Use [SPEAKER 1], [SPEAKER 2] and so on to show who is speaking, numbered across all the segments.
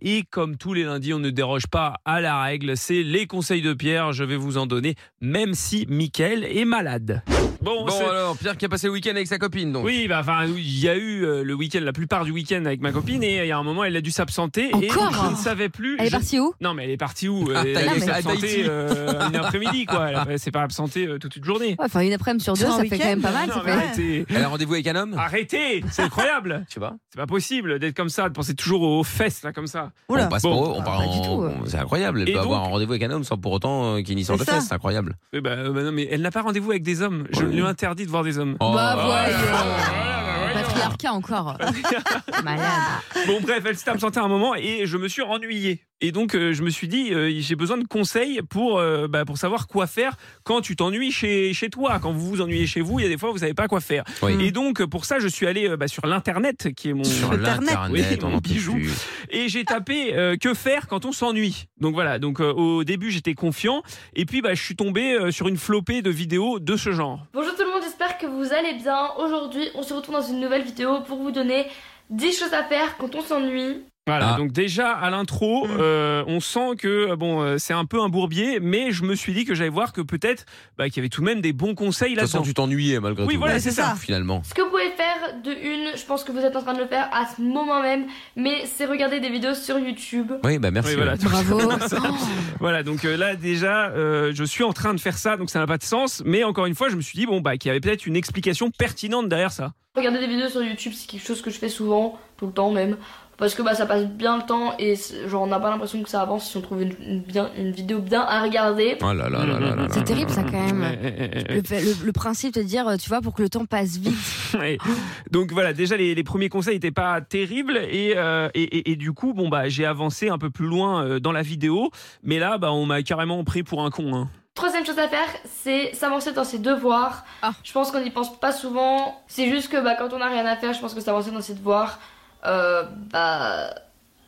[SPEAKER 1] Et comme tous les lundis, on ne déroge pas à la règle. C'est les conseils de Pierre. Je vais vous en donner, même si Mickaël est malade.
[SPEAKER 2] Bon,
[SPEAKER 1] c'est-
[SPEAKER 2] alors, Pierre qui a passé le week-end avec sa copine, donc.
[SPEAKER 1] Oui, bah, enfin, oui, il y a eu euh, le week-end, la plupart du week-end avec ma copine, et il y a un moment, elle a dû s'absenter. Et
[SPEAKER 3] Encore
[SPEAKER 1] je ne savais plus.
[SPEAKER 3] Elle est
[SPEAKER 1] Je-
[SPEAKER 3] partie où
[SPEAKER 1] Non, mais elle est partie où
[SPEAKER 2] Ah,
[SPEAKER 1] Elle
[SPEAKER 2] Thaï-
[SPEAKER 1] a dû
[SPEAKER 2] à Tahiti.
[SPEAKER 1] s'absenter euh, une après-midi, quoi. Elle a- Elle s'est pas absentée euh, toute une journée.
[SPEAKER 3] Ouais, Enfin, une après-midi sur deux,
[SPEAKER 4] Sur un
[SPEAKER 3] ça fait quand
[SPEAKER 4] week-end,
[SPEAKER 3] même pas mal.
[SPEAKER 1] Non,
[SPEAKER 3] ça
[SPEAKER 1] mais
[SPEAKER 3] fait-
[SPEAKER 1] arrêtez.
[SPEAKER 2] Elle a rendez-vous avec un homme
[SPEAKER 1] Arrêtez, c'est incroyable.
[SPEAKER 2] Tu vois
[SPEAKER 1] C'est pas possible d'être comme ça, de penser toujours aux fesses là comme ça.
[SPEAKER 4] Oula.
[SPEAKER 2] On passe
[SPEAKER 1] Bon.
[SPEAKER 2] pour eux, on
[SPEAKER 3] Ah,
[SPEAKER 2] part
[SPEAKER 3] pas du
[SPEAKER 2] en-
[SPEAKER 3] tout,
[SPEAKER 1] euh.
[SPEAKER 3] ouais.
[SPEAKER 2] on- C'est incroyable. Elle
[SPEAKER 1] Et
[SPEAKER 2] peut avoir
[SPEAKER 1] donc-
[SPEAKER 2] un rendez-vous avec un homme sans pour autant euh, qu'il n'y sorte de
[SPEAKER 4] C'est ça.
[SPEAKER 2] fesses. C'est incroyable.
[SPEAKER 1] Eh ben, euh, ben non, mais elle n'a pas rendez-vous avec des hommes. Je
[SPEAKER 2] Ouais.
[SPEAKER 1] lui interdis de voir des hommes.
[SPEAKER 2] Oh.
[SPEAKER 3] Bah,
[SPEAKER 1] Ah,
[SPEAKER 3] voyons.
[SPEAKER 1] voilà, bah, voyons.
[SPEAKER 3] Patriarcat encore. Malade.
[SPEAKER 1] Bon bref, elle s'est absentée un moment et je me suis ennuyé. Et donc euh, je me suis dit, euh, j'ai besoin de conseils pour, euh, bah, pour savoir quoi faire quand tu t'ennuies chez, chez toi. Quand vous vous ennuyez chez vous, il y a des fois vous savez pas quoi faire.
[SPEAKER 2] Oui.
[SPEAKER 1] Et donc euh, pour ça, je suis allé euh, bah, sur l'Internet, qui est mon...
[SPEAKER 2] Sur
[SPEAKER 4] Internet.
[SPEAKER 2] l'internet,
[SPEAKER 1] Oui,
[SPEAKER 2] on
[SPEAKER 1] mon
[SPEAKER 2] en peut
[SPEAKER 1] bijou.
[SPEAKER 2] plus.
[SPEAKER 1] Et j'ai tapé euh, que faire quand on s'ennuie. Donc voilà, donc euh, au début j'étais confiant et puis bah, je suis tombé euh, sur une flopée de vidéos de ce genre.
[SPEAKER 5] Bonjour tout le monde, j'espère que vous allez bien. Aujourd'hui, on se retrouve dans une nouvelle vidéo pour vous donner 10 choses à faire quand on s'ennuie.
[SPEAKER 1] Voilà,
[SPEAKER 2] Ah.
[SPEAKER 1] donc déjà à l'intro, euh, on sent que euh, bon, euh, c'est un peu un bourbier, mais je me suis dit que j'allais voir que peut-être bah, qu'il y avait tout de même des bons conseils
[SPEAKER 2] De toute façon,
[SPEAKER 1] là-dedans.
[SPEAKER 2] tu t'ennuyais malgré
[SPEAKER 1] Oui,
[SPEAKER 2] tout.
[SPEAKER 1] voilà,
[SPEAKER 4] Ouais,
[SPEAKER 1] c'est
[SPEAKER 4] c'est
[SPEAKER 1] ça.
[SPEAKER 4] ça.
[SPEAKER 2] Finalement.
[SPEAKER 5] Ce que vous pouvez faire de une, je pense que vous êtes en train de le faire à ce moment même, mais c'est regarder des vidéos sur YouTube.
[SPEAKER 2] Oui, bah merci.
[SPEAKER 1] Oui, voilà.
[SPEAKER 3] Bravo.
[SPEAKER 1] Voilà, donc euh, là déjà, euh, je suis en train de faire ça, donc ça n'a pas de sens. Mais encore une fois, je me suis dit bon bah qu'il y avait peut-être une explication pertinente derrière ça.
[SPEAKER 5] Regarder des vidéos sur YouTube, c'est quelque chose que je fais souvent, tout le temps même, parce que bah ça passe bien le temps et c'est- genre on n'a pas l'impression que ça avance si on trouve une, une bien, une vidéo bien à regarder.
[SPEAKER 2] Oh là là là
[SPEAKER 1] Mm-hmm.
[SPEAKER 2] là là
[SPEAKER 3] C'est
[SPEAKER 2] là.
[SPEAKER 3] terrible, ça, quand même.
[SPEAKER 1] Eh, eh, eh, eh.
[SPEAKER 3] Le, le- le principe de dire, tu vois, pour que le temps passe vite.
[SPEAKER 1] Ouais. Donc voilà, déjà les, les premiers conseils n'étaient pas terribles et, euh, et, et- et du coup, bon bah j'ai avancé un peu plus loin euh, dans la vidéo, mais là bah on m'a carrément pris pour un con. hein.
[SPEAKER 5] Troisième chose à faire, c'est s'avancer dans ses devoirs.
[SPEAKER 3] Ah.
[SPEAKER 5] Je pense qu'on n'y pense pas souvent. C'est juste que bah, quand on n'a rien à faire, je pense que s'avancer dans ses devoirs, euh, bah,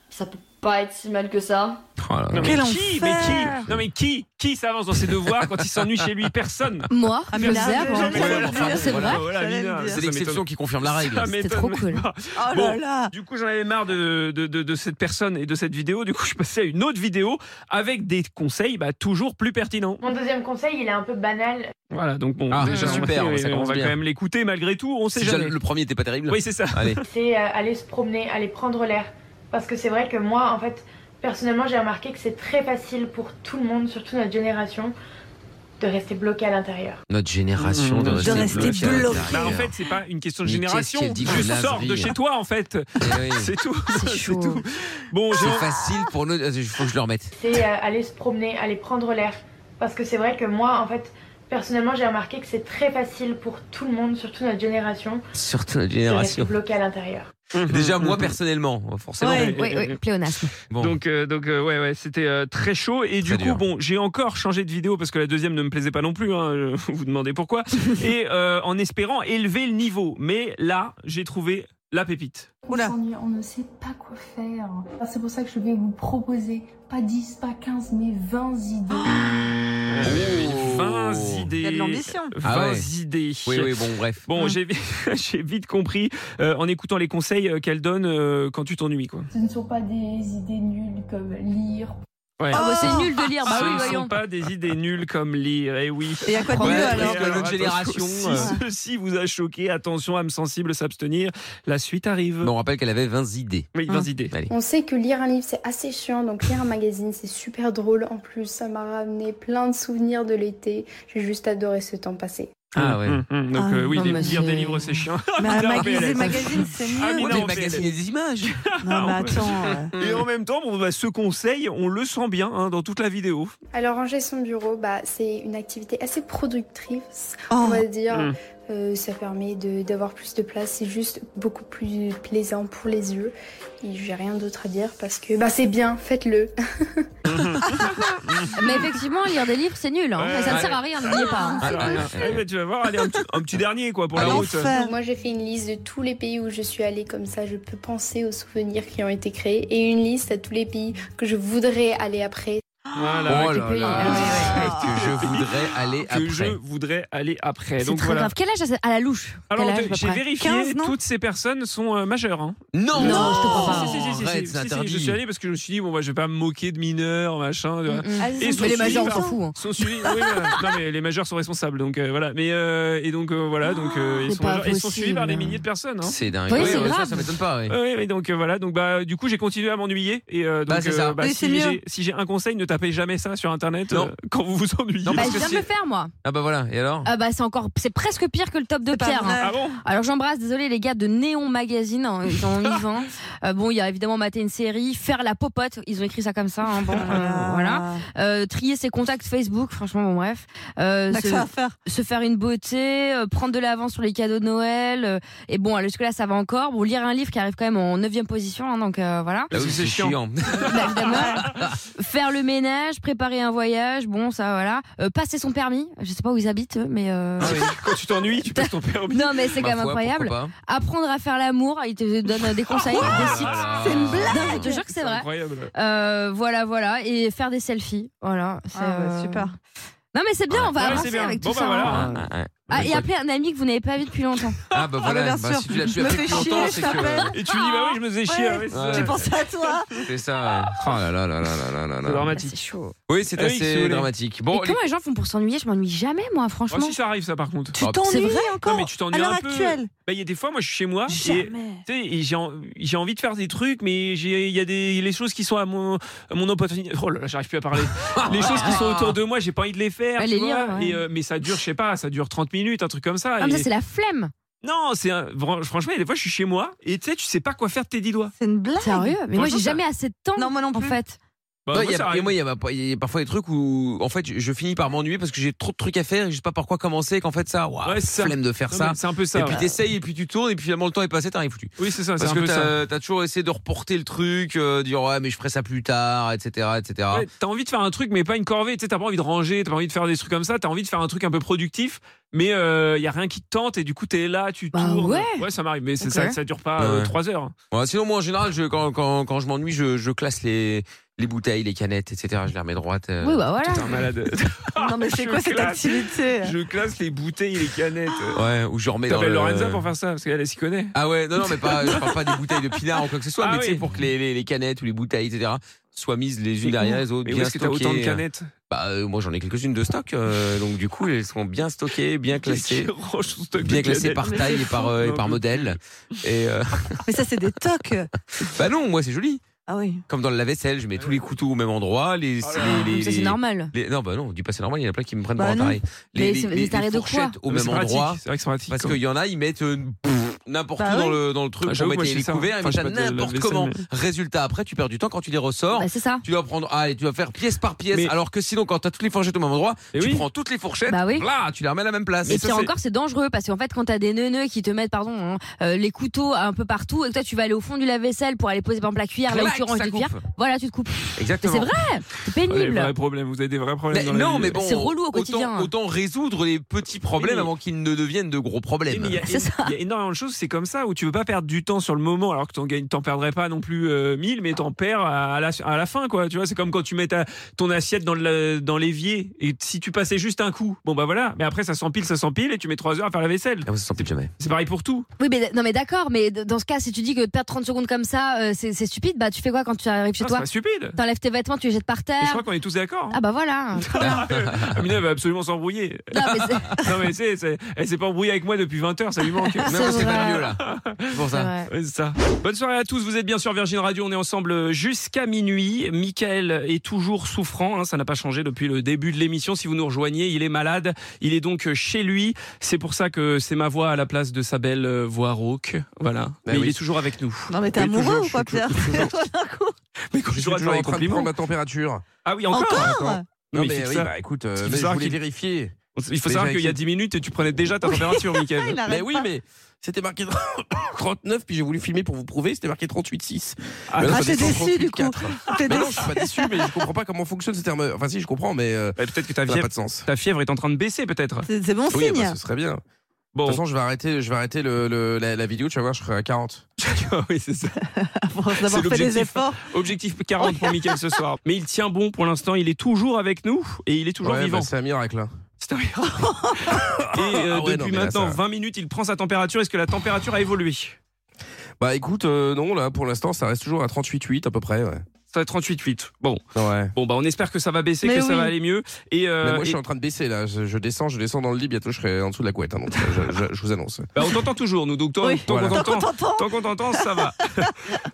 [SPEAKER 5] ça peut pas être si mal que ça.
[SPEAKER 2] Oh là là.
[SPEAKER 1] Non, mais
[SPEAKER 4] Quel
[SPEAKER 1] qui, mais
[SPEAKER 4] enfer
[SPEAKER 1] qui Non mais qui Qui s'avance dans ses devoirs quand il s'ennuie chez lui Personne.
[SPEAKER 3] Moi,
[SPEAKER 4] Ah,
[SPEAKER 3] je
[SPEAKER 4] mais
[SPEAKER 3] le
[SPEAKER 4] là,
[SPEAKER 3] faisais
[SPEAKER 4] je-
[SPEAKER 3] avant.
[SPEAKER 4] je- Voilà,
[SPEAKER 2] enfin,
[SPEAKER 3] C'est
[SPEAKER 2] voilà.
[SPEAKER 3] vrai
[SPEAKER 4] Ça allait
[SPEAKER 1] Lina,
[SPEAKER 4] me dire.
[SPEAKER 1] ça
[SPEAKER 2] C'est l'exception
[SPEAKER 1] m'étonne-
[SPEAKER 2] qui confirme la règle.
[SPEAKER 1] ça
[SPEAKER 3] C'était
[SPEAKER 1] m'étonne
[SPEAKER 3] trop
[SPEAKER 1] même
[SPEAKER 3] cool.
[SPEAKER 1] pas.
[SPEAKER 4] Oh
[SPEAKER 1] Bon.
[SPEAKER 4] là là.
[SPEAKER 1] Du coup, j'en avais marre de, de, de- de cette personne et de cette vidéo. Du coup, je passais à une autre vidéo avec des conseils bah, toujours plus pertinents.
[SPEAKER 6] Mon deuxième conseil, il est un peu banal.
[SPEAKER 1] Voilà, donc bon,
[SPEAKER 2] Ah,
[SPEAKER 1] déjà,
[SPEAKER 2] super,
[SPEAKER 1] on, va-
[SPEAKER 2] ça
[SPEAKER 1] on
[SPEAKER 2] commence
[SPEAKER 1] va
[SPEAKER 2] bien.
[SPEAKER 1] quand même l'écouter malgré tout. On sait
[SPEAKER 2] Si
[SPEAKER 1] jamais.
[SPEAKER 2] le premier était pas terrible.
[SPEAKER 1] Oui, c'est ça.
[SPEAKER 2] Allez.
[SPEAKER 6] C'est euh, aller se promener, aller prendre l'air. Parce que c'est vrai que moi, en fait, personnellement, j'ai remarqué que c'est très facile pour tout le monde, surtout notre génération, de rester bloqué à l'intérieur.
[SPEAKER 2] Notre génération
[SPEAKER 1] Mmh.
[SPEAKER 2] de
[SPEAKER 1] De
[SPEAKER 2] rester,
[SPEAKER 4] rester
[SPEAKER 2] bloqué à
[SPEAKER 4] bloqué.
[SPEAKER 1] Bah,
[SPEAKER 2] l'intérieur.
[SPEAKER 1] en fait, c'est pas une question de
[SPEAKER 2] Mais qu'est-ce
[SPEAKER 1] génération.
[SPEAKER 2] qu'elle dit
[SPEAKER 1] Tu
[SPEAKER 2] comme hein.
[SPEAKER 1] sors de
[SPEAKER 2] naserie.
[SPEAKER 1] chez toi, en fait.
[SPEAKER 2] Eh oui.
[SPEAKER 1] C'est tout.
[SPEAKER 3] C'est chaud.
[SPEAKER 1] tout. Bon, j'ai-
[SPEAKER 2] C'est facile pour nous. Il faut que je le remette.
[SPEAKER 6] C'est euh, aller se promener, aller prendre l'air. Parce que c'est vrai que moi, en fait, personnellement, j'ai remarqué que c'est très facile pour tout le monde, surtout notre génération,
[SPEAKER 2] Surtout notre
[SPEAKER 6] de rester
[SPEAKER 2] génération.
[SPEAKER 6] bloqué à l'intérieur.
[SPEAKER 2] Déjà, moi personnellement, forcément.
[SPEAKER 4] Ouais.
[SPEAKER 3] Oui, oui, pléonasme.
[SPEAKER 2] Bon.
[SPEAKER 1] Donc, euh, donc euh, ouais, ouais, c'était euh, très chaud. Et du
[SPEAKER 2] Très
[SPEAKER 1] coup,
[SPEAKER 2] dur.
[SPEAKER 1] bon, j'ai encore changé de vidéo parce que la deuxième ne me plaisait pas non plus. hein, euh, vous vous demandez pourquoi. Et euh, en espérant élever le niveau. Mais là, j'ai trouvé la pépite.
[SPEAKER 7] On
[SPEAKER 4] Oula.
[SPEAKER 7] s'ennuie, on ne sait pas quoi faire. Alors, C'est pour ça que je vais vous proposer pas 10, pas 15, mais 20 idées.
[SPEAKER 1] Euh, oui, oui, 20 idées.
[SPEAKER 4] Il y a de l'ambition.
[SPEAKER 1] 20
[SPEAKER 2] Ah ouais.
[SPEAKER 1] idées.
[SPEAKER 2] Oui, oui, bon, bref.
[SPEAKER 1] Bon, j'ai vi- j'ai vite compris euh, en écoutant les conseils euh, qu'elle donne euh, quand tu t'ennuies, quoi.
[SPEAKER 7] Ce ne sont pas des idées nulles comme lire.
[SPEAKER 1] Ouais. Oh.
[SPEAKER 3] Ah bah, c'est nul de lire. Bah
[SPEAKER 1] Ce
[SPEAKER 3] oui,
[SPEAKER 1] ne
[SPEAKER 3] voyons.
[SPEAKER 1] sont pas des idées nulles comme lire, eh oui.
[SPEAKER 4] Et à quoi de
[SPEAKER 2] Ouais,
[SPEAKER 4] mieux
[SPEAKER 2] parce
[SPEAKER 4] alors
[SPEAKER 2] que notre génération,
[SPEAKER 1] Si
[SPEAKER 2] euh,
[SPEAKER 1] ceci vous a choqué, attention, âme sensible, s'abstenir. La suite arrive.
[SPEAKER 2] Bon, on rappelle qu'elle avait 20 idées.
[SPEAKER 1] Oui,
[SPEAKER 4] Hein.
[SPEAKER 1] 20 idées.
[SPEAKER 2] Allez.
[SPEAKER 8] On sait que lire un livre c'est assez chiant, donc lire un magazine c'est super drôle. En plus, ça m'a ramené plein de souvenirs de l'été. J'ai juste adoré ce temps passé.
[SPEAKER 2] Ah ouais.
[SPEAKER 1] Hum, hum, Donc
[SPEAKER 4] Ah,
[SPEAKER 1] euh, oui,
[SPEAKER 3] non,
[SPEAKER 1] les-
[SPEAKER 3] mais
[SPEAKER 1] lire des
[SPEAKER 3] c'est-
[SPEAKER 1] livres, c'est chiant.
[SPEAKER 4] Mais
[SPEAKER 1] Bizarre,
[SPEAKER 4] un
[SPEAKER 1] mais
[SPEAKER 4] magazine,
[SPEAKER 1] elle-
[SPEAKER 4] magazine,
[SPEAKER 1] Ah,
[SPEAKER 4] c'est mieux.
[SPEAKER 1] mais
[SPEAKER 2] Ouais,
[SPEAKER 1] non,
[SPEAKER 2] mais magasiner des
[SPEAKER 1] Ah,
[SPEAKER 2] images.
[SPEAKER 4] Non, mais attends. euh,
[SPEAKER 1] Et en même temps, bon, bah, ce conseil, on le sent bien hein, dans toute la vidéo.
[SPEAKER 8] Alors ranger son bureau, bah, c'est une activité assez productrice, on
[SPEAKER 4] oh.
[SPEAKER 8] va dire.
[SPEAKER 1] Mm.
[SPEAKER 8] Euh, ça permet de- d'avoir plus de place, c'est juste beaucoup plus plaisant pour les yeux. Et j'ai rien d'autre à dire parce que bah, c'est bien, faites-le.
[SPEAKER 3] Mais effectivement, lire des livres, c'est nul. hein.
[SPEAKER 1] Ouais,
[SPEAKER 3] Ça ne
[SPEAKER 2] ouais.
[SPEAKER 3] sert à rien, n'oubliez pas. hein.
[SPEAKER 2] Ah, ah, ah, ah.
[SPEAKER 1] Eh ben, tu vas voir, allez, un petit, un petit dernier quoi pour
[SPEAKER 4] Ah,
[SPEAKER 1] la
[SPEAKER 2] Allez.
[SPEAKER 1] route.
[SPEAKER 4] l'enfer.
[SPEAKER 8] Donc, moi, j'ai fait une liste de tous les pays où je suis allée, comme ça je peux penser aux souvenirs qui ont été créés, et une liste à tous les pays que je voudrais aller après.
[SPEAKER 1] Voilà.
[SPEAKER 2] oh
[SPEAKER 3] tu
[SPEAKER 2] là
[SPEAKER 3] peux y
[SPEAKER 2] là
[SPEAKER 3] aller.
[SPEAKER 2] là, que je voudrais aller
[SPEAKER 1] que je
[SPEAKER 2] après.
[SPEAKER 1] voudrais aller après.
[SPEAKER 3] C'est
[SPEAKER 1] Donc
[SPEAKER 3] très
[SPEAKER 1] voilà.
[SPEAKER 3] grave. Quel âge a- à la louche
[SPEAKER 1] Alors,
[SPEAKER 3] Quel âge, à peu
[SPEAKER 1] j'ai
[SPEAKER 3] près
[SPEAKER 1] vérifié,
[SPEAKER 4] 15, non
[SPEAKER 1] toutes ces personnes sont euh, majeures. hein.
[SPEAKER 2] Non,
[SPEAKER 3] Non, je te crois pas.
[SPEAKER 1] Si, si, si, si,
[SPEAKER 2] Arrête,
[SPEAKER 1] si,
[SPEAKER 2] c'est
[SPEAKER 1] si, Je
[SPEAKER 2] interdit.
[SPEAKER 1] suis allé parce que je me suis dit, bon, bah, je vais pas me moquer de mineurs,
[SPEAKER 3] Mm, mm.
[SPEAKER 1] machin.
[SPEAKER 4] Elles
[SPEAKER 1] Et
[SPEAKER 4] Ah, ont
[SPEAKER 1] sont
[SPEAKER 3] Mais les
[SPEAKER 1] suivis
[SPEAKER 3] majeurs, on
[SPEAKER 1] par-
[SPEAKER 3] s'en fout. hein.
[SPEAKER 1] Sont suivis, oui, voilà. Non, mais les majeurs sont responsables, donc euh, voilà. Mais euh, et donc euh, voilà, donc euh, ils,
[SPEAKER 3] Ah, c'est
[SPEAKER 1] sont
[SPEAKER 3] pas
[SPEAKER 1] majeurs. Ils sont suivis
[SPEAKER 3] possible.
[SPEAKER 1] par des milliers de personnes. Hein.
[SPEAKER 2] C'est dingue.
[SPEAKER 3] Oui,
[SPEAKER 2] Oui,
[SPEAKER 3] c'est
[SPEAKER 2] ouais, ça,
[SPEAKER 3] grave.
[SPEAKER 2] ça m'étonne pas. ouais.
[SPEAKER 1] Oui, mais donc euh, voilà, donc bah du coup j'ai continué à m'ennuyer et euh, donc
[SPEAKER 2] Bah, c'est ça.
[SPEAKER 1] euh, bah,
[SPEAKER 4] Oui, c'est
[SPEAKER 1] si
[SPEAKER 4] mieux.
[SPEAKER 1] j'ai si j'ai un conseil, ne tapez jamais ça sur internet
[SPEAKER 2] Non.
[SPEAKER 1] euh, quand vous vous ennuyez.
[SPEAKER 2] Non,
[SPEAKER 3] Bah,
[SPEAKER 2] parce
[SPEAKER 3] je
[SPEAKER 2] que
[SPEAKER 3] viens de
[SPEAKER 2] c'est-
[SPEAKER 3] le faire, moi.
[SPEAKER 2] Ah bah voilà, et alors
[SPEAKER 3] Ah bah, c'est encore, c'est presque pire que le top de
[SPEAKER 4] C'est pas
[SPEAKER 3] Pierre.
[SPEAKER 4] vrai.
[SPEAKER 3] hein.
[SPEAKER 1] Ah bon
[SPEAKER 3] Alors j'embrasse, désolé les gars de Néon Magazine, hein, ils en ont mis 20. Euh, bon, il y a évidemment maté une série, faire la popote, ils ont écrit ça comme ça, hein, bon,
[SPEAKER 4] Ah
[SPEAKER 3] euh, voilà. Euh, trier ses contacts Facebook, franchement, bon bref. Euh,
[SPEAKER 4] T'as Bah, que
[SPEAKER 3] se,
[SPEAKER 4] ça à faire.
[SPEAKER 3] se faire une beauté, euh, prendre de l'avance sur les cadeaux de Noël, euh, et bon, jusque-là ça va encore. Bon, lire un livre qui arrive quand même en 9 position, hein, donc euh, voilà.
[SPEAKER 2] Là
[SPEAKER 1] parce
[SPEAKER 2] où
[SPEAKER 1] que c'est chiant.
[SPEAKER 3] Bah, évidemment. faire le ménage, préparer un voyage, bon, ça voilà. Euh, passer son permis, je sais pas où ils habitent, eux, mais... euh,
[SPEAKER 1] Ah Quand tu t'ennuies, tu passes ton permis.
[SPEAKER 3] Non mais c'est quand
[SPEAKER 2] ma
[SPEAKER 3] même
[SPEAKER 2] foi,
[SPEAKER 3] incroyable
[SPEAKER 2] pourquoi pas.
[SPEAKER 3] apprendre à faire l'amour. Il te donne des conseils, des sites.
[SPEAKER 2] Ah.
[SPEAKER 4] C'est une blague.
[SPEAKER 3] Non, je te jure que c'est vrai.
[SPEAKER 1] Incroyable.
[SPEAKER 3] Euh, voilà, voilà, et faire des selfies. Voilà. c'est,
[SPEAKER 4] Ah bah,
[SPEAKER 3] euh,
[SPEAKER 4] super.
[SPEAKER 3] Non mais c'est bien, on va
[SPEAKER 1] Ouais, c'est
[SPEAKER 3] avancer
[SPEAKER 1] bien.
[SPEAKER 3] avec
[SPEAKER 1] Bon,
[SPEAKER 3] tout
[SPEAKER 1] bah,
[SPEAKER 3] ça.
[SPEAKER 1] voilà.
[SPEAKER 3] hein.
[SPEAKER 2] Ah, ah, ah.
[SPEAKER 3] Ah, et appeler un ami que vous n'avez pas vu depuis longtemps.
[SPEAKER 2] Ah bah
[SPEAKER 4] Ah bah,
[SPEAKER 2] voilà,
[SPEAKER 4] bien
[SPEAKER 2] bah,
[SPEAKER 4] sûr.
[SPEAKER 2] si tu l'as
[SPEAKER 4] Je
[SPEAKER 2] tué
[SPEAKER 4] me
[SPEAKER 2] depuis
[SPEAKER 4] fais chier,
[SPEAKER 2] longtemps,
[SPEAKER 4] je
[SPEAKER 2] c'est que...
[SPEAKER 4] t'appelle.
[SPEAKER 1] Et tu dis bah oui, je me faisais chier.
[SPEAKER 4] Ouais.
[SPEAKER 1] ouais, c'est ça.
[SPEAKER 2] Ouais.
[SPEAKER 4] J'ai pensé à toi.
[SPEAKER 2] C'est ça. ouais. Oh là là là là
[SPEAKER 1] Ah,
[SPEAKER 2] là là là
[SPEAKER 1] C'est
[SPEAKER 2] là.
[SPEAKER 3] Bah,
[SPEAKER 1] dramatique.
[SPEAKER 3] C'est chaud.
[SPEAKER 2] Oui, c'est
[SPEAKER 1] Ah oui, si vous
[SPEAKER 2] assez
[SPEAKER 1] voulez.
[SPEAKER 2] dramatique.
[SPEAKER 3] et
[SPEAKER 2] Bon, les-
[SPEAKER 3] comment les gens font pour s'ennuyer Je m'ennuie jamais, moi,
[SPEAKER 1] Oh,
[SPEAKER 3] franchement.
[SPEAKER 1] si ça arrive ça par contre.
[SPEAKER 4] Tu
[SPEAKER 2] Ah,
[SPEAKER 3] c'est
[SPEAKER 4] t'ennuies
[SPEAKER 3] vrai
[SPEAKER 4] encore
[SPEAKER 1] Non, mais tu
[SPEAKER 4] à
[SPEAKER 1] t'ennuies
[SPEAKER 4] l'heure
[SPEAKER 1] un peu.
[SPEAKER 4] actuelle.
[SPEAKER 1] Bah il y a des fois moi je suis chez moi et
[SPEAKER 4] Jamais.
[SPEAKER 1] tu sais, et j'ai en- j'ai envie de faire des trucs, mais j'ai- il y a des les choses qui sont à mon, à mon opportunité. Oh là là, j'arrive plus à parler. les choses qui sont autour de moi, j'ai pas envie de les faire.
[SPEAKER 3] Ouais,
[SPEAKER 1] tu
[SPEAKER 3] les
[SPEAKER 1] vois.
[SPEAKER 3] lire, ouais.
[SPEAKER 1] et, euh, mais ça dure, je sais pas, ça dure 30 minutes, un truc comme ça.
[SPEAKER 4] Ah,
[SPEAKER 3] Comme Ah, ça,
[SPEAKER 1] Et-
[SPEAKER 3] c'est la flemme.
[SPEAKER 1] non, c'est un- vra- franchement, il y a des fois, je suis chez moi et tu sais, tu sais pas quoi faire de tes 10 doigts.
[SPEAKER 4] C'est une blague.
[SPEAKER 3] Sérieux Mais moi,
[SPEAKER 1] Franchement,
[SPEAKER 3] j'ai
[SPEAKER 1] ça-
[SPEAKER 3] jamais assez de temps.
[SPEAKER 4] Non, moi non
[SPEAKER 3] en
[SPEAKER 4] plus.
[SPEAKER 3] fait.
[SPEAKER 1] Bah,
[SPEAKER 2] Non,
[SPEAKER 1] moi,
[SPEAKER 2] il y a-
[SPEAKER 1] ça
[SPEAKER 2] et
[SPEAKER 1] arrive.
[SPEAKER 2] moi, il y, a ma- il y a parfois des trucs où, en fait, je, je finis par m'ennuyer parce que j'ai trop de trucs à faire et je sais pas par quoi commencer. et Qu'en fait, ça, ouah,
[SPEAKER 1] Ouais, c'est ça.
[SPEAKER 2] flemme de faire
[SPEAKER 1] Non,
[SPEAKER 2] ça.
[SPEAKER 1] mais C'est un peu ça.
[SPEAKER 2] et puis
[SPEAKER 1] ouais.
[SPEAKER 2] t'essayes et puis tu tournes et puis finalement le temps est passé, t'arrives plus.
[SPEAKER 1] Oui, c'est ça. C'est
[SPEAKER 2] Parce
[SPEAKER 1] un
[SPEAKER 2] que
[SPEAKER 1] peu ça.
[SPEAKER 2] t'as t'as toujours essayé de reporter le truc, euh, dire ouais mais je ferai ça plus tard, etc., etc.
[SPEAKER 1] Ouais, t'as envie de faire un truc, mais pas une corvée. Tu sais, t'as pas envie de ranger, t'as pas envie de faire des trucs comme ça. T'as envie de faire un truc un peu productif, mais euh, il y a rien qui te tente et du coup, t'es là, tu
[SPEAKER 3] Bah
[SPEAKER 1] tournes.
[SPEAKER 3] ouais.
[SPEAKER 1] ça m'arrive, mais c'est
[SPEAKER 3] Ok.
[SPEAKER 1] ça, ça dure pas euh,
[SPEAKER 2] Ouais.
[SPEAKER 1] trois heures.
[SPEAKER 2] Ouais, sinon moi en général, je, quand, quand, quand je m'ennuie, je, je classe les, les bouteilles, les canettes, etc. Je les remets droite. euh.
[SPEAKER 3] Oui, bah voilà.
[SPEAKER 1] T'es un malade.
[SPEAKER 4] Non, mais c'est
[SPEAKER 1] Je
[SPEAKER 4] quoi cette
[SPEAKER 1] classe.
[SPEAKER 4] activité
[SPEAKER 1] Je classe les bouteilles, les canettes. euh.
[SPEAKER 2] Ouais, ou je remets dans
[SPEAKER 1] T'appelles
[SPEAKER 2] le...
[SPEAKER 1] Lorenza pour faire ça, parce qu'elle elle s'y connaît.
[SPEAKER 2] Ah ouais, non non mais pas, je parle pas des bouteilles de pinard ou quoi que ce soit,
[SPEAKER 1] Ah
[SPEAKER 2] mais tu
[SPEAKER 1] oui.
[SPEAKER 2] sais pour que les, les, les canettes ou les bouteilles, etc. soient mises les unes derrière les autres,
[SPEAKER 1] Mais où
[SPEAKER 2] bien
[SPEAKER 1] est-ce que t'as autant de
[SPEAKER 2] stockées.
[SPEAKER 1] canettes
[SPEAKER 2] Bah euh, moi j'en ai quelques-unes de stock, euh, donc du coup elles sont bien stockées, bien classées.
[SPEAKER 1] Qui range son stock de
[SPEAKER 2] Bien classées
[SPEAKER 1] canettes
[SPEAKER 2] par
[SPEAKER 4] Mais
[SPEAKER 2] taille et par, euh, et
[SPEAKER 1] Non,
[SPEAKER 2] par
[SPEAKER 1] mais-
[SPEAKER 2] modèle. Et euh,
[SPEAKER 4] Mais ça, c'est des tocs.
[SPEAKER 2] bah non, moi c'est joli.
[SPEAKER 4] Ah oui.
[SPEAKER 2] Comme dans le lave-vaisselle, je mets tous les couteaux au même endroit. Les,
[SPEAKER 1] Oh là
[SPEAKER 2] les-
[SPEAKER 1] là.
[SPEAKER 2] les-
[SPEAKER 3] Ça, c'est
[SPEAKER 2] les-
[SPEAKER 3] normal.
[SPEAKER 2] les- non, bah non, dis pas c'est normal, il y en a plein qui me prennent
[SPEAKER 4] Bah
[SPEAKER 2] pour un
[SPEAKER 4] non.
[SPEAKER 2] taré.
[SPEAKER 3] Mais c'est- mais t'arrêtes de quoi
[SPEAKER 2] fourchettes au
[SPEAKER 1] Mais
[SPEAKER 2] même
[SPEAKER 1] c'est pratique,
[SPEAKER 2] endroit.
[SPEAKER 1] C'est vrai que c'est pratique.
[SPEAKER 2] Parce
[SPEAKER 1] quoi.
[SPEAKER 2] qu'il y en a, ils mettent euh, pff, n'importe
[SPEAKER 4] Bah
[SPEAKER 2] où dans,
[SPEAKER 4] oui.
[SPEAKER 2] le, dans le truc.
[SPEAKER 1] Ah,
[SPEAKER 2] on
[SPEAKER 1] j'avoue,
[SPEAKER 2] met
[SPEAKER 1] moi, je
[SPEAKER 2] les
[SPEAKER 1] fais ça.
[SPEAKER 2] couverts, ils
[SPEAKER 1] Enfin,
[SPEAKER 2] mettent
[SPEAKER 1] je
[SPEAKER 2] à
[SPEAKER 1] sais pas de
[SPEAKER 2] n'importe
[SPEAKER 1] lave-vaisselle,
[SPEAKER 2] comment.
[SPEAKER 1] mais-
[SPEAKER 2] Résultat, après, tu perds du temps quand tu les ressors.
[SPEAKER 3] Bah, c'est ça.
[SPEAKER 2] tu dois prendre, allez, tu dois faire pièce par pièce.
[SPEAKER 1] Mais-
[SPEAKER 2] Alors que sinon, quand t'as toutes les fourchettes au même endroit,
[SPEAKER 1] Eh
[SPEAKER 2] tu
[SPEAKER 1] oui.
[SPEAKER 2] prends toutes les fourchettes,
[SPEAKER 3] Bah oui.
[SPEAKER 2] là, tu les remets à la même place.
[SPEAKER 3] Et
[SPEAKER 1] ça,
[SPEAKER 3] pire
[SPEAKER 1] c'est-
[SPEAKER 3] encore, Ah, c'est dangereux parce qu'en fait, quand t'as des neuneux qui te mettent, pardon, hein, euh, les couteaux un peu partout et que toi tu vas aller au fond du lave-vaisselle pour aller poser par exemple la cuillère, là où
[SPEAKER 2] Clac,
[SPEAKER 3] tu ranges
[SPEAKER 2] ça
[SPEAKER 3] les
[SPEAKER 2] coupe.
[SPEAKER 3] cuillères, voilà, tu te coupes. Mais
[SPEAKER 2] Exactement.
[SPEAKER 3] c'est vrai, c'est
[SPEAKER 1] Oh, les
[SPEAKER 3] pénible.
[SPEAKER 1] vrais problèmes, vous avez des vrais problèmes.
[SPEAKER 2] Mais
[SPEAKER 1] dans la
[SPEAKER 2] non,
[SPEAKER 1] vie.
[SPEAKER 2] mais bon.
[SPEAKER 3] C'est relou au quotidien.
[SPEAKER 2] Autant, autant résoudre les petits problèmes
[SPEAKER 1] Oui.
[SPEAKER 2] avant qu'ils ne deviennent de gros
[SPEAKER 1] Oui,
[SPEAKER 2] problèmes.
[SPEAKER 1] mais Il y, a-
[SPEAKER 3] C'est ça.
[SPEAKER 1] il y a énormément de choses, c'est comme ça, où tu veux pas perdre du temps sur le moment, alors que t'en gagnes, t'en perdrais pas non plus euh, 1000, mais t'en perds à la, à la fin, quoi. Tu vois, c'est comme quand tu mets ta, ton assiette dans le- dans l'évier, et si tu passais juste un coup, bon bah voilà, mais après ça s'empile, ça s'empile, et tu mets 3 heures à faire la vaisselle.
[SPEAKER 2] Ah, ça s'en pique jamais.
[SPEAKER 1] C'est pareil pour tout.
[SPEAKER 3] Oui, mais non, mais d'accord, mais d- dans ce cas, si tu dis que de perdre 30 secondes comme ça, euh, c'est c'est stupide, bah tu fais quoi quand tu arrives chez
[SPEAKER 1] Ah, C'est
[SPEAKER 3] toi
[SPEAKER 1] pas stupide.
[SPEAKER 3] T'enlèves tes vêtements, tu les jettes par
[SPEAKER 1] Et je
[SPEAKER 3] terre.
[SPEAKER 1] crois qu'on est tous d'accord. hein.
[SPEAKER 3] Euh. Ah bah voilà.
[SPEAKER 1] Amina elle va absolument s'embrouiller.
[SPEAKER 3] non, mais c'est
[SPEAKER 1] Non mais tu sais, c'est- elle s'est pas embrouillée avec moi depuis 20 heures, ça lui manque.
[SPEAKER 2] Non,
[SPEAKER 3] C'est
[SPEAKER 2] mais c'est pas
[SPEAKER 3] vrai.
[SPEAKER 2] mieux là. C'est pour
[SPEAKER 3] c'est
[SPEAKER 2] ça.
[SPEAKER 3] vrai.
[SPEAKER 1] Ouais, c'est ça. Bonne soirée à tous, vous êtes bien sur Virgin Radio, on est ensemble jusqu'à minuit. Michael est toujours souffrant, hein, ça n'a pas changé depuis le début de l'émission. Si vous nous rejoignez, il est malade, il est donc chez lui. C'est pour ça que c'est ma voix à la place de sa belle euh, voix rauque. Voilà.
[SPEAKER 2] Bah
[SPEAKER 1] Mais
[SPEAKER 2] oui.
[SPEAKER 1] il est toujours avec nous.
[SPEAKER 4] Non, mais t'es
[SPEAKER 1] Oui,
[SPEAKER 4] amoureux
[SPEAKER 1] toujours,
[SPEAKER 4] ou pas,
[SPEAKER 1] je suis
[SPEAKER 4] Pierre D'un coup.
[SPEAKER 1] Mais quand
[SPEAKER 9] Je suis
[SPEAKER 1] toujours à
[SPEAKER 9] toujours en
[SPEAKER 1] te faire des
[SPEAKER 9] train de
[SPEAKER 1] compliments.
[SPEAKER 9] prendre ma température.
[SPEAKER 1] Ah oui, encore,
[SPEAKER 4] Encore
[SPEAKER 1] Non,
[SPEAKER 9] Non,
[SPEAKER 1] mais il
[SPEAKER 9] mais
[SPEAKER 1] fixe
[SPEAKER 9] oui,
[SPEAKER 1] ça.
[SPEAKER 9] bah, écoute, euh,
[SPEAKER 1] Parce qu'il
[SPEAKER 9] mais
[SPEAKER 1] faut
[SPEAKER 9] je
[SPEAKER 1] savoir
[SPEAKER 9] voulais
[SPEAKER 1] qu'il-
[SPEAKER 9] vérifier.
[SPEAKER 1] Il faut
[SPEAKER 9] Mais
[SPEAKER 1] savoir
[SPEAKER 9] j'ai-
[SPEAKER 1] qu'il y a 10 minutes, tu prenais déjà ta température, Michael.
[SPEAKER 4] Ah, Il arrête
[SPEAKER 9] Mais oui,
[SPEAKER 4] pas.
[SPEAKER 9] mais c'était marqué 39, puis j'ai voulu filmer pour vous prouver, c'était marqué 38,6.
[SPEAKER 1] Ah,
[SPEAKER 9] Mais là,
[SPEAKER 4] ah,
[SPEAKER 9] ça
[SPEAKER 4] t'es
[SPEAKER 9] descend
[SPEAKER 4] déçu, du coup.
[SPEAKER 9] 38,4.
[SPEAKER 4] T'es
[SPEAKER 9] Mais non,
[SPEAKER 4] déçu.
[SPEAKER 9] je suis pas déçu, mais je comprends pas comment fonctionne ce terme. Enfin, si, je comprends, mais euh,
[SPEAKER 1] Bah, peut-être que ta
[SPEAKER 9] ça n'a
[SPEAKER 1] fièvre,
[SPEAKER 9] pas de sens.
[SPEAKER 1] ta fièvre est en train de baisser, peut-être.
[SPEAKER 4] C'est c'est bon
[SPEAKER 9] Oui,
[SPEAKER 4] signe.
[SPEAKER 9] bah, ce serait bien.
[SPEAKER 1] Bon,
[SPEAKER 10] toute façon, je vais arrêter, je vais arrêter le, le- la, la vidéo, tu vas voir, je serai à 40.
[SPEAKER 1] oui, c'est ça.
[SPEAKER 4] Pour
[SPEAKER 1] C'est
[SPEAKER 4] d'avoir fait
[SPEAKER 1] l'objectif.
[SPEAKER 4] des efforts. Oh,
[SPEAKER 1] Objectif 40 pour Mickaël ce soir. Mais il tient bon pour l'instant, il est toujours avec nous et il est toujours
[SPEAKER 10] Ouais, bah,
[SPEAKER 1] vivant.
[SPEAKER 10] c'est un miracle. hein.
[SPEAKER 1] C'est un miracle. et euh,
[SPEAKER 10] Ah ouais, non,
[SPEAKER 1] depuis
[SPEAKER 10] mais là,
[SPEAKER 1] maintenant
[SPEAKER 10] ça-
[SPEAKER 1] 20 minutes, il prend sa température. Est-ce que la température a évolué
[SPEAKER 10] Bah écoute, euh, non, là, pour l'instant, ça reste toujours à 38,8 à peu près. Ouais.
[SPEAKER 1] Ça va être 38,8. Bon,
[SPEAKER 10] ouais.
[SPEAKER 1] bon bah on espère que ça va baisser,
[SPEAKER 4] Mais
[SPEAKER 1] que ça
[SPEAKER 4] oui.
[SPEAKER 1] va aller mieux. Et, euh,
[SPEAKER 10] Mais moi,
[SPEAKER 1] et-
[SPEAKER 10] je suis en train de baisser là. Je, je descends, je descends dans le lit. Bientôt, je serai en dessous de la couette. hein, donc, euh, je, je- je vous annonce.
[SPEAKER 1] bah, on t'entend toujours, nous. Donc tant,
[SPEAKER 4] Oui.
[SPEAKER 1] tant qu'on
[SPEAKER 10] Voilà.
[SPEAKER 4] Tant
[SPEAKER 1] t'entend-
[SPEAKER 4] qu'on t'entend.
[SPEAKER 1] Tant qu'on t'entend, ça va.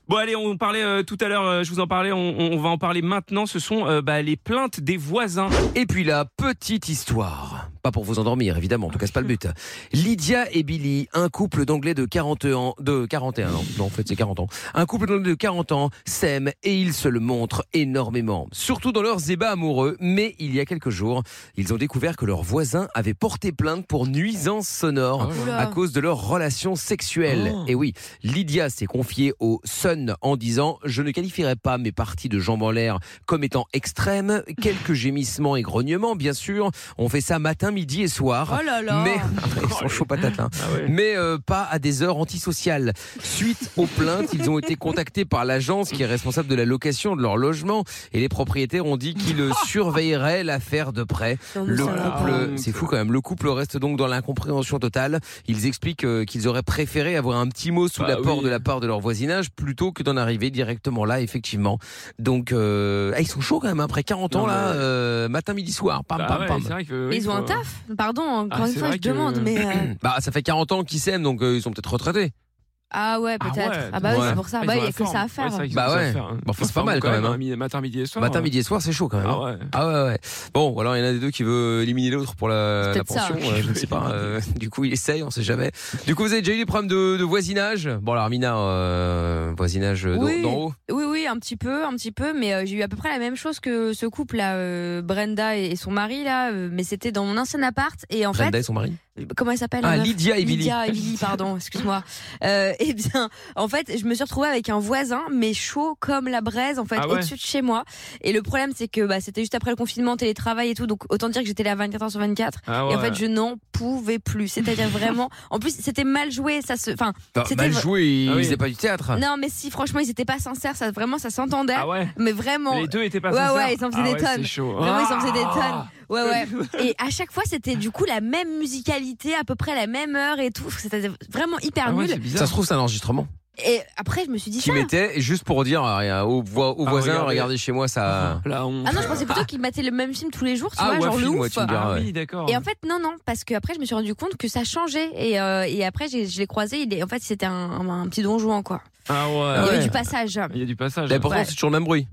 [SPEAKER 1] bon, allez, on parlait euh, tout à l'heure, euh, je vous en parlais, on, on- on va en parler maintenant. Ce sont euh, bah, les plaintes des voisins.
[SPEAKER 2] Et puis la petite histoire. Pas pour vous endormir, évidemment, en tout cas, c'est pas le but. Lydia et Billy, un couple d'anglais de 40 ans, de 41 ans, non, en fait, c'est 40 ans. Un couple d'anglais de 40 ans s'aiment et ils se le montrent énormément. Surtout dans leurs ébats amoureux, mais il y a quelques jours, ils ont découvert que leur voisin avait porté plainte pour nuisance sonore à
[SPEAKER 3] Ah Oula.
[SPEAKER 2] cause de leur relation sexuelle. Et oui, Lydia s'est confiée au Sun en disant Je ne qualifierai pas mes parties de jambes en l'air comme étant extrêmes. Quelques gémissements et grognements, bien sûr. On fait ça matin, midi et soir.
[SPEAKER 3] Oh là là.
[SPEAKER 2] Mais
[SPEAKER 1] Ah,
[SPEAKER 2] ils sont chauds patates, hein. mais euh, pas à des heures antisociales. Suite aux plaintes, ils ont été contactés par l'agence qui est responsable de la location de leur logement et les propriétaires ont dit qu'ils surveilleraient l'affaire de près.
[SPEAKER 4] Non, mais
[SPEAKER 2] Le
[SPEAKER 4] ça va pas.
[SPEAKER 2] couple, c'est fou quand même. Le couple reste donc dans l'incompréhension totale. Ils expliquent euh, qu'ils auraient préféré avoir un petit mot sous
[SPEAKER 1] Bah
[SPEAKER 2] l'apport
[SPEAKER 1] oui.
[SPEAKER 2] de la part de leur voisinage plutôt que d'en arriver directement là, effectivement. Donc, euh, ah, ils sont chauds quand même après 40 ans
[SPEAKER 1] Non,
[SPEAKER 2] là,
[SPEAKER 1] mais-
[SPEAKER 2] euh, matin, midi, soir. Pam,
[SPEAKER 1] Bah
[SPEAKER 2] pam,
[SPEAKER 1] ouais,
[SPEAKER 2] pam.
[SPEAKER 1] c'est vrai que, oui,
[SPEAKER 3] Mais ils ont
[SPEAKER 1] faut-
[SPEAKER 3] un taf Pardon, hein, encore
[SPEAKER 1] Ah,
[SPEAKER 3] une
[SPEAKER 1] c'est
[SPEAKER 3] fois,
[SPEAKER 1] vrai
[SPEAKER 3] je
[SPEAKER 1] que-
[SPEAKER 3] demande.
[SPEAKER 4] Mais euh,
[SPEAKER 2] Bah, ça fait 40 ans qu'ils s'aiment, donc euh, ils sont peut-être retraités.
[SPEAKER 3] Ah ouais,
[SPEAKER 1] Ah
[SPEAKER 3] peut-être. Ah,
[SPEAKER 1] ouais,
[SPEAKER 3] bah oui,
[SPEAKER 2] ouais.
[SPEAKER 3] c'est pour ça.
[SPEAKER 1] Ah,
[SPEAKER 3] bah,
[SPEAKER 1] ils
[SPEAKER 3] il
[SPEAKER 1] ont
[SPEAKER 3] n'y a
[SPEAKER 1] la
[SPEAKER 3] que
[SPEAKER 1] forme.
[SPEAKER 3] ça à
[SPEAKER 1] Ouais,
[SPEAKER 3] faire.
[SPEAKER 1] c'est vrai qu'ils ont
[SPEAKER 2] Bah
[SPEAKER 1] ça à
[SPEAKER 2] ouais.
[SPEAKER 1] faire, hein.
[SPEAKER 2] Bon, c'est
[SPEAKER 1] Ils
[SPEAKER 2] pas
[SPEAKER 1] sont
[SPEAKER 2] mal, quand même,
[SPEAKER 1] hein,
[SPEAKER 2] hein.
[SPEAKER 1] mi- Matin, midi et soir.
[SPEAKER 2] Matin,
[SPEAKER 1] hein.
[SPEAKER 2] midi et soir, c'est chaud quand même. hein.
[SPEAKER 1] Ah ouais.
[SPEAKER 2] Ah ouais, ouais. Bon, ou alors il y en a des deux qui veut éliminer l'autre pour la,
[SPEAKER 3] C'est
[SPEAKER 2] la
[SPEAKER 3] peut-être ça.
[SPEAKER 2] pension. euh, je ne sais pas. euh, du coup, il essaye, on sait jamais. Du coup, vous avez déjà eu des problèmes de, de voisinage Bon, alors Armina, euh, voisinage euh, d'en-
[SPEAKER 3] Oui.
[SPEAKER 2] d'en haut.
[SPEAKER 3] Oui, oui, un petit peu, un petit peu, mais euh, j'ai eu à peu près la même chose que ce couple-là, euh, Brenda et, et son mari, là, euh, mais c'était dans mon ancien appart, et en
[SPEAKER 2] Brenda et son mari.
[SPEAKER 3] fait, comment elle s'appelle
[SPEAKER 2] Ah,
[SPEAKER 3] la meuf
[SPEAKER 2] Lydia et Billy.
[SPEAKER 3] Lydia et Billy, pardon, excuse-moi. Euh, eh bien, en fait, je me suis retrouvée avec un voisin, mais chaud comme la braise, en fait,
[SPEAKER 1] Ah ouais
[SPEAKER 3] au-dessus de chez moi. Et le problème, c'est que bah, c'était juste après le confinement, télétravail et tout, donc autant dire que j'étais là 24 h sur 24.
[SPEAKER 1] Ah
[SPEAKER 3] Et en
[SPEAKER 1] ouais.
[SPEAKER 3] fait, je n'en pouvais plus. C'est-à-dire vraiment. En plus, c'était mal joué. Ça se. Enfin,
[SPEAKER 2] Bah,
[SPEAKER 3] C'était
[SPEAKER 2] mal
[SPEAKER 3] vra-
[SPEAKER 2] joué, ils
[SPEAKER 1] Ah oui.
[SPEAKER 2] faisaient pas du théâtre.
[SPEAKER 3] non, mais si, franchement, ils étaient pas sincères. Ça, vraiment, ça s'entendait.
[SPEAKER 1] Ah ouais.
[SPEAKER 3] Mais vraiment.
[SPEAKER 1] Les deux étaient pas
[SPEAKER 3] Ouais,
[SPEAKER 1] sincères.
[SPEAKER 3] ouais, ils en faisaient
[SPEAKER 1] Ah
[SPEAKER 3] des
[SPEAKER 1] ouais,
[SPEAKER 3] tonnes.
[SPEAKER 1] C'est chaud.
[SPEAKER 3] Vraiment, ils en faisaient des
[SPEAKER 1] Ah.
[SPEAKER 3] Ouais, ouais. Et à chaque fois, c'était du coup la même musicalité, à peu près la même heure et tout. C'était vraiment hyper
[SPEAKER 1] Ah ouais,
[SPEAKER 3] nul.
[SPEAKER 1] c'est bizarre.
[SPEAKER 2] Ça se trouve, c'est un enregistrement
[SPEAKER 3] Et après, je me suis dit
[SPEAKER 2] qui
[SPEAKER 3] ça.
[SPEAKER 2] mettait juste pour dire euh, aux, voisins,
[SPEAKER 1] Ah,
[SPEAKER 2] voisin,
[SPEAKER 1] regardez.
[SPEAKER 2] regardez. chez moi, ça.
[SPEAKER 1] La honte.
[SPEAKER 3] Ah non, je pensais plutôt qu'ils mettaient le même film tous les jours, tu vois,
[SPEAKER 2] Ah, ou un
[SPEAKER 3] genre
[SPEAKER 2] film,
[SPEAKER 3] le
[SPEAKER 2] ouais,
[SPEAKER 3] ouf.
[SPEAKER 2] tu me diras.
[SPEAKER 1] Ah
[SPEAKER 2] Ah ouais.
[SPEAKER 1] oui, d'accord.
[SPEAKER 3] Et en fait, non, non, parce que après, je me suis rendu compte que ça changeait. Et, euh, et après, j'ai- je l'ai croisé. Il est, en fait, c'était un, un- un petit donjon, quoi.
[SPEAKER 1] Ah
[SPEAKER 3] Il y
[SPEAKER 1] ouais.
[SPEAKER 3] avait
[SPEAKER 2] ouais.
[SPEAKER 3] du passage.
[SPEAKER 1] Il y a du passage.
[SPEAKER 2] Mais pourtant,
[SPEAKER 3] Ouais.
[SPEAKER 2] c'est toujours le même bruit.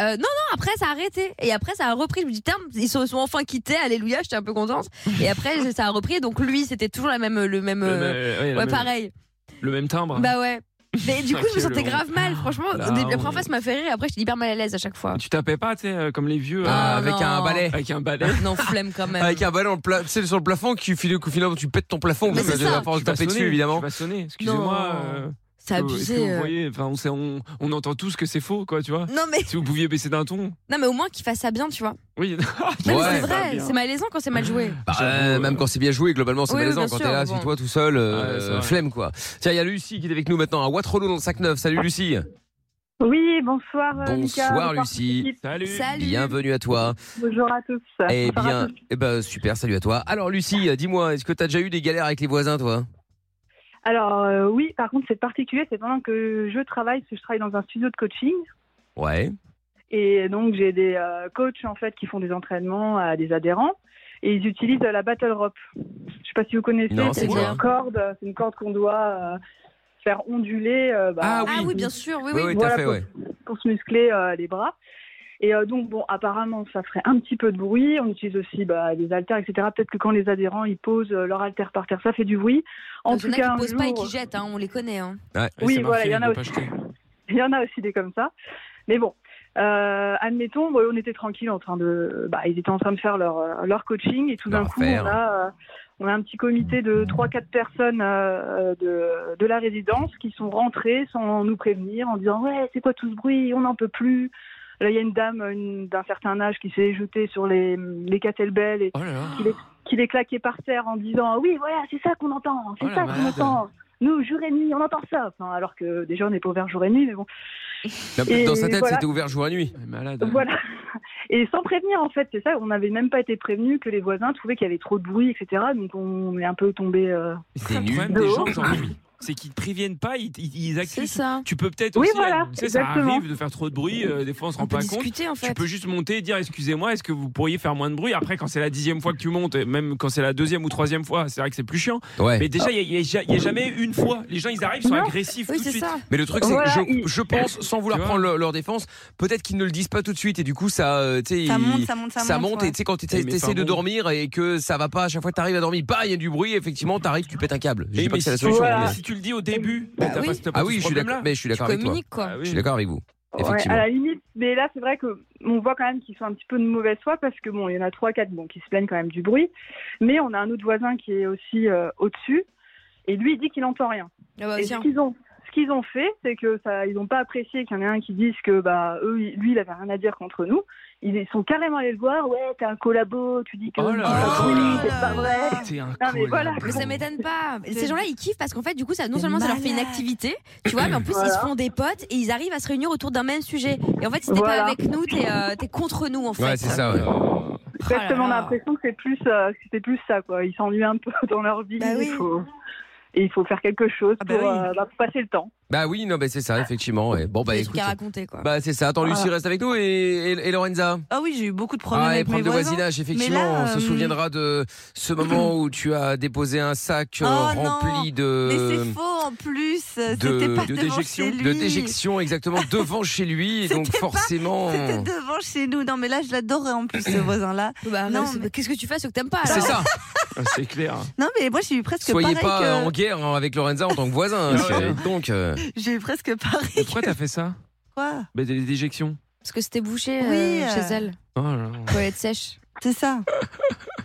[SPEAKER 3] Euh, non, non, après, ça a arrêté. Et après, ça a repris. Je me dis, tiens, ils se sont enfin quittés. Alléluia, j'étais un peu contente. Et après, ça a repris. Donc, lui, c'était toujours la même, le même.
[SPEAKER 1] Le
[SPEAKER 3] euh,
[SPEAKER 1] même- ouais, la
[SPEAKER 3] ouais,
[SPEAKER 1] même-
[SPEAKER 3] pareil.
[SPEAKER 1] Le même timbre.
[SPEAKER 3] Bah ouais. Mais du coup, je me
[SPEAKER 1] Quelle
[SPEAKER 3] sentais
[SPEAKER 1] honte.
[SPEAKER 3] grave mal, franchement.
[SPEAKER 1] Là,
[SPEAKER 3] au début, la
[SPEAKER 1] on-
[SPEAKER 3] première fois, ça m'a fait rire. et Après, j'étais hyper mal à l'aise à chaque fois.
[SPEAKER 1] Tu tapais pas, tu sais, euh, comme les vieux.
[SPEAKER 2] Ah,
[SPEAKER 1] euh,
[SPEAKER 2] avec
[SPEAKER 3] non.
[SPEAKER 2] un balai.
[SPEAKER 1] Avec un balai.
[SPEAKER 3] Non, flemme quand même.
[SPEAKER 2] Avec un balai en pla- tu sais, sur le plafond, qui, finit- qu'au final, tu pètes ton plafond.
[SPEAKER 3] Mais
[SPEAKER 2] parce que
[SPEAKER 3] c'est
[SPEAKER 2] tu vas
[SPEAKER 3] ça.
[SPEAKER 2] pouvoir
[SPEAKER 1] Tu vas
[SPEAKER 2] taper dessus,
[SPEAKER 1] sonner,
[SPEAKER 2] évidemment.
[SPEAKER 1] Tu vas sonner. Excusez-moi.
[SPEAKER 3] Non.
[SPEAKER 1] euh,
[SPEAKER 3] C'est
[SPEAKER 1] est-ce que- est-ce que
[SPEAKER 3] abusé.
[SPEAKER 1] vous
[SPEAKER 3] euh.
[SPEAKER 1] voyez, enfin, on, sait- on, on entend tous que c'est faux, quoi, tu vois.
[SPEAKER 3] Non mais,
[SPEAKER 1] Si vous pouviez baisser d'un ton.
[SPEAKER 3] non mais au moins qu'ils fassent ça bien, tu vois.
[SPEAKER 1] Oui.
[SPEAKER 3] Non, mais
[SPEAKER 2] Ouais,
[SPEAKER 3] c'est
[SPEAKER 1] pas
[SPEAKER 3] vrai,
[SPEAKER 1] bien.
[SPEAKER 3] c'est malaisant quand c'est mal joué.
[SPEAKER 2] Bah,
[SPEAKER 1] J'avoue,
[SPEAKER 2] euh,
[SPEAKER 1] euh,
[SPEAKER 2] même quand c'est bien joué, globalement, c'est
[SPEAKER 3] oui, oui,
[SPEAKER 2] malaisant.
[SPEAKER 3] bien
[SPEAKER 2] Quand
[SPEAKER 3] sûr,
[SPEAKER 2] t'es là,
[SPEAKER 3] mais
[SPEAKER 2] c'est
[SPEAKER 3] bon.
[SPEAKER 2] toi tout seul, euh,
[SPEAKER 1] Ouais, c'est vrai.
[SPEAKER 2] flemme quoi. Tiens, il y a Lucie qui est avec nous maintenant à Waterloo dans le 59. Salut Lucie.
[SPEAKER 11] Oui, bonsoir. euh, Lucas,
[SPEAKER 2] Bonsoir Lucie.
[SPEAKER 11] Philippe.
[SPEAKER 1] Salut.
[SPEAKER 3] Salut.
[SPEAKER 2] Bienvenue à toi.
[SPEAKER 11] Bonjour à tous.
[SPEAKER 2] Eh
[SPEAKER 11] Bonsoir à
[SPEAKER 2] bien,
[SPEAKER 11] tous.
[SPEAKER 2] eh ben super, salut à toi. Alors Lucie, euh, dis-moi, est-ce que t'as déjà eu des galères avec les voisins, toi
[SPEAKER 11] Alors euh, oui, par contre, c'est particulier, c'est pendant que je travaille, parce que je travaille dans un studio de coaching.
[SPEAKER 2] Ouais.
[SPEAKER 11] Et donc, j'ai des euh, coachs, en fait, qui font des entraînements à des adhérents. Et ils utilisent euh, la battle rope. Je sais pas si vous connaissez,
[SPEAKER 2] Non, c'est
[SPEAKER 11] c'est
[SPEAKER 2] quoi
[SPEAKER 11] une corde, euh, c'est une corde qu'on doit euh, faire onduler euh, bah,
[SPEAKER 2] Ah
[SPEAKER 3] Ah oui, bien sûr, oui, oui.
[SPEAKER 2] oui,
[SPEAKER 11] voilà,
[SPEAKER 2] t'as fait,
[SPEAKER 11] pour-
[SPEAKER 2] ouais.
[SPEAKER 11] pour se muscler euh, les bras. Et euh, donc, bon, apparemment, ça ferait un petit peu de bruit. On utilise aussi bah, des haltères, etc. Peut-être que quand les adhérents, ils posent euh, leur haltère par terre, ça fait du bruit. En
[SPEAKER 3] Parce
[SPEAKER 11] tout
[SPEAKER 3] qu'il y en
[SPEAKER 11] cas,
[SPEAKER 3] a
[SPEAKER 11] un
[SPEAKER 3] qui posent pas et
[SPEAKER 11] jour,
[SPEAKER 3] qui jettent, hein, on les connaît. Hein.
[SPEAKER 1] Ouais,
[SPEAKER 11] Oui,
[SPEAKER 1] c'est
[SPEAKER 11] voilà,
[SPEAKER 1] marqué,
[SPEAKER 11] il y en a
[SPEAKER 1] ne pas
[SPEAKER 11] aussi.
[SPEAKER 1] jeter.
[SPEAKER 11] il y en a aussi des comme ça. Mais bon, euh, admettons, bon, on était tranquille en train de... Bah, ils étaient en train de faire leur, euh, leur coaching et tout d'un
[SPEAKER 2] Leur
[SPEAKER 11] coup,
[SPEAKER 2] affaire.
[SPEAKER 11] on a, euh, on a un petit comité de 3-4 personnes euh, de, de la résidence qui sont rentrées sans nous prévenir en disant « Ouais, c'est quoi tout ce bruit On n'en peut plus !» Là, il y a une dame une- d'un certain âge qui s'est jetée sur les, les cattlebells et
[SPEAKER 1] Oh là là.
[SPEAKER 11] qui les, qu'il est claqué par terre en disant Ah oui, voilà, c'est ça qu'on entend, c'est
[SPEAKER 12] Oh la
[SPEAKER 11] ça qu'on
[SPEAKER 12] malade.
[SPEAKER 11] entend. Nous, jour et nuit, on entend ça. Enfin, alors que déjà, on n'est pas ouvert jour et nuit, mais bon.
[SPEAKER 2] Là,
[SPEAKER 11] Et
[SPEAKER 2] dans sa tête,
[SPEAKER 11] voilà.
[SPEAKER 2] c'était ouvert jour à nuit. Malade.
[SPEAKER 11] Voilà. Et sans prévenir, en fait, c'est ça. On n'avait même pas été prévenu que les voisins trouvaient qu'il y avait trop de bruit, etc. Donc on est un peu tombé. euh,
[SPEAKER 1] C'est le problème
[SPEAKER 11] de
[SPEAKER 1] des
[SPEAKER 11] haut.
[SPEAKER 1] gens aujourd'hui. C'est qu'ils te préviennent pas, ils, ils, ils accusent. Tu peux peut-être
[SPEAKER 11] Oui,
[SPEAKER 1] aussi, euh,
[SPEAKER 11] voilà,
[SPEAKER 1] tu sais, ça
[SPEAKER 11] exactement.
[SPEAKER 1] arrive de faire trop de bruit. euh, des fois, on se rend pas
[SPEAKER 3] discuter,
[SPEAKER 1] compte.
[SPEAKER 3] en fait.
[SPEAKER 1] Tu peux juste monter et dire excusez-moi, est-ce que vous pourriez faire moins de bruit Après, quand c'est la dixième fois que tu montes, et même quand c'est la deuxième ou troisième fois, c'est vrai que c'est plus chiant.
[SPEAKER 2] Ouais.
[SPEAKER 1] Mais déjà, il y a- il y, a- il y a jamais une fois. Les gens, ils arrivent, ils sont
[SPEAKER 2] Non.
[SPEAKER 1] agressifs tout de suite.
[SPEAKER 2] Mais le truc, c'est que je, je pense, sans vouloir prendre leur, leur défense, peut-être qu'ils ne le disent pas tout de suite et du coup, ça, euh, tu sais,
[SPEAKER 1] Ça
[SPEAKER 2] ils-
[SPEAKER 1] monte, ça monte, ça monte, ouais.
[SPEAKER 2] et tu sais, quand tu
[SPEAKER 1] Eh, mais enfin,
[SPEAKER 2] essaies de
[SPEAKER 1] bon.
[SPEAKER 2] dormir et que ça va pas, à chaque fois que t'arrives à dormir, bah, il y a du bruit, effectivement, t'arrives, tu pètes un câble. Je
[SPEAKER 1] Et
[SPEAKER 2] dis pas
[SPEAKER 1] Eh, mais
[SPEAKER 2] que c'est la
[SPEAKER 1] si tu-
[SPEAKER 2] solution.
[SPEAKER 1] voilà,
[SPEAKER 2] mais-
[SPEAKER 1] si tu le dis au début, t'as pas- t'as pas
[SPEAKER 2] Ah
[SPEAKER 1] ce
[SPEAKER 2] oui, je suis
[SPEAKER 1] problème-là.
[SPEAKER 2] d'accord, mais je suis d'accord avec toi. Ah
[SPEAKER 1] Ah
[SPEAKER 2] Je suis d'accord avec vous.
[SPEAKER 11] Ouais,
[SPEAKER 2] Effectivement.
[SPEAKER 11] à la limite, mais là c'est vrai que on voit quand même qu'ils sont un petit peu de mauvaise foi parce que bon, il y en a trois quatre bon qui se plaignent quand même du bruit, mais on a un autre voisin qui est aussi euh, au-dessus et lui il dit qu'il n'entend rien.
[SPEAKER 3] Ah bah,
[SPEAKER 11] et ce
[SPEAKER 3] tiens.
[SPEAKER 11] qu'ils ont ce qu'ils ont fait, c'est que ça ils n'ont pas apprécié qu'il y en ait un qui dise que bah eux il- lui il avait rien à dire contre nous. Ils sont carrément allés le voir, ouais, t'es un collabo, tu dis que
[SPEAKER 1] Oh là
[SPEAKER 11] c'est
[SPEAKER 1] là
[SPEAKER 11] pas
[SPEAKER 1] là
[SPEAKER 11] oui,
[SPEAKER 1] là
[SPEAKER 11] c'est pas vrai. Non, mais voilà.
[SPEAKER 3] Mais ça m'étonne pas. Ces gens-là, ils kiffent parce qu'en fait, du coup, ça, non seulement ça leur fait une activité, tu vois, mais en plus, ils
[SPEAKER 11] Voilà.
[SPEAKER 3] se font des potes et ils arrivent à se réunir autour d'un même sujet. Et en fait, si t'es
[SPEAKER 11] Voilà.
[SPEAKER 3] pas avec nous, t'es euh, t'es contre nous, en fait.
[SPEAKER 2] Ouais, c'est ça, ouais.
[SPEAKER 11] Exactement, on a l'impression que c'est plus, euh, que c'était plus ça, quoi. Ils s'ennuient un peu dans leur vie. il faut- Et il faut faire quelque chose
[SPEAKER 3] bah
[SPEAKER 11] pour,
[SPEAKER 3] oui.
[SPEAKER 11] euh, bah, pour passer le temps.
[SPEAKER 2] Bah oui, non, mais c'est ça, effectivement. ouais. Bon, bah
[SPEAKER 3] Des
[SPEAKER 2] écoute.
[SPEAKER 3] trucs à raconter, quoi.
[SPEAKER 2] Bah c'est ça. Attends, Lucie,
[SPEAKER 3] Voilà.
[SPEAKER 2] reste avec nous et, et, et Lorenza.
[SPEAKER 4] Ah oui, j'ai eu beaucoup de problèmes
[SPEAKER 2] Ah, et
[SPEAKER 4] avec mes
[SPEAKER 2] problème de
[SPEAKER 4] voisins.
[SPEAKER 2] voisinage,
[SPEAKER 4] Mais
[SPEAKER 2] effectivement.
[SPEAKER 4] là,
[SPEAKER 2] on se
[SPEAKER 4] euh,
[SPEAKER 2] souviendra de ce moment où tu as déposé un sac euh,
[SPEAKER 4] Oh non,
[SPEAKER 2] rempli de.
[SPEAKER 4] Mais c'est faux en plus. C'était
[SPEAKER 2] de,
[SPEAKER 4] pas
[SPEAKER 2] de
[SPEAKER 4] devant
[SPEAKER 2] déjection,
[SPEAKER 4] chez lui.
[SPEAKER 2] de déjection exactement devant chez lui et donc forcément
[SPEAKER 4] C'était devant chez nous. Non, mais là, je l'adorais en plus, ce voisin-là. non, mais
[SPEAKER 3] Bah, qu'est-ce que tu fais ce que t'aimes pas
[SPEAKER 2] c'est ça. Ah, c'est clair.
[SPEAKER 4] Non, mais moi, j'ai eu presque
[SPEAKER 2] Soyez
[SPEAKER 4] pareil
[SPEAKER 2] pas
[SPEAKER 4] que-
[SPEAKER 2] en guerre hein, avec Lorenza en tant que voisin. hein,
[SPEAKER 1] Ah ouais.
[SPEAKER 2] c'est- donc euh,
[SPEAKER 4] J'ai eu presque pareil.
[SPEAKER 1] Pourquoi t'as fait ça
[SPEAKER 4] Quoi
[SPEAKER 1] Bah, des déjections.
[SPEAKER 3] Parce que c'était bouché
[SPEAKER 4] Oui,
[SPEAKER 3] euh,
[SPEAKER 4] euh,
[SPEAKER 3] chez elle.
[SPEAKER 1] Oh là là.
[SPEAKER 3] Toilette sèche.
[SPEAKER 4] C'est ça.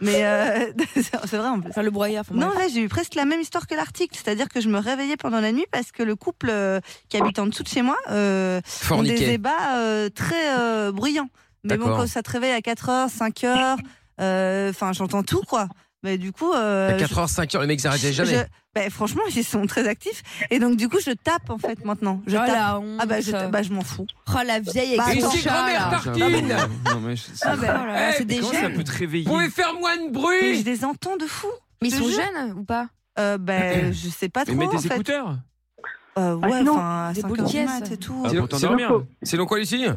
[SPEAKER 4] Mais euh, c'est vrai en plus.
[SPEAKER 3] le broyeur.
[SPEAKER 4] Non, là, j'ai eu presque la même histoire que l'article. C'est-à-dire que je me réveillais pendant la nuit parce que le couple euh, qui habite en dessous de chez moi euh, ont des
[SPEAKER 12] Forniquait.
[SPEAKER 4] débats euh, très euh, bruyants. Mais bon,
[SPEAKER 12] D'accord.
[SPEAKER 4] quand ça te réveille à 4h, 5h, euh, enfin, j'entends tout, quoi. Mais du coup. euh,
[SPEAKER 2] à
[SPEAKER 4] je-
[SPEAKER 2] 4h, 5h, les mecs s'arrêtaient jamais.
[SPEAKER 4] je- bah, franchement, ils sont très actifs. Et donc, du coup, je tape en fait maintenant. Je
[SPEAKER 3] Oh,
[SPEAKER 4] tape.
[SPEAKER 3] la
[SPEAKER 4] ah bah je,
[SPEAKER 3] honte.
[SPEAKER 4] tape- bah, je m'en fous.
[SPEAKER 3] Oh la vieille
[SPEAKER 4] Bah,
[SPEAKER 3] avec son
[SPEAKER 4] attends.
[SPEAKER 3] chat,
[SPEAKER 1] Ah
[SPEAKER 3] là.
[SPEAKER 1] Non, mais je-
[SPEAKER 4] Ah bah, oh là là,
[SPEAKER 1] Eh,
[SPEAKER 4] c'est
[SPEAKER 1] mais
[SPEAKER 4] des
[SPEAKER 1] comment ça
[SPEAKER 4] jeunes.
[SPEAKER 1] peut te réveiller
[SPEAKER 2] faire moins de bruit
[SPEAKER 4] Mais je les entends de fou.
[SPEAKER 3] Mais ils
[SPEAKER 4] Je
[SPEAKER 3] sont
[SPEAKER 4] te jure.
[SPEAKER 3] jeunes ou pas
[SPEAKER 4] euh, Ben, je sais pas
[SPEAKER 1] Mais
[SPEAKER 4] trop.
[SPEAKER 1] mets des
[SPEAKER 4] en fait.
[SPEAKER 1] écouteurs.
[SPEAKER 4] Euh, ouais,
[SPEAKER 11] sinon,
[SPEAKER 4] enfin,
[SPEAKER 3] Ah des
[SPEAKER 4] 5
[SPEAKER 3] boules
[SPEAKER 4] heures
[SPEAKER 3] de
[SPEAKER 4] du mat
[SPEAKER 3] caisse.
[SPEAKER 4] et tout.
[SPEAKER 1] Ah,
[SPEAKER 2] Sinon-
[SPEAKER 1] pour
[SPEAKER 2] sinon-
[SPEAKER 1] t'endormir.
[SPEAKER 2] Sinon quoi, Lucie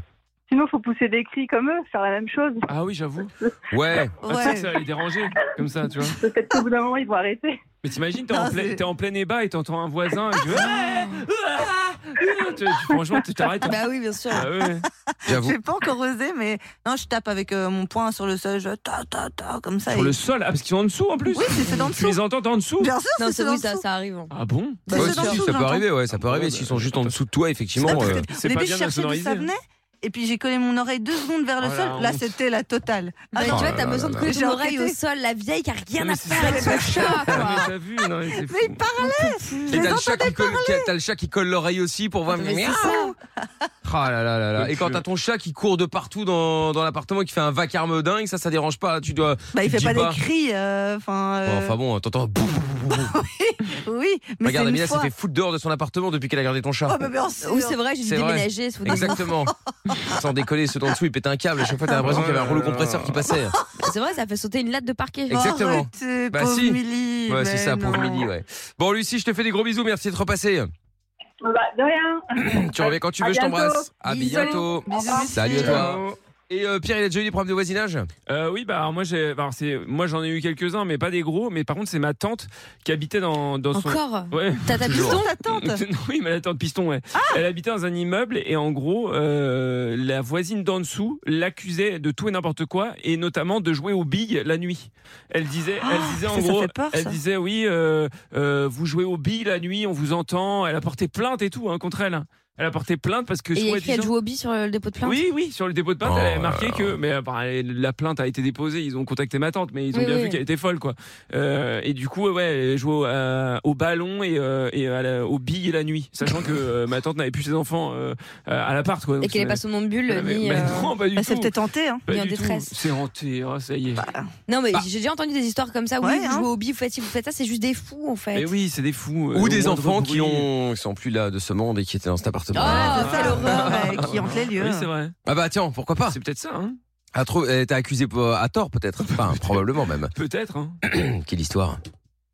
[SPEAKER 11] Sinon, faut pousser des cris comme eux, faire la même chose.
[SPEAKER 1] Ah oui, j'avoue.
[SPEAKER 2] Ouais.
[SPEAKER 1] Ah, tu sais que ça va les déranger, comme ça, tu vois.
[SPEAKER 11] Peut-être qu'au bout d'un moment, ils vont arrêter.
[SPEAKER 1] Mais t'imagines, t'es
[SPEAKER 11] Non,
[SPEAKER 1] en, plein-
[SPEAKER 11] c'est-
[SPEAKER 1] t'es en plein ébat et t'entends un voisin et tu Tu- tu- Franchement, tu t'arrêtes. hein.
[SPEAKER 4] Bah oui, bien sûr.
[SPEAKER 1] Ah ouais.
[SPEAKER 4] J'ai pas encore osé, mais non, je tape avec euh, mon poing sur le sol, je ta ta ta comme ça.
[SPEAKER 1] Sur
[SPEAKER 4] et-
[SPEAKER 1] le sol, ah, parce qu'ils sont en dessous en plus.
[SPEAKER 4] Oui, c'est ceux d'en
[SPEAKER 1] Tu les entends en dessous
[SPEAKER 4] Bien sûr,
[SPEAKER 3] Non,
[SPEAKER 4] c'est
[SPEAKER 3] c'est
[SPEAKER 4] ceux
[SPEAKER 3] oui,
[SPEAKER 4] d'en
[SPEAKER 3] ça,
[SPEAKER 4] dessous.
[SPEAKER 3] ça arrive. hein.
[SPEAKER 1] Ah bon Ah,
[SPEAKER 4] Bah,
[SPEAKER 2] Ouais,
[SPEAKER 4] c'est
[SPEAKER 2] si,
[SPEAKER 4] dans le sous,
[SPEAKER 2] ça peut
[SPEAKER 4] j'entends.
[SPEAKER 2] arriver, ouais, ça peut arriver. S'ils sont juste en dessous de toi, effectivement.
[SPEAKER 1] C'est pas-
[SPEAKER 2] euh,
[SPEAKER 1] c'est
[SPEAKER 4] Au début,
[SPEAKER 1] pas
[SPEAKER 4] je
[SPEAKER 1] bien
[SPEAKER 4] cherchais d'où ça
[SPEAKER 1] insonorisé.
[SPEAKER 4] venait, et puis j'ai collé mon oreille deux secondes vers le
[SPEAKER 1] Oh, la
[SPEAKER 4] sol. Là,
[SPEAKER 1] honte.
[SPEAKER 4] c'était la totale. Ah
[SPEAKER 3] Bah,
[SPEAKER 4] non,
[SPEAKER 3] tu vois, t'as
[SPEAKER 1] là
[SPEAKER 3] besoin de
[SPEAKER 1] là
[SPEAKER 3] coller
[SPEAKER 4] là.
[SPEAKER 3] ton oreille au
[SPEAKER 4] J'ai
[SPEAKER 3] sol, la vieille qui a rien
[SPEAKER 1] Mais
[SPEAKER 3] à
[SPEAKER 1] c'est
[SPEAKER 3] faire
[SPEAKER 1] ça,
[SPEAKER 3] avec
[SPEAKER 1] c'est
[SPEAKER 3] son chat,
[SPEAKER 1] Ah,
[SPEAKER 3] quoi.
[SPEAKER 1] mais t'as vu, non, mais c'est fou.
[SPEAKER 4] Mais il parlait
[SPEAKER 2] Et t'as le, chat qui colle- t'as le chat qui colle l'oreille aussi pour
[SPEAKER 4] Ah,
[SPEAKER 2] voir.
[SPEAKER 3] Mais c'est ça.
[SPEAKER 2] Ah là là là là. Et quand t'as ton chat qui court de partout dans, dans l'appartement et qui fait un vacarme dingue, ça, ça dérange pas. Tu dois.
[SPEAKER 4] Bah, il
[SPEAKER 2] tu te
[SPEAKER 4] fait pas
[SPEAKER 2] dis
[SPEAKER 4] des cris, euh, enfin.
[SPEAKER 2] Bon,
[SPEAKER 4] euh,
[SPEAKER 2] enfin bon, t'entends. boum, boum, boum, boum.
[SPEAKER 4] Oui, mais
[SPEAKER 2] Regarde,
[SPEAKER 4] c'est
[SPEAKER 2] Amina
[SPEAKER 4] une
[SPEAKER 2] s'est
[SPEAKER 4] fois.
[SPEAKER 2] fait foutre dehors de son appartement depuis qu'elle a gardé ton chat.
[SPEAKER 4] Oh, bah, bien sûr.
[SPEAKER 3] Oui, c'est vrai, j'ai dû
[SPEAKER 2] C'est vrai.
[SPEAKER 3] déménager. c'est-
[SPEAKER 2] Exactement. Sans décoller, ceux d'en dessous, ils pètent un câble. À chaque fois,
[SPEAKER 4] Ah,
[SPEAKER 2] t'as l'impression qu'il y avait un rouleau compresseur qui passait.
[SPEAKER 3] C'est vrai, ça fait sauter une latte de parquet.
[SPEAKER 2] Exactement.
[SPEAKER 4] Arrêtez,
[SPEAKER 2] Bah
[SPEAKER 4] euh, pauvre
[SPEAKER 2] si.
[SPEAKER 4] Milly,
[SPEAKER 2] Ouais,
[SPEAKER 4] mais
[SPEAKER 2] c'est ça, pauvre
[SPEAKER 4] non.
[SPEAKER 2] Milly, ouais. Bon, Lucie, je te fais des gros bisous. Merci de repasser.
[SPEAKER 11] Bah, de rien.
[SPEAKER 2] Tu reviens quand tu
[SPEAKER 11] À
[SPEAKER 2] veux, je
[SPEAKER 11] bientôt.
[SPEAKER 2] t'embrasse. À
[SPEAKER 11] Bisous.
[SPEAKER 2] bientôt.
[SPEAKER 11] Bisous, Lucie.
[SPEAKER 2] Salut à toi.
[SPEAKER 1] Ciao.
[SPEAKER 2] Et euh, Pierre, il a déjà eu des problèmes de voisinage
[SPEAKER 1] Euh, oui, bah alors moi j'ai, bah, alors, c'est, moi j'en ai eu quelques-uns, mais pas des gros. Mais par contre, c'est ma tante qui habitait dans, dans son.
[SPEAKER 3] Encore
[SPEAKER 1] Ouais.
[SPEAKER 3] T'as ta Ah
[SPEAKER 1] Toujours.
[SPEAKER 3] piston,
[SPEAKER 4] ta tante
[SPEAKER 1] Non, Oui, mais la tante piston, ouais. Elle habitait dans un immeuble et en gros, euh, la voisine d'en dessous l'accusait de tout et n'importe quoi et notamment de jouer aux billes la nuit. Elle disait,
[SPEAKER 3] Ah,
[SPEAKER 1] elle disait en
[SPEAKER 4] ça, ça
[SPEAKER 1] gros,
[SPEAKER 4] fait peur,
[SPEAKER 1] elle
[SPEAKER 4] ça.
[SPEAKER 1] disait oui, euh, euh, vous jouez aux billes la nuit, on vous entend. Elle a porté plainte et tout hein, contre elle. Elle a porté plainte parce que
[SPEAKER 3] Et il y a écrit,
[SPEAKER 1] soi-disant-
[SPEAKER 3] elle joue au bi sur euh, le dépôt de plainte
[SPEAKER 1] Oui, oui, sur le dépôt de plainte,
[SPEAKER 2] Oh
[SPEAKER 1] elle avait
[SPEAKER 2] là
[SPEAKER 1] marqué
[SPEAKER 2] là.
[SPEAKER 1] que. Mais euh, bah, elle- la plainte a été déposée, ils ont contacté ma tante, mais ils ont
[SPEAKER 3] Oui,
[SPEAKER 1] bien
[SPEAKER 3] oui.
[SPEAKER 1] vu qu'elle était folle, quoi. Euh, et du coup, ouais, elle jouait au, à- au ballon et, euh, et à la- aux billes la nuit, sachant que euh, ma tante n'avait plus ses enfants euh, à à l'appart, quoi.
[SPEAKER 3] Et
[SPEAKER 1] Donc,
[SPEAKER 3] qu'elle est pas
[SPEAKER 1] c'est-
[SPEAKER 3] somnambule,
[SPEAKER 1] Ah, mais-
[SPEAKER 3] ni.
[SPEAKER 1] mais
[SPEAKER 3] euh,
[SPEAKER 1] non, pas du
[SPEAKER 4] Elle s'est
[SPEAKER 1] tout.
[SPEAKER 4] peut-être tentée, hein.
[SPEAKER 1] Pas
[SPEAKER 3] ni en
[SPEAKER 1] du tout.
[SPEAKER 3] détresse.
[SPEAKER 1] C'est hanté, ah, ça y est.
[SPEAKER 3] Non, mais j'ai déjà entendu des histoires comme ça. Oui,
[SPEAKER 4] Ouais,
[SPEAKER 3] vous
[SPEAKER 4] hein.
[SPEAKER 3] jouez au bi, vous faites ci, vous faites ça, c'est juste des fous en fait.
[SPEAKER 1] Mais oui, c'est des fous. euh,
[SPEAKER 2] Ou
[SPEAKER 1] au
[SPEAKER 2] des
[SPEAKER 1] moindre
[SPEAKER 2] enfants qui
[SPEAKER 1] bruit.
[SPEAKER 2] ont, qui sont plus là de ce monde et qui étaient dans cet
[SPEAKER 3] Oh,
[SPEAKER 2] appartement.
[SPEAKER 4] Ah, c'est ça l'horreur
[SPEAKER 3] bah,
[SPEAKER 4] euh, qui hante les lieux.
[SPEAKER 1] Oui, c'est vrai.
[SPEAKER 2] Ah bah tiens, pourquoi pas
[SPEAKER 1] C'est peut-être ça, hein.
[SPEAKER 2] À trop, euh, t'as accusé pour- à tort peut-être, enfin probablement même.
[SPEAKER 1] Peut-être, hein.
[SPEAKER 2] Quelle histoire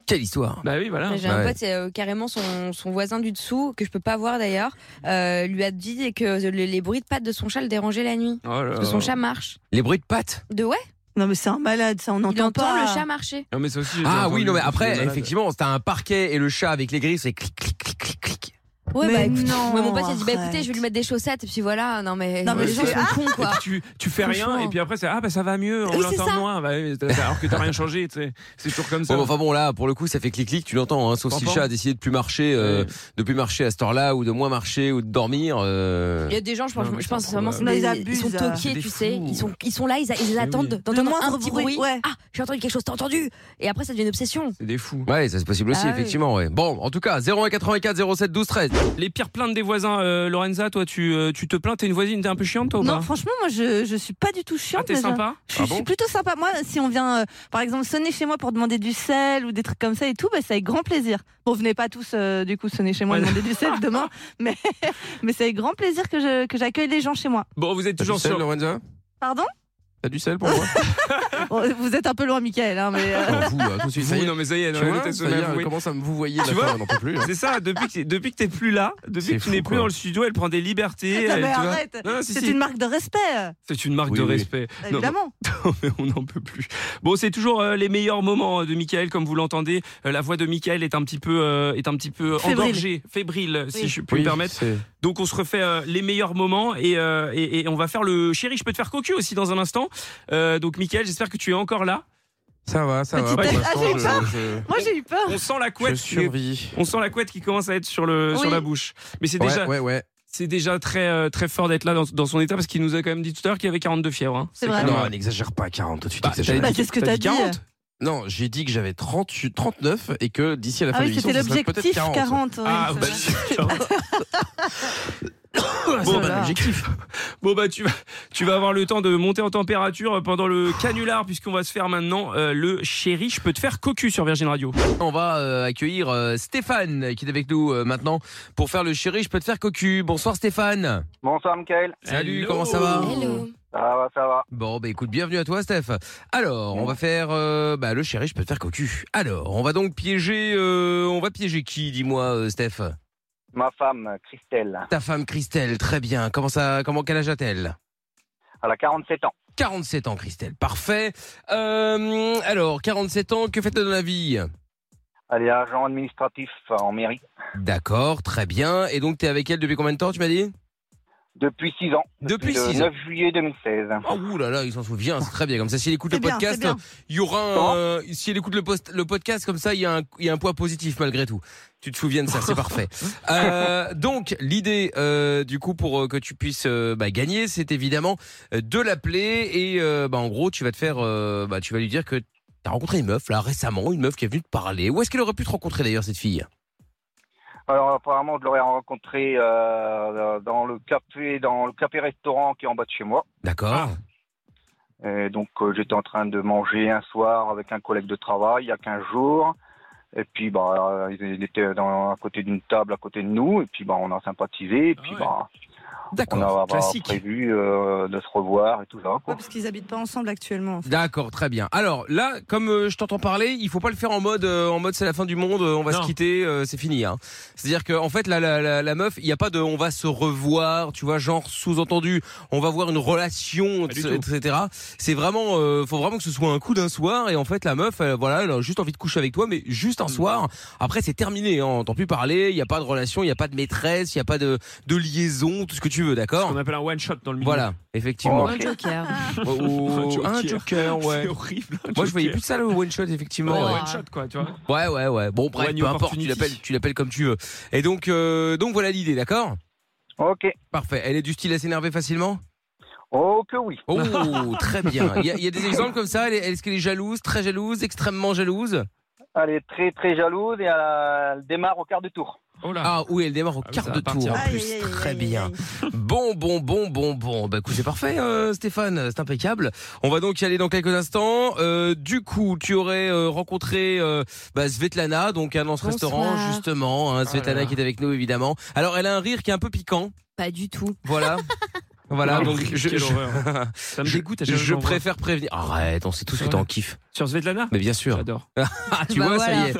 [SPEAKER 2] Quelle histoire
[SPEAKER 1] Bah oui, voilà.
[SPEAKER 3] Mais J'ai un
[SPEAKER 2] Ouais.
[SPEAKER 3] pote, c'est euh, carrément son, son voisin du dessous, que je peux pas voir d'ailleurs, euh, lui a dit que les, les bruits de pattes de son chat le dérangeaient la nuit.
[SPEAKER 1] Oh là
[SPEAKER 3] Parce que son
[SPEAKER 1] là.
[SPEAKER 3] chat marche.
[SPEAKER 2] Les bruits de pattes.
[SPEAKER 3] De ouais,
[SPEAKER 4] Non, mais c'est un malade, ça, on
[SPEAKER 3] il
[SPEAKER 4] n'entend
[SPEAKER 3] entend
[SPEAKER 4] pas.
[SPEAKER 3] le chat marcher.
[SPEAKER 1] Non, mais ça aussi, j'ai
[SPEAKER 2] Ah
[SPEAKER 1] entendu,
[SPEAKER 2] oui, non mais
[SPEAKER 1] c'est des
[SPEAKER 2] après
[SPEAKER 1] malades.
[SPEAKER 2] effectivement, t'as un parquet et le chat avec les grilles, c'est clic clic clic clic clic.
[SPEAKER 3] Ouais,
[SPEAKER 4] Mais
[SPEAKER 3] bah écoute,
[SPEAKER 4] non,
[SPEAKER 3] ouais, mon pote il a dit bah
[SPEAKER 4] arrête.
[SPEAKER 3] écoutez, je vais lui mettre des chaussettes, et puis voilà, non mais,
[SPEAKER 4] Non, mais
[SPEAKER 3] les gens
[SPEAKER 4] c'est-
[SPEAKER 3] sont cons
[SPEAKER 1] Et
[SPEAKER 3] quoi.
[SPEAKER 1] puis tu, tu fais rien,
[SPEAKER 3] Franchement.
[SPEAKER 1] et puis après, c'est Ah, bah ça va mieux, on
[SPEAKER 3] Oui, c'est
[SPEAKER 1] l'entend
[SPEAKER 3] ça.
[SPEAKER 1] moins. Bah, oui, mais t'as- alors que t'as rien changé, tu sais. C'est toujours comme ça.
[SPEAKER 2] Bon, enfin bon là, pour le coup, ça fait clic clic, tu l'entends, hein, sauf si le
[SPEAKER 1] T'entends
[SPEAKER 2] chat a décidé de plus marcher, euh,
[SPEAKER 1] Ouais.
[SPEAKER 2] de plus marcher à cette heure-là ou de moins marcher ou de dormir. euh.
[SPEAKER 3] Il y a des gens, je pense,
[SPEAKER 1] Non, mais
[SPEAKER 3] je pense
[SPEAKER 1] c'est
[SPEAKER 3] vraiment, c'est
[SPEAKER 4] improbable.
[SPEAKER 3] des-
[SPEAKER 4] Non, ils
[SPEAKER 3] ils, sont
[SPEAKER 4] abusent,
[SPEAKER 1] c'est
[SPEAKER 3] toqués,
[SPEAKER 1] des
[SPEAKER 3] tu sais.
[SPEAKER 1] fous. Ah, bah
[SPEAKER 3] Ils sont, ils sont là, ils, ils attendent
[SPEAKER 1] oui.
[SPEAKER 3] d'entendre
[SPEAKER 4] Le
[SPEAKER 3] un
[SPEAKER 4] moindre
[SPEAKER 3] petit
[SPEAKER 4] bruit,
[SPEAKER 3] bruit.
[SPEAKER 4] ouais.
[SPEAKER 3] Ah, j'ai entendu quelque chose, t'as entendu Et après, ça devient une obsession.
[SPEAKER 1] C'est des fous.
[SPEAKER 2] Ouais, ça c'est possible aussi,
[SPEAKER 3] Ah, oui.
[SPEAKER 2] effectivement. Ouais. Bon, en tout cas, 0184 07 12 13.
[SPEAKER 1] Les pires plaintes des voisins, euh, Lorenza, toi, tu, euh, tu te plains, t'es une voisine, t'es un peu chiante, toi ou
[SPEAKER 4] Non,
[SPEAKER 1] pas
[SPEAKER 4] franchement, moi, je, je suis pas du tout
[SPEAKER 1] Ah,
[SPEAKER 4] chiante.
[SPEAKER 1] t'es
[SPEAKER 4] déjà.
[SPEAKER 1] sympa
[SPEAKER 4] Je, suis-
[SPEAKER 1] Ah
[SPEAKER 4] je suis
[SPEAKER 1] bon
[SPEAKER 4] plutôt sympa. Moi, si on vient, euh, par exemple, sonner chez moi pour demander du sel ou des trucs comme ça et tout, bah, c'est avec grand plaisir. Bon, venez pas tous, euh, du coup, sonner chez moi et
[SPEAKER 1] Ouais.
[SPEAKER 4] demander du sel demain, mais, mais c'est avec grand plaisir que je- que j'accueille les gens chez moi.
[SPEAKER 1] Bon, vous êtes
[SPEAKER 2] T'as
[SPEAKER 1] toujours
[SPEAKER 2] du sel,
[SPEAKER 1] sur.
[SPEAKER 2] Lorenza
[SPEAKER 4] Pardon
[SPEAKER 2] T'as du sel pour moi
[SPEAKER 4] Bon, Vous êtes un peu loin, Michael, hein, mais. euh,
[SPEAKER 2] Vous, là, tout de suite, ça y
[SPEAKER 1] Vous,
[SPEAKER 2] est.
[SPEAKER 1] non, mais ça y est,
[SPEAKER 2] Tu
[SPEAKER 1] non,
[SPEAKER 2] vois,
[SPEAKER 1] elle était
[SPEAKER 2] ça
[SPEAKER 1] sous-
[SPEAKER 2] y est,
[SPEAKER 1] oui.
[SPEAKER 2] elle commence à me vous voyez
[SPEAKER 1] Tu
[SPEAKER 2] la
[SPEAKER 1] vois
[SPEAKER 2] fin, elle n'en peut plus. hein.
[SPEAKER 1] C'est ça, depuis que, t'es- depuis que t'es plus là,
[SPEAKER 2] C'est
[SPEAKER 1] depuis que tu
[SPEAKER 2] fou,
[SPEAKER 1] n'es plus
[SPEAKER 2] quoi.
[SPEAKER 1] dans le studio, elle prend des libertés.
[SPEAKER 4] Non,
[SPEAKER 1] elle-
[SPEAKER 4] mais
[SPEAKER 1] Eh, tu vois.
[SPEAKER 4] Eh, arrête.
[SPEAKER 1] Non, non, si,
[SPEAKER 4] C'est
[SPEAKER 1] si.
[SPEAKER 4] une marque de respect, euh,
[SPEAKER 1] C'est une marque
[SPEAKER 2] Oui,
[SPEAKER 1] de
[SPEAKER 2] oui.
[SPEAKER 1] respect. Non, non,
[SPEAKER 4] évidemment.
[SPEAKER 1] mais on n'en peut plus. Bon, c'est toujours euh, les meilleurs moments euh, de Michael, comme vous l'entendez. Euh, la voix de Michael est un petit peu, euh, est un petit peu
[SPEAKER 4] Fébrile.
[SPEAKER 1] engorgée, fébrile, Euh, si
[SPEAKER 4] Oui.
[SPEAKER 1] je puis me permettre.
[SPEAKER 2] c'est-
[SPEAKER 1] Donc on se refait euh, les meilleurs moments et, euh, et- et on va faire le chéri, je peux te faire cocu aussi dans un instant. Euh, donc Mickaël, j'espère que tu es encore là.
[SPEAKER 2] Ça va, ça va.
[SPEAKER 4] Petite
[SPEAKER 2] pour
[SPEAKER 4] tête.
[SPEAKER 2] l'instant,
[SPEAKER 4] Ah, j'ai eu
[SPEAKER 2] je-
[SPEAKER 4] peur.
[SPEAKER 1] euh,
[SPEAKER 2] je-
[SPEAKER 4] Moi, j'ai eu peur.
[SPEAKER 1] On sent la
[SPEAKER 2] Je
[SPEAKER 1] couette, qui,
[SPEAKER 2] survis.
[SPEAKER 1] on sent la couette qui commence à être sur le
[SPEAKER 4] Oui.
[SPEAKER 1] sur la bouche. Mais c'est
[SPEAKER 2] Ouais,
[SPEAKER 1] déjà
[SPEAKER 2] ouais, ouais.
[SPEAKER 1] c'est déjà très euh, très fort d'être là dans, dans son état parce qu'il nous a quand même dit tout à l'heure qu'il avait 42 fièvres. hein.
[SPEAKER 4] C'est vrai.
[SPEAKER 1] quand même-
[SPEAKER 2] Non, n'exagère pas, 40, tout de suite,
[SPEAKER 1] Bah,
[SPEAKER 2] exagère.
[SPEAKER 1] j'avais
[SPEAKER 4] Bah,
[SPEAKER 1] dit-
[SPEAKER 4] qu'est-ce que t'as dit
[SPEAKER 1] 40
[SPEAKER 2] Non, j'ai dit que j'avais 30, 39 et que d'ici à la fin
[SPEAKER 4] Ah
[SPEAKER 2] de
[SPEAKER 4] oui,
[SPEAKER 2] l'émission,
[SPEAKER 4] c'était
[SPEAKER 2] ce serait
[SPEAKER 4] l'objectif
[SPEAKER 2] peut-être
[SPEAKER 4] 40.
[SPEAKER 2] 40.
[SPEAKER 4] ouais,
[SPEAKER 1] Ah
[SPEAKER 4] c'est
[SPEAKER 1] bah,
[SPEAKER 4] vrai.
[SPEAKER 1] bon,
[SPEAKER 4] Voilà.
[SPEAKER 1] bah, l'objectif. Bon bah tu vas, tu vas avoir le temps de monter en température pendant le canular puisqu'on va se faire maintenant euh, le chéri, je peux te faire cocu sur Virgin Radio.
[SPEAKER 2] On va euh, accueillir euh, Stéphane qui est avec nous euh, maintenant pour faire le chéri, je peux te faire cocu. Bonsoir Stéphane.
[SPEAKER 12] Bonsoir Mickaël.
[SPEAKER 2] Salut,
[SPEAKER 1] Hello.
[SPEAKER 2] comment ça va
[SPEAKER 3] Hello.
[SPEAKER 12] Ça va, ça va.
[SPEAKER 2] Bon, bah écoute, bienvenue à toi, Steph. Alors, on va faire euh, bah, le chéri, je peux te faire cocu. Alors, on va donc piéger. euh, on va piéger qui, dis-moi, euh, Steph
[SPEAKER 12] Ma femme, Christelle,
[SPEAKER 2] Ta femme Christelle, très bien. Comment ça Comment quel âge a-t-elle
[SPEAKER 12] elle a 47 ans.
[SPEAKER 2] 47 ans, Christelle. Parfait. Euh, alors, 47 ans, que faites-vous dans la vie
[SPEAKER 12] Elle est agent administratif en mairie
[SPEAKER 2] D'accord, très bien. Et donc, t'es avec elle depuis combien de temps, tu m'as dit
[SPEAKER 12] depuis 6 ans.
[SPEAKER 2] Depuis
[SPEAKER 12] le
[SPEAKER 2] six ans.
[SPEAKER 12] 9 juillet 2016.
[SPEAKER 2] Oh ouh là là, il s'en souvient, c'est très bien. Comme ça, s'il écoute
[SPEAKER 4] C'est
[SPEAKER 2] le
[SPEAKER 4] bien, c'est
[SPEAKER 2] podcast,
[SPEAKER 4] bien.
[SPEAKER 2] il y aura
[SPEAKER 12] Comment
[SPEAKER 2] un, euh, si elle écoute le, post- le podcast comme ça, il y, a un, il y a un poids positif malgré tout. Tu te souviens de ça, c'est parfait. Euh, donc l'idée euh, du coup pour euh, que tu puisses euh, bah, gagner, c'est évidemment euh, de l'appeler et euh, bah, en gros tu vas te faire, euh, bah, tu vas lui dire que t'as rencontré une meuf là récemment, une meuf qui est venue te parler. Où est-ce qu'elle aurait pu te rencontrer d'ailleurs cette fille
[SPEAKER 12] Alors apparemment, je l'aurais rencontrée euh, dans le café, dans le café restaurant qui est en bas de chez moi.
[SPEAKER 2] D'accord.
[SPEAKER 13] Ah.
[SPEAKER 12] Et donc euh, j'étais en train de manger un soir avec un collègue de travail il y a 15 jours. Et puis bah euh, il était dans, à côté d'une table à côté de nous. Et puis bah on a sympathisé. Et puis
[SPEAKER 1] ouais.
[SPEAKER 12] bah on
[SPEAKER 2] Ah D'accord.
[SPEAKER 12] a bah,
[SPEAKER 1] classique.
[SPEAKER 12] prévu euh, de se revoir et tout ça.
[SPEAKER 4] Ouais,
[SPEAKER 12] Quoi.
[SPEAKER 4] parce qu'ils habitent pas ensemble actuellement.
[SPEAKER 2] D'accord, très bien. Alors là, comme euh, je t'entends parler, il faut pas le faire en mode euh, en mode c'est la fin du monde, euh, on va
[SPEAKER 1] Non.
[SPEAKER 2] se quitter, euh, c'est fini. Hein. C'est-à-dire que en fait, là, la, la, la meuf, il n'y a pas de on va se revoir, tu vois, genre sous-entendu, on va voir une relation,
[SPEAKER 1] Pas du
[SPEAKER 2] etc.
[SPEAKER 1] tout.
[SPEAKER 2] etc. C'est vraiment, euh, faut vraiment que ce soit un coup d'un soir. Et en fait, la meuf, elle, voilà, elle a juste envie de coucher avec toi, mais juste
[SPEAKER 1] Mm.
[SPEAKER 2] un soir. Après, c'est terminé. Hein, on t'entend plus parler. Il n'y a pas de relation, il n'y a pas de maîtresse, il n'y a pas de, de liaison, tout ce que tu veux,
[SPEAKER 1] Ce
[SPEAKER 2] d'accord
[SPEAKER 1] qu'on appelle un one shot dans le milieu.
[SPEAKER 2] Voilà, effectivement.
[SPEAKER 12] Oh.
[SPEAKER 3] Un joker.
[SPEAKER 2] Oh, oh, un joker, ouais.
[SPEAKER 1] C'est horrible. un
[SPEAKER 2] Moi, je voyais
[SPEAKER 1] joker.
[SPEAKER 2] plus ça le one shot, effectivement.
[SPEAKER 1] Ouais,
[SPEAKER 2] ouais.
[SPEAKER 1] One shot quoi, tu vois.
[SPEAKER 2] Ouais, ouais, ouais. Bon, bref,
[SPEAKER 1] One
[SPEAKER 2] peu importe,
[SPEAKER 1] opportunity.
[SPEAKER 2] tu l'appelles, tu l'appelles comme tu veux. Et donc, euh, donc voilà l'idée, d'accord
[SPEAKER 12] Ok.
[SPEAKER 2] Parfait. Elle est du style à s'énerver facilement
[SPEAKER 12] Oh, que oui.
[SPEAKER 2] Oh, très bien. Il y, a- il y a des exemples comme ça. Elle est- Est-ce qu'elle est jalouse, très jalouse, extrêmement jalouse
[SPEAKER 12] Elle est très très jalouse et elle, elle démarre au quart de tour.
[SPEAKER 2] Ah oui, elle démarre au quart
[SPEAKER 12] ça
[SPEAKER 2] de
[SPEAKER 12] va
[SPEAKER 2] tour.
[SPEAKER 12] partir.
[SPEAKER 2] En
[SPEAKER 12] Aïe,
[SPEAKER 2] plus, très bien. Bon, bon, bon, bon, bon. Bah, écoute, c'est parfait, euh, Stéphane. C'est impeccable. On va donc y aller dans quelques instants. Euh, du coup, tu aurais euh, rencontré euh, bah, Svetlana, donc à dans ce restaurant,
[SPEAKER 1] Ah
[SPEAKER 2] justement. hein, Svetlana qui est avec nous, évidemment. Alors, elle a un rire qui est un peu piquant.
[SPEAKER 3] Pas du tout.
[SPEAKER 2] Voilà. Voilà,
[SPEAKER 1] Ah,
[SPEAKER 2] donc je,
[SPEAKER 1] quelle
[SPEAKER 2] je-
[SPEAKER 1] horreur. Ça me
[SPEAKER 2] je-
[SPEAKER 1] dégoûte à chaque fois que
[SPEAKER 2] je
[SPEAKER 1] j'en vois.
[SPEAKER 2] préfère prévenir. Arrête, on sait tous que t'en kiffes.
[SPEAKER 1] Sur Svetlana
[SPEAKER 2] Mais bien sûr.
[SPEAKER 1] J'adore.
[SPEAKER 2] Ah, tu
[SPEAKER 1] Bah
[SPEAKER 2] vois,
[SPEAKER 1] voilà.
[SPEAKER 2] ça y est.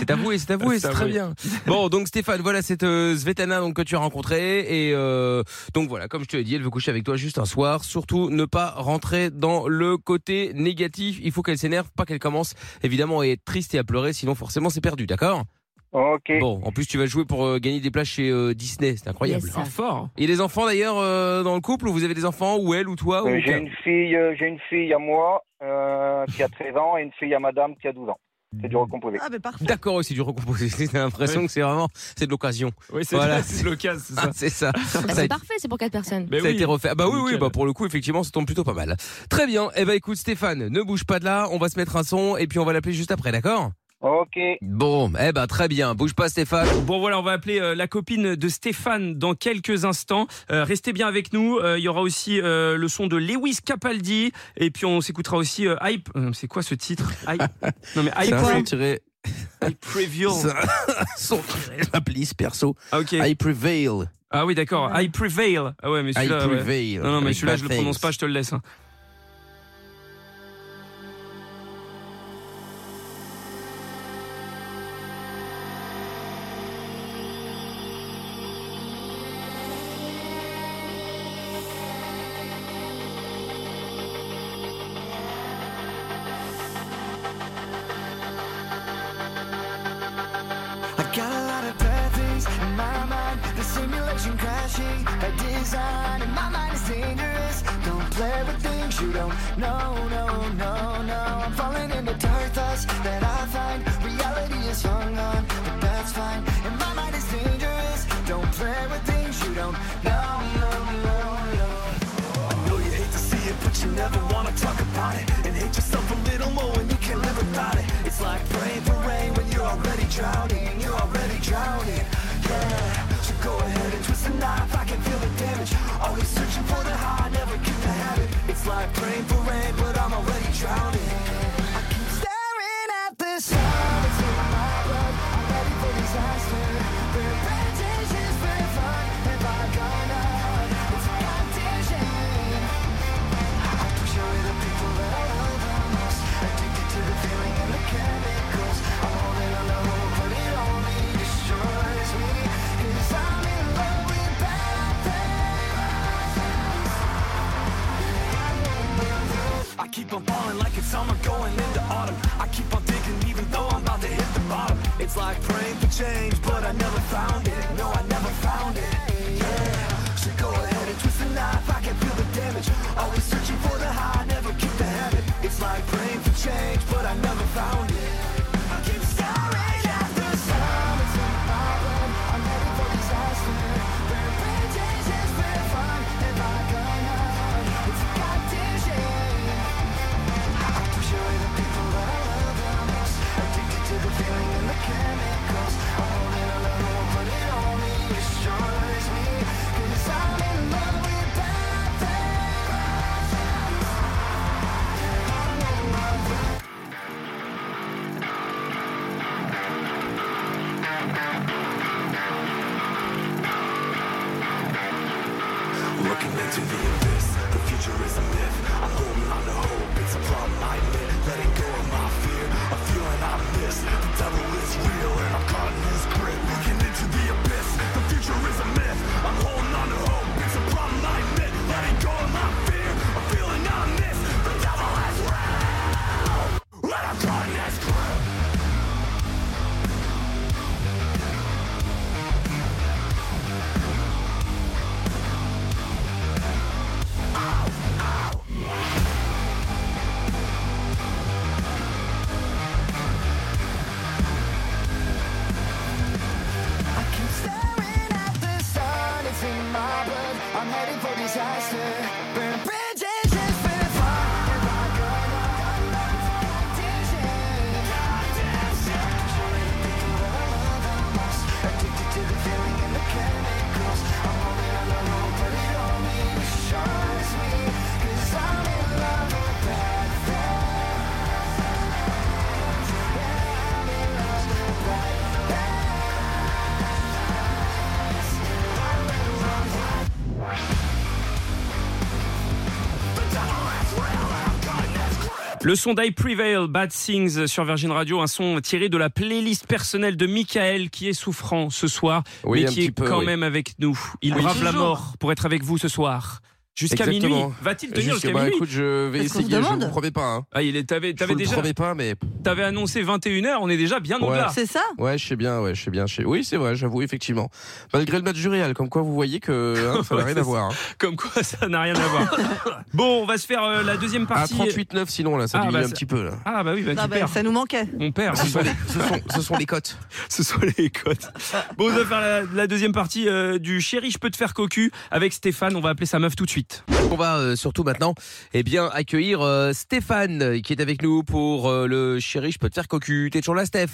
[SPEAKER 2] C'est avoué, c'est avoué, c'est
[SPEAKER 1] C'est
[SPEAKER 2] très
[SPEAKER 1] avoué.
[SPEAKER 2] bien. Bon, donc Stéphane, voilà cette euh, Svetlana donc, que tu as rencontrée. Et euh, donc voilà, comme je te l'ai dit, elle veut coucher avec toi juste un soir. Surtout, ne pas rentrer dans le côté négatif. Il faut qu'elle s'énerve, pas qu'elle commence évidemment à être triste et à pleurer. Sinon, forcément, c'est perdu, d'accord
[SPEAKER 12] Ok.
[SPEAKER 2] Bon, en plus, tu vas jouer pour euh, gagner des places chez euh, Disney. C'est incroyable.
[SPEAKER 1] Yes, sir. fort.
[SPEAKER 2] Et les enfants d'ailleurs euh, dans le couple, vous avez des enfants ou elle ou toi ou
[SPEAKER 12] Euh, j'ai une fille, euh, j'ai une fille à moi euh, qui a 13 ans et une fille à madame qui a 12 ans. C'est du recomposé.
[SPEAKER 4] Ah, ben parfait.
[SPEAKER 2] D'accord, oui, c'est du recomposé. J'ai l'impression
[SPEAKER 1] Oui.
[SPEAKER 2] que c'est vraiment c'est de l'occasion. Ah,
[SPEAKER 1] Oui, c'est c'est l'occasion, c'est ça.
[SPEAKER 2] c'est ça.
[SPEAKER 3] Bah,
[SPEAKER 2] Ça a
[SPEAKER 3] c'est parfait, c'est pour quatre personnes.
[SPEAKER 2] ça a été refait. Ah bah oui, oui, bah pour le coup, effectivement, ça tombe plutôt pas mal. Très bien. Eh bah écoute, Stéphane, ne bouge pas de là. On va se mettre un son et puis on va l'appeler juste après, d'accord
[SPEAKER 12] Ok.
[SPEAKER 2] Bon, eh bah très bien. Bouge pas, Stéphane.
[SPEAKER 1] Bon voilà, on va appeler euh, la copine de Stéphane dans quelques instants. Euh, restez bien avec nous. Euh, Il y aura aussi euh, le son de Lewis Capaldi et puis on s'écoutera aussi euh, Hype. euh, C'est quoi ce titre Hype. Non mais Hype.
[SPEAKER 2] C'est un son
[SPEAKER 1] Pre-
[SPEAKER 2] tiré.
[SPEAKER 1] Hype Preview.
[SPEAKER 2] son tiré de la police perso.
[SPEAKER 1] Ah, ok.
[SPEAKER 2] I prevail.
[SPEAKER 1] Ah oui d'accord. I prevail. Ah ouais mais
[SPEAKER 2] I
[SPEAKER 1] celui-là. ouais.
[SPEAKER 2] prevail.
[SPEAKER 1] Non non mais
[SPEAKER 2] Avec
[SPEAKER 1] celui-là
[SPEAKER 2] Bad
[SPEAKER 1] je le prononce
[SPEAKER 2] Things.
[SPEAKER 1] pas. Je te le laisse. hein.
[SPEAKER 14] I got a lot of bad things in my mind. The simulation crashing by design. And my mind is dangerous. Don't play with things you don't know, no, no, no. I'm falling into dark thoughts that I find. Reality is hung on, but that's fine. And my mind is dangerous. Don't play with things you don't know, no, no, no. I know you hate to see it, but you never wanna talk about it. And hate yourself a little more when you can't live without it. It's like praying for rain when you're already drowning. You're already drowning. Yeah, so go ahead and twist the knife. I can feel the damage. Always searching for the high, never get the habit. It's like praying for rain, but I'm already drowning. I keep staring at this sun. It's in my blood. I'm ready for disaster. Repetition's for fun. If I gonna hide, it's my intention. I push away the people that I love the most. Addicted to the feeling and the chemicals. I'm holding on to hope, but it only destroys me. 'Cause I'm in love with bad things. I keep on falling like it's summer going into autumn. I keep on digging even though I'm about to hit the bottom. It's like praying for change, but I never found it. No, I never found it. Yeah. So go ahead and twist the knife, I can feel the damage. Always searching for the high, never keep the habit. It's like praying for change, but I never found it. I keep staring at the sun. It's in my blood, I'm heading for disaster. Repentance is for fun, if I gonna hide, it's a condition. I push away the people that I love the most. Addicted to the feeling and the chemicals. I'm holding on to hope, but it only destroys
[SPEAKER 1] Le son d'I Prevail, Bad Things sur Virgin Radio, un son tiré de la playlist personnelle de Michael qui est souffrant ce soir,
[SPEAKER 2] Oui,
[SPEAKER 1] mais
[SPEAKER 2] un
[SPEAKER 1] qui est
[SPEAKER 2] petit peu,
[SPEAKER 1] quand
[SPEAKER 2] oui.
[SPEAKER 1] même avec nous. Il
[SPEAKER 2] Oui.
[SPEAKER 1] brave la
[SPEAKER 2] Toujours.
[SPEAKER 1] mort pour être avec vous ce soir. Jusqu'à minuit.
[SPEAKER 2] Exactement.
[SPEAKER 1] Va-t-il tenir
[SPEAKER 2] Jusqu'à-
[SPEAKER 1] jusqu'à
[SPEAKER 2] bah,
[SPEAKER 1] minuit
[SPEAKER 2] écoute, je vais Est-ce qu'on se essayer, je demande vous promets pas. hein.
[SPEAKER 1] Ah, il est, t'avais, t'avais
[SPEAKER 2] vous le
[SPEAKER 1] déjà.
[SPEAKER 2] promets pas, mais.
[SPEAKER 1] T'avais annoncé 21h, on est déjà bien
[SPEAKER 2] Ouais.
[SPEAKER 1] au-delà.
[SPEAKER 2] Ouais, je sais bien, ouais, je sais bien. je sais- Oui, c'est vrai, j'avoue, effectivement. Malgré le match du Real, comme quoi vous voyez que hein, ça n'a
[SPEAKER 1] Ouais,
[SPEAKER 2] rien
[SPEAKER 1] c'est
[SPEAKER 2] à voir. hein.
[SPEAKER 1] Comme quoi, ça n'a rien à voir. bon, on va se faire euh, la deuxième
[SPEAKER 2] À
[SPEAKER 1] partie.
[SPEAKER 2] 38-9 Ah, sinon, là, ça
[SPEAKER 1] Ah,
[SPEAKER 2] diminue
[SPEAKER 1] bah,
[SPEAKER 2] un
[SPEAKER 1] ça-
[SPEAKER 2] petit peu, là.
[SPEAKER 1] Ah, bah oui, bah,
[SPEAKER 4] Non,
[SPEAKER 1] tu
[SPEAKER 4] bah,
[SPEAKER 1] perds.
[SPEAKER 4] ça nous manquait.
[SPEAKER 1] On perd.
[SPEAKER 2] Ce sont les- ce sont- ce sont les cotes.
[SPEAKER 1] Ce sont les cotes. Bon, on va faire la, la deuxième partie euh, du Chéri, je peux te faire cocu avec Stéphane. On va appeler sa meuf tout de suite.
[SPEAKER 2] On va euh, surtout maintenant eh bien, accueillir euh, Stéphane euh, qui est avec nous pour euh, le chéri, je peux te faire cocu. T'es toujours là, Steph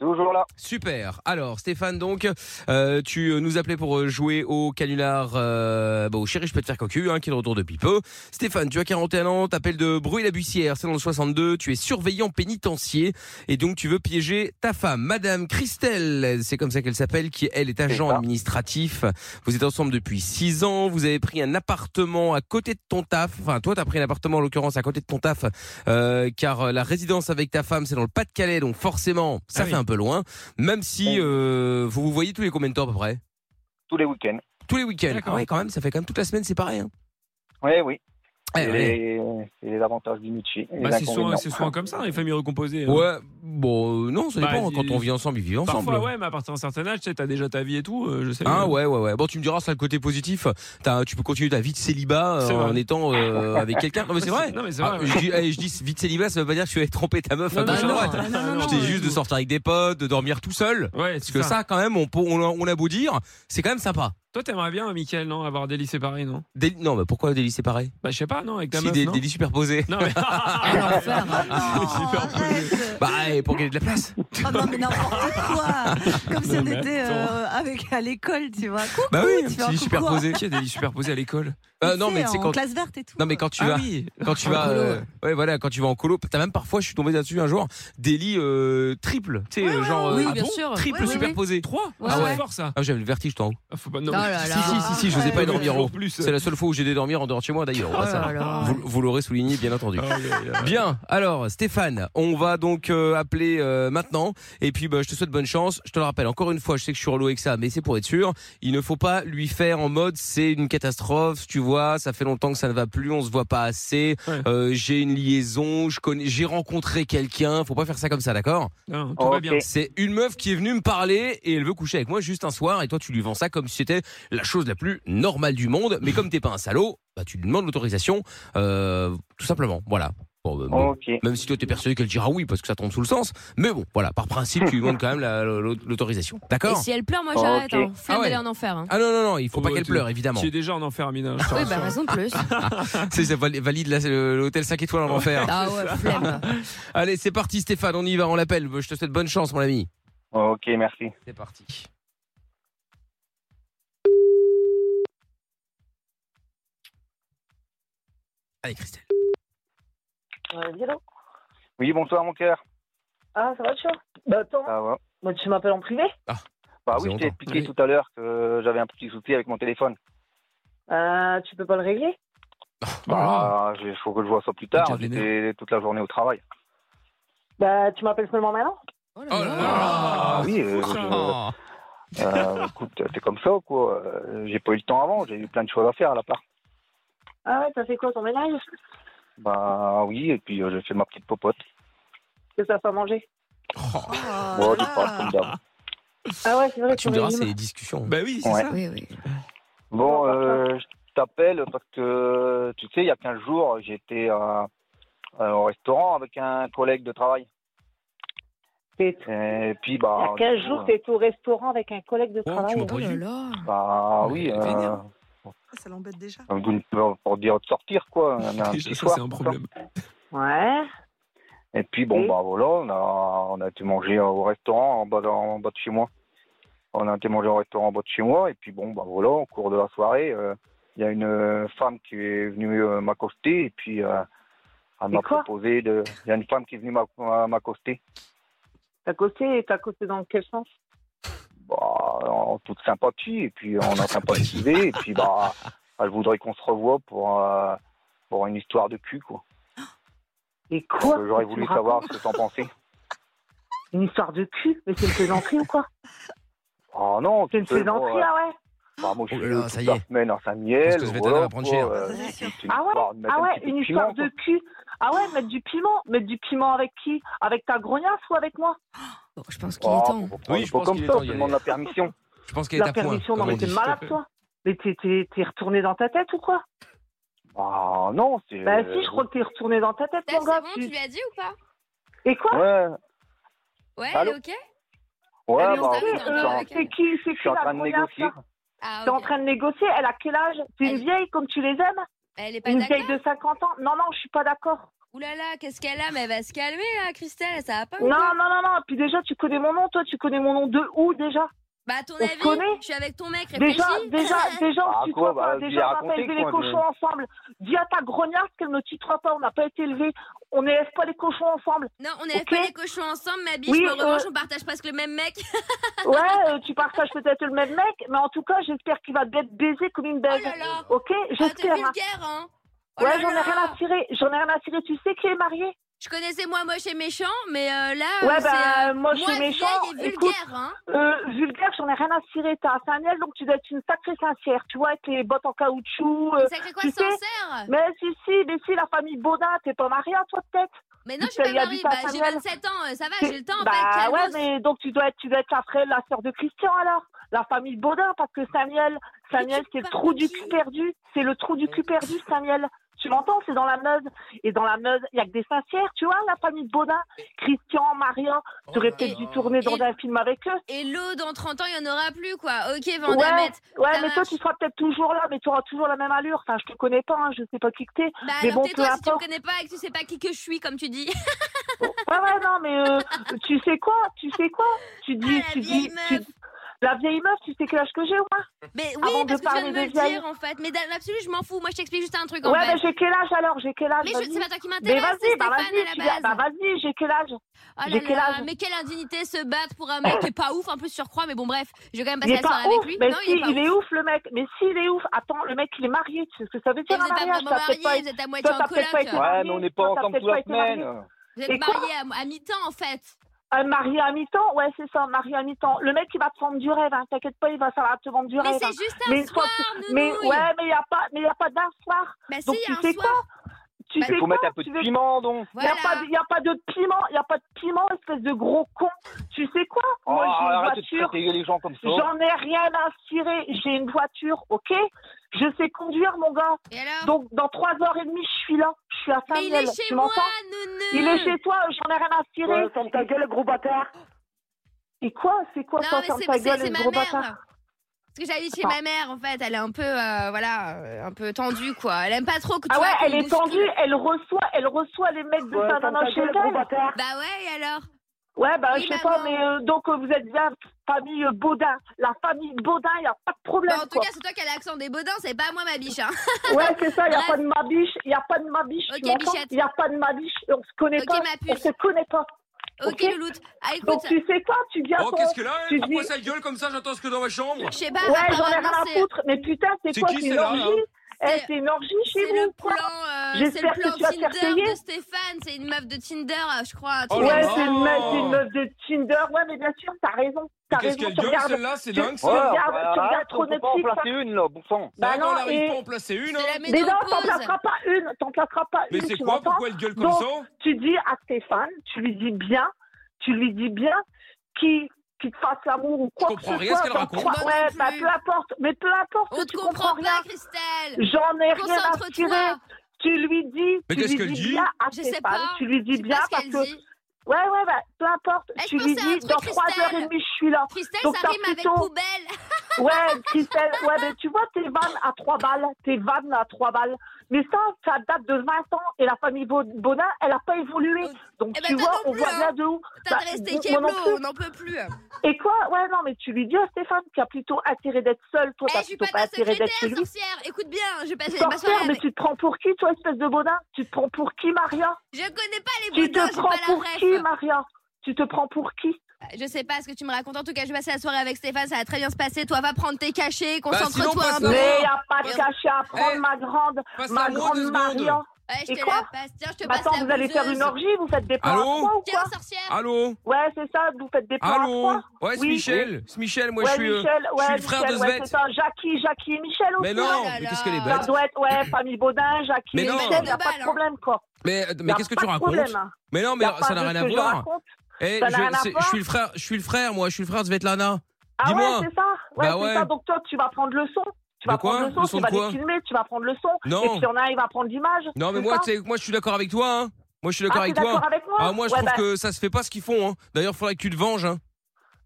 [SPEAKER 12] Toujours là.
[SPEAKER 2] Super. Alors, Stéphane, donc, euh, tu euh, nous appelais pour euh, jouer au canular. Euh, bah, au chéri, je peux te faire cocu, hein, qui est de retour depuis peu. Stéphane, tu as 41 ans, t'appelles de Bruy-la-Bussière, c'est dans le 62. Tu es surveillant pénitentiaire et donc tu veux piéger ta femme, Madame Christelle. C'est comme ça qu'elle s'appelle, qui elle est agent administratif. Vous êtes ensemble depuis 6 ans. Vous avez pris un appartement à côté de ton taf. Enfin, toi, t'as pris un appartement en l'occurrence à côté de ton taf, euh, car la résidence avec ta femme, c'est dans le Pas-de-Calais, donc forcément, ça fait un peu loin. Même si euh, vous vous voyez tous les combien de temps à peu près
[SPEAKER 12] Tous les week-ends.
[SPEAKER 2] Tous les week-ends. Ah ouais, quand même, ça fait quand même toute la semaine, c'est pareil. hein.
[SPEAKER 12] Oui, oui.
[SPEAKER 2] Eh,
[SPEAKER 12] C'est
[SPEAKER 2] oui.
[SPEAKER 12] les, c'est les avantages du métier. et les
[SPEAKER 1] Bah, c'est, souvent,
[SPEAKER 12] inconvénients.
[SPEAKER 1] c'est souvent comme ça, les familles recomposées. hein.
[SPEAKER 2] Ouais, bon, euh, non, ça
[SPEAKER 1] Bah,
[SPEAKER 2] dépend.
[SPEAKER 1] il-
[SPEAKER 2] Quand on vit ensemble, ils vivent ensemble.
[SPEAKER 1] Parfois, ouais, mais à partir d'un certain âge, tu sais, t'as déjà ta vie et tout. euh, je sais.
[SPEAKER 2] Ah ouais ouais ouais. Bon tu me diras ça le côté positif. T'as- tu peux continuer ta vie de célibat euh,
[SPEAKER 1] C'est vrai.
[SPEAKER 2] en étant euh, avec quelqu'un. Non mais c'est vrai.
[SPEAKER 1] Non, mais c'est vrai,
[SPEAKER 2] Ah,
[SPEAKER 1] ouais.
[SPEAKER 2] je, dis, eh, je dis vie de célibat ça veut pas dire que tu vas tromper ta meuf
[SPEAKER 1] Non,
[SPEAKER 2] à
[SPEAKER 1] non,
[SPEAKER 2] gauche à
[SPEAKER 1] non,
[SPEAKER 2] droite.
[SPEAKER 1] non, non,
[SPEAKER 2] je
[SPEAKER 1] non,
[SPEAKER 2] dis
[SPEAKER 1] non,
[SPEAKER 2] juste de sortir avec des potes, de dormir tout seul. Parce que
[SPEAKER 1] ça.
[SPEAKER 2] ça. quand même on, peut- on, a- on a beau dire, c'est quand même sympa.
[SPEAKER 1] Toi, t'aimerais bien, Michael, non Avoir des lits séparés, non
[SPEAKER 2] Des- non mais pourquoi des lits séparés
[SPEAKER 1] Bah, je sais pas, non Avec ta
[SPEAKER 2] Si
[SPEAKER 1] meuf,
[SPEAKER 2] des,
[SPEAKER 1] non
[SPEAKER 2] des lits superposés.
[SPEAKER 1] Ah, Non, mais-
[SPEAKER 2] ah, bah eh, pour gagner de la place.
[SPEAKER 4] Ah non, mais n'importe quoi Comme si
[SPEAKER 1] Non,
[SPEAKER 4] on
[SPEAKER 1] mais
[SPEAKER 4] était euh, avec, à l'école, tu vois. Coucou,
[SPEAKER 2] Bah oui, un
[SPEAKER 4] tu
[SPEAKER 2] petit
[SPEAKER 4] vois,
[SPEAKER 2] lit
[SPEAKER 4] coucou.
[SPEAKER 2] superposé.
[SPEAKER 1] Qui a des lits superposés à l'école
[SPEAKER 2] Euh, non mais
[SPEAKER 4] en
[SPEAKER 2] c'est quand
[SPEAKER 4] classe verte et tout.
[SPEAKER 2] Non mais quand tu
[SPEAKER 4] Ah
[SPEAKER 2] vas,
[SPEAKER 4] oui.
[SPEAKER 2] quand tu
[SPEAKER 4] En
[SPEAKER 2] vas,
[SPEAKER 4] colo,
[SPEAKER 2] euh, ouais voilà, quand tu vas en colo, t'as même parfois, je suis tombé là-dessus un jour, des lits euh, triples, tu sais, genre
[SPEAKER 1] oui,
[SPEAKER 2] euh,
[SPEAKER 1] bien sûr.
[SPEAKER 2] triples
[SPEAKER 1] Oui, oui, oui.
[SPEAKER 2] superposés,
[SPEAKER 1] ah Trois
[SPEAKER 2] ah
[SPEAKER 1] Ouais,
[SPEAKER 2] ouais,
[SPEAKER 1] ouais. fort, ça.
[SPEAKER 2] Ah j'avais le vertige toi.
[SPEAKER 1] Ah, faut pas- non,
[SPEAKER 4] Oh
[SPEAKER 2] si,
[SPEAKER 1] mais-
[SPEAKER 2] si, si, si, je n'osais pas dormir en haut. C'est la seule fois où j'ai dû dormir en dehors de chez moi d'ailleurs.
[SPEAKER 1] Oh
[SPEAKER 2] Ça,
[SPEAKER 1] là là.
[SPEAKER 2] Vous, vous l'aurez souligné bien entendu.
[SPEAKER 1] Oh
[SPEAKER 2] Bien, alors Stéphane, on va donc euh, appeler euh, maintenant. Et puis bah, je te souhaite bonne chance. Je te le rappelle encore une fois, je sais que je suis relou avec ça, mais c'est pour être sûr. Il ne faut pas lui faire en mode c'est une catastrophe, tu vois, ça fait longtemps que ça ne va plus, on se voit pas assez, euh, j'ai une liaison, je connais, j'ai rencontré quelqu'un. Faut pas faire ça comme ça, d'accord
[SPEAKER 1] Non,
[SPEAKER 2] Ah,
[SPEAKER 1] tout va bien.
[SPEAKER 2] C'est une meuf qui est venue me parler et elle veut coucher avec moi juste un soir et toi tu lui vends ça comme si c'était la chose la plus normale du monde. Mais comme t'es pas un salaud, bah tu lui demandes l'autorisation, euh, tout simplement. Voilà. Bon, bah, bon. Même si toi t'es persuadé qu'elle dira oui parce que ça tombe sous le sens, mais bon, voilà, par principe tu lui demandes quand même la- l'au- l'autorisation.
[SPEAKER 3] Et
[SPEAKER 2] D'accord
[SPEAKER 3] si elle
[SPEAKER 1] Oh,
[SPEAKER 3] pleure, moi j'arrête.
[SPEAKER 2] Ok.
[SPEAKER 3] Hein. Flemme
[SPEAKER 2] Ah ouais.
[SPEAKER 3] d'aller en enfer. hein.
[SPEAKER 2] Ah non, non, non, il faut pas
[SPEAKER 1] Ouais,
[SPEAKER 2] qu'elle
[SPEAKER 1] bah, tu-
[SPEAKER 2] pleure, évidemment.
[SPEAKER 1] Tu es déjà en enfer, Mina.
[SPEAKER 3] Oui, bah raison de plus.
[SPEAKER 2] C'est ça val- valide la- le- l'hôtel 5 étoiles en enfer.
[SPEAKER 3] Ah ouais, flemme.
[SPEAKER 2] Allez, c'est parti Stéphane, on y va, on l'appelle. Je te souhaite bonne chance, mon ami.
[SPEAKER 12] Ok, merci.
[SPEAKER 2] C'est parti. Allez, Christelle.
[SPEAKER 15] Ouais, dis donc.
[SPEAKER 12] Oui, bonsoir, mon cœur.
[SPEAKER 15] Ah, ça va, tu vois Bah, attends,
[SPEAKER 12] Ça va
[SPEAKER 15] bah, tu m'appelles en privé
[SPEAKER 12] Bah
[SPEAKER 15] C'est
[SPEAKER 12] oui, je t'ai
[SPEAKER 15] longtemps.
[SPEAKER 12] expliqué
[SPEAKER 15] Oui.
[SPEAKER 12] tout à l'heure que j'avais un petit souci avec mon téléphone.
[SPEAKER 15] euh, Tu peux pas le régler
[SPEAKER 12] Bah, il faut que je vois ça plus tard. J'étais toute la journée au travail.
[SPEAKER 15] Bah, tu m'appelles seulement maintenant
[SPEAKER 12] Ah oui, euh, je- euh, écoute, c'est comme ça, quoi. Euh, J'ai pas eu le temps avant, j'ai eu plein de choses à faire à la part.
[SPEAKER 15] Ah ouais, t'as fait quoi ton ménage
[SPEAKER 12] Bah oui, et puis euh, j'ai fait ma petite popote.
[SPEAKER 15] Que ça soit mangé
[SPEAKER 12] Bon, tu parles comme d'hab.
[SPEAKER 15] Ah ouais, c'est vrai que
[SPEAKER 12] Tu me diras, c'est les
[SPEAKER 2] discussions.
[SPEAKER 1] Bah oui, c'est
[SPEAKER 12] Ouais.
[SPEAKER 1] ça.
[SPEAKER 12] Oui, Bon, euh, je t'appelle parce que, tu sais, il y a 15 jours, j'étais euh, euh, au restaurant avec un collègue de travail. Et puis,
[SPEAKER 15] Il y
[SPEAKER 12] bah.
[SPEAKER 15] a 15
[SPEAKER 12] du coup,
[SPEAKER 15] jours, t'es au restaurant avec un collègue
[SPEAKER 2] Oh,
[SPEAKER 15] de travail.
[SPEAKER 12] m'as pas eu. Bah oui, euh,
[SPEAKER 4] Oh Ça l'embête déjà.
[SPEAKER 12] d'une- pour dire de sortir, quoi. On a un petit soir,
[SPEAKER 1] c'est un
[SPEAKER 12] quoi.
[SPEAKER 1] problème.
[SPEAKER 15] Ouais.
[SPEAKER 12] Et puis bon, bah voilà, on a, on a été manger au restaurant en bas, de- en bas de chez moi. On a été manger au restaurant en bas de chez moi. Et puis bon, bah voilà, au cours de la soirée, euh, il y a une euh, femme qui est venue euh, m'accoster. Et puis euh, elle m'a proposé de. Il y a une femme qui est venue m'a- m'accoster.
[SPEAKER 15] T'as costé et t'as costé dans quel sens
[SPEAKER 12] Bah, en toute sympathie. Et puis on a sympathisé. et puis bah, elle voudrait qu'on se revoie pour, euh, pour une histoire de cul, quoi.
[SPEAKER 15] Mais quoi
[SPEAKER 12] Euh, J'aurais voulu
[SPEAKER 15] Tu me
[SPEAKER 12] savoir
[SPEAKER 15] racontes
[SPEAKER 12] ce que t'en pensais.
[SPEAKER 15] Une histoire de cul Mais c'est une plaisanterie ou quoi
[SPEAKER 12] Oh non,
[SPEAKER 15] C'est une plaisanterie, ah ouais
[SPEAKER 12] Bah, moi, je suis
[SPEAKER 15] là,
[SPEAKER 12] toute
[SPEAKER 15] ça y
[SPEAKER 12] la
[SPEAKER 15] est.
[SPEAKER 12] semaine en Saint-Miel.
[SPEAKER 9] Je pense que Svetlana
[SPEAKER 12] voilà,
[SPEAKER 9] va prendre
[SPEAKER 12] quoi,
[SPEAKER 9] cher.
[SPEAKER 12] euh,
[SPEAKER 9] Ça, c'est
[SPEAKER 12] c'est une
[SPEAKER 15] Ah ouais,
[SPEAKER 12] histoire de mettre
[SPEAKER 15] ah
[SPEAKER 12] un
[SPEAKER 15] ouais
[SPEAKER 12] petit peu
[SPEAKER 15] une
[SPEAKER 12] de
[SPEAKER 15] histoire
[SPEAKER 12] piment,
[SPEAKER 15] de cul Ah ouais, mettre du piment Mettre du piment avec qui Avec ta grognasse ou avec moi
[SPEAKER 3] Je pense
[SPEAKER 15] qu'il est temps.
[SPEAKER 12] Oui, je pense comme
[SPEAKER 15] qu'il est
[SPEAKER 12] ça,
[SPEAKER 15] temps
[SPEAKER 12] on
[SPEAKER 15] d'y
[SPEAKER 12] te
[SPEAKER 15] aller.
[SPEAKER 12] demande la permission.
[SPEAKER 2] Je pense
[SPEAKER 15] La permission, non mais t'es malade toi Mais t'es- t'es t'es retourné dans ta tête ou quoi
[SPEAKER 12] Ah non, c'est...
[SPEAKER 15] Bah si, je crois que t'es retourné dans ta tête,
[SPEAKER 3] T'as-
[SPEAKER 15] mon
[SPEAKER 3] C'est
[SPEAKER 15] gars
[SPEAKER 3] bon,
[SPEAKER 15] Ah, tu-
[SPEAKER 3] tu lui as dit ou pas
[SPEAKER 15] Et quoi
[SPEAKER 12] Ouais,
[SPEAKER 3] Ouais, elle
[SPEAKER 15] Allô
[SPEAKER 3] est ok
[SPEAKER 12] ouais,
[SPEAKER 15] Ah, mais
[SPEAKER 12] bah,
[SPEAKER 15] on sait,
[SPEAKER 12] je suis
[SPEAKER 15] euh,
[SPEAKER 12] en-
[SPEAKER 15] c'est qui, c'est
[SPEAKER 12] je
[SPEAKER 15] qui
[SPEAKER 12] suis en
[SPEAKER 15] la
[SPEAKER 12] train de
[SPEAKER 15] grognasse,
[SPEAKER 12] négocier.
[SPEAKER 15] là
[SPEAKER 3] Ah,
[SPEAKER 15] T'es en train de négocier Elle a quel âge T'es une vieille comme tu les aimes
[SPEAKER 3] Elle est pas
[SPEAKER 15] Une
[SPEAKER 3] d'accord
[SPEAKER 15] vieille de 50 ans Non, non, je suis pas d'accord.
[SPEAKER 3] Ouh là là, qu'est-ce qu'elle a Mais elle va se calmer là, Christelle, ça va pas ou
[SPEAKER 15] Non,
[SPEAKER 3] quoi
[SPEAKER 15] non, non, non. Puis déjà, tu connais mon nom, toi. Tu connais mon nom de où déjà
[SPEAKER 3] Bah, à ton
[SPEAKER 15] on se
[SPEAKER 3] avis,
[SPEAKER 15] connaît.
[SPEAKER 3] je suis avec ton mec, réfléchis.
[SPEAKER 15] Déjà, déjà, déjà, on
[SPEAKER 12] Ah,
[SPEAKER 15] se
[SPEAKER 12] quoi,
[SPEAKER 15] tutoie
[SPEAKER 12] bah,
[SPEAKER 15] pas.
[SPEAKER 12] tu
[SPEAKER 15] Déjà,
[SPEAKER 12] l'as
[SPEAKER 15] on n'a pas
[SPEAKER 12] raconté,
[SPEAKER 15] élevé
[SPEAKER 12] quoi,
[SPEAKER 15] les cochons ensemble. Dis à ta grognasse qu'elle ne tutoie pas. On n'a pas été élevés. On n'élève pas les cochons ensemble.
[SPEAKER 3] Non, on n'élève
[SPEAKER 15] Ok
[SPEAKER 3] pas les cochons ensemble, ma biche,
[SPEAKER 15] Oui,
[SPEAKER 3] mais en revanche,
[SPEAKER 15] euh,
[SPEAKER 3] on partage presque le même mec.
[SPEAKER 15] Ouais, euh, tu partages peut-être le même mec, mais en tout cas, j'espère qu'il va être baisé comme une
[SPEAKER 3] Oh
[SPEAKER 15] bête. Ok, j'espère. hein.
[SPEAKER 3] Ah, Vulgaire, hein Oh
[SPEAKER 15] Ouais,
[SPEAKER 3] là
[SPEAKER 15] j'en ai
[SPEAKER 3] là.
[SPEAKER 15] rien à tirer. J'en ai rien à tirer. Tu sais qui est marié
[SPEAKER 3] Je connaissais moi moche et méchant, mais euh, là,
[SPEAKER 15] Ouais,
[SPEAKER 3] euh,
[SPEAKER 15] bah,
[SPEAKER 3] c'est, euh,
[SPEAKER 15] moche et
[SPEAKER 3] moi,
[SPEAKER 15] méchant,
[SPEAKER 3] vieille et
[SPEAKER 15] écoute,
[SPEAKER 3] vulgaire, hein.
[SPEAKER 15] Euh, vulgaire, j'en ai rien à cirer. T'as un Saint-Miel, donc tu dois être une sacrée sincère. Tu vois, avec les bottes en caoutchouc. euh,
[SPEAKER 3] Une sacrée quoi,
[SPEAKER 15] tu sais.
[SPEAKER 3] sincère
[SPEAKER 15] Mais si, si, mais si, la famille Baudin, t'es pas mariée, toi, peut-être
[SPEAKER 3] Mais non, je suis
[SPEAKER 15] Tu
[SPEAKER 3] pas
[SPEAKER 15] y
[SPEAKER 3] mariée,
[SPEAKER 15] habites à
[SPEAKER 3] bah, j'ai
[SPEAKER 15] Saint-Miel.
[SPEAKER 3] 27 ans, euh, ça va,
[SPEAKER 15] T'es-
[SPEAKER 3] j'ai le temps, en
[SPEAKER 15] bah,
[SPEAKER 3] fait, calmos.
[SPEAKER 15] ouais, mais donc tu dois être, tu dois être la frère, la sœur de Christian, alors. La famille Baudin, parce que Samuel, Samuel, c'est le trou du cul perdu. C'est le trou du cul perdu, Samuel. Tu m'entends C'est dans la Meuse. Et dans la Meuse, il y a que des sincères, tu vois, la famille Baudin. Christian, Marian, tu aurais peut-être dû tourner dans un film avec eux.
[SPEAKER 3] Et l'eau, dans 30 ans, il y en aura plus, quoi. Ok,
[SPEAKER 15] Ouais,
[SPEAKER 3] Vandamette.
[SPEAKER 15] ouais, mais toi, tu seras peut-être toujours là, mais tu auras toujours la même allure. Enfin, je te connais pas, hein, je sais pas qui que t'es.
[SPEAKER 3] Bah,
[SPEAKER 15] mais
[SPEAKER 3] alors
[SPEAKER 15] bon, peu
[SPEAKER 3] tais-toi si tu me
[SPEAKER 15] importe.
[SPEAKER 3] connais pas et que tu sais pas qui que je suis, comme tu dis.
[SPEAKER 15] Ouais, ouais, non, mais euh, tu sais quoi Tu sais quoi Tu dis,
[SPEAKER 3] Ah,
[SPEAKER 15] tu dis, tu- la vieille meuf, tu sais quel âge que j'ai, moi
[SPEAKER 3] Mais oui,
[SPEAKER 15] Avant
[SPEAKER 3] parce
[SPEAKER 15] de
[SPEAKER 3] que tu
[SPEAKER 15] parler
[SPEAKER 3] viens de me
[SPEAKER 15] des
[SPEAKER 3] le
[SPEAKER 15] vieilles.
[SPEAKER 3] dire en fait. Mais dans l'absolu, je m'en fous. Moi, je t'explique juste un truc en
[SPEAKER 15] Ouais,
[SPEAKER 3] fait.
[SPEAKER 15] mais j'ai quel âge alors J'ai quel âge
[SPEAKER 3] Mais je-
[SPEAKER 15] vas-y.
[SPEAKER 3] c'est pas toi qui
[SPEAKER 15] Mais
[SPEAKER 3] m'intéresse, c'est
[SPEAKER 15] vas-y, bah
[SPEAKER 3] Stéphane, à
[SPEAKER 15] vas-y,
[SPEAKER 3] la
[SPEAKER 15] tu viens-
[SPEAKER 3] base.
[SPEAKER 15] bah vas-y, j'ai quel âge
[SPEAKER 3] Oh là
[SPEAKER 15] J'ai quel
[SPEAKER 3] là,
[SPEAKER 15] âge
[SPEAKER 3] mais quelle indignité se battre pour un mec qui est pas ouf, en plus sur croix, mais bon bref, je vais quand même
[SPEAKER 15] Il
[SPEAKER 3] passer la
[SPEAKER 15] est pas
[SPEAKER 3] soirée
[SPEAKER 15] ouf,
[SPEAKER 3] avec lui.
[SPEAKER 15] mais
[SPEAKER 3] non,
[SPEAKER 15] si, il est ouf le mec, mais si, il est ouf. Attends, le mec il est marié, tu sais ce que ça veut
[SPEAKER 3] Mais
[SPEAKER 15] dire
[SPEAKER 3] vous
[SPEAKER 15] un
[SPEAKER 3] êtes pas
[SPEAKER 15] mariage
[SPEAKER 3] vraiment
[SPEAKER 15] T'as peut-être
[SPEAKER 3] mariés,
[SPEAKER 15] pas-
[SPEAKER 3] vous êtes à moitié
[SPEAKER 15] toi,
[SPEAKER 3] en
[SPEAKER 15] t'as peut-être
[SPEAKER 3] coloc.
[SPEAKER 15] été
[SPEAKER 12] Ouais,
[SPEAKER 15] marié,
[SPEAKER 12] mais on n'est pas
[SPEAKER 15] toi, t'as
[SPEAKER 12] ensemble
[SPEAKER 15] peut-être
[SPEAKER 12] toute la
[SPEAKER 15] pas été marié.
[SPEAKER 12] semaine.
[SPEAKER 3] Vous
[SPEAKER 15] Et
[SPEAKER 3] êtes
[SPEAKER 15] quoi
[SPEAKER 3] mariés à, à mi-temps en fait.
[SPEAKER 15] Euh, marié à mi-temps, ouais, c'est ça, marié à mi-temps. Le mec, il va te vendre du rêve, hein, t'inquiète pas, il va, ça va te vendre du
[SPEAKER 3] Mais
[SPEAKER 15] rêve.
[SPEAKER 3] c'est
[SPEAKER 15] hein.
[SPEAKER 3] juste un
[SPEAKER 15] une fois
[SPEAKER 3] soir,
[SPEAKER 15] que- Mais
[SPEAKER 3] nounouille.
[SPEAKER 15] ouais, mais il n'y a pas, mais il y a pas d'un soir.
[SPEAKER 3] Bah si,
[SPEAKER 15] donc,
[SPEAKER 3] il y
[SPEAKER 15] tu
[SPEAKER 3] a un
[SPEAKER 15] sais
[SPEAKER 3] soir.
[SPEAKER 15] quoi Tu
[SPEAKER 3] Bah,
[SPEAKER 15] sais
[SPEAKER 3] il
[SPEAKER 12] faut
[SPEAKER 15] quoi
[SPEAKER 12] mettre un peu
[SPEAKER 15] Tu
[SPEAKER 12] de
[SPEAKER 15] veux-
[SPEAKER 12] piment, donc.
[SPEAKER 15] Il n'y a,
[SPEAKER 3] Voilà.
[SPEAKER 15] pas de- y a pas de piment, il n'y a pas de piment, espèce de gros con. Tu sais quoi
[SPEAKER 12] Oh,
[SPEAKER 15] Moi, j'ai une
[SPEAKER 12] arrête de
[SPEAKER 15] voiture.
[SPEAKER 12] traiter les gens comme ça.
[SPEAKER 15] J'en ai rien à cirer. J'ai une voiture, ok Je sais conduire, mon gars. Donc, dans trois heures et demie, je suis là. Je suis à
[SPEAKER 3] Mais il est
[SPEAKER 15] Saint-Miel.
[SPEAKER 3] chez
[SPEAKER 15] Tu
[SPEAKER 3] moi,
[SPEAKER 15] m'entends
[SPEAKER 3] nounou.
[SPEAKER 15] Il est chez toi, j'en ai rien à cirer.
[SPEAKER 3] Ouais,
[SPEAKER 15] ferme ta gueule, gros bâtard. Et quoi C'est quoi
[SPEAKER 3] Non,
[SPEAKER 15] ça
[SPEAKER 3] mais
[SPEAKER 15] Ferme
[SPEAKER 3] c'est-
[SPEAKER 15] ta
[SPEAKER 3] c'est-
[SPEAKER 15] gueule,
[SPEAKER 3] c'est ma
[SPEAKER 15] gros
[SPEAKER 3] mère.
[SPEAKER 15] bâtard
[SPEAKER 3] Parce que j'habite chez
[SPEAKER 15] Attends.
[SPEAKER 3] ma mère en fait, elle est un peu euh, voilà, euh, un peu tendue quoi. Elle aime pas trop que tu
[SPEAKER 15] Ah ouais,
[SPEAKER 3] vois, qu'on
[SPEAKER 15] elle est
[SPEAKER 3] bouscule.
[SPEAKER 15] tendue, elle reçoit, elle reçoit les mecs de
[SPEAKER 3] Ouais,
[SPEAKER 15] saint
[SPEAKER 3] ferme ta
[SPEAKER 15] nanon chez
[SPEAKER 3] gueule, gros
[SPEAKER 15] elle.
[SPEAKER 3] Bah ouais, et alors
[SPEAKER 15] Ouais, bah,
[SPEAKER 3] Oui,
[SPEAKER 15] je sais pas, mais euh, donc euh, vous êtes bien famille euh, Baudin. La famille Baudin, il n'y a pas de problème.
[SPEAKER 3] Bah, En tout
[SPEAKER 15] quoi.
[SPEAKER 3] cas, c'est toi qui as l'accent des Baudins, c'est pas moi ma biche. hein.
[SPEAKER 15] Ouais, c'est ça, il n'y a pas de ma biche, il n'y a pas de ma biche.
[SPEAKER 3] Ok, bichette.
[SPEAKER 15] Il n'y a pas de ma biche, et on se connaît
[SPEAKER 3] Ok,
[SPEAKER 15] pas.
[SPEAKER 3] ma
[SPEAKER 15] on
[SPEAKER 3] puce.
[SPEAKER 15] se connaît pas.
[SPEAKER 3] Ok, louloute. Ah, écoute.
[SPEAKER 15] Donc tu sais quoi, tu viens
[SPEAKER 2] Oh,
[SPEAKER 15] ton-
[SPEAKER 2] qu'est-ce que là
[SPEAKER 15] tu
[SPEAKER 2] elle Pourquoi
[SPEAKER 15] dis-
[SPEAKER 2] ça gueule comme ça J'entends ce que dans ma chambre
[SPEAKER 3] Je sais pas,
[SPEAKER 15] Ouais, j'en ai rien
[SPEAKER 3] apparemment,
[SPEAKER 15] à
[SPEAKER 3] c'est-
[SPEAKER 15] foutre, mais putain, c'est
[SPEAKER 2] C'est
[SPEAKER 15] quoi
[SPEAKER 2] qui,
[SPEAKER 15] C'est
[SPEAKER 2] c'est
[SPEAKER 15] une
[SPEAKER 2] là,
[SPEAKER 15] orgie
[SPEAKER 2] là
[SPEAKER 15] Eh, C'est une orgie
[SPEAKER 3] C'est
[SPEAKER 15] chez vous
[SPEAKER 3] le plan,
[SPEAKER 15] quoi.
[SPEAKER 3] euh, c'est
[SPEAKER 15] J'espère
[SPEAKER 3] le plan
[SPEAKER 15] que tu vas te faire
[SPEAKER 3] Tinder de
[SPEAKER 15] payer.
[SPEAKER 3] Stéphane. C'est une meuf de Tinder, euh, je crois.
[SPEAKER 2] Oh
[SPEAKER 3] tu
[SPEAKER 15] ouais,
[SPEAKER 3] sais.
[SPEAKER 15] c'est une, meuf, c'est une meuf de Tinder. Ouais, mais bien sûr, t'as raison. T'as
[SPEAKER 2] qu'est-ce
[SPEAKER 15] raison.
[SPEAKER 2] qu'elle
[SPEAKER 15] tu
[SPEAKER 2] gueule,
[SPEAKER 15] regardes-
[SPEAKER 2] celle-là, c'est
[SPEAKER 15] tu-
[SPEAKER 2] dingue,
[SPEAKER 15] Tu
[SPEAKER 2] ça.
[SPEAKER 15] regardes,
[SPEAKER 12] Ouais,
[SPEAKER 15] tu regardes
[SPEAKER 12] arrête,
[SPEAKER 15] trop
[SPEAKER 12] on peut pas en
[SPEAKER 15] Netflix.
[SPEAKER 12] placer
[SPEAKER 15] hein.
[SPEAKER 12] une, là, bon sang.
[SPEAKER 15] Bah
[SPEAKER 2] Ça va, on
[SPEAKER 15] non,
[SPEAKER 2] n'arrive
[SPEAKER 15] et-
[SPEAKER 2] pas à en placer une. hein.
[SPEAKER 15] Mais non, t'en placeras pas une, t'en placeras pas
[SPEAKER 2] Mais
[SPEAKER 15] une.
[SPEAKER 2] c'est
[SPEAKER 15] tu
[SPEAKER 2] quoi
[SPEAKER 15] m'entends
[SPEAKER 2] Pourquoi elle gueule comme
[SPEAKER 15] Donc,
[SPEAKER 2] ça
[SPEAKER 15] Tu dis à Stéphane, tu lui dis bien, tu lui dis bien qui qui te fasse l'amour ou quoi que
[SPEAKER 2] comprends
[SPEAKER 15] ce
[SPEAKER 2] rien
[SPEAKER 15] soit.
[SPEAKER 2] à ce qu'elle
[SPEAKER 15] dans
[SPEAKER 2] raconte.
[SPEAKER 15] trois-
[SPEAKER 2] Moi
[SPEAKER 15] Ouais,
[SPEAKER 2] non
[SPEAKER 15] bah
[SPEAKER 2] plus.
[SPEAKER 15] peu importe, mais peu importe,
[SPEAKER 3] On
[SPEAKER 15] tu
[SPEAKER 3] te comprend
[SPEAKER 15] comprends rien.
[SPEAKER 3] pas, Christelle.
[SPEAKER 15] J'en ai rien à
[SPEAKER 3] Concentre-toi.
[SPEAKER 15] tirer. Tu lui dis,
[SPEAKER 2] Mais
[SPEAKER 15] tu
[SPEAKER 2] qu'est-ce
[SPEAKER 15] lui
[SPEAKER 2] qu'elle
[SPEAKER 15] dis
[SPEAKER 2] dit
[SPEAKER 15] bien à
[SPEAKER 3] Je sais
[SPEAKER 15] Stéphane,
[SPEAKER 3] pas.
[SPEAKER 15] tu lui dis
[SPEAKER 3] sais pas
[SPEAKER 15] bien
[SPEAKER 3] ce
[SPEAKER 15] parce
[SPEAKER 3] qu'elle
[SPEAKER 15] que.
[SPEAKER 3] dit.
[SPEAKER 15] Ouais, ouais, bah, peu importe.
[SPEAKER 3] Eh, je
[SPEAKER 15] tu lui
[SPEAKER 3] pensais à un
[SPEAKER 15] dis,
[SPEAKER 3] truc,
[SPEAKER 15] dans trois
[SPEAKER 3] Christelle.
[SPEAKER 15] heures et demie, je suis là.
[SPEAKER 3] Christelle,
[SPEAKER 15] Donc,
[SPEAKER 3] ça
[SPEAKER 15] t'as
[SPEAKER 3] rime avec
[SPEAKER 15] plutôt-
[SPEAKER 3] poubelle.
[SPEAKER 15] Ouais, Christelle, ouais, mais tu vois, tes vannes à trois balles, tes vannes à trois balles. Mais ça, ça date de 20 ans et la famille Bo- Bonin, elle a pas évolué. Donc,
[SPEAKER 3] Eh ben,
[SPEAKER 15] tu
[SPEAKER 3] toi
[SPEAKER 15] vois,
[SPEAKER 3] non
[SPEAKER 15] on
[SPEAKER 3] plus,
[SPEAKER 15] voit
[SPEAKER 3] hein.
[SPEAKER 15] bien de où. Bah,
[SPEAKER 3] T'adresses tes
[SPEAKER 15] moi
[SPEAKER 3] keblos,
[SPEAKER 15] non plus.
[SPEAKER 3] on n'en peut plus.
[SPEAKER 15] Et quoi Ouais, non, mais tu lui dis à Stéphane qui a plutôt attiré d'être seul, toi,
[SPEAKER 3] Eh,
[SPEAKER 15] t'as
[SPEAKER 3] je suis
[SPEAKER 15] plutôt
[SPEAKER 3] pas
[SPEAKER 15] pas
[SPEAKER 3] ta
[SPEAKER 15] attiré
[SPEAKER 3] secrétaire,
[SPEAKER 15] d'être chez lui.
[SPEAKER 3] sorcière. Écoute bien, je passe ma
[SPEAKER 15] Sorcière,
[SPEAKER 3] soirée
[SPEAKER 15] mais
[SPEAKER 3] avec.
[SPEAKER 15] tu te prends pour qui, toi, espèce de Bonin Tu te prends pour qui, Maria
[SPEAKER 3] Je connais pas
[SPEAKER 16] Eh,
[SPEAKER 3] les
[SPEAKER 15] Tu
[SPEAKER 3] Baudins,
[SPEAKER 15] te
[SPEAKER 3] j'ai
[SPEAKER 15] prends
[SPEAKER 3] pas la
[SPEAKER 15] pour
[SPEAKER 3] ref.
[SPEAKER 15] qui, Maria Tu te prends pour qui
[SPEAKER 3] Je sais pas ce que tu me racontes. En tout cas, je vais passer la soirée avec Stéphane, ça va très bien se passer. Toi, va prendre tes cachets,
[SPEAKER 2] Bah,
[SPEAKER 15] sinon,
[SPEAKER 3] concentre-toi
[SPEAKER 15] passe
[SPEAKER 3] un peu.
[SPEAKER 15] Mais y a pas de cachet à prendre,
[SPEAKER 2] Eh,
[SPEAKER 15] ma grande,
[SPEAKER 2] passe-la
[SPEAKER 15] ma
[SPEAKER 2] moi deux
[SPEAKER 15] grande
[SPEAKER 2] secondes.
[SPEAKER 15] Marion.
[SPEAKER 16] Ouais, je
[SPEAKER 15] Et
[SPEAKER 16] te
[SPEAKER 15] quoi
[SPEAKER 16] la passe. Tiens, je te
[SPEAKER 15] Mais
[SPEAKER 16] passe
[SPEAKER 15] Attends,
[SPEAKER 16] la
[SPEAKER 15] vous allez faire
[SPEAKER 16] bouseuse.
[SPEAKER 15] une orgie, vous faites des plans
[SPEAKER 2] Allô
[SPEAKER 15] à trois ou
[SPEAKER 16] Tiens,
[SPEAKER 15] quoi
[SPEAKER 16] sorcière
[SPEAKER 2] Allô
[SPEAKER 15] Ouais, c'est ça, vous faites des plans à
[SPEAKER 2] Allô
[SPEAKER 15] trois
[SPEAKER 2] Ouais, c'est
[SPEAKER 15] Oui.
[SPEAKER 2] Michel. C'est Michel, moi
[SPEAKER 15] ouais,
[SPEAKER 2] je suis, euh,
[SPEAKER 15] Michel,
[SPEAKER 2] je
[SPEAKER 15] ouais,
[SPEAKER 2] suis le frère
[SPEAKER 15] Michel,
[SPEAKER 2] de
[SPEAKER 15] ouais,
[SPEAKER 2] Svet.
[SPEAKER 15] c'est ça, Jackie, Jackie, Michel aussi.
[SPEAKER 2] Mais non, Oh là mais qu'est-ce qu'elle est
[SPEAKER 15] Ça
[SPEAKER 2] bête.
[SPEAKER 15] doit être, ouais, famille Baudin, Jackie,
[SPEAKER 2] Mais non.
[SPEAKER 15] Michel, y a pas de
[SPEAKER 16] hein.
[SPEAKER 15] problème, quoi.
[SPEAKER 2] Mais, euh,
[SPEAKER 15] Y
[SPEAKER 2] mais
[SPEAKER 15] a
[SPEAKER 2] qu'est-ce que
[SPEAKER 15] pas
[SPEAKER 2] tu
[SPEAKER 15] de
[SPEAKER 2] racontes
[SPEAKER 15] problème, hein.
[SPEAKER 2] Mais non, mais
[SPEAKER 15] Y a pas
[SPEAKER 2] ça n'a
[SPEAKER 15] de
[SPEAKER 2] rien à
[SPEAKER 15] ce que je
[SPEAKER 2] voir.
[SPEAKER 15] raconte.
[SPEAKER 2] Eh,
[SPEAKER 15] Ça n'a
[SPEAKER 2] je,
[SPEAKER 15] rien à
[SPEAKER 2] c'est- je
[SPEAKER 15] voir.
[SPEAKER 2] suis le frère, je suis le frère, moi, je suis le frère de Svetlana.
[SPEAKER 15] Ah ouais,
[SPEAKER 2] Dis-moi.
[SPEAKER 15] c'est ça. Ouais,
[SPEAKER 2] Bah
[SPEAKER 15] c'est
[SPEAKER 2] ouais.
[SPEAKER 15] ça. Donc toi, tu vas prendre le son. Tu
[SPEAKER 2] De
[SPEAKER 15] vas
[SPEAKER 2] quoi
[SPEAKER 15] prendre le son,
[SPEAKER 2] Le son
[SPEAKER 15] tu
[SPEAKER 2] de
[SPEAKER 15] vas
[SPEAKER 2] quoi
[SPEAKER 15] les filmer, tu vas prendre le son.
[SPEAKER 2] Non.
[SPEAKER 15] Et puis il y en a, il va prendre l'image.
[SPEAKER 2] Non, mais
[SPEAKER 15] c'est
[SPEAKER 2] moi,
[SPEAKER 15] ça
[SPEAKER 2] tu sais, moi, je suis d'accord avec toi. hein. Moi, je suis d'accord
[SPEAKER 15] Ah,
[SPEAKER 2] avec
[SPEAKER 15] t'es
[SPEAKER 2] toi.
[SPEAKER 15] d'accord avec moi
[SPEAKER 2] Ah, moi, je
[SPEAKER 15] Ouais,
[SPEAKER 2] trouve
[SPEAKER 15] bah.
[SPEAKER 2] que ça se fait pas ce qu'ils font. Hein. D'ailleurs, faudrait que tu te venges. Hein.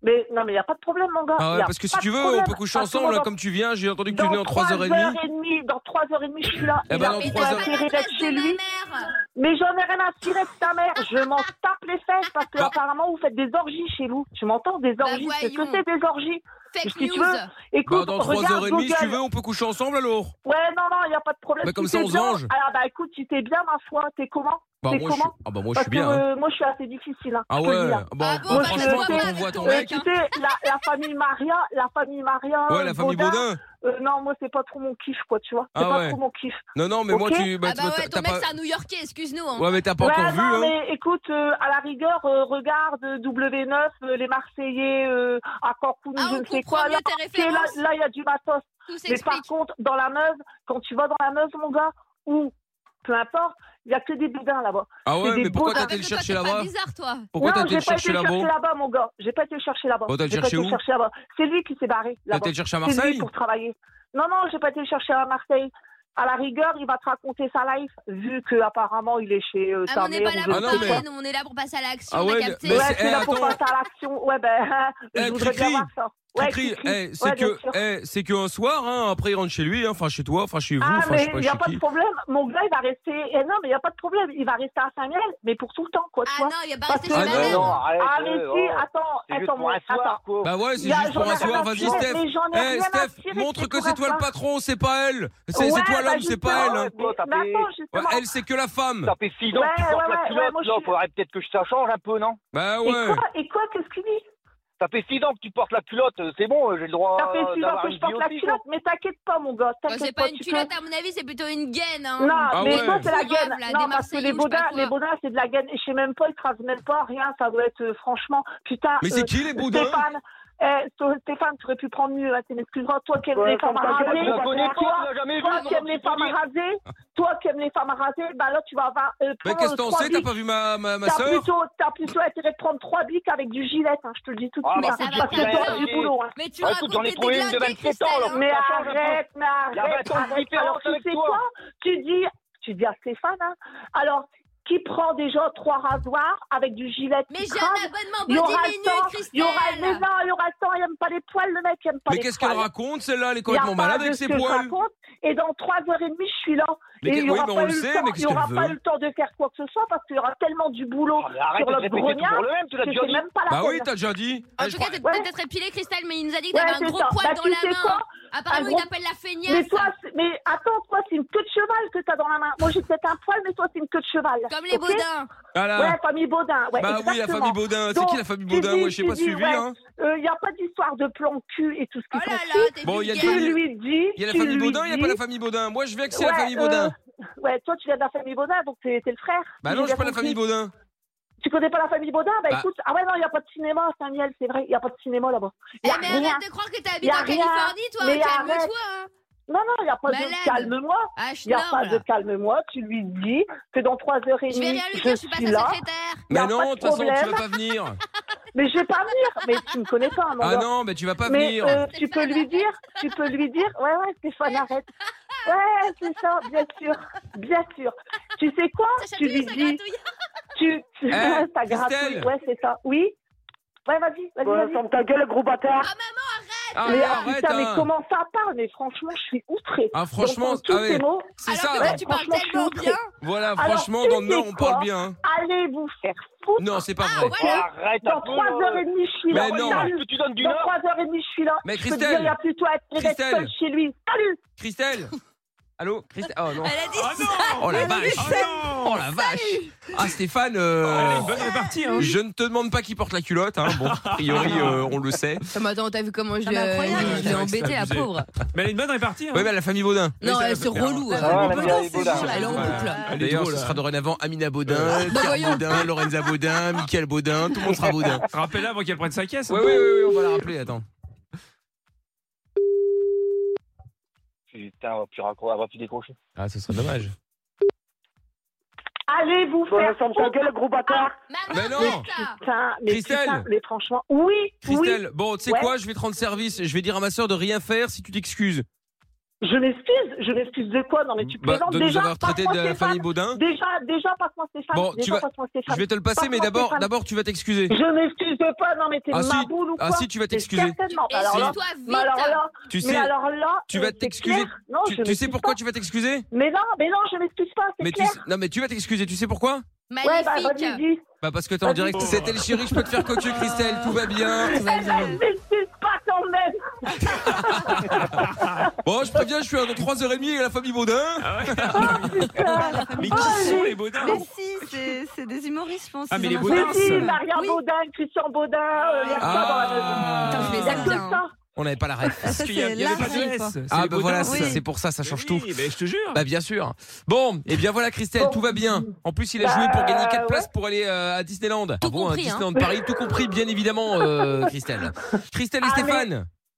[SPEAKER 15] Mais non, mais il n'y a pas de problème, mon gars.
[SPEAKER 2] Ah ouais,
[SPEAKER 15] Y a
[SPEAKER 2] parce que si
[SPEAKER 15] pas
[SPEAKER 2] tu
[SPEAKER 15] de
[SPEAKER 2] veux, on
[SPEAKER 15] problème.
[SPEAKER 2] peut coucher
[SPEAKER 15] Parce que
[SPEAKER 2] ensemble.
[SPEAKER 15] moi,
[SPEAKER 2] hein, Comme tu viens, j'ai entendu que tu
[SPEAKER 15] dans
[SPEAKER 2] venais en 3h30.
[SPEAKER 15] 3h30, dans 3h30, je suis là.
[SPEAKER 2] Eh
[SPEAKER 15] il
[SPEAKER 2] ben,
[SPEAKER 15] a
[SPEAKER 2] dans
[SPEAKER 15] aucun
[SPEAKER 2] trois heures-
[SPEAKER 15] intérêt d'être chez lui. Mais j'en ai rien à tirer de ta mère. Je m'en tape les fesses parce
[SPEAKER 2] Bah.
[SPEAKER 15] que apparemment vous faites des orgies chez vous. Tu m'entends Des orgies Qu'est-ce que
[SPEAKER 2] voyons.
[SPEAKER 15] c'est des orgies
[SPEAKER 2] Fake
[SPEAKER 15] Si tu
[SPEAKER 2] news.
[SPEAKER 15] veux, écoute,
[SPEAKER 2] Bah, dans
[SPEAKER 15] regarde
[SPEAKER 2] 3h30, si tu
[SPEAKER 15] Google.
[SPEAKER 2] veux, on peut coucher ensemble alors.
[SPEAKER 15] Ouais, non, non, il n'y a pas de problème.
[SPEAKER 2] Bah, comme
[SPEAKER 15] Si
[SPEAKER 2] ça,
[SPEAKER 15] t'es
[SPEAKER 2] on se
[SPEAKER 15] bien-
[SPEAKER 2] venge.
[SPEAKER 15] Ah, bah écoute, tu t'es bien, ma foi, t'es comment
[SPEAKER 2] Bah,
[SPEAKER 15] T'es
[SPEAKER 2] moi, je suis-
[SPEAKER 15] comment
[SPEAKER 2] ah, bah, moi, je
[SPEAKER 15] Parce
[SPEAKER 2] suis bien,
[SPEAKER 15] que,
[SPEAKER 2] hein.
[SPEAKER 15] euh, moi, je suis assez difficile. hein,
[SPEAKER 2] Ah
[SPEAKER 15] je te le
[SPEAKER 2] ouais,
[SPEAKER 15] dis, hein.
[SPEAKER 2] bon, Ah bon, bah, franchement,
[SPEAKER 15] je te-
[SPEAKER 2] quand on voit ton
[SPEAKER 15] euh,
[SPEAKER 2] mec, hein.
[SPEAKER 15] Tu sais, la, la famille Maria, la famille Maria.
[SPEAKER 2] Ouais, la famille Baudin.
[SPEAKER 15] euh, non, moi, c'est pas trop mon kiff, quoi, tu vois. C'est
[SPEAKER 2] Ah
[SPEAKER 15] pas
[SPEAKER 2] ouais.
[SPEAKER 15] trop mon kiff.
[SPEAKER 2] Non, non, mais moi,
[SPEAKER 15] Ok
[SPEAKER 2] tu. bah,
[SPEAKER 3] Ah bah
[SPEAKER 2] t'as-
[SPEAKER 3] ouais, ton
[SPEAKER 2] t'as
[SPEAKER 3] mec,
[SPEAKER 2] pas-
[SPEAKER 3] c'est un New Yorkais, excuse-nous. hein.
[SPEAKER 2] Ouais, mais t'as pas encore
[SPEAKER 15] Ouais,
[SPEAKER 2] vu,
[SPEAKER 15] non,
[SPEAKER 2] hein.
[SPEAKER 15] mais écoute, euh, à la rigueur, euh, regarde euh, W9, euh, les Marseillais euh, à Cancun,
[SPEAKER 16] Ah,
[SPEAKER 15] je
[SPEAKER 16] on
[SPEAKER 15] ne sais
[SPEAKER 16] comprend
[SPEAKER 15] quoi.
[SPEAKER 16] mieux
[SPEAKER 15] Là,
[SPEAKER 16] tes
[SPEAKER 15] c'est là-
[SPEAKER 16] références.
[SPEAKER 15] là, il y a du matos.
[SPEAKER 16] Tout
[SPEAKER 15] Mais par
[SPEAKER 16] s'explique.
[SPEAKER 15] contre, dans la Meuse, quand tu vas dans la Meuse, mon gars, ou peu importe, il y a que des boudins là-bas.
[SPEAKER 2] Ah ouais,
[SPEAKER 15] C'est des
[SPEAKER 2] mais pourquoi
[SPEAKER 15] boudins.
[SPEAKER 2] t'as été le chercher là-bas
[SPEAKER 16] bizarre, toi.
[SPEAKER 2] Pourquoi
[SPEAKER 15] Non,
[SPEAKER 2] t'as été
[SPEAKER 15] j'ai
[SPEAKER 2] le
[SPEAKER 15] pas été
[SPEAKER 2] chercher
[SPEAKER 15] le
[SPEAKER 2] là-bas
[SPEAKER 15] chercher là-bas, mon gars. J'ai pas été le chercher là-bas.
[SPEAKER 2] Oh, t'as le
[SPEAKER 15] J'ai pas
[SPEAKER 2] cherché
[SPEAKER 15] été
[SPEAKER 2] où
[SPEAKER 15] chercher là-bas. C'est lui qui s'est barré. là-bas.
[SPEAKER 2] été le chercher à
[SPEAKER 15] C'est lui
[SPEAKER 2] Marseille
[SPEAKER 15] pour travailler. Non, non, j'ai pas été le chercher à Marseille. À la rigueur, il va te raconter sa life, vu que apparemment il est chez euh,
[SPEAKER 16] Ah,
[SPEAKER 15] sa
[SPEAKER 16] mais on n'est
[SPEAKER 15] mère.
[SPEAKER 16] pas là
[SPEAKER 15] ou
[SPEAKER 16] pour
[SPEAKER 15] je ne sais
[SPEAKER 16] parler,
[SPEAKER 15] quoi.
[SPEAKER 16] nous, on est là pour passer à l'action.
[SPEAKER 2] Ah ouais,
[SPEAKER 16] t'as
[SPEAKER 2] mais-
[SPEAKER 16] capté.
[SPEAKER 2] mais
[SPEAKER 15] Ouais,
[SPEAKER 2] Eh,
[SPEAKER 15] c'est là pour
[SPEAKER 2] attends.
[SPEAKER 15] passer à l'action. Ouais, ben,
[SPEAKER 2] Eh,
[SPEAKER 15] je voudrais
[SPEAKER 2] Cricri.
[SPEAKER 15] bien voir ça. Ouais,
[SPEAKER 2] Cricri,
[SPEAKER 15] Cricri.
[SPEAKER 2] eh, c'est
[SPEAKER 15] Ouais, bien
[SPEAKER 2] que,
[SPEAKER 15] sûr.
[SPEAKER 2] eh, c'est qu'un soir, hein, après il rentre chez lui, hein, enfin chez toi, enfin chez vous,
[SPEAKER 15] Ah,
[SPEAKER 2] enfin je
[SPEAKER 15] mais
[SPEAKER 2] sais pas
[SPEAKER 15] il n'y a
[SPEAKER 2] chez
[SPEAKER 15] pas
[SPEAKER 2] qui.
[SPEAKER 15] de problème. Mon gars, il va rester. eh non, mais il n'y a pas de problème. Il va rester à Saint-Miel, mais pour tout le temps, quoi. Ah non,
[SPEAKER 16] il va
[SPEAKER 15] pas
[SPEAKER 16] rester
[SPEAKER 2] chez la mère.
[SPEAKER 15] non,
[SPEAKER 2] Ah non, arrête,
[SPEAKER 15] Ah, mais
[SPEAKER 2] euh,
[SPEAKER 15] si,
[SPEAKER 2] oh.
[SPEAKER 15] attends,
[SPEAKER 2] C'est juste
[SPEAKER 15] attends,
[SPEAKER 2] pour un
[SPEAKER 15] attends.
[SPEAKER 2] soir, quoi. Bah ouais, c'est
[SPEAKER 15] Y a-
[SPEAKER 2] juste pour
[SPEAKER 15] j'en ai
[SPEAKER 2] un
[SPEAKER 15] rien à
[SPEAKER 2] soir, vas-y
[SPEAKER 15] tirer,
[SPEAKER 2] Steph.
[SPEAKER 15] mais j'en ai
[SPEAKER 2] Eh
[SPEAKER 15] rien à
[SPEAKER 2] Steph,
[SPEAKER 15] tirer,
[SPEAKER 2] montre
[SPEAKER 15] c'est
[SPEAKER 2] que
[SPEAKER 15] pour
[SPEAKER 2] c'est
[SPEAKER 15] un
[SPEAKER 2] toi le
[SPEAKER 15] soir.
[SPEAKER 2] patron, c'est pas elle. C'est c'est
[SPEAKER 15] Ouais,
[SPEAKER 2] toi
[SPEAKER 15] bah,
[SPEAKER 2] l'homme, c'est pas elle.
[SPEAKER 15] justement,
[SPEAKER 2] hein.
[SPEAKER 15] mais- mais attends, justement.
[SPEAKER 2] Ouais, elle, c'est que la femme.
[SPEAKER 12] T'as fait 6 ans,
[SPEAKER 15] Ouais,
[SPEAKER 12] tu sors
[SPEAKER 15] ouais,
[SPEAKER 12] la
[SPEAKER 15] ouais,
[SPEAKER 12] culotte,
[SPEAKER 15] ouais, moi, je
[SPEAKER 12] non
[SPEAKER 15] suis-
[SPEAKER 12] Faudrait peut-être que ça change un peu, non
[SPEAKER 2] Bah
[SPEAKER 15] Et quoi, et quoi, qu'est-ce qu'il dit
[SPEAKER 12] Ça fait 6 ans que tu portes la culotte, euh, c'est bon, euh, j'ai le droit
[SPEAKER 15] Ça fait six ans
[SPEAKER 12] d'avoir
[SPEAKER 15] que
[SPEAKER 12] une
[SPEAKER 15] je porte
[SPEAKER 12] vie
[SPEAKER 15] la
[SPEAKER 12] aussi,
[SPEAKER 15] culotte, mais t'inquiète pas, mon gars.
[SPEAKER 3] Bah,
[SPEAKER 15] T'inquiète
[SPEAKER 3] c'est
[SPEAKER 15] pas,
[SPEAKER 3] pas une
[SPEAKER 15] tu
[SPEAKER 3] culotte,
[SPEAKER 15] peux-
[SPEAKER 3] à mon avis, c'est plutôt une gaine. hein.
[SPEAKER 15] Non,
[SPEAKER 2] Ah
[SPEAKER 1] Ah
[SPEAKER 15] mais ça, c'est la
[SPEAKER 3] Fourrave,
[SPEAKER 15] gaine.
[SPEAKER 3] là, des
[SPEAKER 15] non, parce que
[SPEAKER 3] Marseillais
[SPEAKER 15] les
[SPEAKER 3] ou je sais pas
[SPEAKER 15] Baudins,
[SPEAKER 3] quoi.
[SPEAKER 15] les Baudins, c'est de la gaine. Et je sais même pas, ils crasent même pas, rien. Ça doit être, euh, franchement, putain. euh,
[SPEAKER 2] Mais c'est qui, les Baudins
[SPEAKER 15] Stéphane, eh, Sto- Stéphane, tu aurais pu prendre mieux. hein, Excuse-moi, toi qui aimes
[SPEAKER 12] Ouais,
[SPEAKER 15] les femmes
[SPEAKER 12] comme ça,
[SPEAKER 15] rasées.
[SPEAKER 12] je la connais pas,
[SPEAKER 15] toi-
[SPEAKER 12] je l'ai jamais
[SPEAKER 15] Toi
[SPEAKER 12] vue,
[SPEAKER 15] qui aimes
[SPEAKER 12] moi,
[SPEAKER 15] les
[SPEAKER 12] je peux
[SPEAKER 15] femmes
[SPEAKER 12] dire.
[SPEAKER 15] rasées, toi qui aimes les femmes rasées, bah là, tu vas avoir. euh,
[SPEAKER 2] Mais
[SPEAKER 15] prendre,
[SPEAKER 2] qu'est-ce
[SPEAKER 15] euh,
[SPEAKER 2] que t'en
[SPEAKER 15] trois
[SPEAKER 2] sais T'as
[SPEAKER 15] bics.
[SPEAKER 2] pas vu ma, ma, ma
[SPEAKER 15] T'as
[SPEAKER 2] sœur
[SPEAKER 15] plutôt, t'as plutôt intérêt de prendre trois bics avec du gilet, hein, je te le dis tout de
[SPEAKER 2] Ah,
[SPEAKER 15] suite.
[SPEAKER 2] bah,
[SPEAKER 15] hein,
[SPEAKER 2] ça va
[SPEAKER 15] parce
[SPEAKER 2] faire
[SPEAKER 15] que t'auras
[SPEAKER 2] mal.
[SPEAKER 15] du boulot. hein.
[SPEAKER 2] Mais tu Ouais, écoute, j'en ai racontes trouvé des une de blagues, 27 ans, alors, Christelle,
[SPEAKER 15] Mais
[SPEAKER 2] hein. ça change un peu.
[SPEAKER 15] arrête, mais
[SPEAKER 2] Il y a
[SPEAKER 15] arrête,
[SPEAKER 2] 20 ans de
[SPEAKER 15] arrête.
[SPEAKER 2] différence
[SPEAKER 15] Alors, tu
[SPEAKER 2] avec
[SPEAKER 15] sais
[SPEAKER 2] toi.
[SPEAKER 15] quoi Tu dis, tu dis à Stéphane, hein, alors, qui prend déjà trois rasoirs avec du gilet Mais
[SPEAKER 16] j'ai un abonnement
[SPEAKER 15] il y
[SPEAKER 16] Body
[SPEAKER 15] aura
[SPEAKER 16] Menu,
[SPEAKER 15] le temps, il y aura,
[SPEAKER 16] Christelle.
[SPEAKER 15] mais non, il y aura le temps, il aime pas les poils, le mec, il aime pas
[SPEAKER 2] Mais
[SPEAKER 15] les
[SPEAKER 2] qu'est-ce qu'elle
[SPEAKER 15] poils.
[SPEAKER 2] raconte celle-là Elle est
[SPEAKER 15] Il y a
[SPEAKER 2] complètement
[SPEAKER 15] pas
[SPEAKER 2] malade
[SPEAKER 15] de
[SPEAKER 2] avec
[SPEAKER 15] ce
[SPEAKER 2] ses
[SPEAKER 15] que je
[SPEAKER 2] poils.
[SPEAKER 15] raconte. Et dans 3h30, je suis là.
[SPEAKER 2] Mais
[SPEAKER 15] et
[SPEAKER 2] qu'est-
[SPEAKER 15] il y
[SPEAKER 2] oui,
[SPEAKER 15] aura
[SPEAKER 2] mais
[SPEAKER 15] pas
[SPEAKER 2] on
[SPEAKER 15] eu
[SPEAKER 2] le sait,
[SPEAKER 15] temps-
[SPEAKER 2] mais qu'est-ce
[SPEAKER 15] il y aura
[SPEAKER 2] qu'elle
[SPEAKER 15] pas
[SPEAKER 2] veut
[SPEAKER 15] eu le temps de faire quoi que ce soit parce qu'il y aura tellement du boulot
[SPEAKER 2] Ah, arrête
[SPEAKER 15] sur
[SPEAKER 2] de
[SPEAKER 15] le
[SPEAKER 2] répéter toujours
[SPEAKER 15] grognard
[SPEAKER 2] le même, tu l'as
[SPEAKER 15] que
[SPEAKER 2] déjà
[SPEAKER 15] c'est
[SPEAKER 2] dit.
[SPEAKER 15] même pas la
[SPEAKER 2] Bah oui,
[SPEAKER 15] peine.
[SPEAKER 2] t'as déjà dit.
[SPEAKER 1] Ah,
[SPEAKER 3] En
[SPEAKER 2] Eh, je
[SPEAKER 3] tout cas,
[SPEAKER 2] crois-
[SPEAKER 3] t'es peut-être épilé, Christelle, mais il nous a dit que
[SPEAKER 15] Ouais,
[SPEAKER 3] t'avais
[SPEAKER 15] c'est
[SPEAKER 3] un gros
[SPEAKER 15] ça.
[SPEAKER 3] poil
[SPEAKER 15] Bah,
[SPEAKER 3] dans
[SPEAKER 15] tu
[SPEAKER 3] la
[SPEAKER 15] sais
[SPEAKER 3] main.
[SPEAKER 15] quoi
[SPEAKER 3] Apparemment,
[SPEAKER 15] Un
[SPEAKER 3] il
[SPEAKER 15] gros-
[SPEAKER 3] t'appelle la feignasse.
[SPEAKER 15] Mais toi, c'est- mais attends, toi, c'est une queue de cheval que t'as dans la main. Moi, j'ai peut-être un poil, mais toi, c'est une queue de cheval.
[SPEAKER 3] Comme les
[SPEAKER 15] ok
[SPEAKER 3] Baudins.
[SPEAKER 2] Voilà.
[SPEAKER 15] Ouais, famille Baudin. Ouais,
[SPEAKER 2] Ah Bah oui, la
[SPEAKER 15] exactement.
[SPEAKER 2] famille Baudin. C'est
[SPEAKER 15] Donc,
[SPEAKER 2] qui la famille
[SPEAKER 15] tu
[SPEAKER 2] Baudin
[SPEAKER 15] dis-
[SPEAKER 2] Moi, j'ai
[SPEAKER 15] tu
[SPEAKER 2] pas
[SPEAKER 15] dis,
[SPEAKER 2] suivi,
[SPEAKER 15] ouais,
[SPEAKER 2] hein.
[SPEAKER 15] euh, Il n'y a pas d'histoire de plan cul et tout ce qui oh là là,
[SPEAKER 2] Bon, il y a
[SPEAKER 15] tu
[SPEAKER 2] des-
[SPEAKER 15] lui dis.
[SPEAKER 2] Il y a la
[SPEAKER 15] tu
[SPEAKER 2] famille
[SPEAKER 15] lui
[SPEAKER 2] Baudin, il y a
[SPEAKER 15] dis-
[SPEAKER 2] pas la famille Baudin. Moi, je viens que c'est la
[SPEAKER 15] Ouais,
[SPEAKER 2] famille
[SPEAKER 15] euh,
[SPEAKER 2] Baudin.
[SPEAKER 15] Ouais, toi, tu viens de la famille Baudin, donc t'es t'es le frère.
[SPEAKER 2] Bah
[SPEAKER 15] J'ai
[SPEAKER 2] non, je
[SPEAKER 15] bien
[SPEAKER 2] suis pas la famille
[SPEAKER 15] compris.
[SPEAKER 2] Baudin.
[SPEAKER 15] Tu connais pas la famille Baudin Bah,
[SPEAKER 2] Bah.
[SPEAKER 15] écoute, ah ouais, non, il n'y a pas de cinéma à Saint-Miel, c'est vrai, il n'y a pas de cinéma là-bas.
[SPEAKER 16] Eh,
[SPEAKER 15] Y a
[SPEAKER 16] mais
[SPEAKER 15] rien.
[SPEAKER 16] arrête de croire que
[SPEAKER 15] Y
[SPEAKER 16] t'habites
[SPEAKER 15] a
[SPEAKER 16] en
[SPEAKER 15] rien.
[SPEAKER 16] Californie, toi.
[SPEAKER 15] Mais
[SPEAKER 16] Calme-toi.
[SPEAKER 15] arrête.
[SPEAKER 3] hein.
[SPEAKER 15] Non, non, il n'y a pas
[SPEAKER 16] Malade.
[SPEAKER 15] de calme-moi.
[SPEAKER 16] Ah,
[SPEAKER 15] Il n'y a
[SPEAKER 16] schnorr,
[SPEAKER 15] pas de
[SPEAKER 16] là.
[SPEAKER 15] calme-moi. Tu lui dis que dans 3h30,
[SPEAKER 16] Je vais rien lui
[SPEAKER 15] je
[SPEAKER 16] dire, je suis pas
[SPEAKER 15] suis
[SPEAKER 16] sa
[SPEAKER 15] là.
[SPEAKER 16] secrétaire.
[SPEAKER 15] Y
[SPEAKER 2] Mais
[SPEAKER 15] a pas
[SPEAKER 2] non, de
[SPEAKER 15] de
[SPEAKER 2] toute façon, tu
[SPEAKER 15] problème.
[SPEAKER 2] vas pas venir.
[SPEAKER 15] Mais je vais pas venir. Mais tu me connais pas, mon
[SPEAKER 2] Ah
[SPEAKER 15] gars.
[SPEAKER 2] non, mais tu vas pas
[SPEAKER 15] Mais,
[SPEAKER 2] venir.
[SPEAKER 15] euh, tu peux lui dire, tu peux lui dire, ouais, ouais, Stéphane, arrête. Ouais, c'est ça, bien sûr, bien sûr. Tu sais quoi Tu lui dis, tu, tu,
[SPEAKER 16] Eh,
[SPEAKER 15] ça gratouille,
[SPEAKER 16] Christelle.
[SPEAKER 15] ouais, c'est ça. Oui. Ouais, vas-y, vas-y, vas-y. Ferme ta gueule, gros bâtard.
[SPEAKER 2] Ah,
[SPEAKER 15] mais, ah,
[SPEAKER 2] arrête,
[SPEAKER 15] putain, mais
[SPEAKER 2] hein.
[SPEAKER 15] comment ça parle Mais franchement, je suis outré.
[SPEAKER 2] Ah, franchement,
[SPEAKER 15] J'entends tous
[SPEAKER 2] ah ouais,
[SPEAKER 15] ces mots.
[SPEAKER 2] c'est Alors ça. que toi, tu parles
[SPEAKER 15] franchement, je suis
[SPEAKER 2] tellement
[SPEAKER 15] outré.
[SPEAKER 2] bien. Voilà,
[SPEAKER 15] Alors,
[SPEAKER 2] franchement,
[SPEAKER 15] tu
[SPEAKER 2] dans le
[SPEAKER 15] sais
[SPEAKER 2] Nord, on parle
[SPEAKER 15] quoi
[SPEAKER 2] bien, hein.
[SPEAKER 15] Allez vous faire foutre.
[SPEAKER 2] Non, c'est pas vrai.
[SPEAKER 15] Ah, voilà.
[SPEAKER 2] Arrête un
[SPEAKER 15] Dans
[SPEAKER 2] peu,
[SPEAKER 15] 3h30, je suis là.
[SPEAKER 2] Mais non.
[SPEAKER 15] Salut.
[SPEAKER 2] Est-ce que tu donnes du
[SPEAKER 15] Dans
[SPEAKER 2] Nord
[SPEAKER 15] 3h30, je suis là.
[SPEAKER 2] Mais
[SPEAKER 15] Je peux te
[SPEAKER 2] Christelle.
[SPEAKER 15] dire, il y a plutôt à être
[SPEAKER 2] Christelle.
[SPEAKER 15] seul chez lui. Salut
[SPEAKER 2] Christelle Allô Christ- Oh
[SPEAKER 1] Elle
[SPEAKER 2] non.
[SPEAKER 1] a dit Oh non
[SPEAKER 2] Oh la
[SPEAKER 1] Elle a dit
[SPEAKER 2] vache
[SPEAKER 1] ça.
[SPEAKER 2] Oh la vache Ah Stéphane euh, Je ne te demande pas qui porte la culotte. hein. Bon, a priori, euh, on le sait.
[SPEAKER 3] Ça m'attend, Ah, t'as vu comment je
[SPEAKER 1] mais
[SPEAKER 3] l'ai
[SPEAKER 1] incroyable.
[SPEAKER 3] euh, je l'ai
[SPEAKER 1] Ouais, c'est
[SPEAKER 3] embêtée, la
[SPEAKER 1] abusé.
[SPEAKER 3] pauvre.
[SPEAKER 1] Mais elle est une bonne répartie. Hein.
[SPEAKER 2] Oui, mais la famille Baudin. Ah,
[SPEAKER 3] Non, elle se relou. hein. elle.
[SPEAKER 1] Ah,
[SPEAKER 3] Elle est en boucle.
[SPEAKER 2] D'ailleurs, ce sera dorénavant Amina Baudin,
[SPEAKER 1] Ouais.
[SPEAKER 2] Pierre
[SPEAKER 1] Bah, Voyons.
[SPEAKER 2] Baudin, Lorenza Baudin, Michael Baudin, tout le monde sera Baudin.
[SPEAKER 1] Rappelle-la avant qu'elle prenne sa caisse.
[SPEAKER 2] Oui, oui, oui, on va la rappeler, attends.
[SPEAKER 12] Putain, on va plus raccro- on va plus décrocher.
[SPEAKER 2] Ah, ce serait dommage.
[SPEAKER 15] Allez vous faire ferme ta gueule, gros bâtard.
[SPEAKER 2] Mais non
[SPEAKER 15] Putain, mais
[SPEAKER 2] Christelle.
[SPEAKER 15] putain, mais franchement, oui,
[SPEAKER 2] Christelle,
[SPEAKER 15] oui.
[SPEAKER 2] bon, tu sais
[SPEAKER 15] Ouais.
[SPEAKER 2] quoi, je vais te rendre service. Je vais dire à ma sœur de rien faire si tu t'excuses.
[SPEAKER 15] Je m'excuse, je m'excuse de quoi Non mais tu
[SPEAKER 2] Bah,
[SPEAKER 15] plaisantes
[SPEAKER 2] de nous
[SPEAKER 15] déjà.
[SPEAKER 2] avoir traité
[SPEAKER 15] passe-moi
[SPEAKER 2] de la
[SPEAKER 15] Stéphane.
[SPEAKER 2] famille Baudin.
[SPEAKER 15] Déjà, déjà passe-moi Stéphane.
[SPEAKER 2] Bon, tu
[SPEAKER 15] déjà,
[SPEAKER 2] vas-
[SPEAKER 15] passe-moi Stéphane.
[SPEAKER 2] Je vais te le passer, mais
[SPEAKER 15] Passe-moi
[SPEAKER 2] d'abord,
[SPEAKER 15] Stéphane.
[SPEAKER 2] d'abord, tu vas t'excuser.
[SPEAKER 15] Je m'excuse de pas, non mais t'es
[SPEAKER 2] Ah si,
[SPEAKER 15] maboule ou quoi
[SPEAKER 2] ah si, tu vas
[SPEAKER 15] Mais
[SPEAKER 2] t'excuser.
[SPEAKER 15] Certainement.
[SPEAKER 2] Tu-
[SPEAKER 15] Mais alors là,
[SPEAKER 2] Excuse-toi vite.
[SPEAKER 15] mais alors là,
[SPEAKER 2] Tu
[SPEAKER 15] mais
[SPEAKER 2] sais-
[SPEAKER 15] alors là,
[SPEAKER 2] Tu
[SPEAKER 15] euh,
[SPEAKER 2] vas
[SPEAKER 15] c'est
[SPEAKER 2] t'excuser.
[SPEAKER 15] clair. Non,
[SPEAKER 2] Tu,
[SPEAKER 15] je
[SPEAKER 2] tu sais
[SPEAKER 15] m'excuse
[SPEAKER 2] pourquoi
[SPEAKER 15] pas.
[SPEAKER 2] tu vas t'excuser
[SPEAKER 15] Mais non, mais non, je m'excuse pas, c'est
[SPEAKER 2] Mais tu,
[SPEAKER 15] clair.
[SPEAKER 2] non, mais tu vas t'excuser. Tu sais pourquoi
[SPEAKER 15] Ouais, bah, vas-y, dis.
[SPEAKER 2] Bah parce que t'es en direct. C'était le chéri. Je peux te faire cocu, Christelle. Tout va bien.
[SPEAKER 15] Eh ben, Je m'excuse pas quand même.
[SPEAKER 2] Bon, je préviens, je suis à 3h30 à la famille Baudin.
[SPEAKER 1] Ah Mais
[SPEAKER 4] Oh,
[SPEAKER 1] qui sont
[SPEAKER 4] mais-
[SPEAKER 1] les Baudins
[SPEAKER 4] Mais si, c'est- c'est des humoristes, je pense.
[SPEAKER 1] Ah,
[SPEAKER 4] ils
[SPEAKER 1] mais
[SPEAKER 4] en
[SPEAKER 1] les
[SPEAKER 4] ont
[SPEAKER 1] Baudins,
[SPEAKER 4] fait.
[SPEAKER 15] Mais si,
[SPEAKER 1] c'est-
[SPEAKER 15] Marianne Baudin, Christian Baudin, euh, il y a
[SPEAKER 2] Ah.
[SPEAKER 15] ça dans la maison.
[SPEAKER 4] Ah,
[SPEAKER 3] Putain, je les
[SPEAKER 15] Il y a
[SPEAKER 3] aime
[SPEAKER 15] que
[SPEAKER 3] bien.
[SPEAKER 15] ça.
[SPEAKER 2] On n'avait pas la ref.
[SPEAKER 15] Ah,
[SPEAKER 1] Parce qu'il y a- il y avait pas de S. C'est
[SPEAKER 2] Ah
[SPEAKER 1] les
[SPEAKER 2] bah
[SPEAKER 1] Baudins.
[SPEAKER 2] voilà, c'est
[SPEAKER 1] Oui.
[SPEAKER 2] c'est pour ça, ça change tout.
[SPEAKER 1] Oui, mais je te jure.
[SPEAKER 2] Bah bien sûr. Bon, et bien voilà Christelle, tout va bien. En plus, il a joué pour gagner
[SPEAKER 1] Bah,
[SPEAKER 2] 4 places pour aller euh, à Disneyland. Tout bon,
[SPEAKER 15] compris, hein.
[SPEAKER 2] Disneyland Paris, tout compris bien évidemment euh, Christelle. Christelle et
[SPEAKER 15] Ah, mais-
[SPEAKER 2] Stéphane.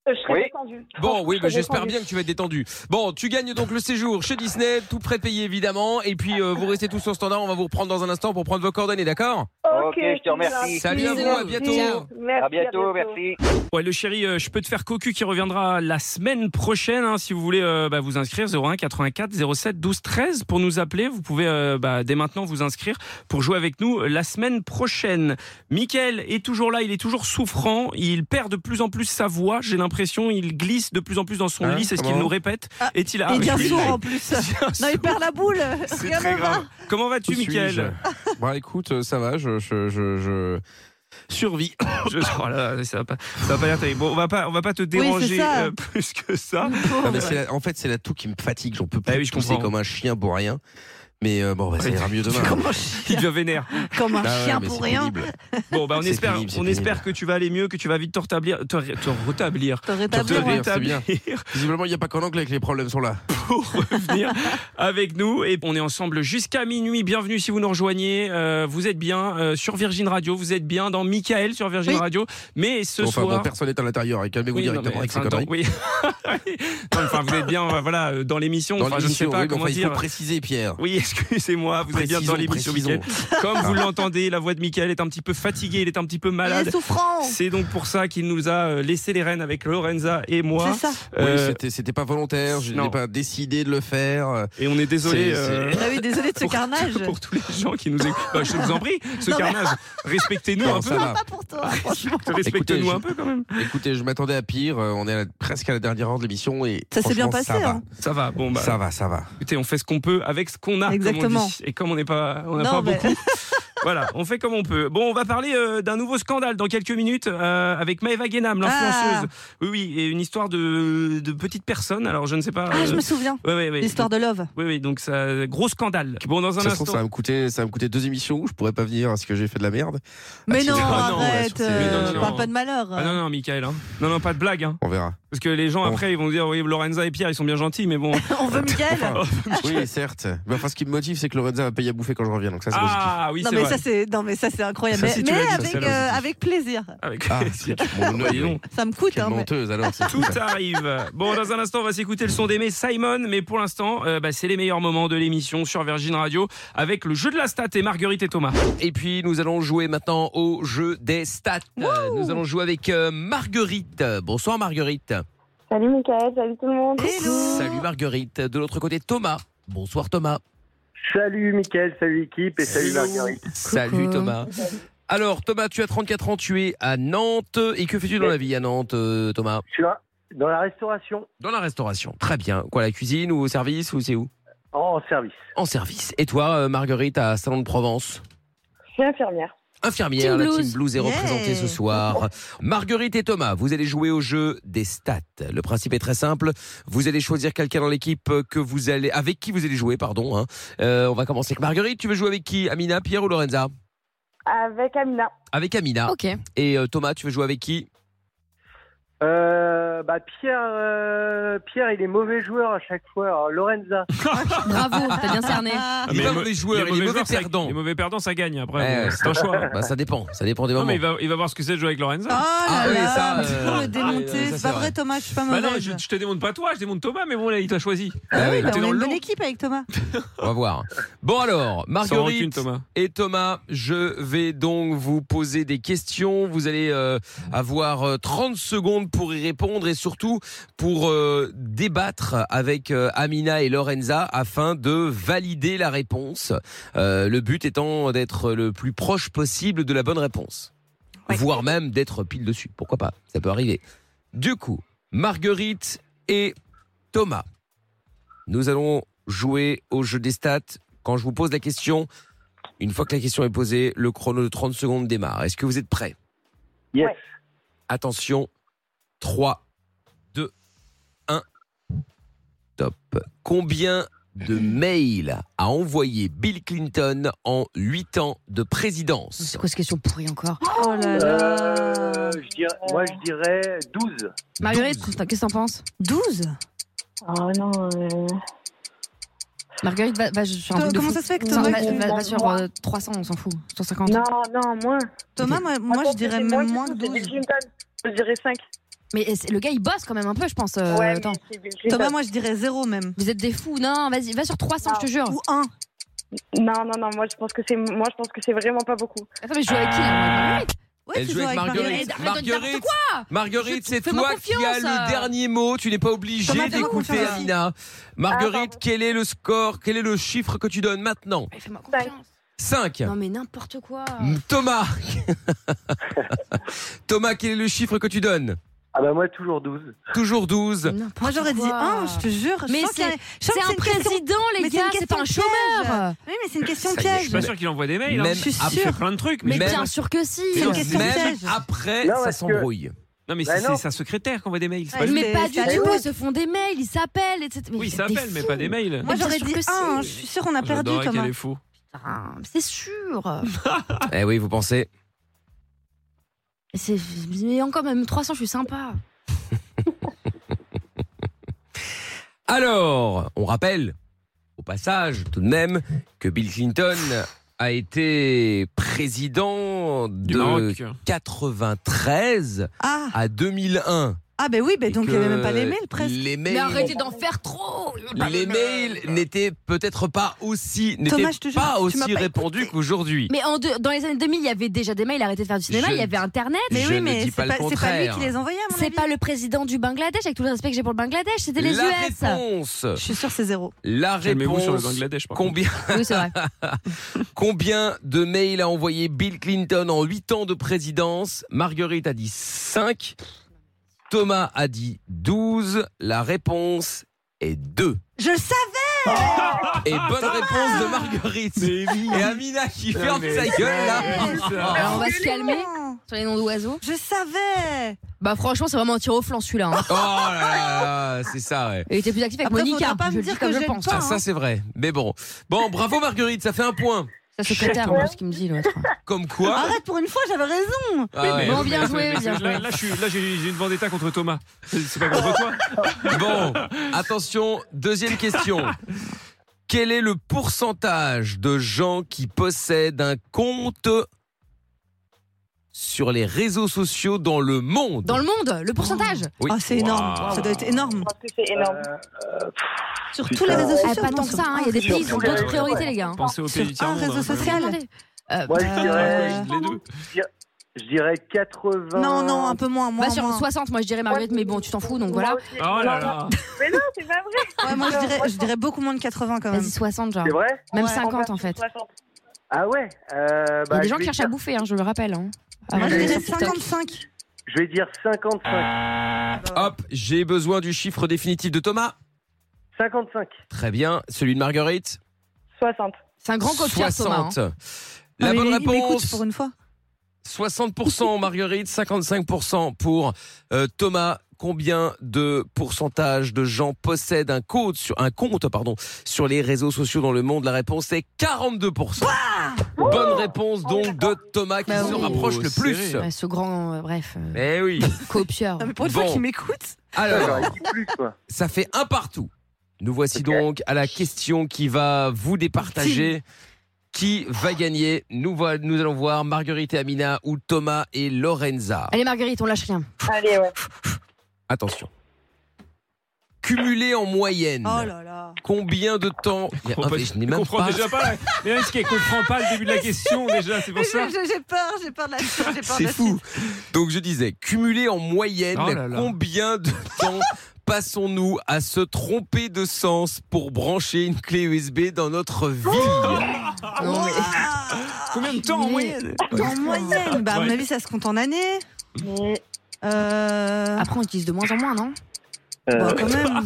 [SPEAKER 15] Euh, Je serais
[SPEAKER 2] Oui.
[SPEAKER 15] détendue.
[SPEAKER 2] Bon, oui,
[SPEAKER 15] Je
[SPEAKER 2] bah,
[SPEAKER 15] serais
[SPEAKER 2] j'espère
[SPEAKER 15] détendue.
[SPEAKER 2] bien que tu vas être détendu. Bon, tu gagnes donc le séjour chez Disney, tout prépayé évidemment. Et puis, euh, vous restez tous au standard, on va vous reprendre dans un instant pour prendre vos coordonnées, d'accord
[SPEAKER 12] Ok, je te remercie.
[SPEAKER 2] Salut à vous, à bientôt.
[SPEAKER 12] à bientôt, merci.
[SPEAKER 1] Ouais, le chéri, euh, je peux te faire cocu qui reviendra la semaine prochaine. hein, si vous voulez euh, bah, vous inscrire, 01 84 07 12 13 pour nous appeler. Vous pouvez euh, bah, dès maintenant vous inscrire pour jouer avec nous euh, la semaine prochaine. Mickaël est toujours là, il est toujours souffrant. Il perd de plus en plus sa voix. J'ai l'impression il glisse de plus en plus dans son
[SPEAKER 2] Hein,
[SPEAKER 1] lit. C'est ce qu'il
[SPEAKER 2] comment
[SPEAKER 1] nous répète. Est-il
[SPEAKER 4] Ah, Il devient
[SPEAKER 1] oui,
[SPEAKER 4] sourd
[SPEAKER 1] il-
[SPEAKER 4] en plus. Non, il perd la boule. C'est
[SPEAKER 1] Comment vas-tu,
[SPEAKER 2] Où suis-je
[SPEAKER 1] Mickaël
[SPEAKER 2] Bah écoute, euh, ça va, je, je, je, je... survis.
[SPEAKER 1] Je- oh là là, ça va pas, ça va pas l'air terrible. Bon, on va pas, on va pas te déranger
[SPEAKER 2] ça.
[SPEAKER 1] euh, plus que ça.
[SPEAKER 2] Non, Ah, mais c'est la- en fait, c'est la toux qui me fatigue, j'en peux plus.
[SPEAKER 1] Ah oui, je
[SPEAKER 2] tousser
[SPEAKER 1] comprends.
[SPEAKER 2] comme un chien pour rien. Mais euh, bon, bah, ça
[SPEAKER 1] Ouais,
[SPEAKER 2] ira mieux demain.
[SPEAKER 1] Il devient vénère.
[SPEAKER 4] Comme un
[SPEAKER 2] Ah ouais,
[SPEAKER 4] chien
[SPEAKER 2] mais
[SPEAKER 4] pour
[SPEAKER 2] c'est
[SPEAKER 4] rien.
[SPEAKER 2] pénible.
[SPEAKER 1] Bon, bah, on
[SPEAKER 2] C'est
[SPEAKER 1] espère,
[SPEAKER 2] pénible, c'est
[SPEAKER 1] on espère que tu vas aller mieux, que tu vas vite te rétablir. Te, ré- te rétablir.
[SPEAKER 4] Te rétablir,
[SPEAKER 1] Te
[SPEAKER 4] ouais.
[SPEAKER 2] C'est bien.
[SPEAKER 1] rétablir
[SPEAKER 2] Visiblement, il n'y a pas qu'en anglais que les problèmes sont là.
[SPEAKER 1] pour revenir avec nous. Et on est ensemble jusqu'à minuit. Bienvenue si vous nous rejoignez. Euh, vous êtes bien euh, sur Virgin Radio. Vous êtes bien dans Michael sur Virgin Radio. Mais ce
[SPEAKER 2] enfin,
[SPEAKER 1] soir.
[SPEAKER 2] bon, personne n'est à l'intérieur. et Calmez-vous
[SPEAKER 1] Oui, non, mais
[SPEAKER 2] directement avec ces
[SPEAKER 1] enfin,
[SPEAKER 2] conneries.
[SPEAKER 1] dans- oui. Non, enfin, vous êtes bien, euh, voilà, euh, dans l'émission.
[SPEAKER 2] Dans
[SPEAKER 1] Enfin, je ne sais
[SPEAKER 2] l'émission,
[SPEAKER 1] pas
[SPEAKER 2] oui, mais
[SPEAKER 1] comment
[SPEAKER 2] enfin, il
[SPEAKER 1] dire.
[SPEAKER 2] faut préciser, Pierre.
[SPEAKER 1] Oui, excusez-moi, vous êtes bien
[SPEAKER 2] Précisons,
[SPEAKER 1] dans l'émission
[SPEAKER 2] précisons. Ah.
[SPEAKER 1] Mickaël. Comme vous l'entendez, la voix de Mickaël est un petit peu fatiguée, il est un petit peu malade.
[SPEAKER 4] Il est souffrant.
[SPEAKER 1] C'est donc pour ça qu'il nous a euh, laissé les rênes avec Lorenza et moi.
[SPEAKER 4] C'est ça.
[SPEAKER 1] Euh,
[SPEAKER 2] Oui, c'était- c'était pas volontaire, je
[SPEAKER 1] non.
[SPEAKER 2] n'ai pas décidé de le faire.
[SPEAKER 1] Et on est désolé.
[SPEAKER 2] C'est- c'est-
[SPEAKER 1] euh,
[SPEAKER 4] Ah oui, désolé de ce
[SPEAKER 1] pour-
[SPEAKER 4] carnage.
[SPEAKER 1] Pour tous les gens qui nous écoutent. Bah, je vous en prie, ce
[SPEAKER 4] Non, mais-
[SPEAKER 1] carnage. Respectez-nous
[SPEAKER 2] Non,
[SPEAKER 1] un
[SPEAKER 2] ça
[SPEAKER 1] peu. Ah,
[SPEAKER 2] va.
[SPEAKER 4] Pas pour toi.
[SPEAKER 2] Écoutez,
[SPEAKER 1] Respectez-nous
[SPEAKER 2] je-
[SPEAKER 1] un peu quand même.
[SPEAKER 2] Écoutez, je m'attendais à pire. euh, On est à la- presque à la dernière heure de l'émission et
[SPEAKER 4] Ça s'est
[SPEAKER 2] franchement,
[SPEAKER 4] bien passé,
[SPEAKER 2] Ça va.
[SPEAKER 4] hein.
[SPEAKER 1] Ça va, bon bah.
[SPEAKER 2] ça va, ça va.
[SPEAKER 1] Écoutez, on fait ce qu'on peut avec ce qu'on a. Comme on
[SPEAKER 4] Exactement.
[SPEAKER 1] dit. Et comme on n'est pas, on n'a
[SPEAKER 4] Non,
[SPEAKER 1] pas
[SPEAKER 4] mais-
[SPEAKER 1] beaucoup. Voilà, on fait comme on peut. Bon, on va parler euh, d'un nouveau scandale dans quelques minutes euh, avec Maëva Guénam, l'influenceuse.
[SPEAKER 4] Ah.
[SPEAKER 1] Oui, oui, et une histoire de, de petite personne. Alors, je ne sais pas.
[SPEAKER 4] Ah, je
[SPEAKER 1] euh,
[SPEAKER 4] me souviens.
[SPEAKER 1] ouais, ouais, ouais.
[SPEAKER 4] L'histoire de Love.
[SPEAKER 1] Oui, Ah, oui, donc ça, gros scandale. Bon, dans un
[SPEAKER 2] Ça se
[SPEAKER 1] instant.
[SPEAKER 2] trouve, ça va me coûter, ça va me coûter deux émissions où je pourrais pas venir parce que j'ai fait de la merde.
[SPEAKER 4] Mais non,
[SPEAKER 1] Ah non, ouais,
[SPEAKER 4] arrête.
[SPEAKER 1] c'est-
[SPEAKER 4] euh,
[SPEAKER 1] Mais non, non.
[SPEAKER 4] Parle pas de malheur.
[SPEAKER 1] Ah non, non, Michael. hein. Non, non, pas de blague. hein.
[SPEAKER 2] On verra.
[SPEAKER 1] Parce que les gens, après, ils vont dire oui, Lorenza et Pierre, ils sont bien gentils, mais bon.
[SPEAKER 4] On veut Mickaël.
[SPEAKER 2] oui, certes. Mais enfin, ce qui me motive, c'est que Lorenza va payer à bouffer quand je reviens, donc ça c'est
[SPEAKER 1] ah oui,
[SPEAKER 4] Non
[SPEAKER 1] c'est
[SPEAKER 4] mais,
[SPEAKER 1] vrai.
[SPEAKER 4] ça, c'est... non, mais ça, c'est incroyable.
[SPEAKER 2] Ça,
[SPEAKER 4] mais
[SPEAKER 2] si tu
[SPEAKER 4] mais
[SPEAKER 2] l'as dit, ça,
[SPEAKER 4] avec,
[SPEAKER 2] c'est
[SPEAKER 4] euh,
[SPEAKER 2] logique.
[SPEAKER 4] avec plaisir.
[SPEAKER 1] Avec
[SPEAKER 2] Ah,
[SPEAKER 1] plaisir.
[SPEAKER 2] mon
[SPEAKER 1] Bon,
[SPEAKER 2] oeil.
[SPEAKER 1] dis donc.
[SPEAKER 4] Ça me coûte.
[SPEAKER 2] positif.
[SPEAKER 4] hein, mais-
[SPEAKER 2] Menteuse alors. c'est
[SPEAKER 1] Tout
[SPEAKER 2] ça.
[SPEAKER 1] arrive. Bon, dans un instant, on va s'écouter le son d'Aimé Simon, mais pour l'instant, euh, bah, c'est les meilleurs moments de l'émission sur Virgin Radio avec le jeu de la stat et Marguerite et Thomas.
[SPEAKER 2] Et puis nous allons jouer maintenant au jeu des stats. Euh, Nous allons jouer avec euh, Marguerite. Euh, Bonsoir Marguerite.
[SPEAKER 16] Salut Mickaël, salut tout le monde.
[SPEAKER 2] Salut Marguerite. De l'autre côté Thomas. Bonsoir Thomas.
[SPEAKER 17] Salut Mickaël, salut l'équipe et salut Marguerite.
[SPEAKER 2] Salut Thomas. Alors Thomas, tu as 34 ans, tu es à Nantes. Et que fais-tu dans la vie à Nantes, euh, Thomas
[SPEAKER 17] Je suis là, dans la restauration,
[SPEAKER 2] Dans la restauration. Très bien. Quoi, la cuisine ou au service ou c'est où
[SPEAKER 17] en service.
[SPEAKER 2] En service. Et toi, euh, Marguerite, à Salon de Provence
[SPEAKER 16] Je suis infirmière.
[SPEAKER 2] infirmière.
[SPEAKER 9] Team
[SPEAKER 2] la Team
[SPEAKER 9] Blues.
[SPEAKER 2] Blues est
[SPEAKER 9] Yeah.
[SPEAKER 2] représentée ce soir. Marguerite et Thomas, vous allez jouer au jeu des stats. Le principe est très simple. Vous allez choisir quelqu'un dans l'équipe que vous allez, avec qui vous allez jouer, pardon. hein. Euh, on va commencer avec Marguerite. Tu veux jouer avec qui Amina, Pierre ou Lorenza
[SPEAKER 16] Avec Amina.
[SPEAKER 2] Avec Amina.
[SPEAKER 16] Ok.
[SPEAKER 2] Et euh, Thomas, tu veux jouer avec qui
[SPEAKER 17] Euh, bah Pierre, euh, Pierre, il est mauvais joueur à chaque fois. Alors, Lorenza.
[SPEAKER 3] Bravo, t'as bien cerné.
[SPEAKER 1] Ah,
[SPEAKER 2] Il est pas mauvais joueur, il est mauvais
[SPEAKER 1] ça-
[SPEAKER 2] perdant.
[SPEAKER 1] Les mauvais perdants, ça gagne après.
[SPEAKER 2] Ouais, ouais.
[SPEAKER 1] c'est un choix.
[SPEAKER 2] Bah, ça dépend, ça dépend des
[SPEAKER 1] Non,
[SPEAKER 2] moments.
[SPEAKER 1] mais il va, il va voir ce que c'est de jouer avec Lorenzo.
[SPEAKER 4] Ah
[SPEAKER 2] oui,
[SPEAKER 4] là
[SPEAKER 2] ça,
[SPEAKER 4] là, mais
[SPEAKER 2] euh,
[SPEAKER 4] faut le démonter.
[SPEAKER 1] ça,
[SPEAKER 4] C'est
[SPEAKER 1] c'est
[SPEAKER 4] pas
[SPEAKER 1] vrai.
[SPEAKER 4] vrai, Thomas, je suis pas
[SPEAKER 1] Bah non,
[SPEAKER 4] mauvaise. Ah
[SPEAKER 1] je, je te démonte pas toi, je démonte Thomas, mais bon, là, il t'a choisi.
[SPEAKER 2] Ah oui.
[SPEAKER 1] T'es
[SPEAKER 4] Bah,
[SPEAKER 1] dans
[SPEAKER 4] on a
[SPEAKER 1] le
[SPEAKER 4] une
[SPEAKER 1] lot.
[SPEAKER 4] bonne équipe avec Thomas.
[SPEAKER 2] On va voir. Bon alors, Marguerite
[SPEAKER 1] rancune, Thomas.
[SPEAKER 2] et Thomas, je vais donc vous poser des questions. Vous allez euh, avoir euh, 30 secondes pour y répondre et surtout pour euh, débattre avec euh, Amina et Lorenza afin de valider la réponse. Euh, le but étant d'être le plus proche possible de la bonne réponse. Voire même d'être pile dessus. Pourquoi pas Ça peut arriver. Du coup, Marguerite et Thomas. Nous allons jouer au jeu des stats. Quand je vous pose la question, une fois que la question est posée, le chrono de 30 secondes démarre. Est-ce que vous êtes prêts
[SPEAKER 17] Yes.
[SPEAKER 2] Attention, 3, 2, 1, top. Combien de mails a envoyé Bill Clinton en 8 ans de présidence C'est
[SPEAKER 3] quoi cette question pourrie encore
[SPEAKER 4] Oh là là.
[SPEAKER 17] Euh, je dirais- moi, je dirais 12.
[SPEAKER 3] Marguerite, t'en- qu'est-ce que t'en penses 12
[SPEAKER 16] Oh non.
[SPEAKER 15] euh.
[SPEAKER 3] Marguerite, va, va sur un
[SPEAKER 4] Toi,
[SPEAKER 3] truc de
[SPEAKER 4] comment
[SPEAKER 3] fou.
[SPEAKER 4] ça se fait que
[SPEAKER 3] Non,
[SPEAKER 4] Thomas,
[SPEAKER 3] va,
[SPEAKER 4] tu-
[SPEAKER 3] va- va sur euh, 300, on s'en fout. 150.
[SPEAKER 16] Non, non, moins.
[SPEAKER 4] Thomas, moi, moi, je dirais même moins que 12.
[SPEAKER 16] Je dirais 5.
[SPEAKER 3] Mais euh, c'est- le gars, il bosse quand même un peu, je pense. euh,
[SPEAKER 16] Ouais, mais
[SPEAKER 3] attends.
[SPEAKER 16] c'est Bill Clinton. Thomas, moi, je
[SPEAKER 4] dirais 0 même.
[SPEAKER 3] Vous êtes des fous. Non, vas-y, va sur 300, je te jure.
[SPEAKER 4] Ou 1.
[SPEAKER 16] Non, non, non, moi je pense que c'est moi je pense que c'est vraiment pas beaucoup.
[SPEAKER 3] Attends, mais je joue avec qui là
[SPEAKER 2] Ah. Elle joue avec Marguerite.
[SPEAKER 3] Arrête de dire n'importe
[SPEAKER 2] Marguerite,
[SPEAKER 3] quoi
[SPEAKER 2] Marguerite, c'est
[SPEAKER 3] fais-moi
[SPEAKER 2] toi qui as
[SPEAKER 3] confiance, euh.
[SPEAKER 2] le dernier mot. Tu n'es pas obligée
[SPEAKER 3] Thomas, fais-moi
[SPEAKER 2] d'écouter
[SPEAKER 3] confiance. Ah,
[SPEAKER 2] Amina. Marguerite, quel est le score Quel est le chiffre que tu donnes maintenant
[SPEAKER 3] Fais-moi confiance.
[SPEAKER 2] 5.
[SPEAKER 3] Non, mais n'importe quoi.
[SPEAKER 1] Mm.
[SPEAKER 2] Thomas Thomas, quel est le chiffre que tu donnes
[SPEAKER 17] Ah bah moi toujours 12.
[SPEAKER 2] Toujours 12.
[SPEAKER 4] Moi, j'aurais dit
[SPEAKER 3] quoi.
[SPEAKER 4] 1, je te jure. Je
[SPEAKER 3] Mais
[SPEAKER 4] sens qu'il y a-
[SPEAKER 3] c'est-
[SPEAKER 4] je sens
[SPEAKER 3] c'est
[SPEAKER 4] que
[SPEAKER 3] un
[SPEAKER 4] une question-
[SPEAKER 3] président, les
[SPEAKER 4] Mais une
[SPEAKER 3] gars, c'est
[SPEAKER 4] question
[SPEAKER 3] pas un
[SPEAKER 4] piège.
[SPEAKER 3] chômeur.
[SPEAKER 4] Oui, mais c'est une question
[SPEAKER 1] Ça y est, Je
[SPEAKER 4] piège.
[SPEAKER 1] suis pas sûr qu'il envoie des mails. hein.
[SPEAKER 2] Même Je suis
[SPEAKER 1] Il fait
[SPEAKER 2] sûr.
[SPEAKER 1] plein de trucs.
[SPEAKER 3] Mais bien sûr que si.
[SPEAKER 1] C'est une question
[SPEAKER 2] même
[SPEAKER 1] piège.
[SPEAKER 2] après,
[SPEAKER 1] Non,
[SPEAKER 2] ça
[SPEAKER 1] parce que-
[SPEAKER 2] s'embrouille.
[SPEAKER 1] Non, mais
[SPEAKER 2] Bah
[SPEAKER 1] c'est
[SPEAKER 2] non.
[SPEAKER 1] c'est sa secrétaire qui envoie des mails. c'est pas lui.
[SPEAKER 3] Mais pas du
[SPEAKER 4] ça
[SPEAKER 3] tout,
[SPEAKER 4] va.
[SPEAKER 3] ils se font des mails, ils s'appellent, etc.
[SPEAKER 1] Oui, ils
[SPEAKER 3] vous êtes
[SPEAKER 1] s'appellent,
[SPEAKER 3] des
[SPEAKER 1] mais
[SPEAKER 3] fous.
[SPEAKER 1] pas des mails.
[SPEAKER 4] Moi,
[SPEAKER 3] Mais bien
[SPEAKER 4] j'aurais
[SPEAKER 3] sûr
[SPEAKER 4] dit
[SPEAKER 3] que si.
[SPEAKER 4] 1, je suis sûr on a perdu
[SPEAKER 1] J'adorerais
[SPEAKER 4] Thomas.
[SPEAKER 1] qu'elle est faux.
[SPEAKER 3] Putain, C'est sûr. Ah.
[SPEAKER 2] Eh oui, vous pensez.
[SPEAKER 3] C'est- Mais encore, même 300, je suis sympa.
[SPEAKER 2] Alors, on rappelle, au passage, tout de même, que Bill Clinton a été président de
[SPEAKER 1] Maroc.
[SPEAKER 2] 93 à 2001.
[SPEAKER 4] Ah, ben oui, ben Ah. donc il n'y avait même pas les mails presque.
[SPEAKER 2] Les mails,
[SPEAKER 3] Mais arrêtez d'en faire trop. il y a pas
[SPEAKER 2] les
[SPEAKER 3] de mails.
[SPEAKER 2] mails n'étaient peut-être pas aussi, n'étaient
[SPEAKER 3] Thomas, je te jure,
[SPEAKER 2] pas
[SPEAKER 3] tu m'as
[SPEAKER 2] aussi
[SPEAKER 3] pas
[SPEAKER 2] répandus qu'aujourd'hui.
[SPEAKER 3] Mais en deux- dans les années 2000, il y avait déjà des mails, arrêtez de faire du cinéma,
[SPEAKER 2] Je
[SPEAKER 3] il y
[SPEAKER 2] ne-
[SPEAKER 3] avait Internet.
[SPEAKER 2] Mais je oui, ne mais dis pas c'est le pas- c'est pas lui contraire. qui les
[SPEAKER 4] envoyait,
[SPEAKER 3] C'est pas le président du Bangladesh, avec tout le respect que j'ai pour le Bangladesh, c'était les
[SPEAKER 2] la
[SPEAKER 3] US.
[SPEAKER 2] réponse.
[SPEAKER 4] Je suis sûr c'est zéro.
[SPEAKER 2] La
[SPEAKER 1] Calmez-vous
[SPEAKER 2] réponse.
[SPEAKER 1] sur le Bangladesh, par
[SPEAKER 2] combien
[SPEAKER 3] Oui, c'est vrai.
[SPEAKER 2] Combien de mails a envoyé Bill Clinton en 8 ans de présidence Marguerite a dit 5. Thomas a dit 12. La réponse est 2.
[SPEAKER 4] Je le savais
[SPEAKER 2] Et bonne réponse de Marguerite. Et Amina qui
[SPEAKER 1] Non,
[SPEAKER 2] ferme
[SPEAKER 1] mais
[SPEAKER 2] sa
[SPEAKER 1] c'est
[SPEAKER 2] gueule
[SPEAKER 1] vrai,
[SPEAKER 2] là.
[SPEAKER 3] Alors on va se calmer sur les noms d'oiseaux.
[SPEAKER 4] Je savais
[SPEAKER 3] Bah franchement, c'est vraiment un tir au flanc celui-là. hein.
[SPEAKER 2] Oh là là, c'est ça, ouais.
[SPEAKER 3] Il était plus actif avec
[SPEAKER 4] Après,
[SPEAKER 3] Monica.
[SPEAKER 4] faudra pas hein.
[SPEAKER 3] je
[SPEAKER 4] me
[SPEAKER 3] le dis
[SPEAKER 4] dire
[SPEAKER 3] comme
[SPEAKER 4] que
[SPEAKER 3] je
[SPEAKER 4] j'ai
[SPEAKER 3] pense. hein.
[SPEAKER 4] le
[SPEAKER 2] Ah, ça c'est vrai. Mais bon. Bon, bravo Marguerite, ça fait un point.
[SPEAKER 3] Sa secrétaire, moi, hein, ce qu'il me dit l'autre.
[SPEAKER 2] Comme quoi.
[SPEAKER 4] Arrête, pour une fois, j'avais raison
[SPEAKER 2] Ah ouais.
[SPEAKER 3] Bon, bien joué, bien
[SPEAKER 1] Là,
[SPEAKER 3] joué.
[SPEAKER 1] là, je suis- là, j'ai j'ai une vendetta contre Thomas. C'est c'est pas contre toi.
[SPEAKER 2] Bon, attention, deuxième question. Quel est le pourcentage de gens qui possèdent un compte sur les réseaux sociaux dans le monde
[SPEAKER 3] Dans le monde, le pourcentage.
[SPEAKER 2] Oh. Oui.
[SPEAKER 4] Ah, c'est énorme, ça doit être énorme.
[SPEAKER 16] C'est énorme.
[SPEAKER 17] Euh,
[SPEAKER 4] Sur
[SPEAKER 2] putain.
[SPEAKER 4] tous les réseaux sociaux.
[SPEAKER 3] Ah, pas
[SPEAKER 4] non,
[SPEAKER 3] tant que
[SPEAKER 4] sur
[SPEAKER 3] ça, hein, il y a
[SPEAKER 4] un
[SPEAKER 3] des
[SPEAKER 4] réseau
[SPEAKER 3] pays qui ont
[SPEAKER 4] social.
[SPEAKER 3] d'autres priorités, les gars. hein.
[SPEAKER 1] Pensez aux pays du
[SPEAKER 4] Sur un
[SPEAKER 1] tiers-monde,
[SPEAKER 4] réseau
[SPEAKER 1] hein,
[SPEAKER 4] social.
[SPEAKER 3] Regardez. Euh,
[SPEAKER 17] Moi, je dirais,
[SPEAKER 1] quand même. Les deux.
[SPEAKER 17] je dirais- je dirais 80.
[SPEAKER 4] Non, non, un peu moins, moins,
[SPEAKER 3] Va euh, sur
[SPEAKER 4] moins.
[SPEAKER 3] 60, moi je dirais Marguerite, mais bon, tu t'en fous, donc voilà.
[SPEAKER 1] Oh là là.
[SPEAKER 17] Euh,
[SPEAKER 16] Mais non, c'est pas vrai.
[SPEAKER 4] Ouais, moi, je dirais, je dirais beaucoup moins de 80 quand même.
[SPEAKER 3] Vas-y, 60, genre.
[SPEAKER 17] C'est vrai
[SPEAKER 3] Même
[SPEAKER 4] Ouais.
[SPEAKER 3] 50 en fait.
[SPEAKER 17] Ah ouais euh,
[SPEAKER 3] Il y
[SPEAKER 17] bah,
[SPEAKER 3] a des
[SPEAKER 17] je
[SPEAKER 3] gens qui
[SPEAKER 17] vais
[SPEAKER 3] cherchent
[SPEAKER 17] dire-
[SPEAKER 3] à bouffer, hein, je le rappelle. hein. Ah,
[SPEAKER 4] Moi, je
[SPEAKER 3] ouais,
[SPEAKER 4] dirais
[SPEAKER 3] sur TikTok.
[SPEAKER 4] 55.
[SPEAKER 17] Je vais dire 55.
[SPEAKER 1] Ah.
[SPEAKER 2] Hop, j'ai besoin du chiffre définitif de Thomas.
[SPEAKER 17] 55.
[SPEAKER 2] Très bien, celui de Marguerite.
[SPEAKER 16] 60.
[SPEAKER 3] C'est un grand copieur, Thomas. hein.
[SPEAKER 2] La
[SPEAKER 4] Ah, mais
[SPEAKER 2] bonne
[SPEAKER 4] il- il m'écoute
[SPEAKER 2] réponse
[SPEAKER 4] pour une fois.
[SPEAKER 2] 60% Marguerite, 55% pour euh, Thomas. Combien de pourcentage de gens possèdent un compte sur un compte pardon sur les réseaux sociaux dans le monde La réponse est 42%. Bonne réponse donc de Thomas qui
[SPEAKER 3] Bah
[SPEAKER 2] se
[SPEAKER 3] oui.
[SPEAKER 2] rapproche le plus.
[SPEAKER 3] Ouais, ce grand, euh, bref, euh,
[SPEAKER 2] Eh oui.
[SPEAKER 3] copieur.
[SPEAKER 4] Pour une
[SPEAKER 2] Bon.
[SPEAKER 4] fois qu'il m'écoute.
[SPEAKER 2] Alors, ça fait un partout. Nous voici donc à la question qui va vous départager. Qui va gagner nous, vo- nous allons voir Marguerite et Amina ou Thomas et Lorenza.
[SPEAKER 3] Allez Marguerite, on lâche rien.
[SPEAKER 16] Allez, ouais.
[SPEAKER 2] Attention. Cumulé en moyenne.
[SPEAKER 3] Oh
[SPEAKER 2] Combien de temps Ah, Mais
[SPEAKER 1] comprends
[SPEAKER 2] un-
[SPEAKER 1] pas-
[SPEAKER 2] mais je n'ai
[SPEAKER 1] je
[SPEAKER 2] même
[SPEAKER 1] comprends
[SPEAKER 2] pas-
[SPEAKER 1] déjà pas. Mais est-ce qu'elle comprend pas le début de la question déjà C'est pour
[SPEAKER 4] Mais
[SPEAKER 1] ça.
[SPEAKER 4] je- je- J'ai peur, j'ai peur de la j'ai peur de
[SPEAKER 2] C'est
[SPEAKER 4] la
[SPEAKER 2] fou. Donc je disais, cumulé en moyenne,
[SPEAKER 1] Oh là là.
[SPEAKER 2] combien de temps passons-nous à se tromper de sens pour brancher une clé USB dans notre
[SPEAKER 3] Oh
[SPEAKER 4] Oh
[SPEAKER 2] vie
[SPEAKER 1] Combien de temps en moyenne
[SPEAKER 4] En moyenne, bah à mon
[SPEAKER 2] Ouais.
[SPEAKER 4] avis ça se compte en années.
[SPEAKER 3] Après on utilise de moins en moins, non
[SPEAKER 4] Euh,
[SPEAKER 17] Euh,
[SPEAKER 4] Bon, quand même.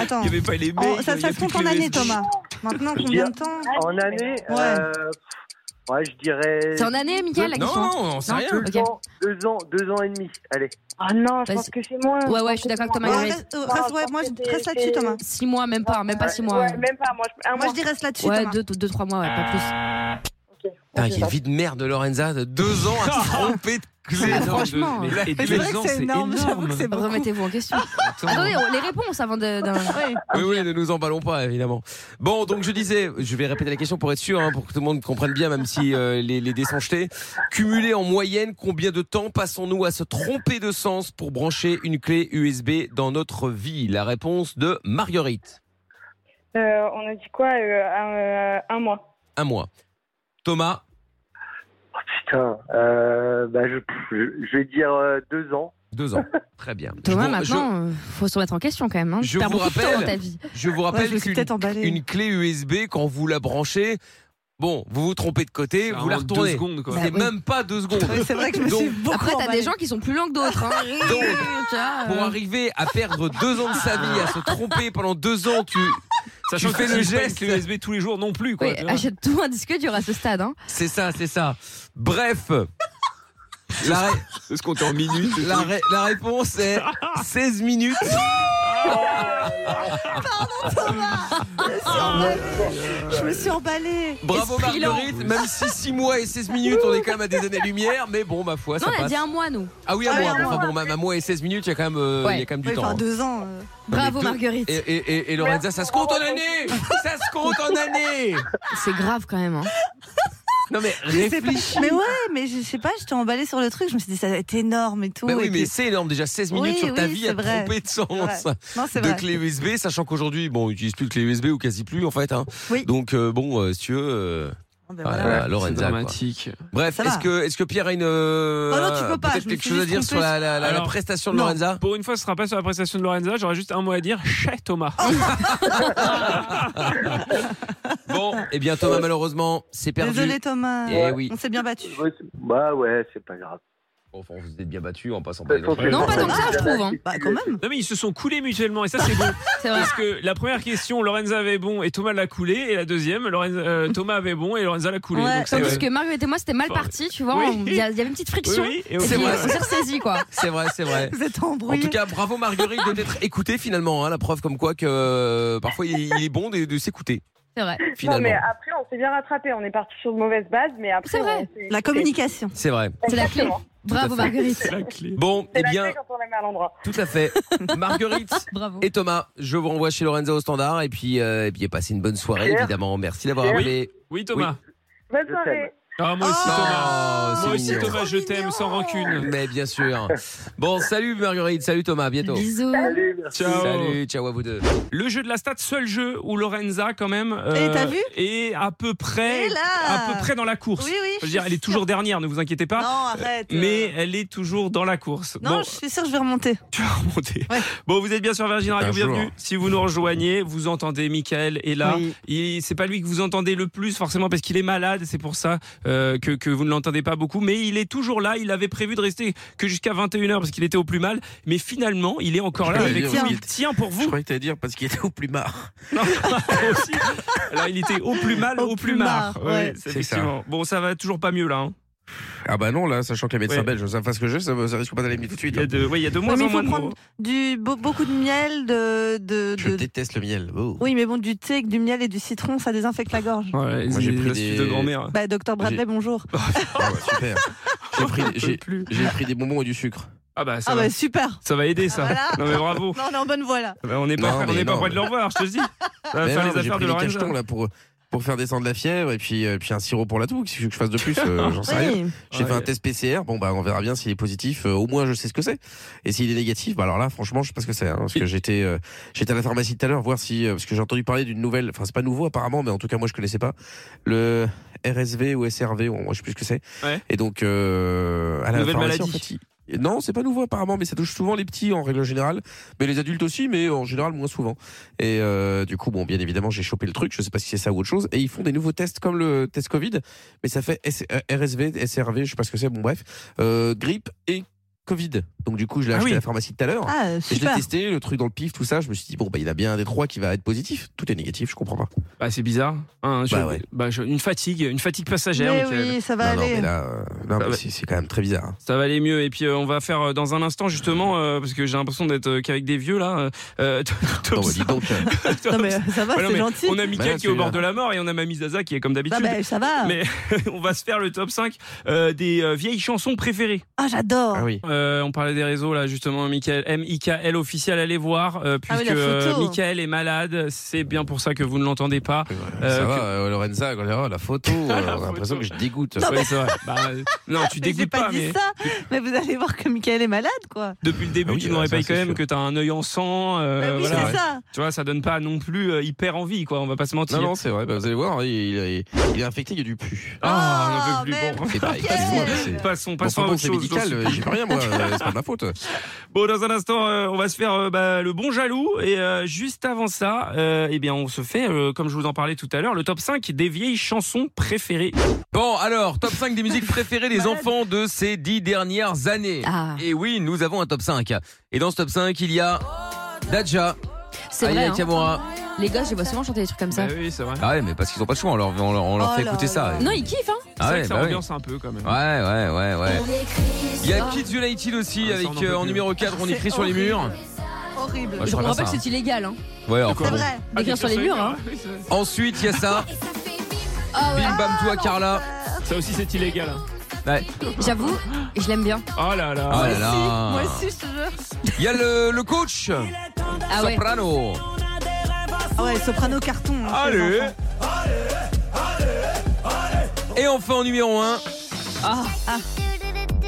[SPEAKER 4] Attends.
[SPEAKER 1] Il y avait pas les
[SPEAKER 4] En-
[SPEAKER 1] mails,
[SPEAKER 4] ça
[SPEAKER 1] il y
[SPEAKER 4] ça
[SPEAKER 1] a
[SPEAKER 4] se
[SPEAKER 1] plus
[SPEAKER 4] compte
[SPEAKER 1] que
[SPEAKER 4] en
[SPEAKER 1] les-
[SPEAKER 4] années, Thomas. Maintenant,
[SPEAKER 1] Je
[SPEAKER 4] combien
[SPEAKER 1] dis-
[SPEAKER 4] de temps
[SPEAKER 17] En année,
[SPEAKER 4] Ouais.
[SPEAKER 17] euh, pff, ouais, je dirais.
[SPEAKER 3] C'est en année, Mickaël, la
[SPEAKER 17] Deux-
[SPEAKER 3] question Non, on sait Non rien.
[SPEAKER 17] Deux,
[SPEAKER 3] Ok.
[SPEAKER 17] ans, deux ans, deux ans et demi. Allez.
[SPEAKER 16] Ah non,
[SPEAKER 3] je pense que
[SPEAKER 16] c'est moins.
[SPEAKER 3] Ouais, ouais, je suis d'accord avec Thomas.
[SPEAKER 4] Ouais,
[SPEAKER 3] Lorenz.
[SPEAKER 4] reste- euh, reste- ouais, moi, je- reste là-dessus, Thomas.
[SPEAKER 3] 6 mois, même pas, même pas 6 mois.
[SPEAKER 4] Ouais,
[SPEAKER 16] même pas, moi,
[SPEAKER 15] ah,
[SPEAKER 16] je,
[SPEAKER 4] Moi, je dis reste là-dessus,
[SPEAKER 3] Ouais,
[SPEAKER 4] Thomas.
[SPEAKER 3] 2-3 mois, ouais, pas plus.
[SPEAKER 2] Putain, quelle vie de merde, Lorenza, de deux ans à se tromper de clé.
[SPEAKER 3] Ah, franchement.
[SPEAKER 2] Mais- et
[SPEAKER 3] Mais
[SPEAKER 2] deux
[SPEAKER 3] c'est vrai que
[SPEAKER 2] ans,
[SPEAKER 3] c'est
[SPEAKER 2] c'est
[SPEAKER 3] énorme, j'avoue que
[SPEAKER 2] énorme.
[SPEAKER 3] c'est beaucoup. Remettez-vous en question. Attendez, on- les réponses avant de. de-
[SPEAKER 2] Oui, oui, ne nous emballons pas, évidemment. Bon, donc je disais, je vais répéter la question pour être sûr, hein, pour que tout le monde comprenne bien, même si euh, les, les dés sont jetés. Cumulé en moyenne, combien de temps passons-nous à se tromper de sens pour brancher une clé USB dans notre vie La réponse de Marguerite.
[SPEAKER 16] Euh, on a dit quoi euh, un, euh, un mois.
[SPEAKER 2] Un mois. Thomas,
[SPEAKER 17] Oh, Putain. Euh, bah, je, je- je vais dire euh, deux ans.
[SPEAKER 2] deux ans. Très bien.
[SPEAKER 3] Thomas,
[SPEAKER 2] Je vous- je-
[SPEAKER 3] maintenant, euh, faut se remettre en question quand même. Hein.
[SPEAKER 2] Je
[SPEAKER 3] tu perds
[SPEAKER 2] vous
[SPEAKER 3] beaucoup de temps
[SPEAKER 2] rappelle-
[SPEAKER 3] dans ta vie.
[SPEAKER 2] Je vous
[SPEAKER 3] Ouais,
[SPEAKER 2] rappelle
[SPEAKER 3] je me suis peut-être
[SPEAKER 2] qu'une
[SPEAKER 3] emballée.
[SPEAKER 2] une clé USB, quand vous la branchez, bon, vous vous trompez de côté, vous la
[SPEAKER 1] vraiment deux
[SPEAKER 2] retournez.
[SPEAKER 1] secondes, quoi.
[SPEAKER 2] C'est
[SPEAKER 1] Bah oui.
[SPEAKER 2] même pas deux secondes. Donc,
[SPEAKER 3] Après, t'as des gens qui sont plus lents que d'autres. Hein. Tu vois,
[SPEAKER 2] pour
[SPEAKER 3] euh,
[SPEAKER 2] arriver à perdre deux ans de sa vie, à se tromper pendant deux ans, tu,
[SPEAKER 1] Sachant
[SPEAKER 2] tu
[SPEAKER 1] que
[SPEAKER 2] fais
[SPEAKER 1] tu
[SPEAKER 2] le
[SPEAKER 1] utilises pas une
[SPEAKER 2] geste.
[SPEAKER 1] clé USB tous les jours non plus. Quoi,
[SPEAKER 3] oui,
[SPEAKER 1] tu vois.
[SPEAKER 3] achète tout un disque dur à ce stade. Hein.
[SPEAKER 2] C'est ça, c'est ça. Bref. La, ré-
[SPEAKER 1] Est-ce qu'on est en minutes
[SPEAKER 2] la ré- la réponse est 16 minutes.
[SPEAKER 4] Je me suis emballée.
[SPEAKER 2] Bravo
[SPEAKER 4] Esprit lent.
[SPEAKER 2] Marguerite, même si 6 mois et 16 minutes, on est quand même à des années-lumière, mais bon, ma foi,
[SPEAKER 3] Non,
[SPEAKER 2] ça
[SPEAKER 3] on a
[SPEAKER 2] passe.
[SPEAKER 3] dit un mois, nous.
[SPEAKER 2] Ah oui, un
[SPEAKER 3] Ah oui,
[SPEAKER 2] mois.
[SPEAKER 3] un
[SPEAKER 2] Enfin
[SPEAKER 3] mois.
[SPEAKER 2] bon, même un mois et 16 minutes, il y a quand même, euh, il y a quand même du
[SPEAKER 4] hein. Ouais,
[SPEAKER 2] temps.
[SPEAKER 4] Enfin,
[SPEAKER 2] hein.
[SPEAKER 4] deux ans. euh.
[SPEAKER 3] Bravo,
[SPEAKER 2] Deux-
[SPEAKER 3] Marguerite.
[SPEAKER 2] Et, et, et, et Lorenza, ça se compte en année Ça se compte en année
[SPEAKER 3] C'est grave quand même. Hein.
[SPEAKER 2] Non mais
[SPEAKER 4] Je sais pas.
[SPEAKER 2] réfléchis
[SPEAKER 4] Mais ouais, mais je sais pas, j'étais emballée sur le truc. Je me suis dit, ça va être énorme et tout.
[SPEAKER 2] Bah oui,
[SPEAKER 4] et
[SPEAKER 2] mais
[SPEAKER 4] puis-
[SPEAKER 2] c'est énorme déjà, 16 minutes
[SPEAKER 4] Oui,
[SPEAKER 2] sur ta
[SPEAKER 4] oui,
[SPEAKER 2] vie
[SPEAKER 4] c'est
[SPEAKER 2] à te
[SPEAKER 4] vrai.
[SPEAKER 2] tromper de
[SPEAKER 4] C'est vrai.
[SPEAKER 2] sens
[SPEAKER 4] Non, c'est
[SPEAKER 2] de
[SPEAKER 4] vrai.
[SPEAKER 2] clé USB, sachant qu'aujourd'hui, bon, on n'utilise plus de clé USB ou quasi plus en fait. Hein.
[SPEAKER 4] Oui.
[SPEAKER 2] Donc euh, bon, euh, si tu veux, euh, voilà,
[SPEAKER 1] voilà.
[SPEAKER 2] Lorenza,
[SPEAKER 1] C'est
[SPEAKER 2] quoi.
[SPEAKER 1] dramatique.
[SPEAKER 2] Bref,
[SPEAKER 1] Ça
[SPEAKER 2] est-ce
[SPEAKER 1] va.
[SPEAKER 2] que, est que Pierre a une.
[SPEAKER 1] Oh non, tu peux pas,
[SPEAKER 2] Euh, Peut-être
[SPEAKER 1] je me
[SPEAKER 2] quelque
[SPEAKER 1] suis
[SPEAKER 2] chose à
[SPEAKER 1] juste
[SPEAKER 2] dire
[SPEAKER 1] trompée.
[SPEAKER 2] sur la, la- la- la
[SPEAKER 1] Alors,
[SPEAKER 2] prestation de
[SPEAKER 1] non,
[SPEAKER 2] Lorenza
[SPEAKER 1] Pour une fois, ce sera pas sur la prestation de Lorenza. J'aurais juste un mot à dire. Chez Thomas.
[SPEAKER 2] Bon, eh bien Thomas, malheureusement, c'est perdu.
[SPEAKER 4] Désolé, Thomas.
[SPEAKER 2] Eh oui.
[SPEAKER 4] On s'est bien battu.
[SPEAKER 17] Ouais, c'est- bah ouais, c'est pas grave. Bah,
[SPEAKER 2] Enfin, vous êtes bien battu en passant
[SPEAKER 17] par les
[SPEAKER 3] Non, pas tant que ça, je trouve. Hein.
[SPEAKER 1] Non, mais ils se sont coulés mutuellement et ça, c'est bon.
[SPEAKER 3] C'est vrai.
[SPEAKER 1] Parce que la première question, Lorenza avait bon et Thomas l'a coulé. Et la deuxième, Lorenza- euh, Thomas avait bon et Lorenza l'a coulé.
[SPEAKER 3] Ouais,
[SPEAKER 1] Donc, c'est
[SPEAKER 3] Tandis
[SPEAKER 1] vrai.
[SPEAKER 3] que Mario et moi, c'était mal parti, tu vois.
[SPEAKER 1] Oui.
[SPEAKER 3] on- Il y, a- il y avait une petite friction.
[SPEAKER 1] Oui, oui, et
[SPEAKER 3] et
[SPEAKER 1] au
[SPEAKER 3] puis,
[SPEAKER 2] final,
[SPEAKER 3] on s'est ressaisis, quoi.
[SPEAKER 2] C'est vrai, c'est vrai.
[SPEAKER 4] Vous êtes
[SPEAKER 2] En
[SPEAKER 4] embrouillés.
[SPEAKER 2] tout cas, bravo Marguerite de t'être écoutée finalement. hein, la preuve comme quoi que euh, parfois il, il est bon de, de s'écouter.
[SPEAKER 3] C'est vrai.
[SPEAKER 2] Finalement.
[SPEAKER 16] Non, mais après, on s'est bien rattrapé. On est parti sur de mauvaises bases, mais après.
[SPEAKER 3] C'est vrai.
[SPEAKER 16] on s'est-
[SPEAKER 4] La communication.
[SPEAKER 2] C'est vrai.
[SPEAKER 16] C'est la clé.
[SPEAKER 3] Bravo, Marguerite.
[SPEAKER 2] Bon,
[SPEAKER 16] C'est
[SPEAKER 2] eh
[SPEAKER 16] la
[SPEAKER 2] bien,
[SPEAKER 16] clé quand on la met à l'endroit.
[SPEAKER 2] tout à fait. Marguerite
[SPEAKER 3] Ah, Bravo.
[SPEAKER 2] et Thomas, je vous renvoie chez Lorenzo au standard et puis, euh, et puis passez une bonne soirée
[SPEAKER 16] Pierre
[SPEAKER 2] évidemment. Merci d'avoir
[SPEAKER 1] Oui.
[SPEAKER 2] appelé.
[SPEAKER 1] Oui, Thomas.
[SPEAKER 16] Bonne
[SPEAKER 17] Je
[SPEAKER 16] soirée.
[SPEAKER 1] Ah, moi aussi,
[SPEAKER 2] Oh,
[SPEAKER 1] Thomas.
[SPEAKER 2] c'est
[SPEAKER 1] Moi aussi,
[SPEAKER 2] mignon.
[SPEAKER 1] Thomas, je t'aime sans rancune.
[SPEAKER 2] Mais bien sûr. Bon, salut Marguerite, salut Thomas, à bientôt.
[SPEAKER 3] Bisous.
[SPEAKER 1] Ciao.
[SPEAKER 2] Salut, ciao à vous deux.
[SPEAKER 1] Le jeu de la stat, seul jeu où Lorenza, quand même, euh,
[SPEAKER 4] Et t'as vu
[SPEAKER 1] est à peu près,
[SPEAKER 4] Et là
[SPEAKER 1] à peu près dans la course.
[SPEAKER 4] Oui, oui,
[SPEAKER 1] Je
[SPEAKER 4] je
[SPEAKER 1] veux dire,
[SPEAKER 4] suis
[SPEAKER 1] elle est toujours dernière, ne vous inquiétez pas.
[SPEAKER 4] Non, arrête,
[SPEAKER 1] Euh, Mais elle est toujours dans la course.
[SPEAKER 4] Non,
[SPEAKER 1] bon,
[SPEAKER 4] je suis sûre que je vais remonter.
[SPEAKER 1] remontez. Bon, vous êtes bien sur Virgin Radio,
[SPEAKER 2] Un jour.
[SPEAKER 1] bienvenue. Si vous nous rejoignez, vous entendez Michael est là.
[SPEAKER 4] Oui.
[SPEAKER 1] Il- C'est pas lui que vous entendez le plus forcément parce qu'il est malade, c'est pour ça euh, que, que vous ne l'entendez pas beaucoup. Mais il est toujours là. Il avait prévu de rester que jusqu'à 21h parce qu'il était au plus mal. Mais finalement, il est encore là
[SPEAKER 9] Je
[SPEAKER 1] avec
[SPEAKER 9] veux
[SPEAKER 1] vous.
[SPEAKER 9] dire,
[SPEAKER 1] Il tient pour vous.
[SPEAKER 9] Je croyais que t'allais dire parce qu'il était au plus marre.
[SPEAKER 1] Aussi. Alors il était au plus mal, au, plus
[SPEAKER 4] plus
[SPEAKER 1] marre.
[SPEAKER 4] marre,
[SPEAKER 1] Ouais,
[SPEAKER 4] ouais.
[SPEAKER 1] c'est
[SPEAKER 9] C'est ça.
[SPEAKER 1] effectivement. Bon, ça va toujours pas mieux là. hein.
[SPEAKER 10] Ah bah non, là, sachant que les médecins
[SPEAKER 1] Ouais.
[SPEAKER 10] belges savent pas ce que je ça, ça risque pas d'aller mieux tout de suite. hein.
[SPEAKER 1] Il y a de, ouais, il y a de
[SPEAKER 4] Ouais,
[SPEAKER 1] moins
[SPEAKER 4] mais
[SPEAKER 1] en
[SPEAKER 4] il
[SPEAKER 1] moins
[SPEAKER 4] faut
[SPEAKER 1] de
[SPEAKER 4] prendre
[SPEAKER 1] mots.
[SPEAKER 4] du, be- beaucoup de miel, de, de,
[SPEAKER 10] Je
[SPEAKER 4] de-
[SPEAKER 10] déteste le miel. Oh.
[SPEAKER 4] Oui, mais bon, du thé avec du miel et du citron, ça désinfecte la gorge.
[SPEAKER 1] Ouais,
[SPEAKER 10] Moi, j'ai
[SPEAKER 1] les
[SPEAKER 10] pris
[SPEAKER 1] astuces
[SPEAKER 10] des...
[SPEAKER 1] de grand-mère.
[SPEAKER 4] Bah, docteur Bradley,
[SPEAKER 10] J'ai-
[SPEAKER 4] bonjour.
[SPEAKER 10] Ah ouais, super. J'ai pris, j'ai- j'ai pris des bonbons et du sucre.
[SPEAKER 1] Ah bah, ça
[SPEAKER 4] Ah
[SPEAKER 1] va.
[SPEAKER 4] bah, super.
[SPEAKER 1] Ça va aider ça.
[SPEAKER 4] Voilà.
[SPEAKER 1] Non mais bravo.
[SPEAKER 4] Non, on est en bonne voie là.
[SPEAKER 1] Bah, on n'est pas,
[SPEAKER 10] Non,
[SPEAKER 1] on
[SPEAKER 10] mais
[SPEAKER 1] n'est pas
[SPEAKER 10] non,
[SPEAKER 1] près de
[SPEAKER 10] mais-
[SPEAKER 1] l'en voir, je te le dis. Ça va
[SPEAKER 10] Mais
[SPEAKER 1] faire
[SPEAKER 10] non,
[SPEAKER 1] les
[SPEAKER 10] j'ai
[SPEAKER 1] affaires
[SPEAKER 10] pris
[SPEAKER 1] de
[SPEAKER 10] des
[SPEAKER 1] Lorenza.
[SPEAKER 10] cachetons là pour pour faire descendre la fièvre et puis euh, puis un sirop pour la toux. Qu'est-ce que tu veux que je fasse de plus euh, J'en sais rien.
[SPEAKER 1] Oui.
[SPEAKER 10] J'ai fait
[SPEAKER 1] Ouais.
[SPEAKER 10] un test PCR. Bon bah on verra bien s'il est positif. euh, au moins je sais ce que c'est. Et s'il est négatif, bah alors là franchement je sais pas ce que c'est. hein, parce que j'étais euh, j'étais à la pharmacie tout à l'heure voir si euh, parce que j'ai entendu parler d'une nouvelle. Enfin c'est pas nouveau apparemment, mais en tout cas moi je connaissais pas le RSV ou SRV. on- Moi je sais plus ce que c'est.
[SPEAKER 1] Ouais.
[SPEAKER 10] Et donc euh, à la
[SPEAKER 1] Nouvelle
[SPEAKER 10] pharmacie,
[SPEAKER 1] maladie.
[SPEAKER 10] en fait, il- non, c'est pas nouveau apparemment, mais ça touche souvent les petits en règle générale, mais les adultes aussi, mais en général moins souvent. Et euh, du coup, bon, bien évidemment, j'ai chopé le truc, je sais pas si c'est ça ou autre chose. Et ils font des nouveaux tests comme le test Covid, mais ça fait S- euh, RSV, SRV, je sais pas ce que c'est, bon bref, Euh, grippe et Covid. Donc du coup, je l'ai
[SPEAKER 1] Ah
[SPEAKER 10] acheté
[SPEAKER 1] oui.
[SPEAKER 10] à la pharmacie tout à l'heure.
[SPEAKER 1] Ah,
[SPEAKER 10] Et je l'ai
[SPEAKER 1] super.
[SPEAKER 10] testé, le truc dans le pif, tout ça. Je me suis dit bon, bah il y en a bien un des trois qui va être positif. Tout est négatif, je comprends pas.
[SPEAKER 1] Bah c'est bizarre. Hein, je-
[SPEAKER 10] Bah ouais.
[SPEAKER 1] bah, je- une fatigue, une fatigue passagère.
[SPEAKER 4] Mais
[SPEAKER 1] Mickaël.
[SPEAKER 4] oui, ça va
[SPEAKER 10] non, non,
[SPEAKER 4] aller.
[SPEAKER 10] mais là, euh, non, mais c'est c'est quand même très bizarre.
[SPEAKER 1] Ça va aller mieux. Et puis euh, on va faire euh, dans un instant justement euh, parce que j'ai l'impression d'être euh, qu'avec des vieux là. Euh,
[SPEAKER 10] Non, bah, dis donc. Bah,
[SPEAKER 4] Non, mais euh, ça va,
[SPEAKER 1] Ouais, non,
[SPEAKER 4] c'est
[SPEAKER 1] mais
[SPEAKER 4] gentil.
[SPEAKER 1] On a Mika
[SPEAKER 10] Malin,
[SPEAKER 1] qui est au
[SPEAKER 10] celui-là.
[SPEAKER 1] bord de la mort et on a Mamie Zaza qui est comme d'habitude.
[SPEAKER 4] bah, ça va.
[SPEAKER 1] Mais on va se faire le top 5 euh, des euh, vieilles chansons préférées.
[SPEAKER 4] Ah, j'adore.
[SPEAKER 1] Euh, on parlait des réseaux là justement, Michael, M-I-K-L officiel, allez voir, euh,
[SPEAKER 4] Ah oui,
[SPEAKER 1] puisque
[SPEAKER 4] la photo.
[SPEAKER 1] Michael est malade, c'est bien pour ça que vous ne l'entendez pas.
[SPEAKER 10] ça
[SPEAKER 1] Euh,
[SPEAKER 10] va,
[SPEAKER 1] que-
[SPEAKER 10] euh, Lorenza, oh, la photo, euh, on a l'impression que je dégoûte.
[SPEAKER 1] Ouais, c'est vrai. Bah, euh, non, tu
[SPEAKER 4] J'ai
[SPEAKER 1] dégoûtes
[SPEAKER 4] pas,
[SPEAKER 1] pas,
[SPEAKER 4] dit
[SPEAKER 1] mais
[SPEAKER 4] ça, mais vous allez voir que Michael est malade, quoi.
[SPEAKER 1] depuis le début,
[SPEAKER 10] Ah oui,
[SPEAKER 1] tu
[SPEAKER 10] ouais,
[SPEAKER 1] nous
[SPEAKER 10] ça,
[SPEAKER 1] répètes
[SPEAKER 10] c'est
[SPEAKER 1] quand même
[SPEAKER 10] sûr.
[SPEAKER 1] que t'as un œil en sang. euh,
[SPEAKER 4] Bah oui,
[SPEAKER 1] voilà.
[SPEAKER 4] c'est ça.
[SPEAKER 1] Tu vois, ça donne pas non plus euh, hyper envie, quoi. On va pas se mentir.
[SPEAKER 10] Non, non, c'est vrai. Bah, vous allez voir, il, il- il- il est infecté, il y a du pu.
[SPEAKER 4] Oh,
[SPEAKER 1] Ah, on en peut
[SPEAKER 10] mais
[SPEAKER 1] plus. Bon,
[SPEAKER 10] C'est pas-
[SPEAKER 1] Ok.
[SPEAKER 10] excuse-moi, mais c'est-
[SPEAKER 1] Passons,
[SPEAKER 10] Bon,
[SPEAKER 1] passons
[SPEAKER 10] enfin,
[SPEAKER 1] à
[SPEAKER 10] bon,
[SPEAKER 1] autre
[SPEAKER 10] c'est
[SPEAKER 1] chose.
[SPEAKER 10] médical,
[SPEAKER 1] j'en
[SPEAKER 10] euh,
[SPEAKER 1] suis-
[SPEAKER 10] j'y peux rien, moi, euh, c'est pas de ma faute.
[SPEAKER 1] Bon, dans un instant, euh, on va se faire euh, bah, le bon jaloux. Et euh, juste avant ça, euh, eh bien, on se fait, euh, comme je vous en parlais tout à l'heure, le top 5 des vieilles chansons préférées.
[SPEAKER 2] Bon, alors, top 5 des musiques préférées des
[SPEAKER 1] Bah,
[SPEAKER 2] enfants de ces 10 dernières années.
[SPEAKER 3] Ah.
[SPEAKER 2] Et oui, nous avons un top 5. Et dans ce top 5, il y a Daja,
[SPEAKER 3] C'est vrai.
[SPEAKER 2] Aya
[SPEAKER 3] hein.
[SPEAKER 2] Kamura.
[SPEAKER 3] Les gosses, je les vois souvent chanter des trucs comme ça.
[SPEAKER 1] Bah oui, c'est vrai.
[SPEAKER 2] Ah ouais, mais parce qu'ils ont pas de choix, on leur, on leur- on leur
[SPEAKER 3] Oh
[SPEAKER 2] fait
[SPEAKER 3] là
[SPEAKER 2] écouter ça.
[SPEAKER 3] Non, ils kiffent, hein.
[SPEAKER 2] Ah
[SPEAKER 1] c'est
[SPEAKER 2] ouais,
[SPEAKER 1] vrai que ça
[SPEAKER 2] bah oui.
[SPEAKER 1] ambiance un peu quand même.
[SPEAKER 2] Ouais, ouais, ouais, ouais.
[SPEAKER 3] Oh,
[SPEAKER 2] Il y a Kids United aussi,
[SPEAKER 1] Ah, ça, on en
[SPEAKER 2] avec
[SPEAKER 1] peut
[SPEAKER 2] euh, en
[SPEAKER 1] plus.
[SPEAKER 2] numéro 4, on
[SPEAKER 1] C'est
[SPEAKER 2] écrit sur les murs.
[SPEAKER 4] Horrible.
[SPEAKER 2] Moi, je
[SPEAKER 3] je
[SPEAKER 2] préfère
[SPEAKER 3] comprends pas
[SPEAKER 2] ça,
[SPEAKER 3] que
[SPEAKER 2] hein.
[SPEAKER 3] c'est illégal, hein.
[SPEAKER 2] Ouais,
[SPEAKER 3] C'est vrai.
[SPEAKER 1] Ah,
[SPEAKER 3] D'écrire sur les murs, hein.
[SPEAKER 2] Ensuite, il y a ça. Bim bam toi, Carla.
[SPEAKER 1] Ça aussi, c'est illégal. hein.
[SPEAKER 2] Ouais.
[SPEAKER 3] J'avoue, et je l'aime bien.
[SPEAKER 1] Oh là là.
[SPEAKER 2] Ah là là. Moi
[SPEAKER 4] aussi, je te jure.
[SPEAKER 2] Il y a le, le coach.
[SPEAKER 3] Ah ouais.
[SPEAKER 2] Soprano.
[SPEAKER 4] Ah ouais, soprano carton. hein,
[SPEAKER 2] Allez.
[SPEAKER 4] ces enfants.
[SPEAKER 2] Et enfin, en numéro 1.
[SPEAKER 3] Ah, ah.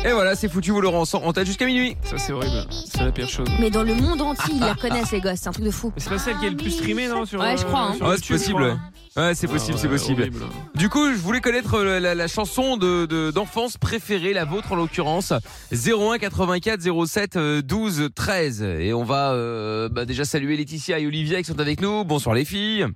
[SPEAKER 2] Et voilà, c'est foutu, vous le rend en tête jusqu'à minuit.
[SPEAKER 1] Ça, c'est horrible. C'est la pire chose.
[SPEAKER 3] Mais dans le monde entier, ils les reconnaissent, les gosses. C'est un truc de fou.
[SPEAKER 1] C'est pas celle qui est le plus streamée, non sur,
[SPEAKER 3] Ouais, je crois. Hein.
[SPEAKER 1] euh, sur
[SPEAKER 2] Ouais, c'est
[SPEAKER 1] YouTube,
[SPEAKER 2] possible.
[SPEAKER 1] je
[SPEAKER 2] ouais.
[SPEAKER 1] crois. Ah
[SPEAKER 2] Ouais, c'est possible, c'est possible.
[SPEAKER 1] horrible.
[SPEAKER 2] Du coup, je voulais connaître la, la- la chanson de- de- d'enfance préférée, la vôtre en l'occurrence. 01 84 07 euh, 12 13. Et on va euh, bah, déjà saluer Laetitia et Olivia qui sont avec nous. Bonsoir les filles.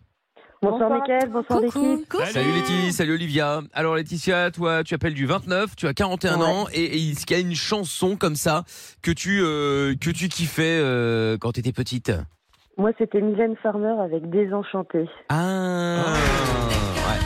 [SPEAKER 15] Bonsoir, Mickaël, bonsoir l'équipe.
[SPEAKER 2] Salut Laetitia, salut Olivia. Alors Laetitia, toi, tu appelles du 29, tu as 41 ans et et est-ce qu'il y a une chanson comme ça que tu euh, que tu kiffais euh, quand t'étais petite
[SPEAKER 15] Moi, c'était Mylène Farmer avec Désenchanté.
[SPEAKER 2] Ah, ouais.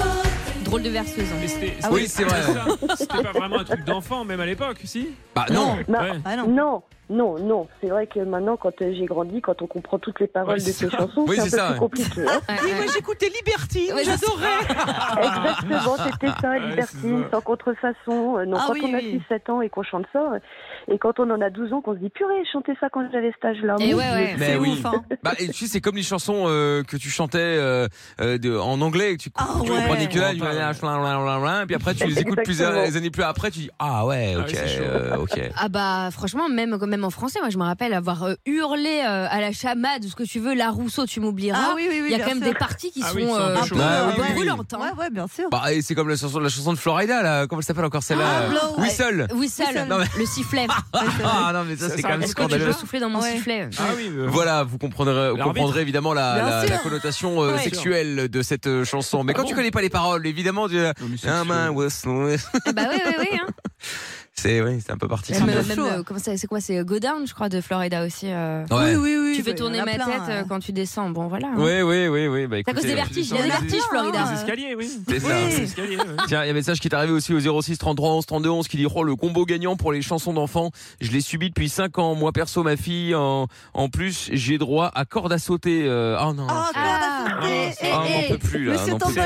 [SPEAKER 1] euh,
[SPEAKER 3] Drôle de verseuse. hein.
[SPEAKER 1] Ah
[SPEAKER 2] Oui, c'est vrai.
[SPEAKER 1] Ça, C'était pas vraiment un truc d'enfant, même à l'époque, si
[SPEAKER 2] Bah non.
[SPEAKER 15] Non,
[SPEAKER 1] Ouais.
[SPEAKER 3] Ah,
[SPEAKER 15] non, non, non, C'est vrai que maintenant, quand euh, j'ai grandi, quand on comprend toutes les paroles
[SPEAKER 2] Ouais,
[SPEAKER 15] de
[SPEAKER 2] c'est
[SPEAKER 15] ces
[SPEAKER 2] ça.
[SPEAKER 15] chansons,
[SPEAKER 2] Oui,
[SPEAKER 15] c'est un
[SPEAKER 2] c'est
[SPEAKER 15] peu
[SPEAKER 2] ça,
[SPEAKER 15] plus
[SPEAKER 2] ouais.
[SPEAKER 15] compliqué. hein.
[SPEAKER 3] Oui, moi
[SPEAKER 4] j'écoutais Liberty,
[SPEAKER 3] Ouais,
[SPEAKER 4] j'adorais.
[SPEAKER 15] Exactement,
[SPEAKER 1] Ah.
[SPEAKER 15] c'était ça, libertine, sans contrefaçon. Euh, Non,
[SPEAKER 4] Ah
[SPEAKER 15] quand
[SPEAKER 4] oui,
[SPEAKER 15] on a
[SPEAKER 4] oui.
[SPEAKER 15] 6-7 ans et qu'on chante ça, euh, et quand on en a 12 ans, qu'on se dit purée, chanter ça quand j'avais cet âge-là.
[SPEAKER 3] Et
[SPEAKER 15] Mon
[SPEAKER 3] Eh ouais,
[SPEAKER 15] Dieu.
[SPEAKER 3] ouais. hein.
[SPEAKER 2] Mais oui. Bah, et tu sais, c'est comme les chansons euh, que tu chantais euh, euh, de- en anglais, que tu,
[SPEAKER 3] Ah
[SPEAKER 2] tu
[SPEAKER 4] ouais.
[SPEAKER 2] comprends des que là, tu vas- blablabla, et puis après tu les écoutes plus euh,
[SPEAKER 15] Exactement.
[SPEAKER 2] les années plus après, tu dis ah ouais, ok, euh, ok.
[SPEAKER 3] Ah bah franchement même même en français moi je me rappelle avoir euh, hurlé euh, à la chamade ou ce que tu veux la Rousseau tu m'oublieras
[SPEAKER 4] Ah oui, oui, oui,
[SPEAKER 3] il y a
[SPEAKER 4] bien
[SPEAKER 3] quand même
[SPEAKER 4] sûr.
[SPEAKER 3] des parties qui
[SPEAKER 1] Ah
[SPEAKER 3] sont
[SPEAKER 1] oui, ils sont un peu
[SPEAKER 3] euh,
[SPEAKER 1] chauds. Ah,
[SPEAKER 2] Bah oui, oui, oui.
[SPEAKER 3] brûlantes hein.
[SPEAKER 4] Ouais, ouais, bien sûr.
[SPEAKER 2] Bah, et c'est comme la chanson, la chanson de Florida, là. Comment elle s'appelle encore
[SPEAKER 3] Ah,
[SPEAKER 2] celle-là
[SPEAKER 3] blow, ouais.
[SPEAKER 2] Whistle.
[SPEAKER 3] Whistle,
[SPEAKER 2] Non, mais-
[SPEAKER 3] le sifflet
[SPEAKER 2] Ah non, mais ça,
[SPEAKER 1] Ça,
[SPEAKER 2] c'est
[SPEAKER 1] ça
[SPEAKER 2] quand même
[SPEAKER 3] est-ce que tu
[SPEAKER 2] scandaleux.
[SPEAKER 3] peux souffler dans mon
[SPEAKER 4] Ouais.
[SPEAKER 3] sifflet
[SPEAKER 1] Ah oui, euh,
[SPEAKER 2] Voilà, vous comprendrez, vous
[SPEAKER 1] L'arbitre.
[SPEAKER 2] comprendrez évidemment la,
[SPEAKER 4] Bien
[SPEAKER 2] la-
[SPEAKER 4] sûr.
[SPEAKER 2] la connotation euh,
[SPEAKER 4] Ouais.
[SPEAKER 2] sexuelle de cette euh, chanson. Mais quand
[SPEAKER 1] bon
[SPEAKER 2] tu connais pas les paroles, évidemment, tu.
[SPEAKER 1] mais c'est
[SPEAKER 3] Eh
[SPEAKER 2] Ah, man, whistle, whistle.
[SPEAKER 3] Ah bah oui oui oui hein.
[SPEAKER 2] C'est oui, c'est un peu
[SPEAKER 3] Même,
[SPEAKER 2] particulier.
[SPEAKER 3] euh, même, euh, comment ça- c'est quoi C'est euh, Go Down, je crois, de Florida aussi. euh.
[SPEAKER 2] hein. Ouais. Oui, oui, oui,
[SPEAKER 3] Tu fais
[SPEAKER 4] bah,
[SPEAKER 3] tourner
[SPEAKER 4] il y en a
[SPEAKER 3] ma
[SPEAKER 4] plein,
[SPEAKER 3] tête
[SPEAKER 4] euh.
[SPEAKER 3] euh, quand tu descends. Bon, voilà. hein.
[SPEAKER 2] Oui, oui, oui, oui. Bah,
[SPEAKER 3] C'est à cause
[SPEAKER 2] écoutez,
[SPEAKER 3] des vertiges. Il y a des vertiges, Florida.
[SPEAKER 1] Les escaliers, oui.
[SPEAKER 2] C'est ça.
[SPEAKER 1] Les escaliers, ouais.
[SPEAKER 2] Tiens, il y a un message qui est arrivé aussi au 06 33 11 32 11 qui dit Oh, le combo gagnant pour les chansons d'enfants. Je l'ai subi depuis 5 ans. Moi, perso, ma fille, en, en plus, j'ai droit à corde à sauter. Euh, oh non.
[SPEAKER 4] Oh,
[SPEAKER 2] Ah,
[SPEAKER 4] Eh,
[SPEAKER 2] ah,
[SPEAKER 9] Eh,
[SPEAKER 2] on n'en peut plus là. on n'en peut plus.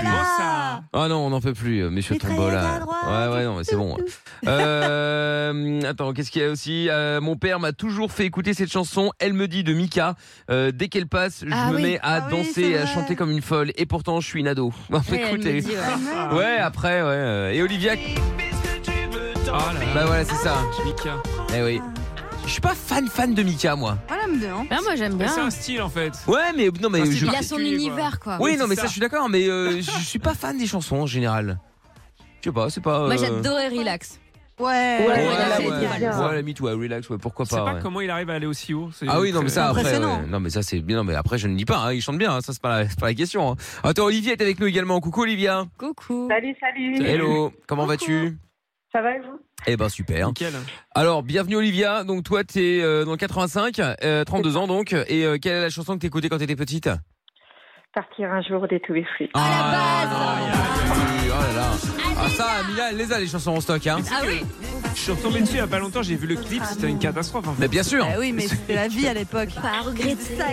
[SPEAKER 2] Ah non, on n'en peut plus, euh, Monsieur Tombola. Ouais, ouais, non, mais c'est bon. hein. Euh, attends, qu'est-ce qu'il y a aussi Euh, Mon père m'a toujours fait écouter cette chanson. Elle me dit de Mika. Euh, dès qu'elle passe, je
[SPEAKER 9] Ah
[SPEAKER 2] me
[SPEAKER 9] oui.
[SPEAKER 2] mets à
[SPEAKER 9] Ah oui,
[SPEAKER 2] danser
[SPEAKER 9] c'est
[SPEAKER 2] et à
[SPEAKER 9] vrai.
[SPEAKER 2] chanter comme une folle. Et pourtant, je suis une ado.
[SPEAKER 9] Ouais, Ah. elle me dit,
[SPEAKER 2] ouais.
[SPEAKER 9] ouais.
[SPEAKER 2] après, ouais. euh, Et Olivia. Bah voilà, c'est ça. Mika. Eh oui. Je suis pas fan fan de Mika, moi.
[SPEAKER 4] Voilà, me deux, hein.
[SPEAKER 3] Ah, moi, j'aime
[SPEAKER 1] Mais C'est un style en fait.
[SPEAKER 2] Ouais, mais non, mais
[SPEAKER 1] Un
[SPEAKER 2] je.
[SPEAKER 1] style particulier,
[SPEAKER 2] Oui,
[SPEAKER 1] C'est
[SPEAKER 2] non, mais ça, je suis d'accord, mais euh, je suis pas fan des chansons en général. Je sais pas, c'est pas.
[SPEAKER 3] Moi,
[SPEAKER 2] euh,
[SPEAKER 3] j'adorais Relax.
[SPEAKER 4] Ouais.
[SPEAKER 2] Ouais,
[SPEAKER 1] Relax,
[SPEAKER 2] ouais,
[SPEAKER 1] c'est
[SPEAKER 2] ouais,
[SPEAKER 1] bien.
[SPEAKER 2] ouais, la Me Too, ouais, bah, relax, ouais, pourquoi
[SPEAKER 1] Je sais
[SPEAKER 2] pas.
[SPEAKER 1] pas
[SPEAKER 2] ouais.
[SPEAKER 1] comment il arrive à aller aussi haut. c'est
[SPEAKER 2] Ah oui, non, mais ça,
[SPEAKER 1] très-
[SPEAKER 2] après, ouais. non, mais ça, c'est bien, non, mais après, je ne dis pas, hein, ils chantent bien, hein, ça, c'est pas, la- c'est pas la question. hein. Attends, Olivia est avec nous également. Coucou, Olivia.
[SPEAKER 3] Coucou.
[SPEAKER 15] Salut, salut.
[SPEAKER 2] Hello, comment vas-tu
[SPEAKER 15] Ça va et vous
[SPEAKER 2] Eh ben, super. Alors, bienvenue, Olivia. Donc, toi, t'es es dans le 85, euh, 32 ans, donc, et euh, quelle est la chanson que t'écoutais quand t'étais petite
[SPEAKER 15] Partir un jour des tous les fruits.
[SPEAKER 3] Ah,
[SPEAKER 2] Ah, Oh là là. Ah, ça, Mila, elle les a, les chansons en stock, hein.
[SPEAKER 3] Ah oui
[SPEAKER 1] Je suis retombé dessus il y a pas longtemps, j'ai vu le clip, c'était une catastrophe. hein. En fait.
[SPEAKER 2] Mais bien sûr.
[SPEAKER 1] Ah
[SPEAKER 4] Bah oui, mais c'était la vie à l'époque.
[SPEAKER 3] Pas regretter.
[SPEAKER 2] Putain,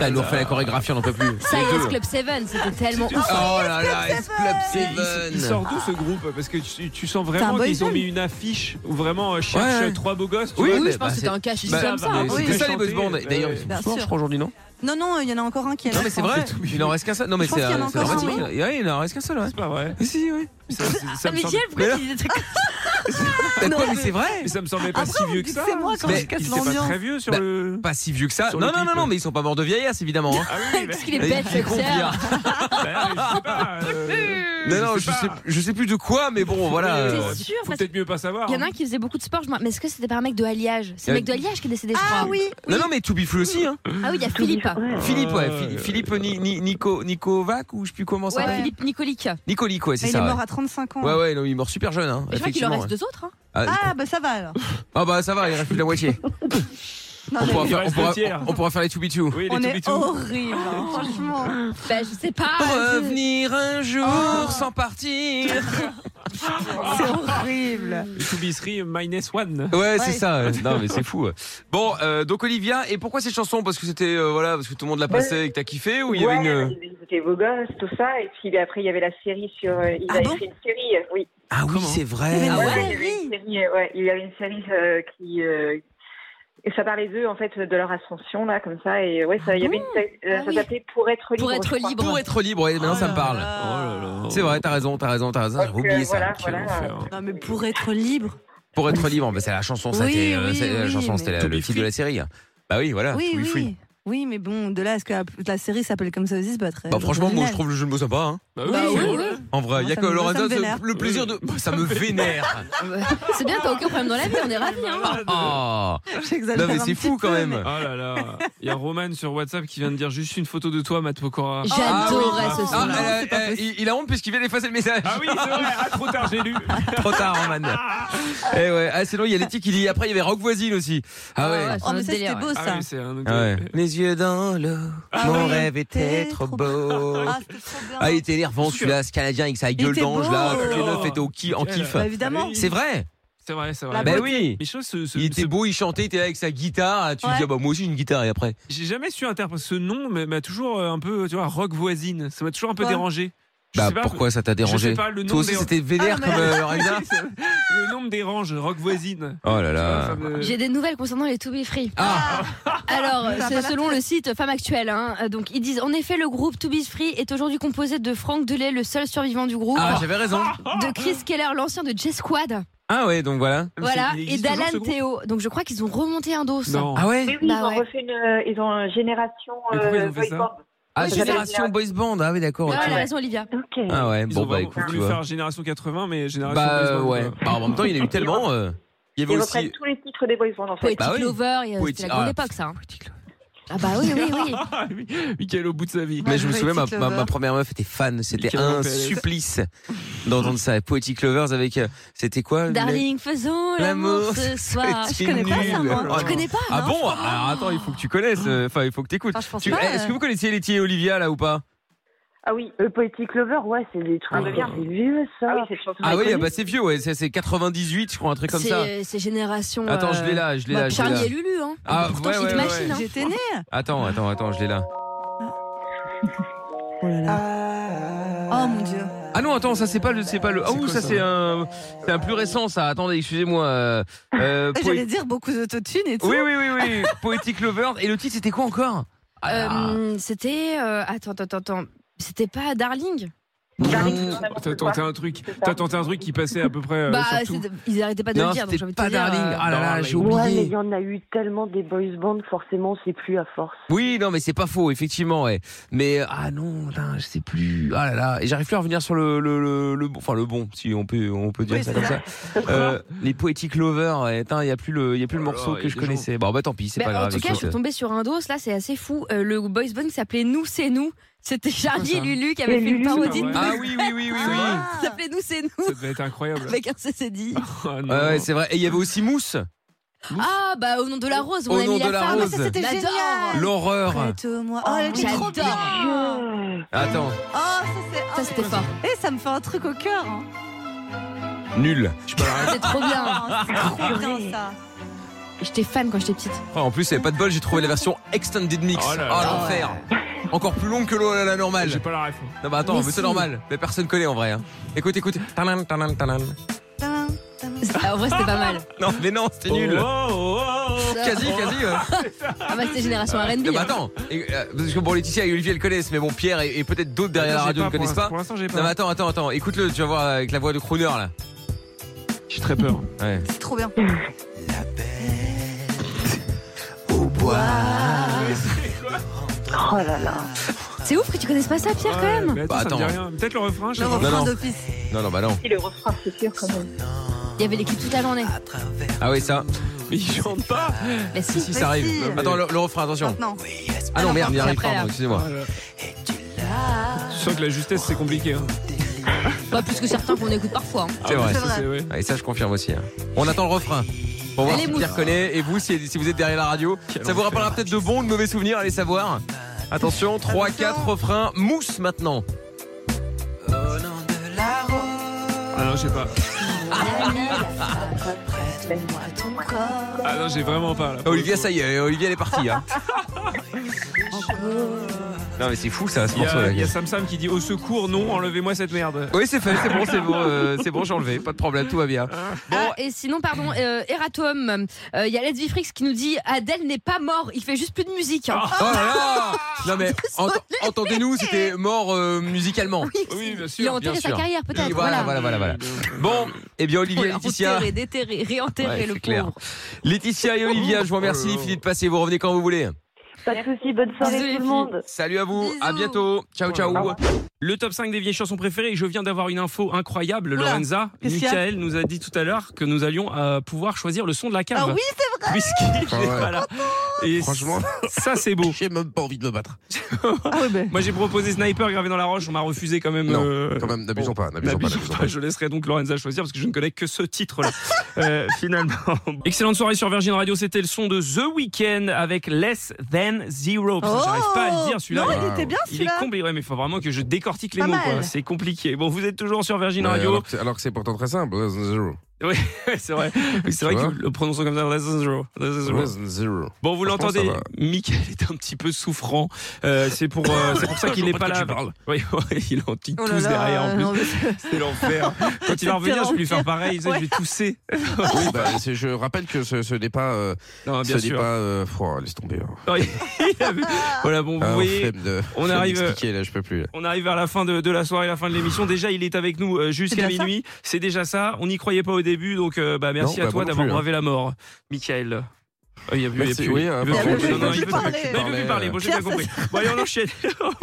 [SPEAKER 2] Elle nous refait la chorégraphie, on n'en peut plus. Les
[SPEAKER 3] Science
[SPEAKER 2] deux.
[SPEAKER 3] Club 7, c'était tellement ouf.
[SPEAKER 2] Oh là là, S Club
[SPEAKER 1] Ah, Il
[SPEAKER 2] 7.
[SPEAKER 1] sort d'où ce groupe Parce que tu, tu sens
[SPEAKER 3] C'est un
[SPEAKER 1] vraiment
[SPEAKER 3] boy
[SPEAKER 1] qu'ils ont
[SPEAKER 3] band.
[SPEAKER 1] mis une affiche où vraiment euh, cherche
[SPEAKER 2] Ouais, ouais.
[SPEAKER 1] trois beaux gosses.
[SPEAKER 2] Oui,
[SPEAKER 1] mais
[SPEAKER 2] oui, je pense que c'était un
[SPEAKER 1] c'est-
[SPEAKER 2] casting
[SPEAKER 1] bah,
[SPEAKER 2] comme ça,
[SPEAKER 1] bah,
[SPEAKER 2] hein.
[SPEAKER 1] c'était
[SPEAKER 2] Oui.
[SPEAKER 1] ça, les boys
[SPEAKER 2] Chanter,
[SPEAKER 1] bands. D'ailleurs,
[SPEAKER 2] ouais.
[SPEAKER 1] ils sont
[SPEAKER 2] Bien
[SPEAKER 1] souvent,
[SPEAKER 2] sûr.
[SPEAKER 1] je crois, aujourd'hui, non
[SPEAKER 4] Non, non, il y en a encore un qui a
[SPEAKER 2] Non mais c'est vrai, il en reste qu'un seul. Non mais
[SPEAKER 4] Je pense
[SPEAKER 2] c'est
[SPEAKER 4] qu'il y en a
[SPEAKER 2] c'est
[SPEAKER 4] encore un,
[SPEAKER 2] dramatique. Ouais, il en reste qu'un seul. Ouais. C'est
[SPEAKER 1] pas vrai.
[SPEAKER 2] Si oui.
[SPEAKER 1] Ça, ça- ça me
[SPEAKER 4] Ah, mais
[SPEAKER 1] semble-
[SPEAKER 4] Jeff, pourquoi tu dis des trucs
[SPEAKER 2] T'as quoi mais c'est vrai.
[SPEAKER 1] Mais ça me semblait pas
[SPEAKER 4] Après,
[SPEAKER 1] si
[SPEAKER 4] on
[SPEAKER 1] vieux
[SPEAKER 4] dit
[SPEAKER 1] que
[SPEAKER 4] que
[SPEAKER 1] ça.
[SPEAKER 4] c'est moi quand
[SPEAKER 1] Mais
[SPEAKER 4] je casse
[SPEAKER 1] il était pas
[SPEAKER 4] l'ambiance.
[SPEAKER 1] très vieux sur
[SPEAKER 2] Bah,
[SPEAKER 1] le.
[SPEAKER 2] Pas si vieux que ça.
[SPEAKER 1] Sur
[SPEAKER 2] Non
[SPEAKER 1] le
[SPEAKER 2] non non
[SPEAKER 1] clip.
[SPEAKER 2] non mais ils sont pas morts de vieillesse évidemment. hein. Bah,
[SPEAKER 3] Qu'est-ce qu'il est
[SPEAKER 2] Il-
[SPEAKER 3] bête,
[SPEAKER 2] il
[SPEAKER 3] ce
[SPEAKER 2] compte
[SPEAKER 3] Xer.
[SPEAKER 2] bien. Non non euh, je sais je sais plus de quoi mais bon voilà.
[SPEAKER 3] T'es
[SPEAKER 2] euh,
[SPEAKER 3] sûr,
[SPEAKER 1] Faut peut-être mieux pas savoir. hein.
[SPEAKER 3] Il y en a un qui faisait beaucoup de sport, je me- mais est-ce que c'était pas un mec de Alliage C'est le mec de Alliage qui est décédé, je crois. Ah oui
[SPEAKER 2] Non non mais To Be Free aussi hein.
[SPEAKER 3] Ah oui, il y a Philippe.
[SPEAKER 2] Philippe ouais Philippe, Philippe euh, Ni- Ni- Nico Nicovac ou je sais plus comment ça.
[SPEAKER 3] Ouais,
[SPEAKER 2] s'appelle.
[SPEAKER 3] Philippe Nicolique.
[SPEAKER 2] Nicolique ouais c'est
[SPEAKER 4] Mais
[SPEAKER 2] ça.
[SPEAKER 4] Bah, il est
[SPEAKER 2] ouais.
[SPEAKER 4] mort à 35 ans.
[SPEAKER 2] Ouais ouais non, il est mort super jeune hein.
[SPEAKER 3] Mais je crois qu'il en
[SPEAKER 2] effectivement,
[SPEAKER 3] reste
[SPEAKER 2] ouais.
[SPEAKER 3] deux autres. hein.
[SPEAKER 2] Ah,
[SPEAKER 4] Ah, bah ça va alors.
[SPEAKER 2] Ah bah ça va, il reste plus de la moitié. on, pourra
[SPEAKER 1] il
[SPEAKER 2] faire, on,
[SPEAKER 1] reste le
[SPEAKER 2] pourra,
[SPEAKER 1] tiers.
[SPEAKER 2] on pourra faire les to be two.
[SPEAKER 1] Oui,
[SPEAKER 4] On
[SPEAKER 1] les
[SPEAKER 4] est
[SPEAKER 1] tout
[SPEAKER 4] horrible,
[SPEAKER 2] Ah,
[SPEAKER 4] hein, franchement.
[SPEAKER 3] Bah, je sais
[SPEAKER 2] Oh,
[SPEAKER 3] pas.
[SPEAKER 2] euh, Revenir un jour sans partir.
[SPEAKER 4] C'est horrible.
[SPEAKER 1] Toubisserie minus one.
[SPEAKER 2] Ouais, c'est ça. euh, Non mais c'est fou. euh. Bon, euh, donc Olivia, et pourquoi cette chanson Parce que c'était euh, voilà, parce que tout le monde l'a
[SPEAKER 11] Bah,
[SPEAKER 2] passait et que t'as kiffé ou il y avait
[SPEAKER 15] Ouais,
[SPEAKER 2] une
[SPEAKER 15] C'était beau gosse, tout ça. Et puis après, il y avait la série sur. euh, il
[SPEAKER 3] Ah
[SPEAKER 15] avait fait une série, euh, oui.
[SPEAKER 2] Ah oui, c'est vrai.
[SPEAKER 15] Ouais, il y avait une série, euh, ouais, il y avait une série euh, qui. euh, et ça parlait d'eux, en fait, de leur ascension, là, comme ça. Et ouais, ça, il y avait une série, euh,
[SPEAKER 3] Ah
[SPEAKER 15] ça
[SPEAKER 3] oui.
[SPEAKER 15] s'appelait Pour être libre.
[SPEAKER 3] Pour être
[SPEAKER 15] je crois.
[SPEAKER 3] libre.
[SPEAKER 2] Pour être libre, ouais, maintenant ça me parle.
[SPEAKER 15] Oh
[SPEAKER 2] C'est vrai, t'as raison, t'as raison, t'as raison. J'avais
[SPEAKER 15] Donc, euh,
[SPEAKER 2] oublié
[SPEAKER 15] voilà,
[SPEAKER 2] ça. hein.
[SPEAKER 15] voilà.
[SPEAKER 4] Non, mais pour être libre.
[SPEAKER 2] Pour être libre, bah, c'est la chanson, ça
[SPEAKER 4] Oui,
[SPEAKER 2] c'était, euh,
[SPEAKER 4] oui,
[SPEAKER 2] c'est- la
[SPEAKER 4] oui,
[SPEAKER 2] chanson,
[SPEAKER 4] mais-
[SPEAKER 2] c'était la-
[SPEAKER 4] To
[SPEAKER 2] le
[SPEAKER 4] be
[SPEAKER 2] titre de la série. Bah oui, voilà.
[SPEAKER 4] Oui,
[SPEAKER 2] to be
[SPEAKER 4] oui.
[SPEAKER 2] free.
[SPEAKER 4] Oui, mais bon, de là à ce que la, la série s'appelle comme ça aussi, c'est pas très.
[SPEAKER 2] Bah franchement, moi
[SPEAKER 4] original.
[SPEAKER 2] je trouve le jeu de mots sympa. Hein.
[SPEAKER 1] Bah
[SPEAKER 4] oui, Bah oui, oui.
[SPEAKER 2] En vrai, il
[SPEAKER 4] Moi,
[SPEAKER 2] y a
[SPEAKER 4] ça
[SPEAKER 2] que
[SPEAKER 4] me-
[SPEAKER 2] Lorenzo,
[SPEAKER 4] ça me
[SPEAKER 2] ce-
[SPEAKER 4] vénère.
[SPEAKER 2] le plaisir de. Bah, ça me vénère.
[SPEAKER 3] C'est bien, t'as aucun problème dans la vie, on est ravis. Hein.
[SPEAKER 1] Ah.
[SPEAKER 2] Oh.
[SPEAKER 4] J'exagère
[SPEAKER 2] Non, mais
[SPEAKER 4] un
[SPEAKER 2] c'est
[SPEAKER 4] petit
[SPEAKER 2] fou quand
[SPEAKER 4] peu,
[SPEAKER 2] même.
[SPEAKER 1] Oh là là. Il y a Roman sur WhatsApp qui vient de dire juste une photo de toi, Matt Pokora.
[SPEAKER 3] J'adorais ce son.
[SPEAKER 2] Ah, euh, euh, il, il a honte parce qu'il vient d'effacer le message.
[SPEAKER 1] Ah oui, c'est vrai. Ah, trop tard, j'ai lu.
[SPEAKER 2] Trop tard, Roman. Eh ouais. Ah, sinon, il y a Letty qui dit. Après, il y avait Rock Voisine aussi. Ah ouais.
[SPEAKER 3] ouais, c'est un
[SPEAKER 4] Oh,
[SPEAKER 3] autre
[SPEAKER 4] mais ça, c'était
[SPEAKER 3] délire,
[SPEAKER 4] beau,
[SPEAKER 3] ouais.
[SPEAKER 4] ça.
[SPEAKER 1] oui, c'est un autre-
[SPEAKER 2] Ah ouais. Les yeux dans l'eau, mon rêve était trop beau.
[SPEAKER 4] Ah, c'était trop bien.
[SPEAKER 2] Ah, il était énervant celui-là, ce Canadien avec sa gueule
[SPEAKER 4] était
[SPEAKER 2] d'ange là,
[SPEAKER 4] beau.
[SPEAKER 2] toutes
[SPEAKER 1] Oh,
[SPEAKER 2] les meufs étaient au ki- en kiff.
[SPEAKER 4] Bah, évidemment.
[SPEAKER 2] C'est vrai,
[SPEAKER 1] Ah C'est vrai, c'est
[SPEAKER 2] bah
[SPEAKER 1] vrai.
[SPEAKER 2] oui.
[SPEAKER 1] Mais chose, ce- ce-
[SPEAKER 2] Il était
[SPEAKER 1] ce-
[SPEAKER 2] beau, il chantait, il était là avec sa guitare. Tu
[SPEAKER 4] Ouais.
[SPEAKER 2] te dis, ah bah moi aussi une guitare et après.
[SPEAKER 1] J'ai jamais su interpréter ce nom, mais m'a toujours euh, un peu, tu vois, rock voisine. Ça m'a toujours un peu
[SPEAKER 4] Ouais.
[SPEAKER 1] dérangé. Je
[SPEAKER 2] Bah
[SPEAKER 1] sais pas,
[SPEAKER 2] pourquoi ça t'a
[SPEAKER 1] je sais
[SPEAKER 2] dérangé
[SPEAKER 1] pas, le nom
[SPEAKER 2] Toi aussi
[SPEAKER 1] des-
[SPEAKER 2] c'était vénère
[SPEAKER 4] Ah,
[SPEAKER 2] comme
[SPEAKER 4] mais-
[SPEAKER 2] euh, Lorenza
[SPEAKER 1] Oui, c'est- Le nom me dérange, rock voisine.
[SPEAKER 2] Oh là là.
[SPEAKER 1] Ça me-
[SPEAKER 3] J'ai des nouvelles concernant les To Be Free.
[SPEAKER 2] Ah.
[SPEAKER 3] Alors,
[SPEAKER 4] Ça va
[SPEAKER 3] c'est
[SPEAKER 4] pas la
[SPEAKER 3] selon le site Femme Actuelle, hein, euh, donc ils disent en effet le groupe To Be Free est aujourd'hui composé de Franck Delay, le seul survivant du groupe,
[SPEAKER 2] Ah, j'avais raison.
[SPEAKER 3] de Chris Keller, l'ancien de J Squad,
[SPEAKER 2] Ah ouais, donc voilà.
[SPEAKER 3] voilà,
[SPEAKER 1] Il
[SPEAKER 3] et
[SPEAKER 1] existe toujours, ce
[SPEAKER 3] d'Alan
[SPEAKER 1] groupe
[SPEAKER 3] Théo. Donc je crois qu'ils ont remonté un dos.
[SPEAKER 1] Non.
[SPEAKER 2] Ah ouais
[SPEAKER 15] Oui, oui,
[SPEAKER 3] Bah
[SPEAKER 15] ils ont
[SPEAKER 3] ouais.
[SPEAKER 15] refait une. euh, ils ont une génération.
[SPEAKER 1] Mais pourquoi ils ont
[SPEAKER 15] euh,
[SPEAKER 1] fait ça
[SPEAKER 15] boy band.
[SPEAKER 2] Ah,
[SPEAKER 15] Ouais, j'avais
[SPEAKER 2] Génération Boys Band. Ah oui, d'accord. ok.
[SPEAKER 3] Ah, elle a raison, Olivia.
[SPEAKER 15] Ok.
[SPEAKER 2] Ah ouais,
[SPEAKER 1] Ils ont
[SPEAKER 2] bon bah
[SPEAKER 1] vraiment
[SPEAKER 2] écoute, tu
[SPEAKER 1] voulu
[SPEAKER 2] vois.
[SPEAKER 1] faire génération 80, mais génération.
[SPEAKER 2] Bah euh,
[SPEAKER 1] Baseball,
[SPEAKER 2] ouais.
[SPEAKER 1] quoi.
[SPEAKER 2] Bah, en même temps, il y en a eu tellement. euh, Il y
[SPEAKER 15] Ils
[SPEAKER 2] avait
[SPEAKER 15] reprennent
[SPEAKER 2] aussi.
[SPEAKER 15] tous les titres des boys bands en fait.
[SPEAKER 3] Poetic
[SPEAKER 2] Bah oui.
[SPEAKER 3] Lover, et, euh,
[SPEAKER 2] Poetic-
[SPEAKER 3] c'était la grande
[SPEAKER 2] ah.
[SPEAKER 3] époque ça. hein. Ah bah oui, oui, oui.
[SPEAKER 1] Michael au bout de sa vie.
[SPEAKER 2] Mais je me souviens, ma, ma- ma première meuf était fan. C'était
[SPEAKER 1] Michael en
[SPEAKER 2] un
[SPEAKER 1] PLS.
[SPEAKER 2] supplice d'entendre ça. Poetic Lovers avec. euh, C'était quoi le-
[SPEAKER 3] Darling, faisons l'amour ce soir.
[SPEAKER 2] C'était
[SPEAKER 3] Je connais pas ça,
[SPEAKER 2] nul.
[SPEAKER 3] moi.
[SPEAKER 2] Oh
[SPEAKER 3] Je
[SPEAKER 2] non.
[SPEAKER 3] connais pas.
[SPEAKER 2] Ah
[SPEAKER 3] non,
[SPEAKER 2] bon
[SPEAKER 3] je crois
[SPEAKER 2] Alors attends, il faut que tu connaisses. euh, Enfin, il faut que t'écoutes.
[SPEAKER 3] je pense
[SPEAKER 2] Tu-
[SPEAKER 3] pas,
[SPEAKER 2] eh, Est-ce que
[SPEAKER 3] euh.
[SPEAKER 2] vous connaissiez Letty et Olivia là ou pas
[SPEAKER 16] Ah oui, euh, Poetic Lover, ouais, c'est des
[SPEAKER 15] Ah
[SPEAKER 16] trucs. C'est vieux, ça. Ah oui, c'est chanson.
[SPEAKER 2] Ah oui, ah bah c'est vieux, ouais. C'est c'est 98, je crois, un truc comme
[SPEAKER 3] C'est- euh,
[SPEAKER 2] ça.
[SPEAKER 3] C'est génération.
[SPEAKER 2] Attends, je l'ai là, je l'ai là, je l'ai
[SPEAKER 3] euh, Charlie
[SPEAKER 2] là.
[SPEAKER 3] et Lulu, hein.
[SPEAKER 2] Ah,
[SPEAKER 3] Pourtant,
[SPEAKER 2] ouais,
[SPEAKER 3] c'est
[SPEAKER 2] ouais,
[SPEAKER 3] une
[SPEAKER 2] ouais.
[SPEAKER 3] machine. hein.
[SPEAKER 4] J'étais née.
[SPEAKER 2] Attends, attends, attends, je l'ai là.
[SPEAKER 4] Oh mon dieu.
[SPEAKER 2] Ah non, attends, ça c'est pas le, c'est pas le. Ah ouh, ça c'est un, c'est un plus récent, ça. Attendez, excusez-moi. euh, euh, poé-
[SPEAKER 4] J'allais dire beaucoup d'autotune et tout.
[SPEAKER 2] Oui, oui, oui, oui. Poetic Lover. Et le titre, c'était quoi encore
[SPEAKER 3] Euh, C'était. euh, Attends, attends, attends. C'était pas Darling
[SPEAKER 1] T'as tenté un truc. T'as tenté un truc qui passait à peu près. euh,
[SPEAKER 3] Bah,
[SPEAKER 1] sur tout.
[SPEAKER 3] c'est- ils arrêtaient pas de le dire. donc j'ai envie de te dire, euh,
[SPEAKER 2] Ah
[SPEAKER 4] Ah
[SPEAKER 16] Ouais, mais il y en a eu tellement des boys bands, forcément, c'est plus à force.
[SPEAKER 2] Oui, non, mais c'est pas faux, effectivement, ouais. Mais euh, ah non, putain, je sais plus. Ah là là, et j'arrive plus à revenir sur le le, le, le bon, enfin le bon, si on peut on peut dire
[SPEAKER 9] Oui,
[SPEAKER 2] ça
[SPEAKER 9] c'est
[SPEAKER 2] comme ça.
[SPEAKER 9] ça.
[SPEAKER 2] Euh, les Poetic Lovers, ouais, putain, il y a plus le il y a plus le
[SPEAKER 3] Oh
[SPEAKER 2] morceau que je connaissais. Bon, bah tant pis, c'est
[SPEAKER 3] Bah,
[SPEAKER 2] pas
[SPEAKER 3] en
[SPEAKER 2] grave.
[SPEAKER 3] tout cas, je suis
[SPEAKER 2] écoute.
[SPEAKER 3] tombée sur un dos, là, c'est assez fou. Euh, le boys band qui s'appelait Nous, c'est nous. C'était Charlie
[SPEAKER 1] ça
[SPEAKER 3] et Lulu qui avait
[SPEAKER 1] Et
[SPEAKER 3] fait une
[SPEAKER 1] Lulu,
[SPEAKER 3] parodie de
[SPEAKER 1] ah
[SPEAKER 3] Boys
[SPEAKER 1] oui,
[SPEAKER 3] Band.
[SPEAKER 1] oui, oui, oui,
[SPEAKER 3] Ça s'appelait Nous, c'est nous.
[SPEAKER 1] Ça devait être incroyable. Oh
[SPEAKER 3] Avec un CCD.
[SPEAKER 2] Ouais, ouais, c'est vrai. Et il y avait aussi Mousse.
[SPEAKER 3] Ah, bah, au nom de la rose, on
[SPEAKER 2] Au
[SPEAKER 3] a
[SPEAKER 2] nom
[SPEAKER 3] mis la
[SPEAKER 2] de la
[SPEAKER 3] femme.
[SPEAKER 2] rose. Ah, ça, c'était
[SPEAKER 3] J'adore.
[SPEAKER 2] L'horreur.
[SPEAKER 4] Prête-moi. Oh, elle était trop
[SPEAKER 3] J'adore.
[SPEAKER 4] bien.
[SPEAKER 2] Attends,
[SPEAKER 4] Oh, ça c'est. Ça c'était fort. Et ça me fait un truc au cœur. hein.
[SPEAKER 2] nul.
[SPEAKER 3] C'est trop bien.
[SPEAKER 4] C'est trop bien ça.
[SPEAKER 3] J'étais fan quand j'étais petite.
[SPEAKER 2] Ah, en plus, il y avait pas de bol, j'ai trouvé la version extended mix.
[SPEAKER 1] Oh là là.
[SPEAKER 2] Ah, l'enfer. Encore plus longue que l'eau la normale. J'ai
[SPEAKER 1] pas la ref. hein.
[SPEAKER 2] Non, bah attends,
[SPEAKER 1] Mais
[SPEAKER 2] mais, c'est
[SPEAKER 1] si.
[SPEAKER 2] normal. Mais personne connaît en vrai. hein. Écoute, écoute. Tanan, tanan, tanan.
[SPEAKER 3] Ah, en vrai, c'était pas mal.
[SPEAKER 2] Non, mais non, c'était nul.
[SPEAKER 1] Oh,
[SPEAKER 2] Oh,
[SPEAKER 3] oh.
[SPEAKER 2] Quasi, quasi. ouais.
[SPEAKER 3] Ah, bah, c'était génération RB.
[SPEAKER 2] Non, bah attends, et, euh, parce que bon, Laetitia et Olivier le connaissent, mais bon, Pierre et, et peut-être d'autres derrière la
[SPEAKER 1] Attends,
[SPEAKER 2] radio
[SPEAKER 1] j'ai
[SPEAKER 2] ne
[SPEAKER 1] pas,
[SPEAKER 2] connaissent
[SPEAKER 1] pour
[SPEAKER 2] pas.
[SPEAKER 1] l'instant- pour l'instant, j'ai pas.
[SPEAKER 2] Non, mais attends, attends, attends, écoute-le, tu vas voir avec la voix de crooner là.
[SPEAKER 1] J'ai très peur.
[SPEAKER 2] Ouais.
[SPEAKER 4] C'est trop bien.
[SPEAKER 16] Oh là là.
[SPEAKER 3] C'est ouf que tu connaisses pas ça, Pierre, quand même.
[SPEAKER 1] Mais attends,
[SPEAKER 2] Bah,
[SPEAKER 1] ça me dit
[SPEAKER 2] attends.
[SPEAKER 1] rien. Peut-être le refrain. je sais
[SPEAKER 2] Le
[SPEAKER 1] pas.
[SPEAKER 2] refrain Non, non. d'office. Non, non, bah non.
[SPEAKER 16] Et le refrain, c'est sûr, quand même.
[SPEAKER 3] Il y avait des clips toute la journée.
[SPEAKER 2] Ah oui, ça.
[SPEAKER 1] Mais il chante pas.
[SPEAKER 3] Mais si,
[SPEAKER 2] Si, ça arrive.
[SPEAKER 1] si.
[SPEAKER 2] Attends, le, le refrain, attention. Ah non, merde, il n'y arrive pas, pardon, excusez-moi.
[SPEAKER 1] Je sens que la justesse c'est compliqué. hein.
[SPEAKER 3] Pas plus que certains qu'on écoute parfois. hein.
[SPEAKER 2] C'est vrai.
[SPEAKER 1] ça, c'est vrai.
[SPEAKER 2] Ah, Et ça, je confirme aussi. hein. On attend le refrain. Pour voir
[SPEAKER 3] Allez,
[SPEAKER 2] si
[SPEAKER 3] Mousse.
[SPEAKER 2] Pierre connaît et vous, si, si vous êtes derrière la radio. ça vous rappellera peut-être de bons ou de mauvais souvenirs, allez savoir. Attention, 3, 4 refrains. Mousse maintenant.
[SPEAKER 1] Ah non, je sais pas. Ah non, j'ai vraiment pas. là.
[SPEAKER 2] Olivia, ça y est, Olivia, elle est partie. hein. Non, mais c'est fou ça, ce
[SPEAKER 1] Il y,
[SPEAKER 2] morceau
[SPEAKER 1] a,
[SPEAKER 2] là.
[SPEAKER 1] il y a Sam Sam qui dit au secours, non, enlevez-moi cette merde.
[SPEAKER 2] Oui, c'est fait, c'est bon, c'est bon, euh, c'est bon, j'ai enlevé, pas de problème, tout va bien.
[SPEAKER 3] Ah, et sinon, pardon, euh, Eratom, euh, il y a Let's Be Freaks qui nous dit Adèle n'est pas mort, il fait juste plus de musique. hein.
[SPEAKER 2] Oh là là Non mais ent- entendez-nous, c'était mort euh, musicalement.
[SPEAKER 1] Oui, bien
[SPEAKER 3] sûr, Il a enterré bien sa sûr. carrière, peut-être,
[SPEAKER 2] Oui, Voilà, voilà,
[SPEAKER 3] voilà.
[SPEAKER 2] voilà, voilà. Bon, eh bien Olivier,
[SPEAKER 3] Voilà,
[SPEAKER 2] Laetitia.
[SPEAKER 3] enterré, déterré, réenterré
[SPEAKER 2] Ouais,
[SPEAKER 3] le
[SPEAKER 2] c'est clair.
[SPEAKER 3] pauvre.
[SPEAKER 2] Laetitia et Olivia, je vous
[SPEAKER 1] Oh
[SPEAKER 2] remercie, Philippe de passer, vous revenez quand vous voulez.
[SPEAKER 16] Pas de soucis, bonne soirée tout le monde.
[SPEAKER 2] Salut à vous, à bientôt. Ciao, ciao.
[SPEAKER 1] Le top 5 des vieilles chansons préférées. Je viens d'avoir une info incroyable,
[SPEAKER 4] Oula,
[SPEAKER 1] Lorenza.
[SPEAKER 4] qu'est-ce qu'il y a
[SPEAKER 1] Michael nous a dit tout à l'heure que nous allions euh, pouvoir choisir le son de la cave.
[SPEAKER 4] Ah oui, c'est vrai.
[SPEAKER 1] Whisky,
[SPEAKER 4] Ah ouais.
[SPEAKER 1] voilà. Et Franchement, ça c'est beau. J'ai même pas envie de me battre. Moi j'ai proposé Sniper gravé dans la roche, on m'a refusé quand même.
[SPEAKER 9] Non,
[SPEAKER 1] euh,
[SPEAKER 9] quand même, n'abusons
[SPEAKER 1] bon,
[SPEAKER 9] pas, n'abusons pas, n'abusons pas.
[SPEAKER 1] Je laisserai donc Lorenza choisir parce que je ne connais que ce titre-là. Euh, finalement. Excellente soirée sur Virgin Radio, c'était le son de The Weeknd avec Less Than Zero. Putain,
[SPEAKER 4] Oh
[SPEAKER 1] J'arrive pas à le dire celui-là.
[SPEAKER 4] Non, il était bien,
[SPEAKER 1] Il est
[SPEAKER 4] celui-là.
[SPEAKER 1] compli- ouais, mais il faut vraiment que je décortique les
[SPEAKER 4] Pas
[SPEAKER 1] mots.
[SPEAKER 4] mal.
[SPEAKER 1] quoi. C'est compliqué. Bon, vous êtes toujours sur Virgin
[SPEAKER 9] Ouais,
[SPEAKER 1] Radio.
[SPEAKER 9] alors que- Alors que c'est pourtant très simple. Less than zero.
[SPEAKER 1] Oui, c'est vrai. Oui, C'est vrai que
[SPEAKER 9] vois
[SPEAKER 1] vous le prononçons comme ça. Less than zero. Less than zero.
[SPEAKER 9] Less than zero.
[SPEAKER 1] Bon, vous
[SPEAKER 9] Franchement,
[SPEAKER 1] l'entendez,
[SPEAKER 9] ça va.
[SPEAKER 1] Michael est un petit peu souffrant. Euh, c'est pour, euh, c'est pour ça qu'il
[SPEAKER 9] Je
[SPEAKER 1] n'est
[SPEAKER 9] vois
[SPEAKER 1] pas
[SPEAKER 9] pas de
[SPEAKER 1] là.
[SPEAKER 9] qui tu parles.
[SPEAKER 1] Oui, ouais, il est en petite
[SPEAKER 9] Oh là
[SPEAKER 1] tousse
[SPEAKER 9] là,
[SPEAKER 1] derrière en plus.
[SPEAKER 9] non, mais-
[SPEAKER 1] C'est l'enfer. Quand il va
[SPEAKER 9] C'est
[SPEAKER 1] revenir, je vais lui faire
[SPEAKER 9] l'enfer.
[SPEAKER 1] pareil. Je vais
[SPEAKER 9] Ouais.
[SPEAKER 1] tousser.
[SPEAKER 9] Oui, bah, c'est- je rappelle que ce, ce n'est pas. euh,
[SPEAKER 1] Non, bien
[SPEAKER 9] ce n'est
[SPEAKER 1] sûr.
[SPEAKER 9] pas. euh, oh, laisse tomber. hein.
[SPEAKER 1] Oui, il a vu. voilà, bon, vous
[SPEAKER 9] Ah,
[SPEAKER 1] voyez,
[SPEAKER 9] flemme de-
[SPEAKER 1] on
[SPEAKER 9] flemme
[SPEAKER 1] arrive.
[SPEAKER 9] d'expliquer, là, je peux plus. là.
[SPEAKER 1] On arrive vers la fin de, de la soirée, la fin de l'émission. Déjà, il est avec nous euh,
[SPEAKER 9] C'est
[SPEAKER 1] jusqu'à
[SPEAKER 9] déjà ça
[SPEAKER 1] minuit. C'est déjà ça. On n'y croyait pas au début, donc euh, bah, merci
[SPEAKER 9] Non,
[SPEAKER 1] à
[SPEAKER 9] bah,
[SPEAKER 1] toi
[SPEAKER 9] moi non
[SPEAKER 1] d'avoir
[SPEAKER 9] plus, hein.
[SPEAKER 1] bravé la mort, Michael. Ah, Il y a plus, il y a
[SPEAKER 13] Merci,
[SPEAKER 1] plus-
[SPEAKER 13] oui,
[SPEAKER 1] il
[SPEAKER 13] hein,
[SPEAKER 1] veut
[SPEAKER 13] pardon,
[SPEAKER 1] plus-
[SPEAKER 13] je-
[SPEAKER 1] non,
[SPEAKER 13] je
[SPEAKER 1] non, il veut
[SPEAKER 13] peux pas
[SPEAKER 1] plus- non, il veut plus
[SPEAKER 13] parler.
[SPEAKER 1] parler. Bon, j'ai bien
[SPEAKER 13] Pierre,
[SPEAKER 1] compris. Bon, allez, on enchaîne.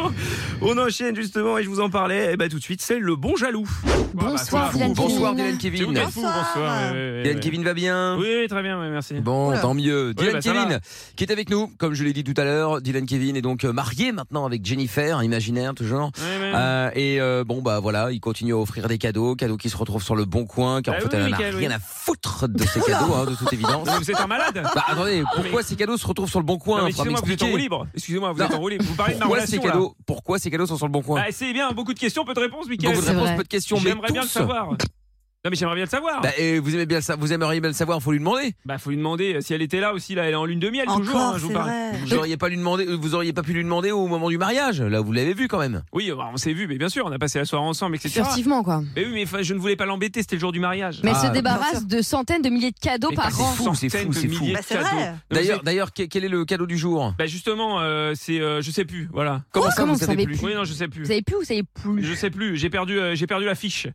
[SPEAKER 1] on enchaîne justement et je vous en parlais. Et bah tout de suite, c'est le bon jaloux.
[SPEAKER 2] Bonsoir, Dylan Bonsoir, Kevin. Dylan Kevin. Bonsoir. Dylan Kevin va bien
[SPEAKER 1] Oui, très bien, ouais, merci.
[SPEAKER 2] Bon,
[SPEAKER 1] Oula.
[SPEAKER 2] tant mieux.
[SPEAKER 1] Oui,
[SPEAKER 2] Dylan
[SPEAKER 1] bah, ça va.
[SPEAKER 2] Kevin, qui est avec nous, comme je l'ai dit tout à l'heure, Dylan Kevin est donc euh, marié maintenant avec Jennifer, imaginaire toujours.
[SPEAKER 1] ouais.
[SPEAKER 2] Euh, et euh, bon, bah voilà, il continue à offrir des cadeaux, cadeaux qui se retrouvent sur le bon coin, car
[SPEAKER 1] Bah
[SPEAKER 2] en fait,
[SPEAKER 1] oui,
[SPEAKER 2] elle n'a
[SPEAKER 1] Mickaël, oui.
[SPEAKER 2] rien à foutre de ces cadeaux, hein, de toute évidence.
[SPEAKER 1] Mais vous êtes un malade.
[SPEAKER 2] Bah attendez, pourquoi ces cadeaux se retrouvent sur le bon coin
[SPEAKER 1] Non, mais
[SPEAKER 2] Faudra
[SPEAKER 1] excusez-moi, vous êtes en
[SPEAKER 2] m'expliquer.
[SPEAKER 1] roue libre. Excusez-moi, vous
[SPEAKER 2] Non.
[SPEAKER 1] êtes en roue libre. Vous parlez de ma
[SPEAKER 2] Pourquoi ces
[SPEAKER 1] relation. là.
[SPEAKER 2] cadeaux Pourquoi ces cadeaux sont sur le bon coin
[SPEAKER 1] Bah, c'est bien, beaucoup de questions, peu de réponses, Mickaël.
[SPEAKER 2] Beaucoup de C'est réponses, vrai. peu de questions, mais
[SPEAKER 1] J'aimerais bien le
[SPEAKER 2] tous.
[SPEAKER 1] savoir. Non, mais j'aimerais bien le savoir.
[SPEAKER 2] Bah, et vous aimez bien ça, vous aimeriez bien le savoir, faut lui demander.
[SPEAKER 1] Bah, faut lui demander euh, si elle était là aussi. Là, elle est en lune de miel toujours. hein, je vous parle.
[SPEAKER 2] Vous auriez pas lui demander, vous auriez pas pu lui demander au moment du mariage. Là, vous l'avez vu quand même.
[SPEAKER 1] Oui, bah, on s'est vu, mais bien sûr, on a passé la soirée ensemble, etc.
[SPEAKER 3] Furtivement, quoi.
[SPEAKER 1] Mais oui, mais enfin, je ne voulais pas l'embêter, c'était le jour du mariage.
[SPEAKER 3] Mais elle
[SPEAKER 2] Ah,
[SPEAKER 3] se débarrasse de centaines de milliers de cadeaux
[SPEAKER 1] Mais
[SPEAKER 3] par
[SPEAKER 1] c'est
[SPEAKER 3] an.
[SPEAKER 1] fou, c'est fou, c'est fou. Bah, c'est vrai. Cadeaux. Non,
[SPEAKER 2] D'ailleurs,
[SPEAKER 1] c'est-
[SPEAKER 2] d'ailleurs, que- quel est le cadeau du jour
[SPEAKER 1] Bah justement, euh, c'est euh, je sais plus, voilà.
[SPEAKER 2] Comment Quoi ça, Comment vous vous savez savez plus
[SPEAKER 1] Oui, non, je sais plus.
[SPEAKER 3] Vous savez plus ou vous savez plus
[SPEAKER 1] Je sais plus, j'ai perdu euh, j'ai perdu la fiche.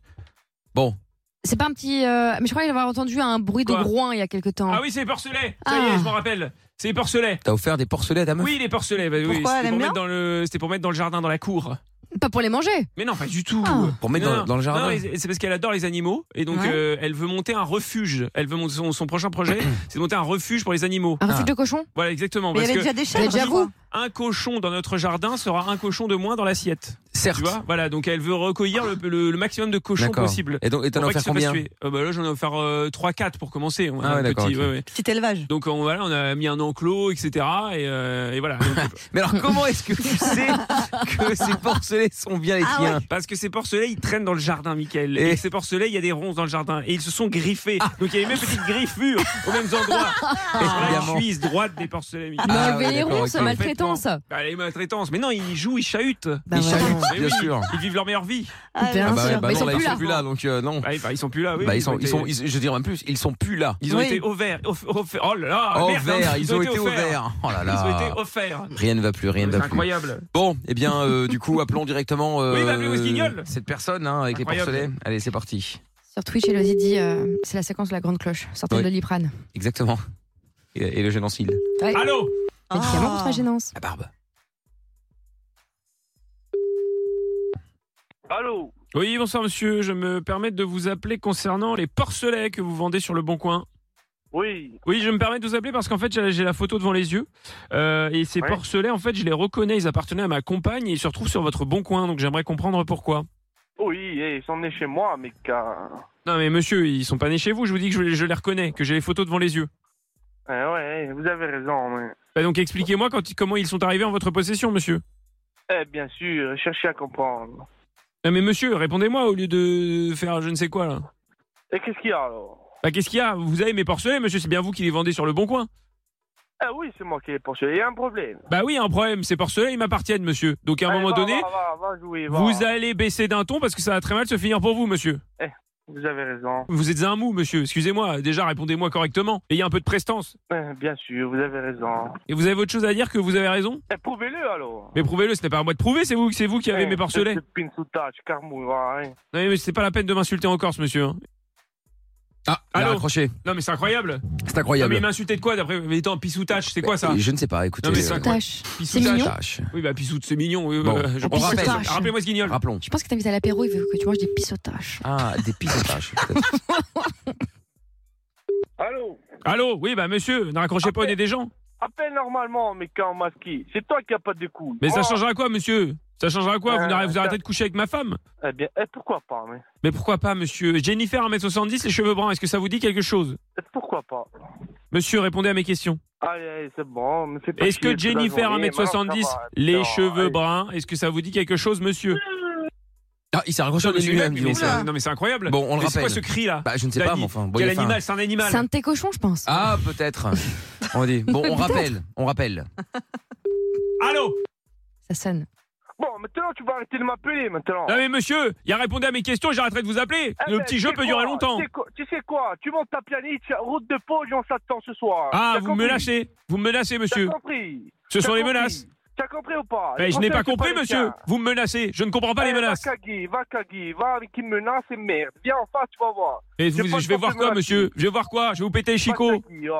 [SPEAKER 2] Bon.
[SPEAKER 3] C'est pas un petit. euh, Mais je crois avoir entendu un bruit
[SPEAKER 1] Quoi
[SPEAKER 3] de groin il y a quelque temps.
[SPEAKER 1] Ah oui, c'est Porcelet. Ça y est, je m'en rappelle. C'est Porcelet.
[SPEAKER 2] T'as offert des porcelets à ta meuf
[SPEAKER 1] Oui, les porcelets. bah oui,
[SPEAKER 3] Pourquoi, elle
[SPEAKER 1] c'était pour
[SPEAKER 3] aime
[SPEAKER 1] mettre dans le c'était pour mettre dans le jardin dans la cour.
[SPEAKER 3] Pas pour les manger. Ah.
[SPEAKER 1] Mais non, pas du tout.
[SPEAKER 2] Pour mettre dans-
[SPEAKER 1] Non,
[SPEAKER 2] dans le jardin.
[SPEAKER 1] non, et c'est parce qu'elle adore les animaux et donc
[SPEAKER 3] Ouais.
[SPEAKER 1] euh, elle veut monter un refuge. Elle veut monter son, son prochain projet, c'est de monter un refuge pour les animaux.
[SPEAKER 2] Ah.
[SPEAKER 3] Un refuge de cochon
[SPEAKER 1] Voilà, exactement.
[SPEAKER 3] Mais il y
[SPEAKER 1] parce
[SPEAKER 3] avait déjà
[SPEAKER 1] que
[SPEAKER 3] des chèvres,
[SPEAKER 1] elle dit,
[SPEAKER 3] je crois.
[SPEAKER 1] Un cochon dans notre jardin sera un cochon de moins dans l'assiette.
[SPEAKER 2] Certes.
[SPEAKER 1] Tu vois voilà, donc elle veut recueillir le, le- le maximum de cochons
[SPEAKER 2] D'accord.
[SPEAKER 1] possible.
[SPEAKER 2] Et donc- et t'en
[SPEAKER 1] Pour
[SPEAKER 2] as
[SPEAKER 1] pas
[SPEAKER 2] offert
[SPEAKER 1] qu'ils se fassent
[SPEAKER 2] combien
[SPEAKER 1] tuer. Euh, bah Là, j'en ai offert 3-4 pour commencer. On a
[SPEAKER 2] Ah
[SPEAKER 1] un
[SPEAKER 2] ouais, d'accord,
[SPEAKER 1] petit,
[SPEAKER 2] ok.
[SPEAKER 4] Petit élevage.
[SPEAKER 1] Donc on, voilà, on a mis un enclos, etc. Et, euh, et voilà.
[SPEAKER 2] Mais alors, comment est-ce que tu sais que ces porcelets sont bien les
[SPEAKER 1] Ah
[SPEAKER 2] tiens
[SPEAKER 1] ouais. Parce que ces porcelets, ils traînent dans le jardin, Michael. Et, ces porcelets, il y a des ronces dans le jardin. Et ils se sont griffés.
[SPEAKER 2] Ah.
[SPEAKER 1] Donc il y a les mêmes petites griffures aux mêmes endroits. Et sur la
[SPEAKER 2] Évidemment. Ah,
[SPEAKER 1] cuisse droite des porcelets, Michael.
[SPEAKER 3] Mais enlever les ronces, maltraitance.
[SPEAKER 1] Bah, les maltraitances. Mais non, ils jouent, ils chahutent.
[SPEAKER 2] Bah Ils ouais. chahutent,
[SPEAKER 1] Mais
[SPEAKER 2] bien sûr.
[SPEAKER 1] Ils vivent leur meilleure vie.
[SPEAKER 2] Ah, bien Ah bah ouais, sûr. bah Mais non, ils sont là, ils plus sont là. plus là, donc euh, non.
[SPEAKER 1] ils sont plus là, oui.
[SPEAKER 2] Bah, ils sont,
[SPEAKER 1] ont
[SPEAKER 2] ils sont,
[SPEAKER 1] été-
[SPEAKER 2] ils- je dirais même plus, ils sont plus là.
[SPEAKER 1] Ils ont été offerts. off- off- Oh là là,
[SPEAKER 2] Offerts,
[SPEAKER 1] merde, hein,
[SPEAKER 2] ils ont été offerts. Oh là là.
[SPEAKER 1] Ils ont été offerts.
[SPEAKER 2] Rien ne va plus, rien ne
[SPEAKER 1] C'est
[SPEAKER 2] va plus.
[SPEAKER 1] incroyable.
[SPEAKER 2] Bon, eh bien, euh, du coup, appelons directement euh,
[SPEAKER 1] Oui, bah, appelez Westguignol.
[SPEAKER 2] cette personne hein, avec
[SPEAKER 1] Incroyable.
[SPEAKER 2] les porcelets. Allez, c'est parti.
[SPEAKER 3] Sur Twitch, Elodie dit euh, c'est la séquence de la grande cloche, sortant
[SPEAKER 2] Oui.
[SPEAKER 3] de Liprane.
[SPEAKER 2] Exactement. Et, et le génocide.
[SPEAKER 1] Allô
[SPEAKER 3] Évidemment, contre la gênance.
[SPEAKER 2] La barbe.
[SPEAKER 1] Allô Oui, bonsoir monsieur, je me permets de vous appeler concernant les porcelets que vous vendez sur le Bon Coin.
[SPEAKER 13] Oui.
[SPEAKER 1] Oui, je me permets de vous appeler parce qu'en fait, j'ai j'ai la photo devant les yeux. Euh, et ces
[SPEAKER 13] Ouais.
[SPEAKER 1] porcelets, en fait, je les reconnais, ils appartenaient à ma compagne et ils se retrouvent sur votre Bon Coin, donc j'aimerais comprendre pourquoi.
[SPEAKER 13] Oui, et ils sont venus chez moi, mais qu'un.
[SPEAKER 1] Non mais monsieur, ils sont pas nés chez vous, je vous dis que je, je les reconnais, que j'ai les photos devant les yeux.
[SPEAKER 13] Eh ouais, vous avez raison. Mais...
[SPEAKER 1] Bah, donc expliquez-moi quand- comment ils sont arrivés en votre possession, monsieur.
[SPEAKER 13] Eh bien sûr, cherchez à comprendre.
[SPEAKER 1] Non mais monsieur, répondez-moi au lieu de faire je ne sais quoi là.
[SPEAKER 13] Et qu'est-ce qu'il y a alors
[SPEAKER 1] Bah qu'est-ce qu'il y a Vous avez mes porcelets, monsieur, c'est bien vous qui les vendez sur le bon coin.
[SPEAKER 13] Eh oui, c'est moi qui ai poursuivi. Il y a un problème.
[SPEAKER 1] Bah oui, un problème, ces porcelets, ils m'appartiennent, monsieur. Donc à un
[SPEAKER 13] Allez,
[SPEAKER 1] moment
[SPEAKER 13] va,
[SPEAKER 1] donné,
[SPEAKER 13] va, va, va jouer, va.
[SPEAKER 1] vous allez baisser d'un ton parce que ça va très mal se finir pour vous, monsieur.
[SPEAKER 13] Eh, vous avez raison.
[SPEAKER 1] Vous êtes un mou, monsieur, excusez-moi, déjà répondez-moi correctement. Ayez un peu de prestance.
[SPEAKER 13] Eh, bien sûr, vous avez raison.
[SPEAKER 1] Et vous avez autre chose à dire que vous avez raison
[SPEAKER 13] Eh, prouvez-le alors.
[SPEAKER 1] Mais prouvez-le, ce n'est pas à moi de prouver, c'est vous, c'est vous qui avez
[SPEAKER 13] Eh,
[SPEAKER 1] mes porcelets.
[SPEAKER 13] c'est Pin sous tâche, carmouille, va, hein.
[SPEAKER 1] Non mais c'est pas la peine de m'insulter en Corse, monsieur. hein.
[SPEAKER 2] Ah,
[SPEAKER 1] Allô
[SPEAKER 2] raccroché.
[SPEAKER 1] Non mais c'est incroyable.
[SPEAKER 2] C'est incroyable.
[SPEAKER 1] Non, mais il m'insultait de quoi d'après Mais attends, pissoutache, c'est quoi ça
[SPEAKER 2] Je ne sais pas, écoutez.
[SPEAKER 1] Ah. Non mais c'est
[SPEAKER 2] euh,
[SPEAKER 1] incroyable.
[SPEAKER 3] C'est
[SPEAKER 1] Pissoutache.
[SPEAKER 3] mignon.
[SPEAKER 1] Oui bah pissoute, c'est mignon. oui,
[SPEAKER 2] Bon.
[SPEAKER 1] euh, je
[SPEAKER 2] On
[SPEAKER 1] comprends.
[SPEAKER 2] rappelle.
[SPEAKER 1] Rappelez-moi ce guignol.
[SPEAKER 2] Rappelons.
[SPEAKER 3] Je pense que t'invites à l'apéro, il veut que tu manges des pissotaches.
[SPEAKER 2] Ah, des pissotaches. peut-être.
[SPEAKER 13] Allô
[SPEAKER 1] Allô, oui bah monsieur, ne raccrochez pas au nez des gens.
[SPEAKER 13] Appelle normalement, mais quand masqué. C'est toi qui as pas de couilles. Oh.
[SPEAKER 1] Mais ça
[SPEAKER 13] Moi-
[SPEAKER 1] changera quoi, monsieur Ça changera quoi Vous
[SPEAKER 13] Euh,
[SPEAKER 1] n'arrêtez- Vous
[SPEAKER 13] ça-
[SPEAKER 1] arrêtez de coucher avec ma femme
[SPEAKER 13] Eh bien, eh, pourquoi pas, mais
[SPEAKER 1] Mais pourquoi pas, monsieur Jennifer 1m70, les cheveux bruns, est-ce que ça vous dit quelque chose
[SPEAKER 13] pourquoi pas
[SPEAKER 1] Monsieur, répondez à mes questions.
[SPEAKER 13] Allez, allez, c'est bon, mais c'est pas
[SPEAKER 1] Est-ce que
[SPEAKER 13] chier toute la
[SPEAKER 1] Jennifer
[SPEAKER 13] journée, maintenant,
[SPEAKER 1] 1m70,
[SPEAKER 13] ça va,
[SPEAKER 1] les
[SPEAKER 13] putain,
[SPEAKER 1] cheveux
[SPEAKER 13] allez.
[SPEAKER 1] bruns, est-ce que ça vous dit quelque chose, monsieur
[SPEAKER 2] Ah, il s'est raccroché
[SPEAKER 1] Non,
[SPEAKER 2] au
[SPEAKER 1] mais
[SPEAKER 2] nez
[SPEAKER 1] c'est
[SPEAKER 2] lui-même,
[SPEAKER 1] une
[SPEAKER 2] dis donc,
[SPEAKER 1] blague, mais
[SPEAKER 2] ça.
[SPEAKER 1] c'est- Non, mais c'est incroyable.
[SPEAKER 2] Bon, on le
[SPEAKER 1] Mais C'est quoi
[SPEAKER 2] rappelle.
[SPEAKER 1] ce cri là
[SPEAKER 2] Bah, je ne sais
[SPEAKER 1] Quel
[SPEAKER 2] pas,
[SPEAKER 1] ani-
[SPEAKER 2] mais enfin, bon,
[SPEAKER 1] Quel
[SPEAKER 2] il a fait
[SPEAKER 1] animal
[SPEAKER 2] un-
[SPEAKER 1] C'est un animal.
[SPEAKER 3] C'est un de tes cochons, je pense.
[SPEAKER 2] Ah, peut-être. On dit. Bon, on
[SPEAKER 3] Peut-être.
[SPEAKER 2] rappelle. On rappelle.
[SPEAKER 1] Allô
[SPEAKER 3] Ça sonne.
[SPEAKER 13] Bon, Oh, maintenant, tu vas arrêter de m'appeler, maintenant.
[SPEAKER 1] Non mais monsieur, il a répondu à mes questions, j'arrêterai de vous appeler.
[SPEAKER 13] Eh
[SPEAKER 1] Le
[SPEAKER 13] ben,
[SPEAKER 1] petit
[SPEAKER 13] tu
[SPEAKER 1] jeu
[SPEAKER 13] sais
[SPEAKER 1] peut durer
[SPEAKER 13] quoi
[SPEAKER 1] longtemps.
[SPEAKER 13] Tu sais quoi, tu sais quoi Tu montes ta pianiste, route de Pau, j'en s'attend ce soir.
[SPEAKER 1] Ah,
[SPEAKER 13] T'as
[SPEAKER 1] vous
[SPEAKER 13] compris
[SPEAKER 1] me lâchez, vous me menacez, monsieur.
[SPEAKER 13] T'as compris
[SPEAKER 1] Ce
[SPEAKER 13] T'as
[SPEAKER 1] sont les
[SPEAKER 13] compris
[SPEAKER 1] menaces.
[SPEAKER 13] T'as compris ou pas
[SPEAKER 1] Mais
[SPEAKER 13] Les
[SPEAKER 1] je n'ai pas
[SPEAKER 13] Français, c'est
[SPEAKER 1] compris,
[SPEAKER 13] les
[SPEAKER 1] monsieur.
[SPEAKER 13] tiens.
[SPEAKER 1] Vous me menacez. Je ne comprends pas les
[SPEAKER 13] Eh,
[SPEAKER 1] menaces.
[SPEAKER 13] Va cagui, va cagui, va avec une menace et merde. Viens en face, tu vas voir.
[SPEAKER 1] Et
[SPEAKER 13] C'est
[SPEAKER 1] Eh, vous-
[SPEAKER 13] pas
[SPEAKER 1] je vais
[SPEAKER 13] le
[SPEAKER 1] voir
[SPEAKER 13] porte-monnaie
[SPEAKER 1] quoi, monsieur Je vais voir quoi Je vais vous péter les chicots.
[SPEAKER 13] qui- oh.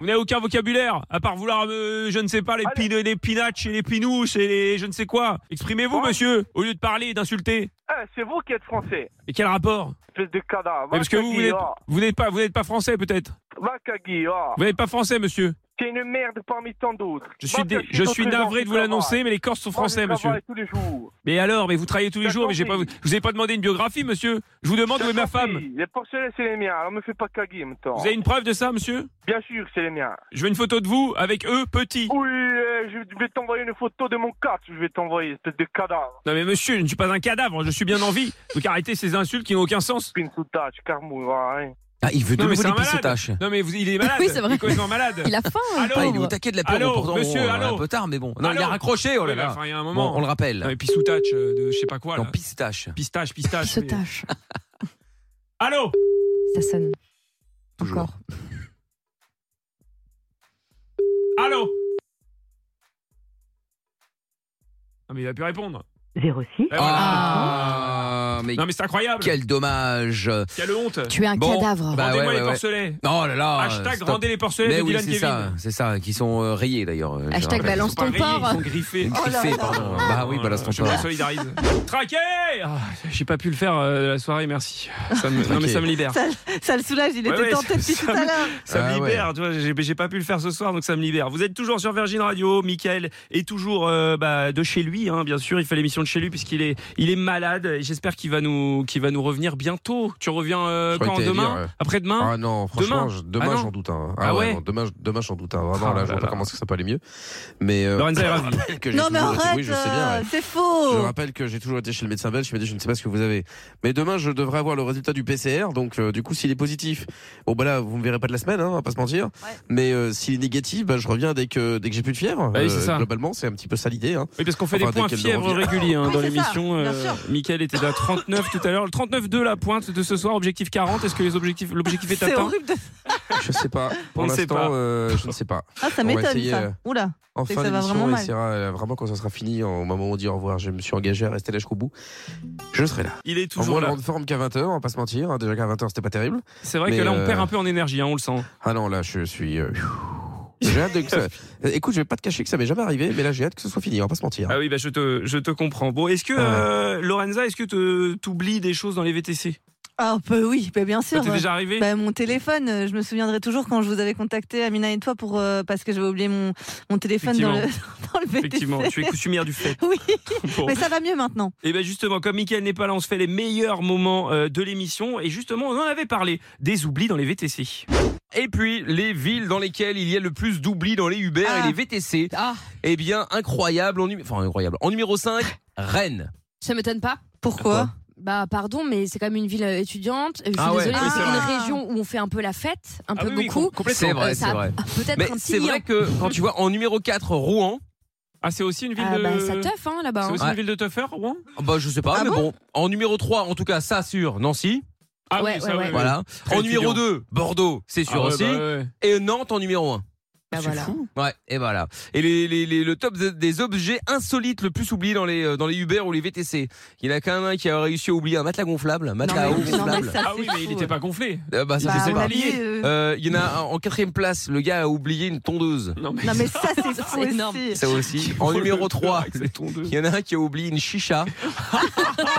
[SPEAKER 1] Vous n'avez aucun vocabulaire, à part vouloir, euh, je ne sais pas, les, pin les pinaches et les pinouches et les je ne sais quoi. Exprimez-vous, monsieur, au lieu de parler et d'insulter.
[SPEAKER 13] Eh, c'est vous qui êtes français.
[SPEAKER 1] Et quel rapport
[SPEAKER 13] Espèce de cadavre.
[SPEAKER 1] Mais Parce que vous, vous n'êtes- vous n'êtes pas, vous n'êtes pas français, peut-être.
[SPEAKER 13] Va cagui, oh.
[SPEAKER 1] Vous n'êtes pas français, monsieur.
[SPEAKER 13] T'es une merde parmi tant d'autres.
[SPEAKER 1] Je suis, dé- je suis navré de vous l'annoncer, mais les Corses sont français, monsieur.
[SPEAKER 13] tous les jours.
[SPEAKER 1] Mais alors, mais vous travaillez tous les
[SPEAKER 13] T'as
[SPEAKER 1] jours, mais j'ai pas, vous
[SPEAKER 13] compris.
[SPEAKER 1] je vous ai pas demandé une biographie, monsieur. Je vous demande où est ma femme.
[SPEAKER 13] Les porcelets, c'est les miens. Alors me fais pas cagui, en même temps.
[SPEAKER 1] Vous avez une preuve de ça, monsieur
[SPEAKER 13] Bien sûr, c'est les miens.
[SPEAKER 1] Je veux une photo de vous avec eux, petit.
[SPEAKER 13] Oui, euh, je vais t'envoyer une photo de mon cat. Je vais t'envoyer, espèce de cadavre.
[SPEAKER 1] Non mais monsieur, je ne suis pas un cadavre, je suis bien en vie. Donc arrêtez ces insultes qui n'ont aucun sens.
[SPEAKER 13] Pinsoutache, carmou,
[SPEAKER 1] Ah, il
[SPEAKER 2] veut de
[SPEAKER 1] non, mais
[SPEAKER 2] nouveau
[SPEAKER 1] c'est
[SPEAKER 2] des
[SPEAKER 1] un malade.
[SPEAKER 2] pistaches.
[SPEAKER 1] Non mais vous- il est malade.
[SPEAKER 2] Oui, c'est vrai.
[SPEAKER 1] Il est complètement malade.
[SPEAKER 2] Il a faim, le
[SPEAKER 1] Allô
[SPEAKER 2] Ah, il est au taquet de la pub,
[SPEAKER 1] Allô,
[SPEAKER 2] pourtant,
[SPEAKER 1] monsieur,
[SPEAKER 2] on-
[SPEAKER 1] allô
[SPEAKER 2] un peu tard, mais bon. Non,
[SPEAKER 1] Allô
[SPEAKER 2] il a raccroché, oh là
[SPEAKER 1] Oui, mais
[SPEAKER 2] là.
[SPEAKER 1] enfin, il y a un moment.
[SPEAKER 2] Bon, on le rappelle.
[SPEAKER 1] Non, mais pisoutache, euh, de je sais pas quoi.
[SPEAKER 2] Non,
[SPEAKER 1] là.
[SPEAKER 2] pistache.
[SPEAKER 1] Pistache, pistache.
[SPEAKER 3] Pistache.
[SPEAKER 1] Allô
[SPEAKER 3] Ça sonne.
[SPEAKER 2] Toujours.
[SPEAKER 1] Allô Non mais il va plus répondre.
[SPEAKER 2] 06. Ah, mais
[SPEAKER 1] Non mais c'est incroyable.
[SPEAKER 2] Quel dommage.
[SPEAKER 1] Quelle honte.
[SPEAKER 2] Tu es un Bon, cadavre. bah
[SPEAKER 1] Rendez-moi
[SPEAKER 2] ouais,
[SPEAKER 1] les
[SPEAKER 2] ouais, ouais.
[SPEAKER 1] porcelets.
[SPEAKER 2] Oh là là.
[SPEAKER 1] Hashtag
[SPEAKER 2] stop.
[SPEAKER 1] rendez les porcelets
[SPEAKER 2] Mais
[SPEAKER 1] de
[SPEAKER 2] oui,
[SPEAKER 1] Dylan
[SPEAKER 2] c'est ça,
[SPEAKER 1] Kevin.
[SPEAKER 2] c'est ça, qui sont euh, rayés d'ailleurs. euh, je
[SPEAKER 1] Hashtag
[SPEAKER 2] rappelle.
[SPEAKER 1] balance Ils sont pas ton rayés, porc. ils sont
[SPEAKER 2] Griffés,
[SPEAKER 1] griffés. Oh là là.
[SPEAKER 2] pardon. Bah oui, balance ton
[SPEAKER 1] Je me
[SPEAKER 2] porc.
[SPEAKER 1] solidarise. Traqué Ah, J'ai pas pu le faire euh, la soirée, merci. Ça me- Non mais ça me libère.
[SPEAKER 4] Ça, ça le soulage, il
[SPEAKER 1] Ouais,
[SPEAKER 4] était
[SPEAKER 1] ouais,
[SPEAKER 4] tenté depuis
[SPEAKER 1] ça
[SPEAKER 4] tout à
[SPEAKER 1] me-
[SPEAKER 4] l'heure.
[SPEAKER 1] Ça
[SPEAKER 2] Ah
[SPEAKER 1] me
[SPEAKER 2] ouais.
[SPEAKER 1] libère, tu vois, j'ai- j'ai pas pu le faire ce soir, donc ça me libère. Vous êtes toujours sur Virgin Radio, Michael est toujours euh, bah, de chez lui, hein, bien sûr, il fait l'émission de chez lui puisqu'il est, il est malade, et j'espère qu'il va, nous- qu'il va nous revenir bientôt. Tu reviens euh,
[SPEAKER 10] croyais
[SPEAKER 1] quand
[SPEAKER 10] que t'allais
[SPEAKER 1] Demain
[SPEAKER 10] dire, ouais.
[SPEAKER 1] Après-demain
[SPEAKER 10] Ah non, franchement,
[SPEAKER 1] Demain
[SPEAKER 10] je-
[SPEAKER 1] Ah
[SPEAKER 10] demain
[SPEAKER 1] non.
[SPEAKER 10] j'en doute un.
[SPEAKER 1] Ah ouais
[SPEAKER 10] non, Demain, je- demain j'en doute un. Vraiment,
[SPEAKER 1] Ah
[SPEAKER 10] là,
[SPEAKER 1] là
[SPEAKER 10] je vois pas
[SPEAKER 1] là.
[SPEAKER 10] comment ça ça peut aller mieux. Mais euh,
[SPEAKER 1] Lorenza est
[SPEAKER 10] je
[SPEAKER 1] ravie.
[SPEAKER 10] rappelle que j'ai
[SPEAKER 4] Non mais
[SPEAKER 10] toujours été-
[SPEAKER 4] arrête,
[SPEAKER 10] oui, je sais bien,
[SPEAKER 4] euh,
[SPEAKER 10] ouais.
[SPEAKER 4] c'est faux.
[SPEAKER 10] Je rappelle que j'ai toujours été chez le médecin belge qui m'a dit je ne sais pas ce que vous avez. Mais demain je devrais avoir le résultat du PCR donc euh, du coup s'il est positif, bon bah là vous me verrez pas de la semaine hein, on va pas se mentir. Mais euh, s'il est négatif, bah, je reviens dès que dès que j'ai plus de fièvre. Euh,
[SPEAKER 1] Bah oui, c'est ça.
[SPEAKER 10] Globalement c'est un petit peu ça l'idée. Hein.
[SPEAKER 1] Oui, parce qu'on fait
[SPEAKER 10] Enfin,
[SPEAKER 1] des
[SPEAKER 10] dès
[SPEAKER 1] points
[SPEAKER 10] qu'elle me
[SPEAKER 1] fièvre
[SPEAKER 10] revient.
[SPEAKER 1] réguliers hein, dans l'émission. euh, Michael était à 39 tout à l'heure. Le 39-2, la pointe de ce soir, objectif 40. Est-ce que les objectifs- l'objectif est,
[SPEAKER 4] C'est
[SPEAKER 1] atteint
[SPEAKER 4] horrible de
[SPEAKER 10] Je sais pas. Pour
[SPEAKER 1] On ne sait
[SPEAKER 10] l'instant,
[SPEAKER 1] pas.
[SPEAKER 10] euh, je ne sais pas.
[SPEAKER 4] Ah,
[SPEAKER 10] On
[SPEAKER 4] ça
[SPEAKER 10] va
[SPEAKER 4] m'étonne,
[SPEAKER 10] essayer,
[SPEAKER 4] ça.
[SPEAKER 10] euh,
[SPEAKER 4] Oula,
[SPEAKER 10] En
[SPEAKER 4] c'est
[SPEAKER 10] fin
[SPEAKER 4] que ça va
[SPEAKER 10] d'émission,
[SPEAKER 4] vraiment
[SPEAKER 10] on
[SPEAKER 4] mal.
[SPEAKER 10] essaiera, euh, vraiment quand ça sera fini, au moment où on dit au revoir, je me suis engagé à rester là jusqu'au bout. Je serai là.
[SPEAKER 1] Il est
[SPEAKER 10] en
[SPEAKER 1] toujours
[SPEAKER 10] moins
[SPEAKER 1] là.
[SPEAKER 10] grande forme qu'à 20h, on va pas se mentir. hein. Déjà qu'à 20h, c'était pas terrible.
[SPEAKER 1] C'est vrai que
[SPEAKER 10] Mais,
[SPEAKER 1] là, on
[SPEAKER 10] euh,
[SPEAKER 1] perd un peu en énergie, hein, on le sent.
[SPEAKER 10] Ah non, là, je suis. euh, J'ai hâte de que ça- Euh, Écoute, je vais pas te cacher que ça m'est jamais arrivé, mais là, j'ai hâte que ce soit fini, on va pas se mentir.
[SPEAKER 4] Hein.
[SPEAKER 1] Ah oui, bah, je, te, je te comprends. Bon,
[SPEAKER 4] Ah
[SPEAKER 1] est-ce que, euh, Lorenza, est-ce que te- t'oublies des choses dans les VTC
[SPEAKER 4] Ah bah oui, bah bien sûr.
[SPEAKER 1] t'es déjà arrivé
[SPEAKER 4] Bah, Mon téléphone, euh, je me souviendrai toujours quand je vous avais contacté, Amina et toi, pour, euh, parce que j'avais oublié mon, mon téléphone dans le, dans le VTC.
[SPEAKER 1] Effectivement, tu es coutumière du fait.
[SPEAKER 4] Oui,
[SPEAKER 1] Bon.
[SPEAKER 4] mais ça va mieux maintenant.
[SPEAKER 1] Et bien justement, comme Mickaël n'est pas là, on se fait les meilleurs moments euh, de l'émission. Et justement, on en avait parlé, des oublis dans les VTC.
[SPEAKER 2] Et puis, les villes dans lesquelles il y a le plus d'oubli dans les Uber
[SPEAKER 3] Ah.
[SPEAKER 2] et les VTC. Eh bien, incroyable. En numé- enfin, incroyable. En numéro 5, Rennes.
[SPEAKER 3] Ça m'étonne pas.
[SPEAKER 4] Pourquoi
[SPEAKER 3] Bah pardon, mais c'est quand même une ville euh, étudiante. Je suis
[SPEAKER 2] Ah ouais,
[SPEAKER 3] désolée,
[SPEAKER 2] oui,
[SPEAKER 3] mais
[SPEAKER 2] c'est
[SPEAKER 3] c'est
[SPEAKER 2] vrai.
[SPEAKER 3] une région où on fait un peu la fête, un
[SPEAKER 2] Ah
[SPEAKER 3] peu
[SPEAKER 2] oui, oui,
[SPEAKER 3] beaucoup.
[SPEAKER 2] com- complètement. C'est vrai,
[SPEAKER 3] Euh, ça
[SPEAKER 2] c'est
[SPEAKER 3] a
[SPEAKER 2] vrai.
[SPEAKER 3] Peut-être
[SPEAKER 2] Mais
[SPEAKER 3] un petit
[SPEAKER 2] c'est vrai que quand tu vois en numéro 4, Rouen.
[SPEAKER 1] Ah, c'est aussi une
[SPEAKER 3] ville Ah, de- bah, ça teuf, hein, là-bas,
[SPEAKER 1] C'est
[SPEAKER 3] hein.
[SPEAKER 1] aussi
[SPEAKER 2] Ouais.
[SPEAKER 1] une ville de Tuffer, Rouen
[SPEAKER 2] Ah Bah, je sais pas,
[SPEAKER 1] Ah
[SPEAKER 2] mais
[SPEAKER 1] bon
[SPEAKER 2] bon. En numéro 3, en tout cas, ça sur Nancy.
[SPEAKER 1] Ah oui, Ouais, ça, ouais, ouais. ouais.
[SPEAKER 2] Voilà.
[SPEAKER 1] Très
[SPEAKER 2] en numéro
[SPEAKER 1] étudiant.
[SPEAKER 2] 2, Bordeaux, c'est sûr
[SPEAKER 1] Ah ouais,
[SPEAKER 2] aussi.
[SPEAKER 1] bah ouais.
[SPEAKER 2] Et Nantes en numéro 1.
[SPEAKER 3] Ah, voilà. fou.
[SPEAKER 2] Ouais, et voilà. Et les, les- les- le top des- des objets insolites le plus oubliés dans les, euh, dans les Uber ou les VTC. Il y en a quand même un qui a réussi à oublier un matelas gonflable. Un matelas à eau gonflable.
[SPEAKER 1] ah oui, mais il n'était pas gonflé.
[SPEAKER 2] Euh, bah, ça,
[SPEAKER 1] Bah,
[SPEAKER 2] je sais
[SPEAKER 1] on
[SPEAKER 2] pas.
[SPEAKER 1] l'a mis, euh.
[SPEAKER 2] Euh, Il y en a un en quatrième place, le gars a oublié une tondeuse.
[SPEAKER 4] Non, mais ça, c'est fou
[SPEAKER 3] énorme.
[SPEAKER 4] aussi.
[SPEAKER 2] Ça aussi. En numéro 3, il y en a un qui a oublié une chicha.
[SPEAKER 1] Ah,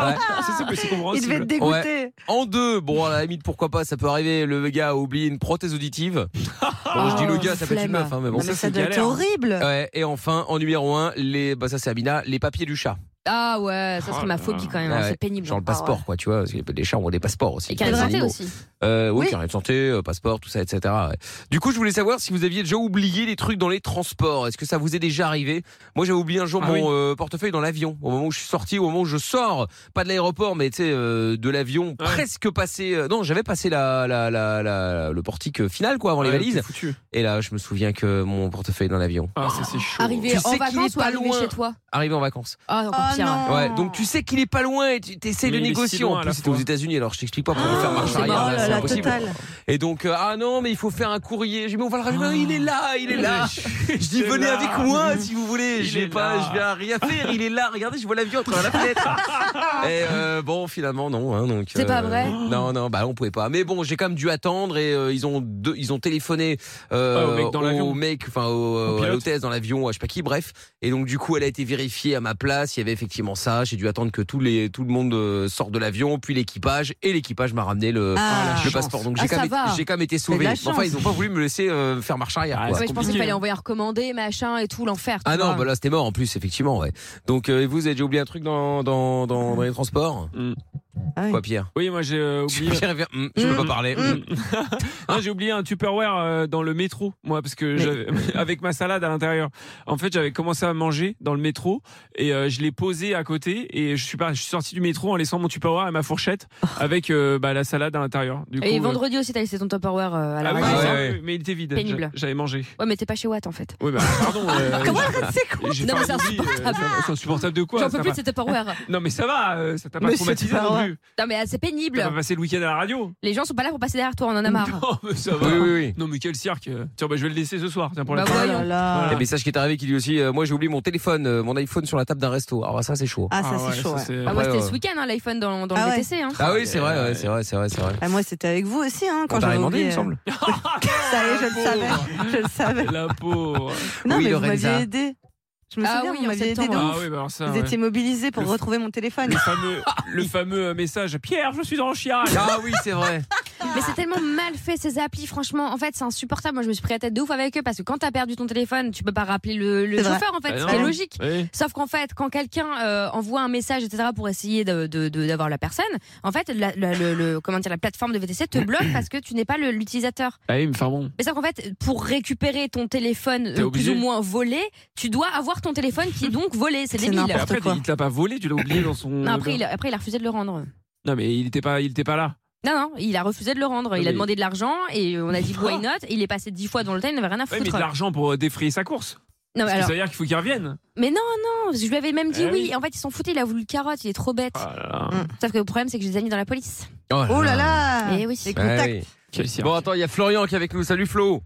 [SPEAKER 2] Ouais.
[SPEAKER 4] Ah. Il devait être dégoûté.
[SPEAKER 2] Ouais. En deux, bon, à la limite, pourquoi pas, ça peut arriver. Le gars a oublié une prothèse auditive. Bon, je dis le gars, ça peut être une
[SPEAKER 4] flemme.
[SPEAKER 2] meuf, hein, mais bon,
[SPEAKER 4] Non, mais ça
[SPEAKER 2] c'est
[SPEAKER 4] doit être
[SPEAKER 2] galère.
[SPEAKER 4] horrible.
[SPEAKER 2] Ouais, et enfin, en numéro un, les, bah, ça c'est Amina, les papiers du chat.
[SPEAKER 3] Ah ouais, ça serait
[SPEAKER 2] Oh
[SPEAKER 3] ma
[SPEAKER 2] là
[SPEAKER 3] phobie quand même.
[SPEAKER 2] Ah
[SPEAKER 3] hein,
[SPEAKER 2] ouais,
[SPEAKER 3] C'est pénible.
[SPEAKER 2] Genre le passeport, quoi, tu vois. Parce que les chats ont des passeports aussi.
[SPEAKER 3] Et carnet de
[SPEAKER 2] C'est
[SPEAKER 3] santé
[SPEAKER 2] animaux.
[SPEAKER 3] aussi.
[SPEAKER 2] Euh, oui,
[SPEAKER 3] Oui.
[SPEAKER 2] carnet de santé, euh, passeport, tout ça, etc. ouais. Du coup, je voulais savoir si vous aviez déjà oublié les trucs dans les transports. Est-ce que ça vous est déjà arrivé Moi, j'avais oublié un jour
[SPEAKER 1] Ah
[SPEAKER 2] mon
[SPEAKER 1] oui.
[SPEAKER 2] euh, portefeuille dans l'avion. Au moment où je suis sorti, au moment où je sors, pas de l'aéroport, mais tu sais, euh, de l'avion, presque passé. euh, non, j'avais passé la, la, la, la- le portique euh, final, quoi, avant les
[SPEAKER 1] Ouais,
[SPEAKER 2] valises.
[SPEAKER 1] t'es foutu.
[SPEAKER 2] Et là, je me souviens que mon portefeuille dans l'avion.
[SPEAKER 1] Ah, ça c'est chaud.
[SPEAKER 3] Arrivé
[SPEAKER 2] Tu
[SPEAKER 3] en
[SPEAKER 2] sais qu'il est
[SPEAKER 3] vacances ou
[SPEAKER 2] pas
[SPEAKER 3] arrivé
[SPEAKER 2] loin.
[SPEAKER 3] chez toi
[SPEAKER 2] Arrivé en vacances.
[SPEAKER 3] Ah, encore
[SPEAKER 2] pire. Ouais, donc tu sais qu'il est pas loin et tu essaies
[SPEAKER 9] Mais
[SPEAKER 2] de
[SPEAKER 9] il est
[SPEAKER 2] négocier.
[SPEAKER 9] si loin
[SPEAKER 2] en
[SPEAKER 9] à la
[SPEAKER 2] plus, c'était aux
[SPEAKER 9] fois.
[SPEAKER 2] États-Unis, alors je t'explique pas comment
[SPEAKER 9] Ah,
[SPEAKER 2] faire marche
[SPEAKER 9] c'est
[SPEAKER 2] arrière.
[SPEAKER 9] marrant,
[SPEAKER 2] là,
[SPEAKER 9] la-
[SPEAKER 2] c'est
[SPEAKER 9] la
[SPEAKER 2] impossible.
[SPEAKER 9] totale.
[SPEAKER 2] Et donc, euh, ah non, mais il faut faire un courrier. J'ai dit, mais on va le rajouter.
[SPEAKER 9] Ah.
[SPEAKER 2] il est là, il est là. je dis,
[SPEAKER 9] Il est
[SPEAKER 2] venez
[SPEAKER 9] là.
[SPEAKER 2] avec moi si vous voulez. Je
[SPEAKER 9] Il
[SPEAKER 2] vais
[SPEAKER 9] est
[SPEAKER 2] pas,
[SPEAKER 9] là.
[SPEAKER 2] je vais rien faire. Il est là. Regardez, je vois l'avion à travers la fenêtre. Et euh, bon, finalement, non. hein, donc,
[SPEAKER 9] C'est pas vrai
[SPEAKER 2] Non, non, bah on pouvait pas. Mais bon, j'ai quand même dû attendre et euh, ils ont deux- ils ont téléphoné euh,
[SPEAKER 9] Ah, au mec dans l'avion.
[SPEAKER 2] au mec, enfin au, euh, à
[SPEAKER 9] pilote.
[SPEAKER 2] l'hôtesse dans l'avion, à je sais pas qui. Bref, et donc du coup, elle a été vérifiée à ma place. Il y avait effectivement ça. J'ai dû attendre que tout les tout le monde euh, sorte de l'avion, puis l'équipage et l'équipage m'a ramené le,
[SPEAKER 3] Ah.
[SPEAKER 2] le
[SPEAKER 3] Ah, la
[SPEAKER 2] passeport. Donc
[SPEAKER 3] chance.
[SPEAKER 2] j'ai
[SPEAKER 3] Ah, ça
[SPEAKER 2] quand, même été-
[SPEAKER 3] va.
[SPEAKER 2] j'ai quand même été
[SPEAKER 3] C'est de
[SPEAKER 2] sauvé.
[SPEAKER 3] la
[SPEAKER 2] Mais Enfin, ils
[SPEAKER 3] chance.
[SPEAKER 2] ont pas voulu me laisser euh, faire marche
[SPEAKER 9] Ah,
[SPEAKER 2] arrière. quoi.
[SPEAKER 3] Ouais, je pensais qu'il
[SPEAKER 9] hein.
[SPEAKER 3] fallait envoyer un recommandé, machin et tout, l'enfer. tu
[SPEAKER 2] Ah non,
[SPEAKER 3] vois.
[SPEAKER 2] bah là c'était mort en plus, effectivement, ouais. Donc euh, vous avez déjà oublié un truc dans, dans, dans, dans les transports
[SPEAKER 4] Mm. Ah
[SPEAKER 2] Quoi, Pierre
[SPEAKER 1] Oui, moi j'ai euh, oublié.
[SPEAKER 2] Pierre, viens. Mm, je veux
[SPEAKER 3] Hum,
[SPEAKER 2] pas parler.
[SPEAKER 1] Hum.
[SPEAKER 2] Mm.
[SPEAKER 1] Non, j'ai oublié un Tupperware euh, dans le métro, moi, parce que j'avais- avec ma salade à l'intérieur. En fait, j'avais commencé à manger dans le métro et euh, je l'ai posé à côté et je suis pas, je suis sorti du métro en laissant mon Tupperware et ma fourchette avec euh, bah, la salade à l'intérieur. Du
[SPEAKER 3] Et
[SPEAKER 1] coup, euh,
[SPEAKER 3] vendredi aussi, t'as laissé ton Tupperware euh, à la
[SPEAKER 1] ah oui,
[SPEAKER 3] radio.
[SPEAKER 1] c'est ça, mais il était vide.
[SPEAKER 3] Pénible.
[SPEAKER 1] J'a- J'avais mangé.
[SPEAKER 3] Ouais, mais t'es pas chez Watt en fait.
[SPEAKER 1] Oui, bah pardon. euh,
[SPEAKER 3] Comment
[SPEAKER 1] j'ai-
[SPEAKER 3] c'est con
[SPEAKER 1] j'ai
[SPEAKER 3] Non,
[SPEAKER 1] fait
[SPEAKER 3] mais c'est
[SPEAKER 1] un oubli, euh,
[SPEAKER 3] insupportable.
[SPEAKER 1] ça- C'est insupportable de quoi
[SPEAKER 3] J'en
[SPEAKER 1] ça
[SPEAKER 3] peux plus
[SPEAKER 1] va-
[SPEAKER 3] de cet Tupperware.
[SPEAKER 1] Non, mais ça va, euh, ça t'a pas traumatisé non plus.
[SPEAKER 3] Non, mais ah, c'est pénible.
[SPEAKER 1] T'as pas passé le week-end à la radio
[SPEAKER 3] Les gens sont pas là pour passer derrière toi, on en a
[SPEAKER 4] Ah.
[SPEAKER 3] marre.
[SPEAKER 1] Non, Oh, mais ça va.
[SPEAKER 2] Oui, oui, oui.
[SPEAKER 1] Non, mais quel cirque. Tiens, bah, je vais le laisser ce soir. Tiens, pour
[SPEAKER 3] Bah,
[SPEAKER 1] la fin.
[SPEAKER 3] voyons.
[SPEAKER 4] Ah.
[SPEAKER 2] Il y a un message qui est arrivé qui dit aussi euh, Moi j'ai oublié mon téléphone, euh, mon iPhone sur la table d'un resto. Alors bah, ça c'est chaud.
[SPEAKER 4] Ah, ça, Ah c'est ouais, chaud, ça, ouais.
[SPEAKER 2] c'est-
[SPEAKER 3] Ah, moi,
[SPEAKER 2] Ouais,
[SPEAKER 3] c'était
[SPEAKER 2] ouais.
[SPEAKER 3] ce week-end, hein, l'iPhone dans, dans
[SPEAKER 4] Ah
[SPEAKER 3] le
[SPEAKER 4] ouais.
[SPEAKER 3] BTC. Hein.
[SPEAKER 2] Ah oui, c'est vrai, ouais, c'est vrai, c'est vrai, c'est vrai.
[SPEAKER 4] Ah, moi, c'était avec vous aussi, hein,
[SPEAKER 2] On
[SPEAKER 4] quand
[SPEAKER 2] t'a
[SPEAKER 4] j'avais
[SPEAKER 2] demandé, il
[SPEAKER 4] oublié.
[SPEAKER 2] me semble.
[SPEAKER 4] Ça y est, je le savais. Je le savais.
[SPEAKER 1] La pauvre.
[SPEAKER 4] Non,
[SPEAKER 2] Oui,
[SPEAKER 4] mais vous
[SPEAKER 2] Lorenza.
[SPEAKER 4] m'aviez aidé. Je me
[SPEAKER 3] Ah
[SPEAKER 4] souviens,
[SPEAKER 3] oui,
[SPEAKER 4] vous
[SPEAKER 3] en
[SPEAKER 4] m'aviez aidé de
[SPEAKER 3] septembre.
[SPEAKER 1] Ah
[SPEAKER 4] ouf.
[SPEAKER 1] oui, bah alors ça,
[SPEAKER 4] vous
[SPEAKER 1] ouais.
[SPEAKER 4] étiez mobilisés pour
[SPEAKER 1] Le-
[SPEAKER 4] retrouver mon téléphone.
[SPEAKER 1] Le fameux,
[SPEAKER 4] Ah,
[SPEAKER 1] le fameux euh, message Pierre, je suis en Chirac.
[SPEAKER 2] Ah oui, c'est vrai.
[SPEAKER 3] Mais c'est tellement mal fait ces applis, franchement. En fait, c'est insupportable. Moi, je me suis pris la tête de ouf avec eux parce que quand t'as perdu ton téléphone, tu peux pas rappeler le, le
[SPEAKER 4] C'est vrai.
[SPEAKER 3] chauffeur, en fait,
[SPEAKER 4] Bah
[SPEAKER 3] ce
[SPEAKER 4] non.
[SPEAKER 3] qui est logique.
[SPEAKER 4] Oui.
[SPEAKER 3] Sauf qu'en fait, quand quelqu'un euh, envoie un message, etc., pour essayer de- de- de- d'avoir la personne, en fait, la, la- le, le- comment dire, la plateforme de VTC te bloque parce que tu n'es pas le- l'utilisateur.
[SPEAKER 1] Ah oui, mais enfin bon.
[SPEAKER 3] Mais sauf qu'en fait, pour récupérer ton téléphone euh,
[SPEAKER 1] T'es
[SPEAKER 3] plus
[SPEAKER 1] obligé.
[SPEAKER 3] ou moins volé, tu dois avoir ton téléphone qui est donc volé. C'est débile.
[SPEAKER 1] Et après, il te l'a pas volé, tu l'as oublié dans son.
[SPEAKER 3] Non, après, il, après, il a refusé de le rendre.
[SPEAKER 1] Non, mais il était pas, il était pas là.
[SPEAKER 3] Non, non, il a refusé de le rendre. Il
[SPEAKER 1] Mais-
[SPEAKER 3] a demandé de l'argent et on a dit why not. Il est passé dix fois dans le temps, il n'avait rien à
[SPEAKER 1] Ouais,
[SPEAKER 3] foutre.
[SPEAKER 1] mais de l'argent pour euh, défrayer sa course.
[SPEAKER 3] Non, mais
[SPEAKER 1] Parce que
[SPEAKER 3] alors-
[SPEAKER 1] Ça veut dire qu'il faut qu'il revienne.
[SPEAKER 3] Mais non, non, parce que je lui avais même dit oui.
[SPEAKER 1] Eh oui. Ah.
[SPEAKER 3] Et en fait, ils s'en foutaient, il a voulu le carotte, il est trop bête. Mm. Sauf que le problème, c'est que je les ai mis dans la police.
[SPEAKER 2] Oh là Oh là
[SPEAKER 4] là.
[SPEAKER 3] Et oui.
[SPEAKER 2] Ouais, Bah oui. Bon, attends, il y a Florian qui est avec nous. Salut Flo.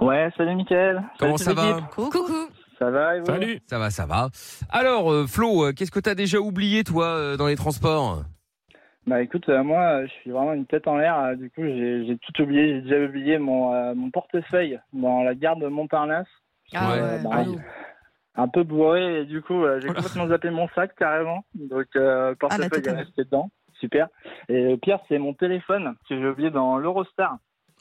[SPEAKER 18] Ouais, salut Mickaël.
[SPEAKER 2] Comment
[SPEAKER 18] Salut,
[SPEAKER 2] ça va
[SPEAKER 18] l'équipe.
[SPEAKER 3] Coucou. Coucou.
[SPEAKER 18] Ça va et vous
[SPEAKER 2] Ça va, ça va. Alors, euh, Flo, euh, qu'est-ce que t'as déjà oublié, toi, euh, dans les transports
[SPEAKER 18] Bah écoute, euh, moi euh, je suis vraiment une tête en l'air, euh, du coup j'ai j'ai tout oublié, j'ai déjà oublié mon, euh, mon portefeuille dans la gare de Montparnasse.
[SPEAKER 3] Ah
[SPEAKER 18] Euh,
[SPEAKER 3] ouais,
[SPEAKER 18] bah,
[SPEAKER 3] relou.
[SPEAKER 18] un peu bourré et du coup euh, j'ai complètement zappé mon sac carrément, donc
[SPEAKER 3] Ah, bah,
[SPEAKER 18] euh, portefeuille est
[SPEAKER 4] totale.
[SPEAKER 18] resté dedans, super. Et le pire c'est mon téléphone que j'ai oublié dans l'Eurostar.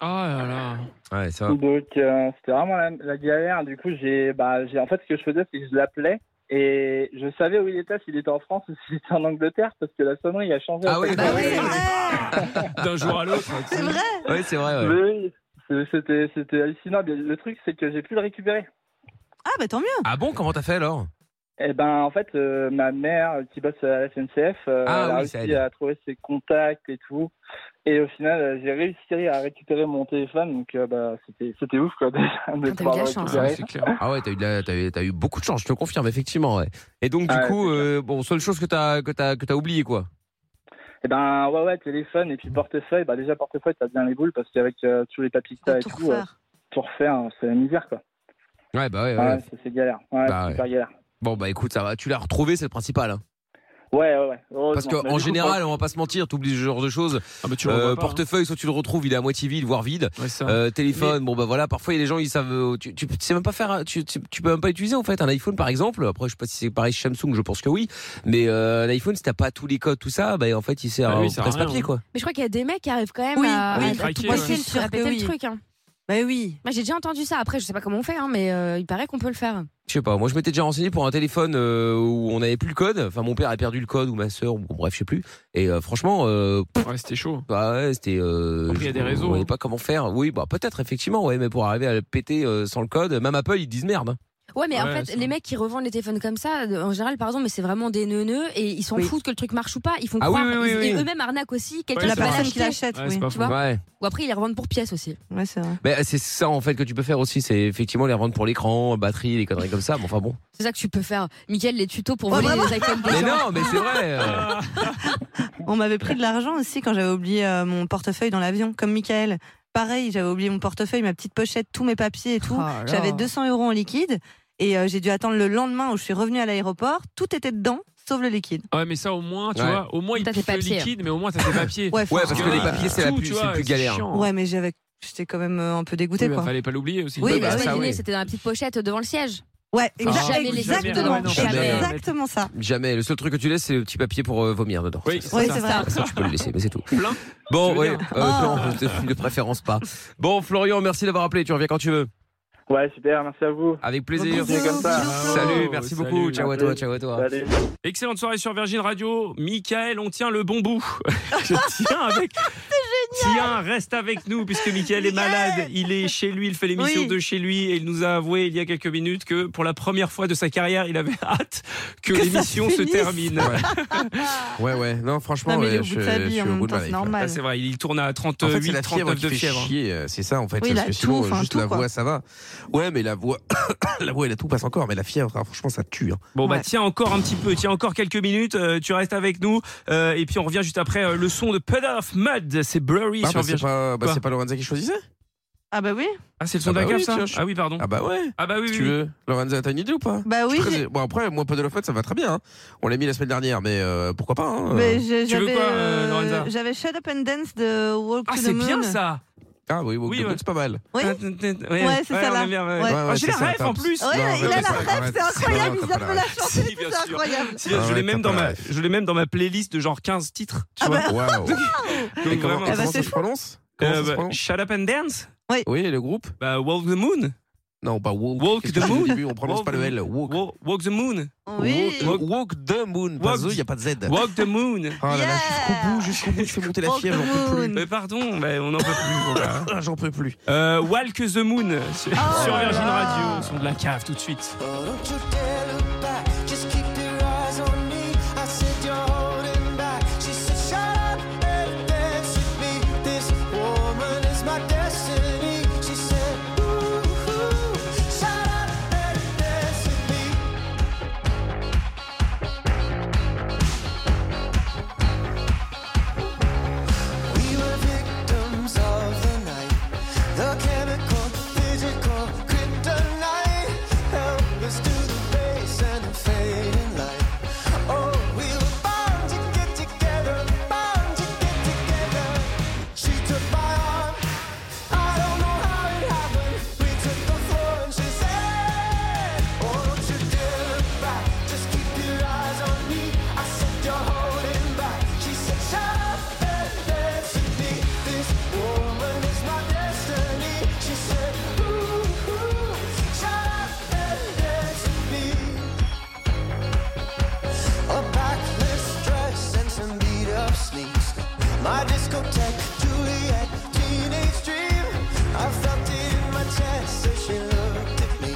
[SPEAKER 1] Ah là là.
[SPEAKER 2] Ouais, ça
[SPEAKER 18] Donc euh, c'était vraiment la, la galère. Du coup, j'ai, bah, j'ai, en fait, ce que je faisais, c'est que je l'appelais et je savais où il était, s'il était en France ou s'il était en Angleterre, parce que la sonnerie a changé. Ah oui,
[SPEAKER 1] D'un jour à l'autre. C'est vrai.
[SPEAKER 2] Oui, c'est vrai. ouais.
[SPEAKER 18] c'était, c'était hallucinant. Le truc, c'est que j'ai pu le récupérer.
[SPEAKER 4] Ah bah tant mieux.
[SPEAKER 2] Ah bon, comment t'as fait alors
[SPEAKER 18] Eh ben, en fait, euh, ma mère euh, qui bosse à la SNCF, euh,
[SPEAKER 2] Ah
[SPEAKER 18] elle a
[SPEAKER 2] oui, ça
[SPEAKER 18] réussi
[SPEAKER 2] aide.
[SPEAKER 18] à trouver ses contacts et tout. Et au final, euh, j'ai réussi à récupérer mon téléphone, donc euh, bah, c'était, c'était ouf quoi, déjà, Ah, de hein. pouvoir le récupérer.
[SPEAKER 2] Ah ouais, t'as eu, de la- t'as eu, t'as eu beaucoup de chance, je te confirme, effectivement. ouais. Et donc, du
[SPEAKER 18] Ah ouais,
[SPEAKER 2] coup, euh, bon, seule chose que t'as que t'as- que t'as oublié, quoi.
[SPEAKER 18] Eh ben ouais ouais téléphone et puis portefeuille bah déjà portefeuille t'as bien les boules parce qu'avec euh, tous les papiers que t'as et tout euh, tout refaire hein, c'est la misère quoi
[SPEAKER 2] Ouais, bah ouais, ouais.
[SPEAKER 18] ouais, c'est- c'est galère ouais
[SPEAKER 2] Bah
[SPEAKER 18] c'est
[SPEAKER 2] ouais.
[SPEAKER 18] super galère
[SPEAKER 2] Bon, bah écoute, ça va. Tu l'as retrouvé, c'est le principal. hein.
[SPEAKER 18] ouais ouais, ouais heureusement.
[SPEAKER 2] Parce
[SPEAKER 18] Mais
[SPEAKER 2] qu'en
[SPEAKER 18] du coup,
[SPEAKER 2] général, on va pas se mentir, t'oublies ce genre de choses. Euh,
[SPEAKER 1] tu le revois pas, hein.
[SPEAKER 2] portefeuille, soit tu le retrouves, il est à moitié vide, voire vide.
[SPEAKER 1] ça.
[SPEAKER 2] Euh, téléphone, bon bah voilà. Parfois, il y a des gens, ils savent. euh, Tu, tu, tu sais même pas faire. un- Tu, tu, tu peux même pas utiliser en fait un iPhone, par exemple. Après, je sais pas si c'est pareil chez Samsung, je pense que oui. Mais euh, un iPhone, si t'as pas tous les codes, tout ça, bah en fait, il sert
[SPEAKER 1] Bah oui,
[SPEAKER 2] à
[SPEAKER 1] il sert à rien,
[SPEAKER 2] papier
[SPEAKER 1] hein.
[SPEAKER 2] quoi.
[SPEAKER 3] Mais je crois qu'il y a des mecs qui arrivent quand même
[SPEAKER 4] Oui,
[SPEAKER 3] à,
[SPEAKER 4] oui,
[SPEAKER 3] à- à
[SPEAKER 4] craquer,
[SPEAKER 3] tout
[SPEAKER 4] ouais.
[SPEAKER 3] péter, le
[SPEAKER 4] Sûr
[SPEAKER 3] truc, à
[SPEAKER 4] que
[SPEAKER 3] péter
[SPEAKER 4] oui.
[SPEAKER 3] le truc. Hein.
[SPEAKER 4] Bah oui.
[SPEAKER 3] Moi, j'ai déjà entendu ça. Après, je sais pas comment on fait, hein, mais euh, il paraît qu'on peut le faire.
[SPEAKER 2] Je sais pas, moi je m'étais déjà renseigné pour un téléphone euh, où on n'avait plus le code. Enfin, mon père a perdu le code ou ma sœur, ou bon, bref, je sais plus. Et euh, franchement, euh,
[SPEAKER 1] ouais, c'était chaud.
[SPEAKER 2] Bah ouais, c'était. Euh,
[SPEAKER 1] Après, il y a
[SPEAKER 2] je-
[SPEAKER 1] des réseaux,
[SPEAKER 2] Je voyais
[SPEAKER 1] hein.
[SPEAKER 2] pas comment faire. Oui, bah peut-être effectivement, ouais, mais pour arriver à le péter euh, sans le code, même Apple ils disent merde. hein.
[SPEAKER 3] Ouais, mais en
[SPEAKER 1] Ouais,
[SPEAKER 3] fait,
[SPEAKER 1] ça.
[SPEAKER 3] les mecs qui revendent les téléphones comme ça, de- en général, pardon, mais c'est vraiment des neuneux et ils s'en
[SPEAKER 1] Oui.
[SPEAKER 3] foutent que le truc marche ou pas. Ils font
[SPEAKER 2] Ah oui,
[SPEAKER 3] croire,
[SPEAKER 2] oui,
[SPEAKER 3] ils-
[SPEAKER 2] oui,
[SPEAKER 3] et
[SPEAKER 2] oui.
[SPEAKER 3] eux-mêmes arnaquent aussi quelqu'un
[SPEAKER 2] Ouais,
[SPEAKER 3] qui
[SPEAKER 2] c'est
[SPEAKER 3] va
[SPEAKER 2] pas faux.
[SPEAKER 3] l'acheter.
[SPEAKER 2] Ouais, c'est pas
[SPEAKER 3] tu
[SPEAKER 2] faux.
[SPEAKER 3] vois
[SPEAKER 2] Ouais.
[SPEAKER 3] Ou après, ils les revendent pour pièces aussi.
[SPEAKER 4] Ouais, c'est vrai.
[SPEAKER 2] Mais euh, c'est ça en fait que tu peux faire aussi, c'est effectivement les revendre pour l'écran, batterie, les conneries comme ça. Bon, enfin bon.
[SPEAKER 3] C'est ça que tu peux faire. Mickaël, les tutos pour voler les iPhones des
[SPEAKER 2] Mais
[SPEAKER 3] gens.
[SPEAKER 2] non, mais c'est vrai. euh.
[SPEAKER 4] On m'avait pris de l'argent aussi quand j'avais oublié euh, mon portefeuille dans l'avion, comme Michael. Pareil, j'avais oublié mon portefeuille, ma petite pochette, tous mes papiers et tout.
[SPEAKER 3] là.
[SPEAKER 4] j'avais 200 euros en liquide et euh, j'ai dû attendre le lendemain où je suis revenue à l'aéroport. Tout était dedans, sauf le liquide.
[SPEAKER 1] Ouais, mais ça au moins, tu
[SPEAKER 2] Ouais.
[SPEAKER 1] vois, au moins il
[SPEAKER 4] T'as
[SPEAKER 1] pique
[SPEAKER 4] tes
[SPEAKER 1] le
[SPEAKER 4] papiers.
[SPEAKER 1] liquide, mais au moins t'as tes papiers.
[SPEAKER 4] Ouais, enfin,
[SPEAKER 2] parce que les papiers, c'est la plus- c'est le plus galère.
[SPEAKER 4] Ouais, mais j'avais, j'étais quand même euh, un peu dégoûtée
[SPEAKER 1] Il
[SPEAKER 4] quoi.
[SPEAKER 1] bah, fallait pas l'oublier aussi.
[SPEAKER 4] Oui,
[SPEAKER 3] Bah, imaginez, c'était dans la petite pochette devant le siège.
[SPEAKER 4] Ouais,
[SPEAKER 3] exact-
[SPEAKER 1] Jamais,
[SPEAKER 3] exactement.
[SPEAKER 1] jamais,
[SPEAKER 2] jamais.
[SPEAKER 4] C'est exactement ça.
[SPEAKER 2] Jamais. Le seul truc que tu laisses, c'est le petit papier pour euh, vomir dedans. Oui,
[SPEAKER 4] Oui, c'est vrai.
[SPEAKER 2] Ça, tu peux le laisser, mais c'est tout. Bon, ouais. euh,
[SPEAKER 1] Ah.
[SPEAKER 2] non, de préférence pas. Bon, Florian, merci d'avoir appelé. Tu reviens quand tu veux.
[SPEAKER 18] Ouais, super, merci à vous.
[SPEAKER 2] Avec plaisir.
[SPEAKER 18] Continuez comme ça.
[SPEAKER 2] Salut, merci
[SPEAKER 1] Salut.
[SPEAKER 2] beaucoup. Ciao à toi, ciao à toi.
[SPEAKER 18] Salut.
[SPEAKER 1] Excellente soirée sur Virgin Radio. Michael, on tient le bon bout. Je tiens avec. Tiens, reste avec nous puisque Michael est malade. Il est chez lui, il fait l'émission
[SPEAKER 2] Oui.
[SPEAKER 1] de chez lui et il nous a avoué il y a quelques minutes que pour la première fois de sa carrière, il avait hâte que,
[SPEAKER 2] Que ça
[SPEAKER 1] l'émission se
[SPEAKER 2] finisse.
[SPEAKER 1] termine.
[SPEAKER 10] Ouais, ouais, non, franchement,
[SPEAKER 1] Non, mais il est
[SPEAKER 10] ouais,
[SPEAKER 1] au
[SPEAKER 10] je,
[SPEAKER 1] bout de sa vie,
[SPEAKER 10] je suis
[SPEAKER 1] en
[SPEAKER 10] au
[SPEAKER 1] même
[SPEAKER 10] bout de
[SPEAKER 1] temps, c'est
[SPEAKER 10] ma life.
[SPEAKER 1] Ah, c'est vrai, il tourne à 38,
[SPEAKER 10] En fait, c'est la fièvre
[SPEAKER 1] 39
[SPEAKER 10] qui
[SPEAKER 1] de
[SPEAKER 10] fait
[SPEAKER 1] fièvre.
[SPEAKER 10] chier, euh, c'est ça en fait.
[SPEAKER 1] Oui,
[SPEAKER 10] parce
[SPEAKER 1] la
[SPEAKER 10] que sinon,
[SPEAKER 1] toux,
[SPEAKER 10] euh,
[SPEAKER 1] enfin,
[SPEAKER 10] juste
[SPEAKER 1] tout,
[SPEAKER 10] la
[SPEAKER 1] quoi.
[SPEAKER 10] voix, ça va. Ouais, mais la voix, la voix et la toux passe encore, mais la fièvre, ah, franchement, ça tue. hein.
[SPEAKER 1] Bon bah tiens encore un petit peu, tiens encore quelques minutes, euh, tu restes avec nous euh, et puis on revient juste après euh, le son de Put of Mud, c'est Blurry
[SPEAKER 10] Ah,
[SPEAKER 1] sur
[SPEAKER 10] bah, c'est
[SPEAKER 1] Virgin.
[SPEAKER 10] pas, bah,
[SPEAKER 1] Quoi
[SPEAKER 10] c'est pas Lorenza qui choisissait
[SPEAKER 4] Ah bah oui.
[SPEAKER 1] Ah, c'est le son
[SPEAKER 10] Ah
[SPEAKER 1] de la
[SPEAKER 10] bah
[SPEAKER 1] cave,
[SPEAKER 10] oui,
[SPEAKER 1] ça
[SPEAKER 10] tiens, je-
[SPEAKER 1] Ah oui, pardon.
[SPEAKER 10] Ah bah ouais.
[SPEAKER 1] Ah bah oui,
[SPEAKER 10] Si
[SPEAKER 1] oui,
[SPEAKER 10] tu
[SPEAKER 1] oui.
[SPEAKER 10] veux. Lorenza, t'as une idée ou pas
[SPEAKER 4] Bah oui,
[SPEAKER 10] Je suis très-
[SPEAKER 4] j'ai-
[SPEAKER 10] Bon, après, moi, pas de la fête, ça va très bien. hein. On l'a mis la semaine dernière, mais euh, pourquoi pas hein.
[SPEAKER 4] Mais je-
[SPEAKER 1] Tu veux
[SPEAKER 4] j'avais,
[SPEAKER 1] quoi,
[SPEAKER 10] euh,
[SPEAKER 4] euh,
[SPEAKER 10] Lorenza
[SPEAKER 4] j'avais Shut Up and Dance de Walk
[SPEAKER 1] Ah
[SPEAKER 4] to the
[SPEAKER 1] c'est
[SPEAKER 4] Moon.
[SPEAKER 1] bien ça
[SPEAKER 10] Ah oui, Walk
[SPEAKER 1] Oui,
[SPEAKER 10] the
[SPEAKER 1] ouais. Ah,
[SPEAKER 10] Moon, c'est pas mal.
[SPEAKER 4] Oui.
[SPEAKER 1] Ouais,
[SPEAKER 4] Ouais, c'est ça, là.
[SPEAKER 1] on aime bien, ouais.
[SPEAKER 4] Ouais.
[SPEAKER 1] Ah,
[SPEAKER 10] Ouais,
[SPEAKER 1] j'ai
[SPEAKER 10] ouais,
[SPEAKER 1] la
[SPEAKER 10] c'est
[SPEAKER 1] rêve
[SPEAKER 10] ça,
[SPEAKER 1] en
[SPEAKER 10] t'as-
[SPEAKER 1] plus
[SPEAKER 4] Ouais,
[SPEAKER 10] Non,
[SPEAKER 4] il a
[SPEAKER 10] mais
[SPEAKER 4] la
[SPEAKER 10] ça,
[SPEAKER 4] rêve,
[SPEAKER 10] arrête,
[SPEAKER 4] c'est incroyable,
[SPEAKER 10] c'est
[SPEAKER 4] ils viennent
[SPEAKER 10] pas
[SPEAKER 4] me
[SPEAKER 10] la
[SPEAKER 4] la
[SPEAKER 10] rêve.
[SPEAKER 4] chanter,
[SPEAKER 1] Si, bien
[SPEAKER 4] c'est
[SPEAKER 1] sûr.
[SPEAKER 4] incroyable.
[SPEAKER 1] Si, là, je l'ai
[SPEAKER 10] Arrête,
[SPEAKER 1] même
[SPEAKER 10] t'as
[SPEAKER 1] dans
[SPEAKER 10] pas
[SPEAKER 1] ma
[SPEAKER 10] la
[SPEAKER 1] je l'ai même dans ma playlist de genre 15 titres, tu
[SPEAKER 4] Ah
[SPEAKER 1] vois.
[SPEAKER 4] bah- Eh
[SPEAKER 10] Waouh.
[SPEAKER 1] Donc
[SPEAKER 10] Et comment-
[SPEAKER 1] vraiment,
[SPEAKER 10] comment ça se prononce Comment
[SPEAKER 1] Euh,
[SPEAKER 10] ça se
[SPEAKER 1] bah,
[SPEAKER 10] prononce
[SPEAKER 1] Shut Up and Dance
[SPEAKER 4] Oui.
[SPEAKER 10] Oui, et le groupe
[SPEAKER 1] Bah Walk the Moon.
[SPEAKER 10] Non, pas Walk.
[SPEAKER 1] Walk
[SPEAKER 10] Qu'est-ce
[SPEAKER 1] the
[SPEAKER 10] que j'ai dit au
[SPEAKER 1] Moon.
[SPEAKER 10] début On prononce pas le L. Walk.
[SPEAKER 1] Wa- Walk the Moon.
[SPEAKER 4] Oui.
[SPEAKER 10] Walk, walk the moon, pas
[SPEAKER 1] Walk-
[SPEAKER 10] the, y a pas de Z.
[SPEAKER 1] Walk the Moon.
[SPEAKER 10] Oh là là, jusqu'au bout, jusqu'au bout, je fais monter la
[SPEAKER 1] Walk
[SPEAKER 10] fièvre,
[SPEAKER 1] the
[SPEAKER 10] j'en peux plus.
[SPEAKER 1] Mais pardon, bah, on en peut plus. voilà.
[SPEAKER 10] Ah, J'en peux plus.
[SPEAKER 1] Euh, Walk the Moon sur
[SPEAKER 4] Ah
[SPEAKER 1] sur Virgin
[SPEAKER 14] là.
[SPEAKER 1] Radio, son de la cave tout de suite.
[SPEAKER 14] Oh,
[SPEAKER 4] Hein
[SPEAKER 14] don't you dare look back. Just keep your eyes on me. I said you're holding back. She said, shut up and dance with me. This woman is my destiny. She said, ooh, ooh, shut up and dance with me. We were victims of the night. The chemical, physical, kryptonite held us to the face and the fading light. Oh, we were bound to get together, bound to get together. She took my arm. I don't know how it happened. We took the floor and she said, Oh, don't you dare look back. Just keep your eyes on me. I said you're holding back. She said, Shut up and dance with me. This woman is my destiny. She said, Ooh, ooh, shut up and dance with me. A backless dress and some beat up sleeves. My discotheque, Juliet, teenage dream. I felt it in my chest as she looked at me.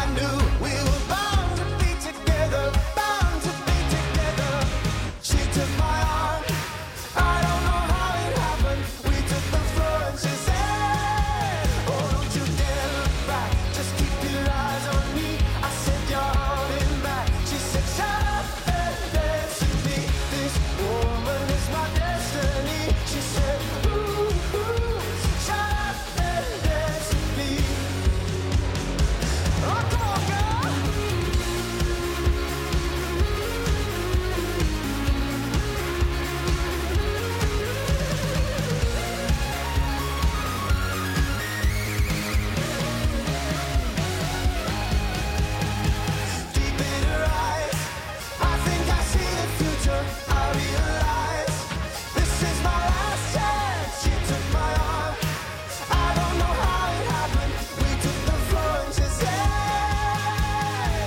[SPEAKER 14] I knew we were bound to be together, bound to be together. She took my arm. I don't know how it happened. We took the floor and she said, Oh, don't you dare look back. Just keep your eyes on me. I said you're holding back. She said, Shut up and dance with me. This woman is my destiny. She said, Ooh, ooh, shut up and dance with me. Oh, come on, girl. Deep in her eyes, I think I see the future. I realize this is my last chance. She took my arm. I don't know how it happened. We took the floor and she said.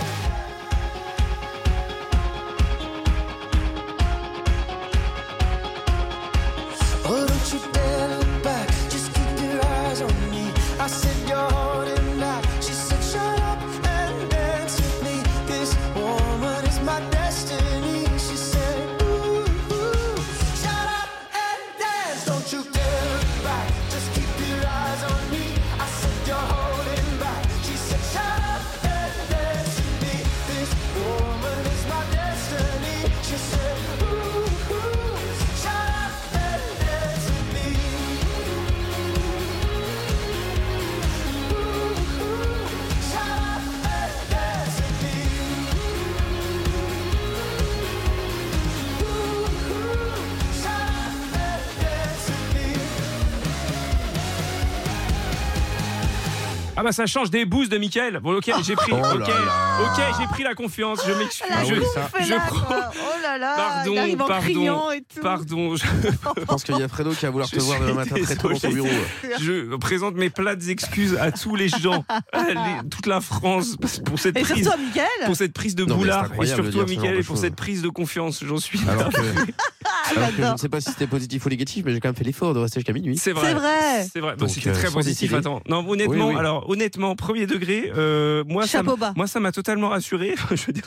[SPEAKER 14] Oh, don't you dare look back. Just keep your eyes on me. I said you're holding back. She said shut up and
[SPEAKER 1] Ah bah ça change des boosts de Michael. Bon
[SPEAKER 4] Ah.
[SPEAKER 1] ok, j'ai pris,
[SPEAKER 14] Oh là
[SPEAKER 1] ok,
[SPEAKER 14] là.
[SPEAKER 1] ok, j'ai pris la confiance. Je m'excuse.
[SPEAKER 14] La
[SPEAKER 1] je, je prends-
[SPEAKER 4] Oh là là,
[SPEAKER 1] Pardon,
[SPEAKER 4] Ah il arrive en
[SPEAKER 1] pardon,
[SPEAKER 4] criant et tout.
[SPEAKER 1] pardon. Je,
[SPEAKER 10] Je pense qu'il y a Fredo qui va vouloir te
[SPEAKER 1] je
[SPEAKER 10] voir
[SPEAKER 1] suis
[SPEAKER 10] demain matin très tôt dans son
[SPEAKER 1] désolé.
[SPEAKER 10] bureau.
[SPEAKER 1] Je présente mes plates excuses à tous les gens, à les- toute la France parce- pour cette
[SPEAKER 4] Ah. Et surtout
[SPEAKER 1] prise,
[SPEAKER 4] à Mickaël.
[SPEAKER 1] pour cette prise de
[SPEAKER 10] Non, mais c'est
[SPEAKER 1] boulard et
[SPEAKER 10] incroyable
[SPEAKER 1] surtout à
[SPEAKER 10] de dire ce genre
[SPEAKER 1] Michael
[SPEAKER 10] de
[SPEAKER 1] et pour
[SPEAKER 10] choses.
[SPEAKER 1] cette prise de confiance. J'en suis.
[SPEAKER 10] Alors que, alors que je ne
[SPEAKER 1] Ah, J'adore.
[SPEAKER 10] sais pas si c'était positif ou négatif, mais j'ai quand même fait l'effort de rester jusqu'à minuit.
[SPEAKER 1] C'est vrai. C'est vrai. Bon,
[SPEAKER 10] Donc,
[SPEAKER 1] C'était
[SPEAKER 10] euh,
[SPEAKER 1] très
[SPEAKER 10] sans
[SPEAKER 1] positif.
[SPEAKER 10] défiler.
[SPEAKER 1] Attends. Non, honnêtement,
[SPEAKER 10] Oui, oui.
[SPEAKER 1] alors honnêtement, premier degré, euh, moi, ça
[SPEAKER 4] Chapeau
[SPEAKER 1] m'a-
[SPEAKER 4] bas.
[SPEAKER 1] moi, ça m'a totalement rassuré. je veux dire,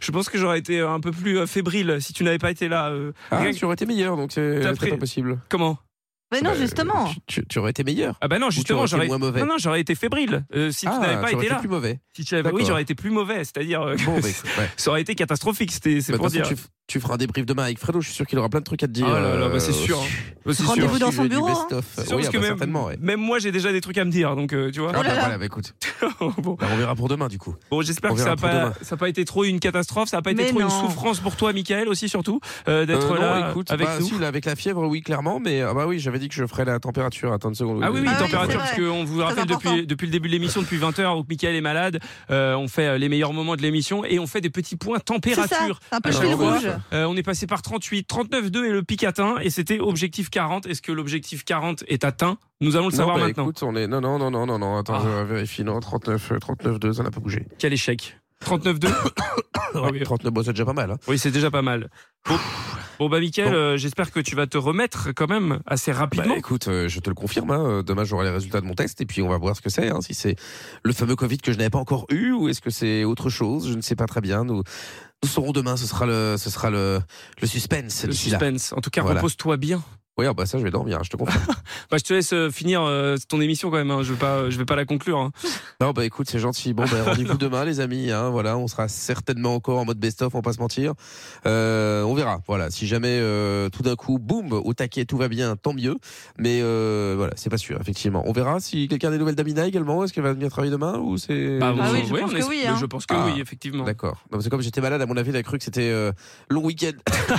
[SPEAKER 1] je pense que j'aurais été un peu plus euh, fébrile si tu n'avais pas été là. euh,
[SPEAKER 10] Ah,
[SPEAKER 1] rien que-
[SPEAKER 10] tu aurais été meilleur, donc c'est
[SPEAKER 1] T'as
[SPEAKER 10] c'est
[SPEAKER 1] pris-
[SPEAKER 10] pas possible.
[SPEAKER 1] Comment
[SPEAKER 4] Mais non,
[SPEAKER 10] Bah,
[SPEAKER 4] justement.
[SPEAKER 10] tu, tu aurais été meilleur.
[SPEAKER 1] Ah bah non,
[SPEAKER 10] Ou
[SPEAKER 1] justement,
[SPEAKER 10] t'aurais
[SPEAKER 1] j'aurais
[SPEAKER 10] été moins mauvais.
[SPEAKER 1] non, non, j'aurais été fébrile euh, si
[SPEAKER 10] Ah,
[SPEAKER 1] tu n'avais pas
[SPEAKER 10] ça aurait
[SPEAKER 1] été
[SPEAKER 10] été
[SPEAKER 1] là.
[SPEAKER 10] plus mauvais.
[SPEAKER 1] Si tu avais- oui,
[SPEAKER 10] D'accord.
[SPEAKER 1] j'aurais été plus mauvais, c'est-à-dire euh,
[SPEAKER 10] Bon,
[SPEAKER 1] que
[SPEAKER 10] bah, écoute, ouais.
[SPEAKER 1] ça aurait été catastrophique. C'était c'est
[SPEAKER 10] Bah, de
[SPEAKER 1] pour
[SPEAKER 10] toute
[SPEAKER 1] dire.
[SPEAKER 10] façon, tu, f- tu feras un débrief demain avec Fredo, je suis sûr qu'il aura plein de trucs à te dire.
[SPEAKER 1] Ah là là, bah, c'est
[SPEAKER 10] euh,
[SPEAKER 1] sûr. hein. Bah, c'est sûr.
[SPEAKER 10] Au sujet du best-of.
[SPEAKER 1] C'est sûr,
[SPEAKER 10] Oui,
[SPEAKER 1] parce
[SPEAKER 10] ah,
[SPEAKER 1] que
[SPEAKER 10] bah,
[SPEAKER 1] même,
[SPEAKER 10] certainement, ouais.
[SPEAKER 1] même moi, j'ai déjà des trucs à me dire, donc euh, tu vois.
[SPEAKER 10] Ah, bah, voilà, bah, écoute.
[SPEAKER 1] bon,
[SPEAKER 10] Bah, on verra pour demain, du coup.
[SPEAKER 1] Bon, j'espère
[SPEAKER 10] On
[SPEAKER 1] que ça n'a
[SPEAKER 10] verra pour
[SPEAKER 1] pas,
[SPEAKER 10] demain.
[SPEAKER 1] ça a pas été trop une catastrophe, ça n'a pas été
[SPEAKER 10] Mais
[SPEAKER 1] trop une
[SPEAKER 10] non.
[SPEAKER 1] souffrance pour toi, Michael, aussi, surtout, euh, d'être
[SPEAKER 10] Euh, non,
[SPEAKER 1] là
[SPEAKER 10] écoute,
[SPEAKER 1] avec
[SPEAKER 10] bah,
[SPEAKER 1] nous.
[SPEAKER 10] si, là, avec la fièvre, oui, clairement, mais ah bah oui, j'avais dit que je ferais la température. Attends une seconde.
[SPEAKER 1] Ah oui, oui,
[SPEAKER 10] Euh,
[SPEAKER 1] température, parce qu'on vous rappelle depuis, depuis le début de l'émission, depuis 20h, où Michael est malade, euh, on fait euh, les meilleurs moments de l'émission et on fait des petits points température.
[SPEAKER 4] C'est ça, un peu
[SPEAKER 1] À
[SPEAKER 4] le
[SPEAKER 1] chaque
[SPEAKER 4] fil
[SPEAKER 1] fois,
[SPEAKER 4] rouge.
[SPEAKER 1] euh, on est passé par 38, 39,2 et le pic atteint, et c'était objectif 40. Est-ce que l'objectif 40 est atteint Nous allons le
[SPEAKER 10] non,
[SPEAKER 1] savoir
[SPEAKER 10] bah,
[SPEAKER 1] maintenant. Ah.
[SPEAKER 10] écoute, on est... Non, non, non, non, non, non, attends, je vérifie. Non, 39, euh, 39, 2, ça n'a pas bougé.
[SPEAKER 1] Quel échec. 39,2 Ah oui.
[SPEAKER 10] 39, bon, c'est déjà pas mal. hein.
[SPEAKER 1] Oui, c'est déjà pas mal. Bon, Bon, bah, Michael, euh, j'espère que tu vas te remettre quand même assez Ah, rapidement.
[SPEAKER 10] Bah, écoute, euh, je te le confirme. hein, euh, Demain, j'aurai les résultats de mon test et puis on va voir ce que c'est. hein, si c'est le fameux Covid que je n'avais pas encore eu ou est-ce que c'est autre chose Je ne sais pas très bien. Nous, nous saurons demain. Ce sera le, ce sera le, le suspense.
[SPEAKER 1] le
[SPEAKER 10] d'ici là.
[SPEAKER 1] suspense. En tout cas,
[SPEAKER 10] Voilà.
[SPEAKER 1] repose-toi bien.
[SPEAKER 10] Oui, ah bah ça, je vais dormir. hein, je te confirme.
[SPEAKER 1] Bah, je te laisse euh, finir euh, ton émission quand même. hein. Je vais pas, je vais pas la conclure. hein.
[SPEAKER 10] non, bah écoute, c'est gentil. Bon, bah, rendez-vous demain, les amis. hein, voilà, on sera certainement encore en mode best-of. On va pas se mentir. Euh, on verra. Voilà, si jamais euh, tout d'un coup, boum, au taquet, tout va bien, tant mieux. Mais euh, voilà, c'est pas sûr. Effectivement, on verra si quelqu'un a des nouvelles d'Amina également. Est-ce qu'elle va venir travailler demain ou c'est
[SPEAKER 1] Bah, Ah bon, oui, je oui, pense
[SPEAKER 10] pense
[SPEAKER 1] on que esp- oui, hein. je pense que oui, effectivement.
[SPEAKER 10] D'accord. Non, mais C'est comme j'étais malade, à mon avis, elle a cru que c'était euh, long week-end.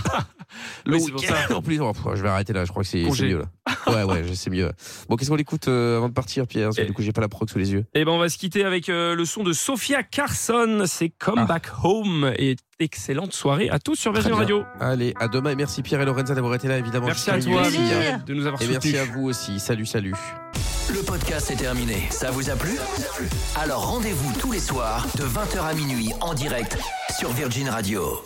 [SPEAKER 10] long
[SPEAKER 1] Oui, c'est pour
[SPEAKER 10] week-end. En plus, Oh, pff, je vais arrêter là. Je crois que c'est c'est
[SPEAKER 1] Congé.
[SPEAKER 10] mieux là. Ouais, ouais, je sais mieux. Bon, qu'est-ce qu'on écoute euh, avant de partir,
[SPEAKER 1] Eh.
[SPEAKER 10] Pierre Parce que du coup, j'ai pas la prog sous les yeux.
[SPEAKER 1] Et ben, on va se quitter avec euh, le son de Sophia Carson. C'est Come Back Home. Et excellente soirée à tous sur
[SPEAKER 10] Ah. Très
[SPEAKER 1] Virgin
[SPEAKER 10] bien.
[SPEAKER 1] Radio.
[SPEAKER 10] Allez, à demain et merci Pierre et Lorenza d'avoir été là évidemment.
[SPEAKER 1] Merci
[SPEAKER 10] jusqu'à
[SPEAKER 1] à toi,
[SPEAKER 10] minuit.
[SPEAKER 1] Mickaël, de nous avoir
[SPEAKER 10] Et merci à
[SPEAKER 1] soutenus.
[SPEAKER 10] vous aussi. Salut, salut.
[SPEAKER 19] Le podcast est terminé. Ça vous a plu Alors rendez-vous tous les soirs de 20h à minuit en direct sur Virgin Radio.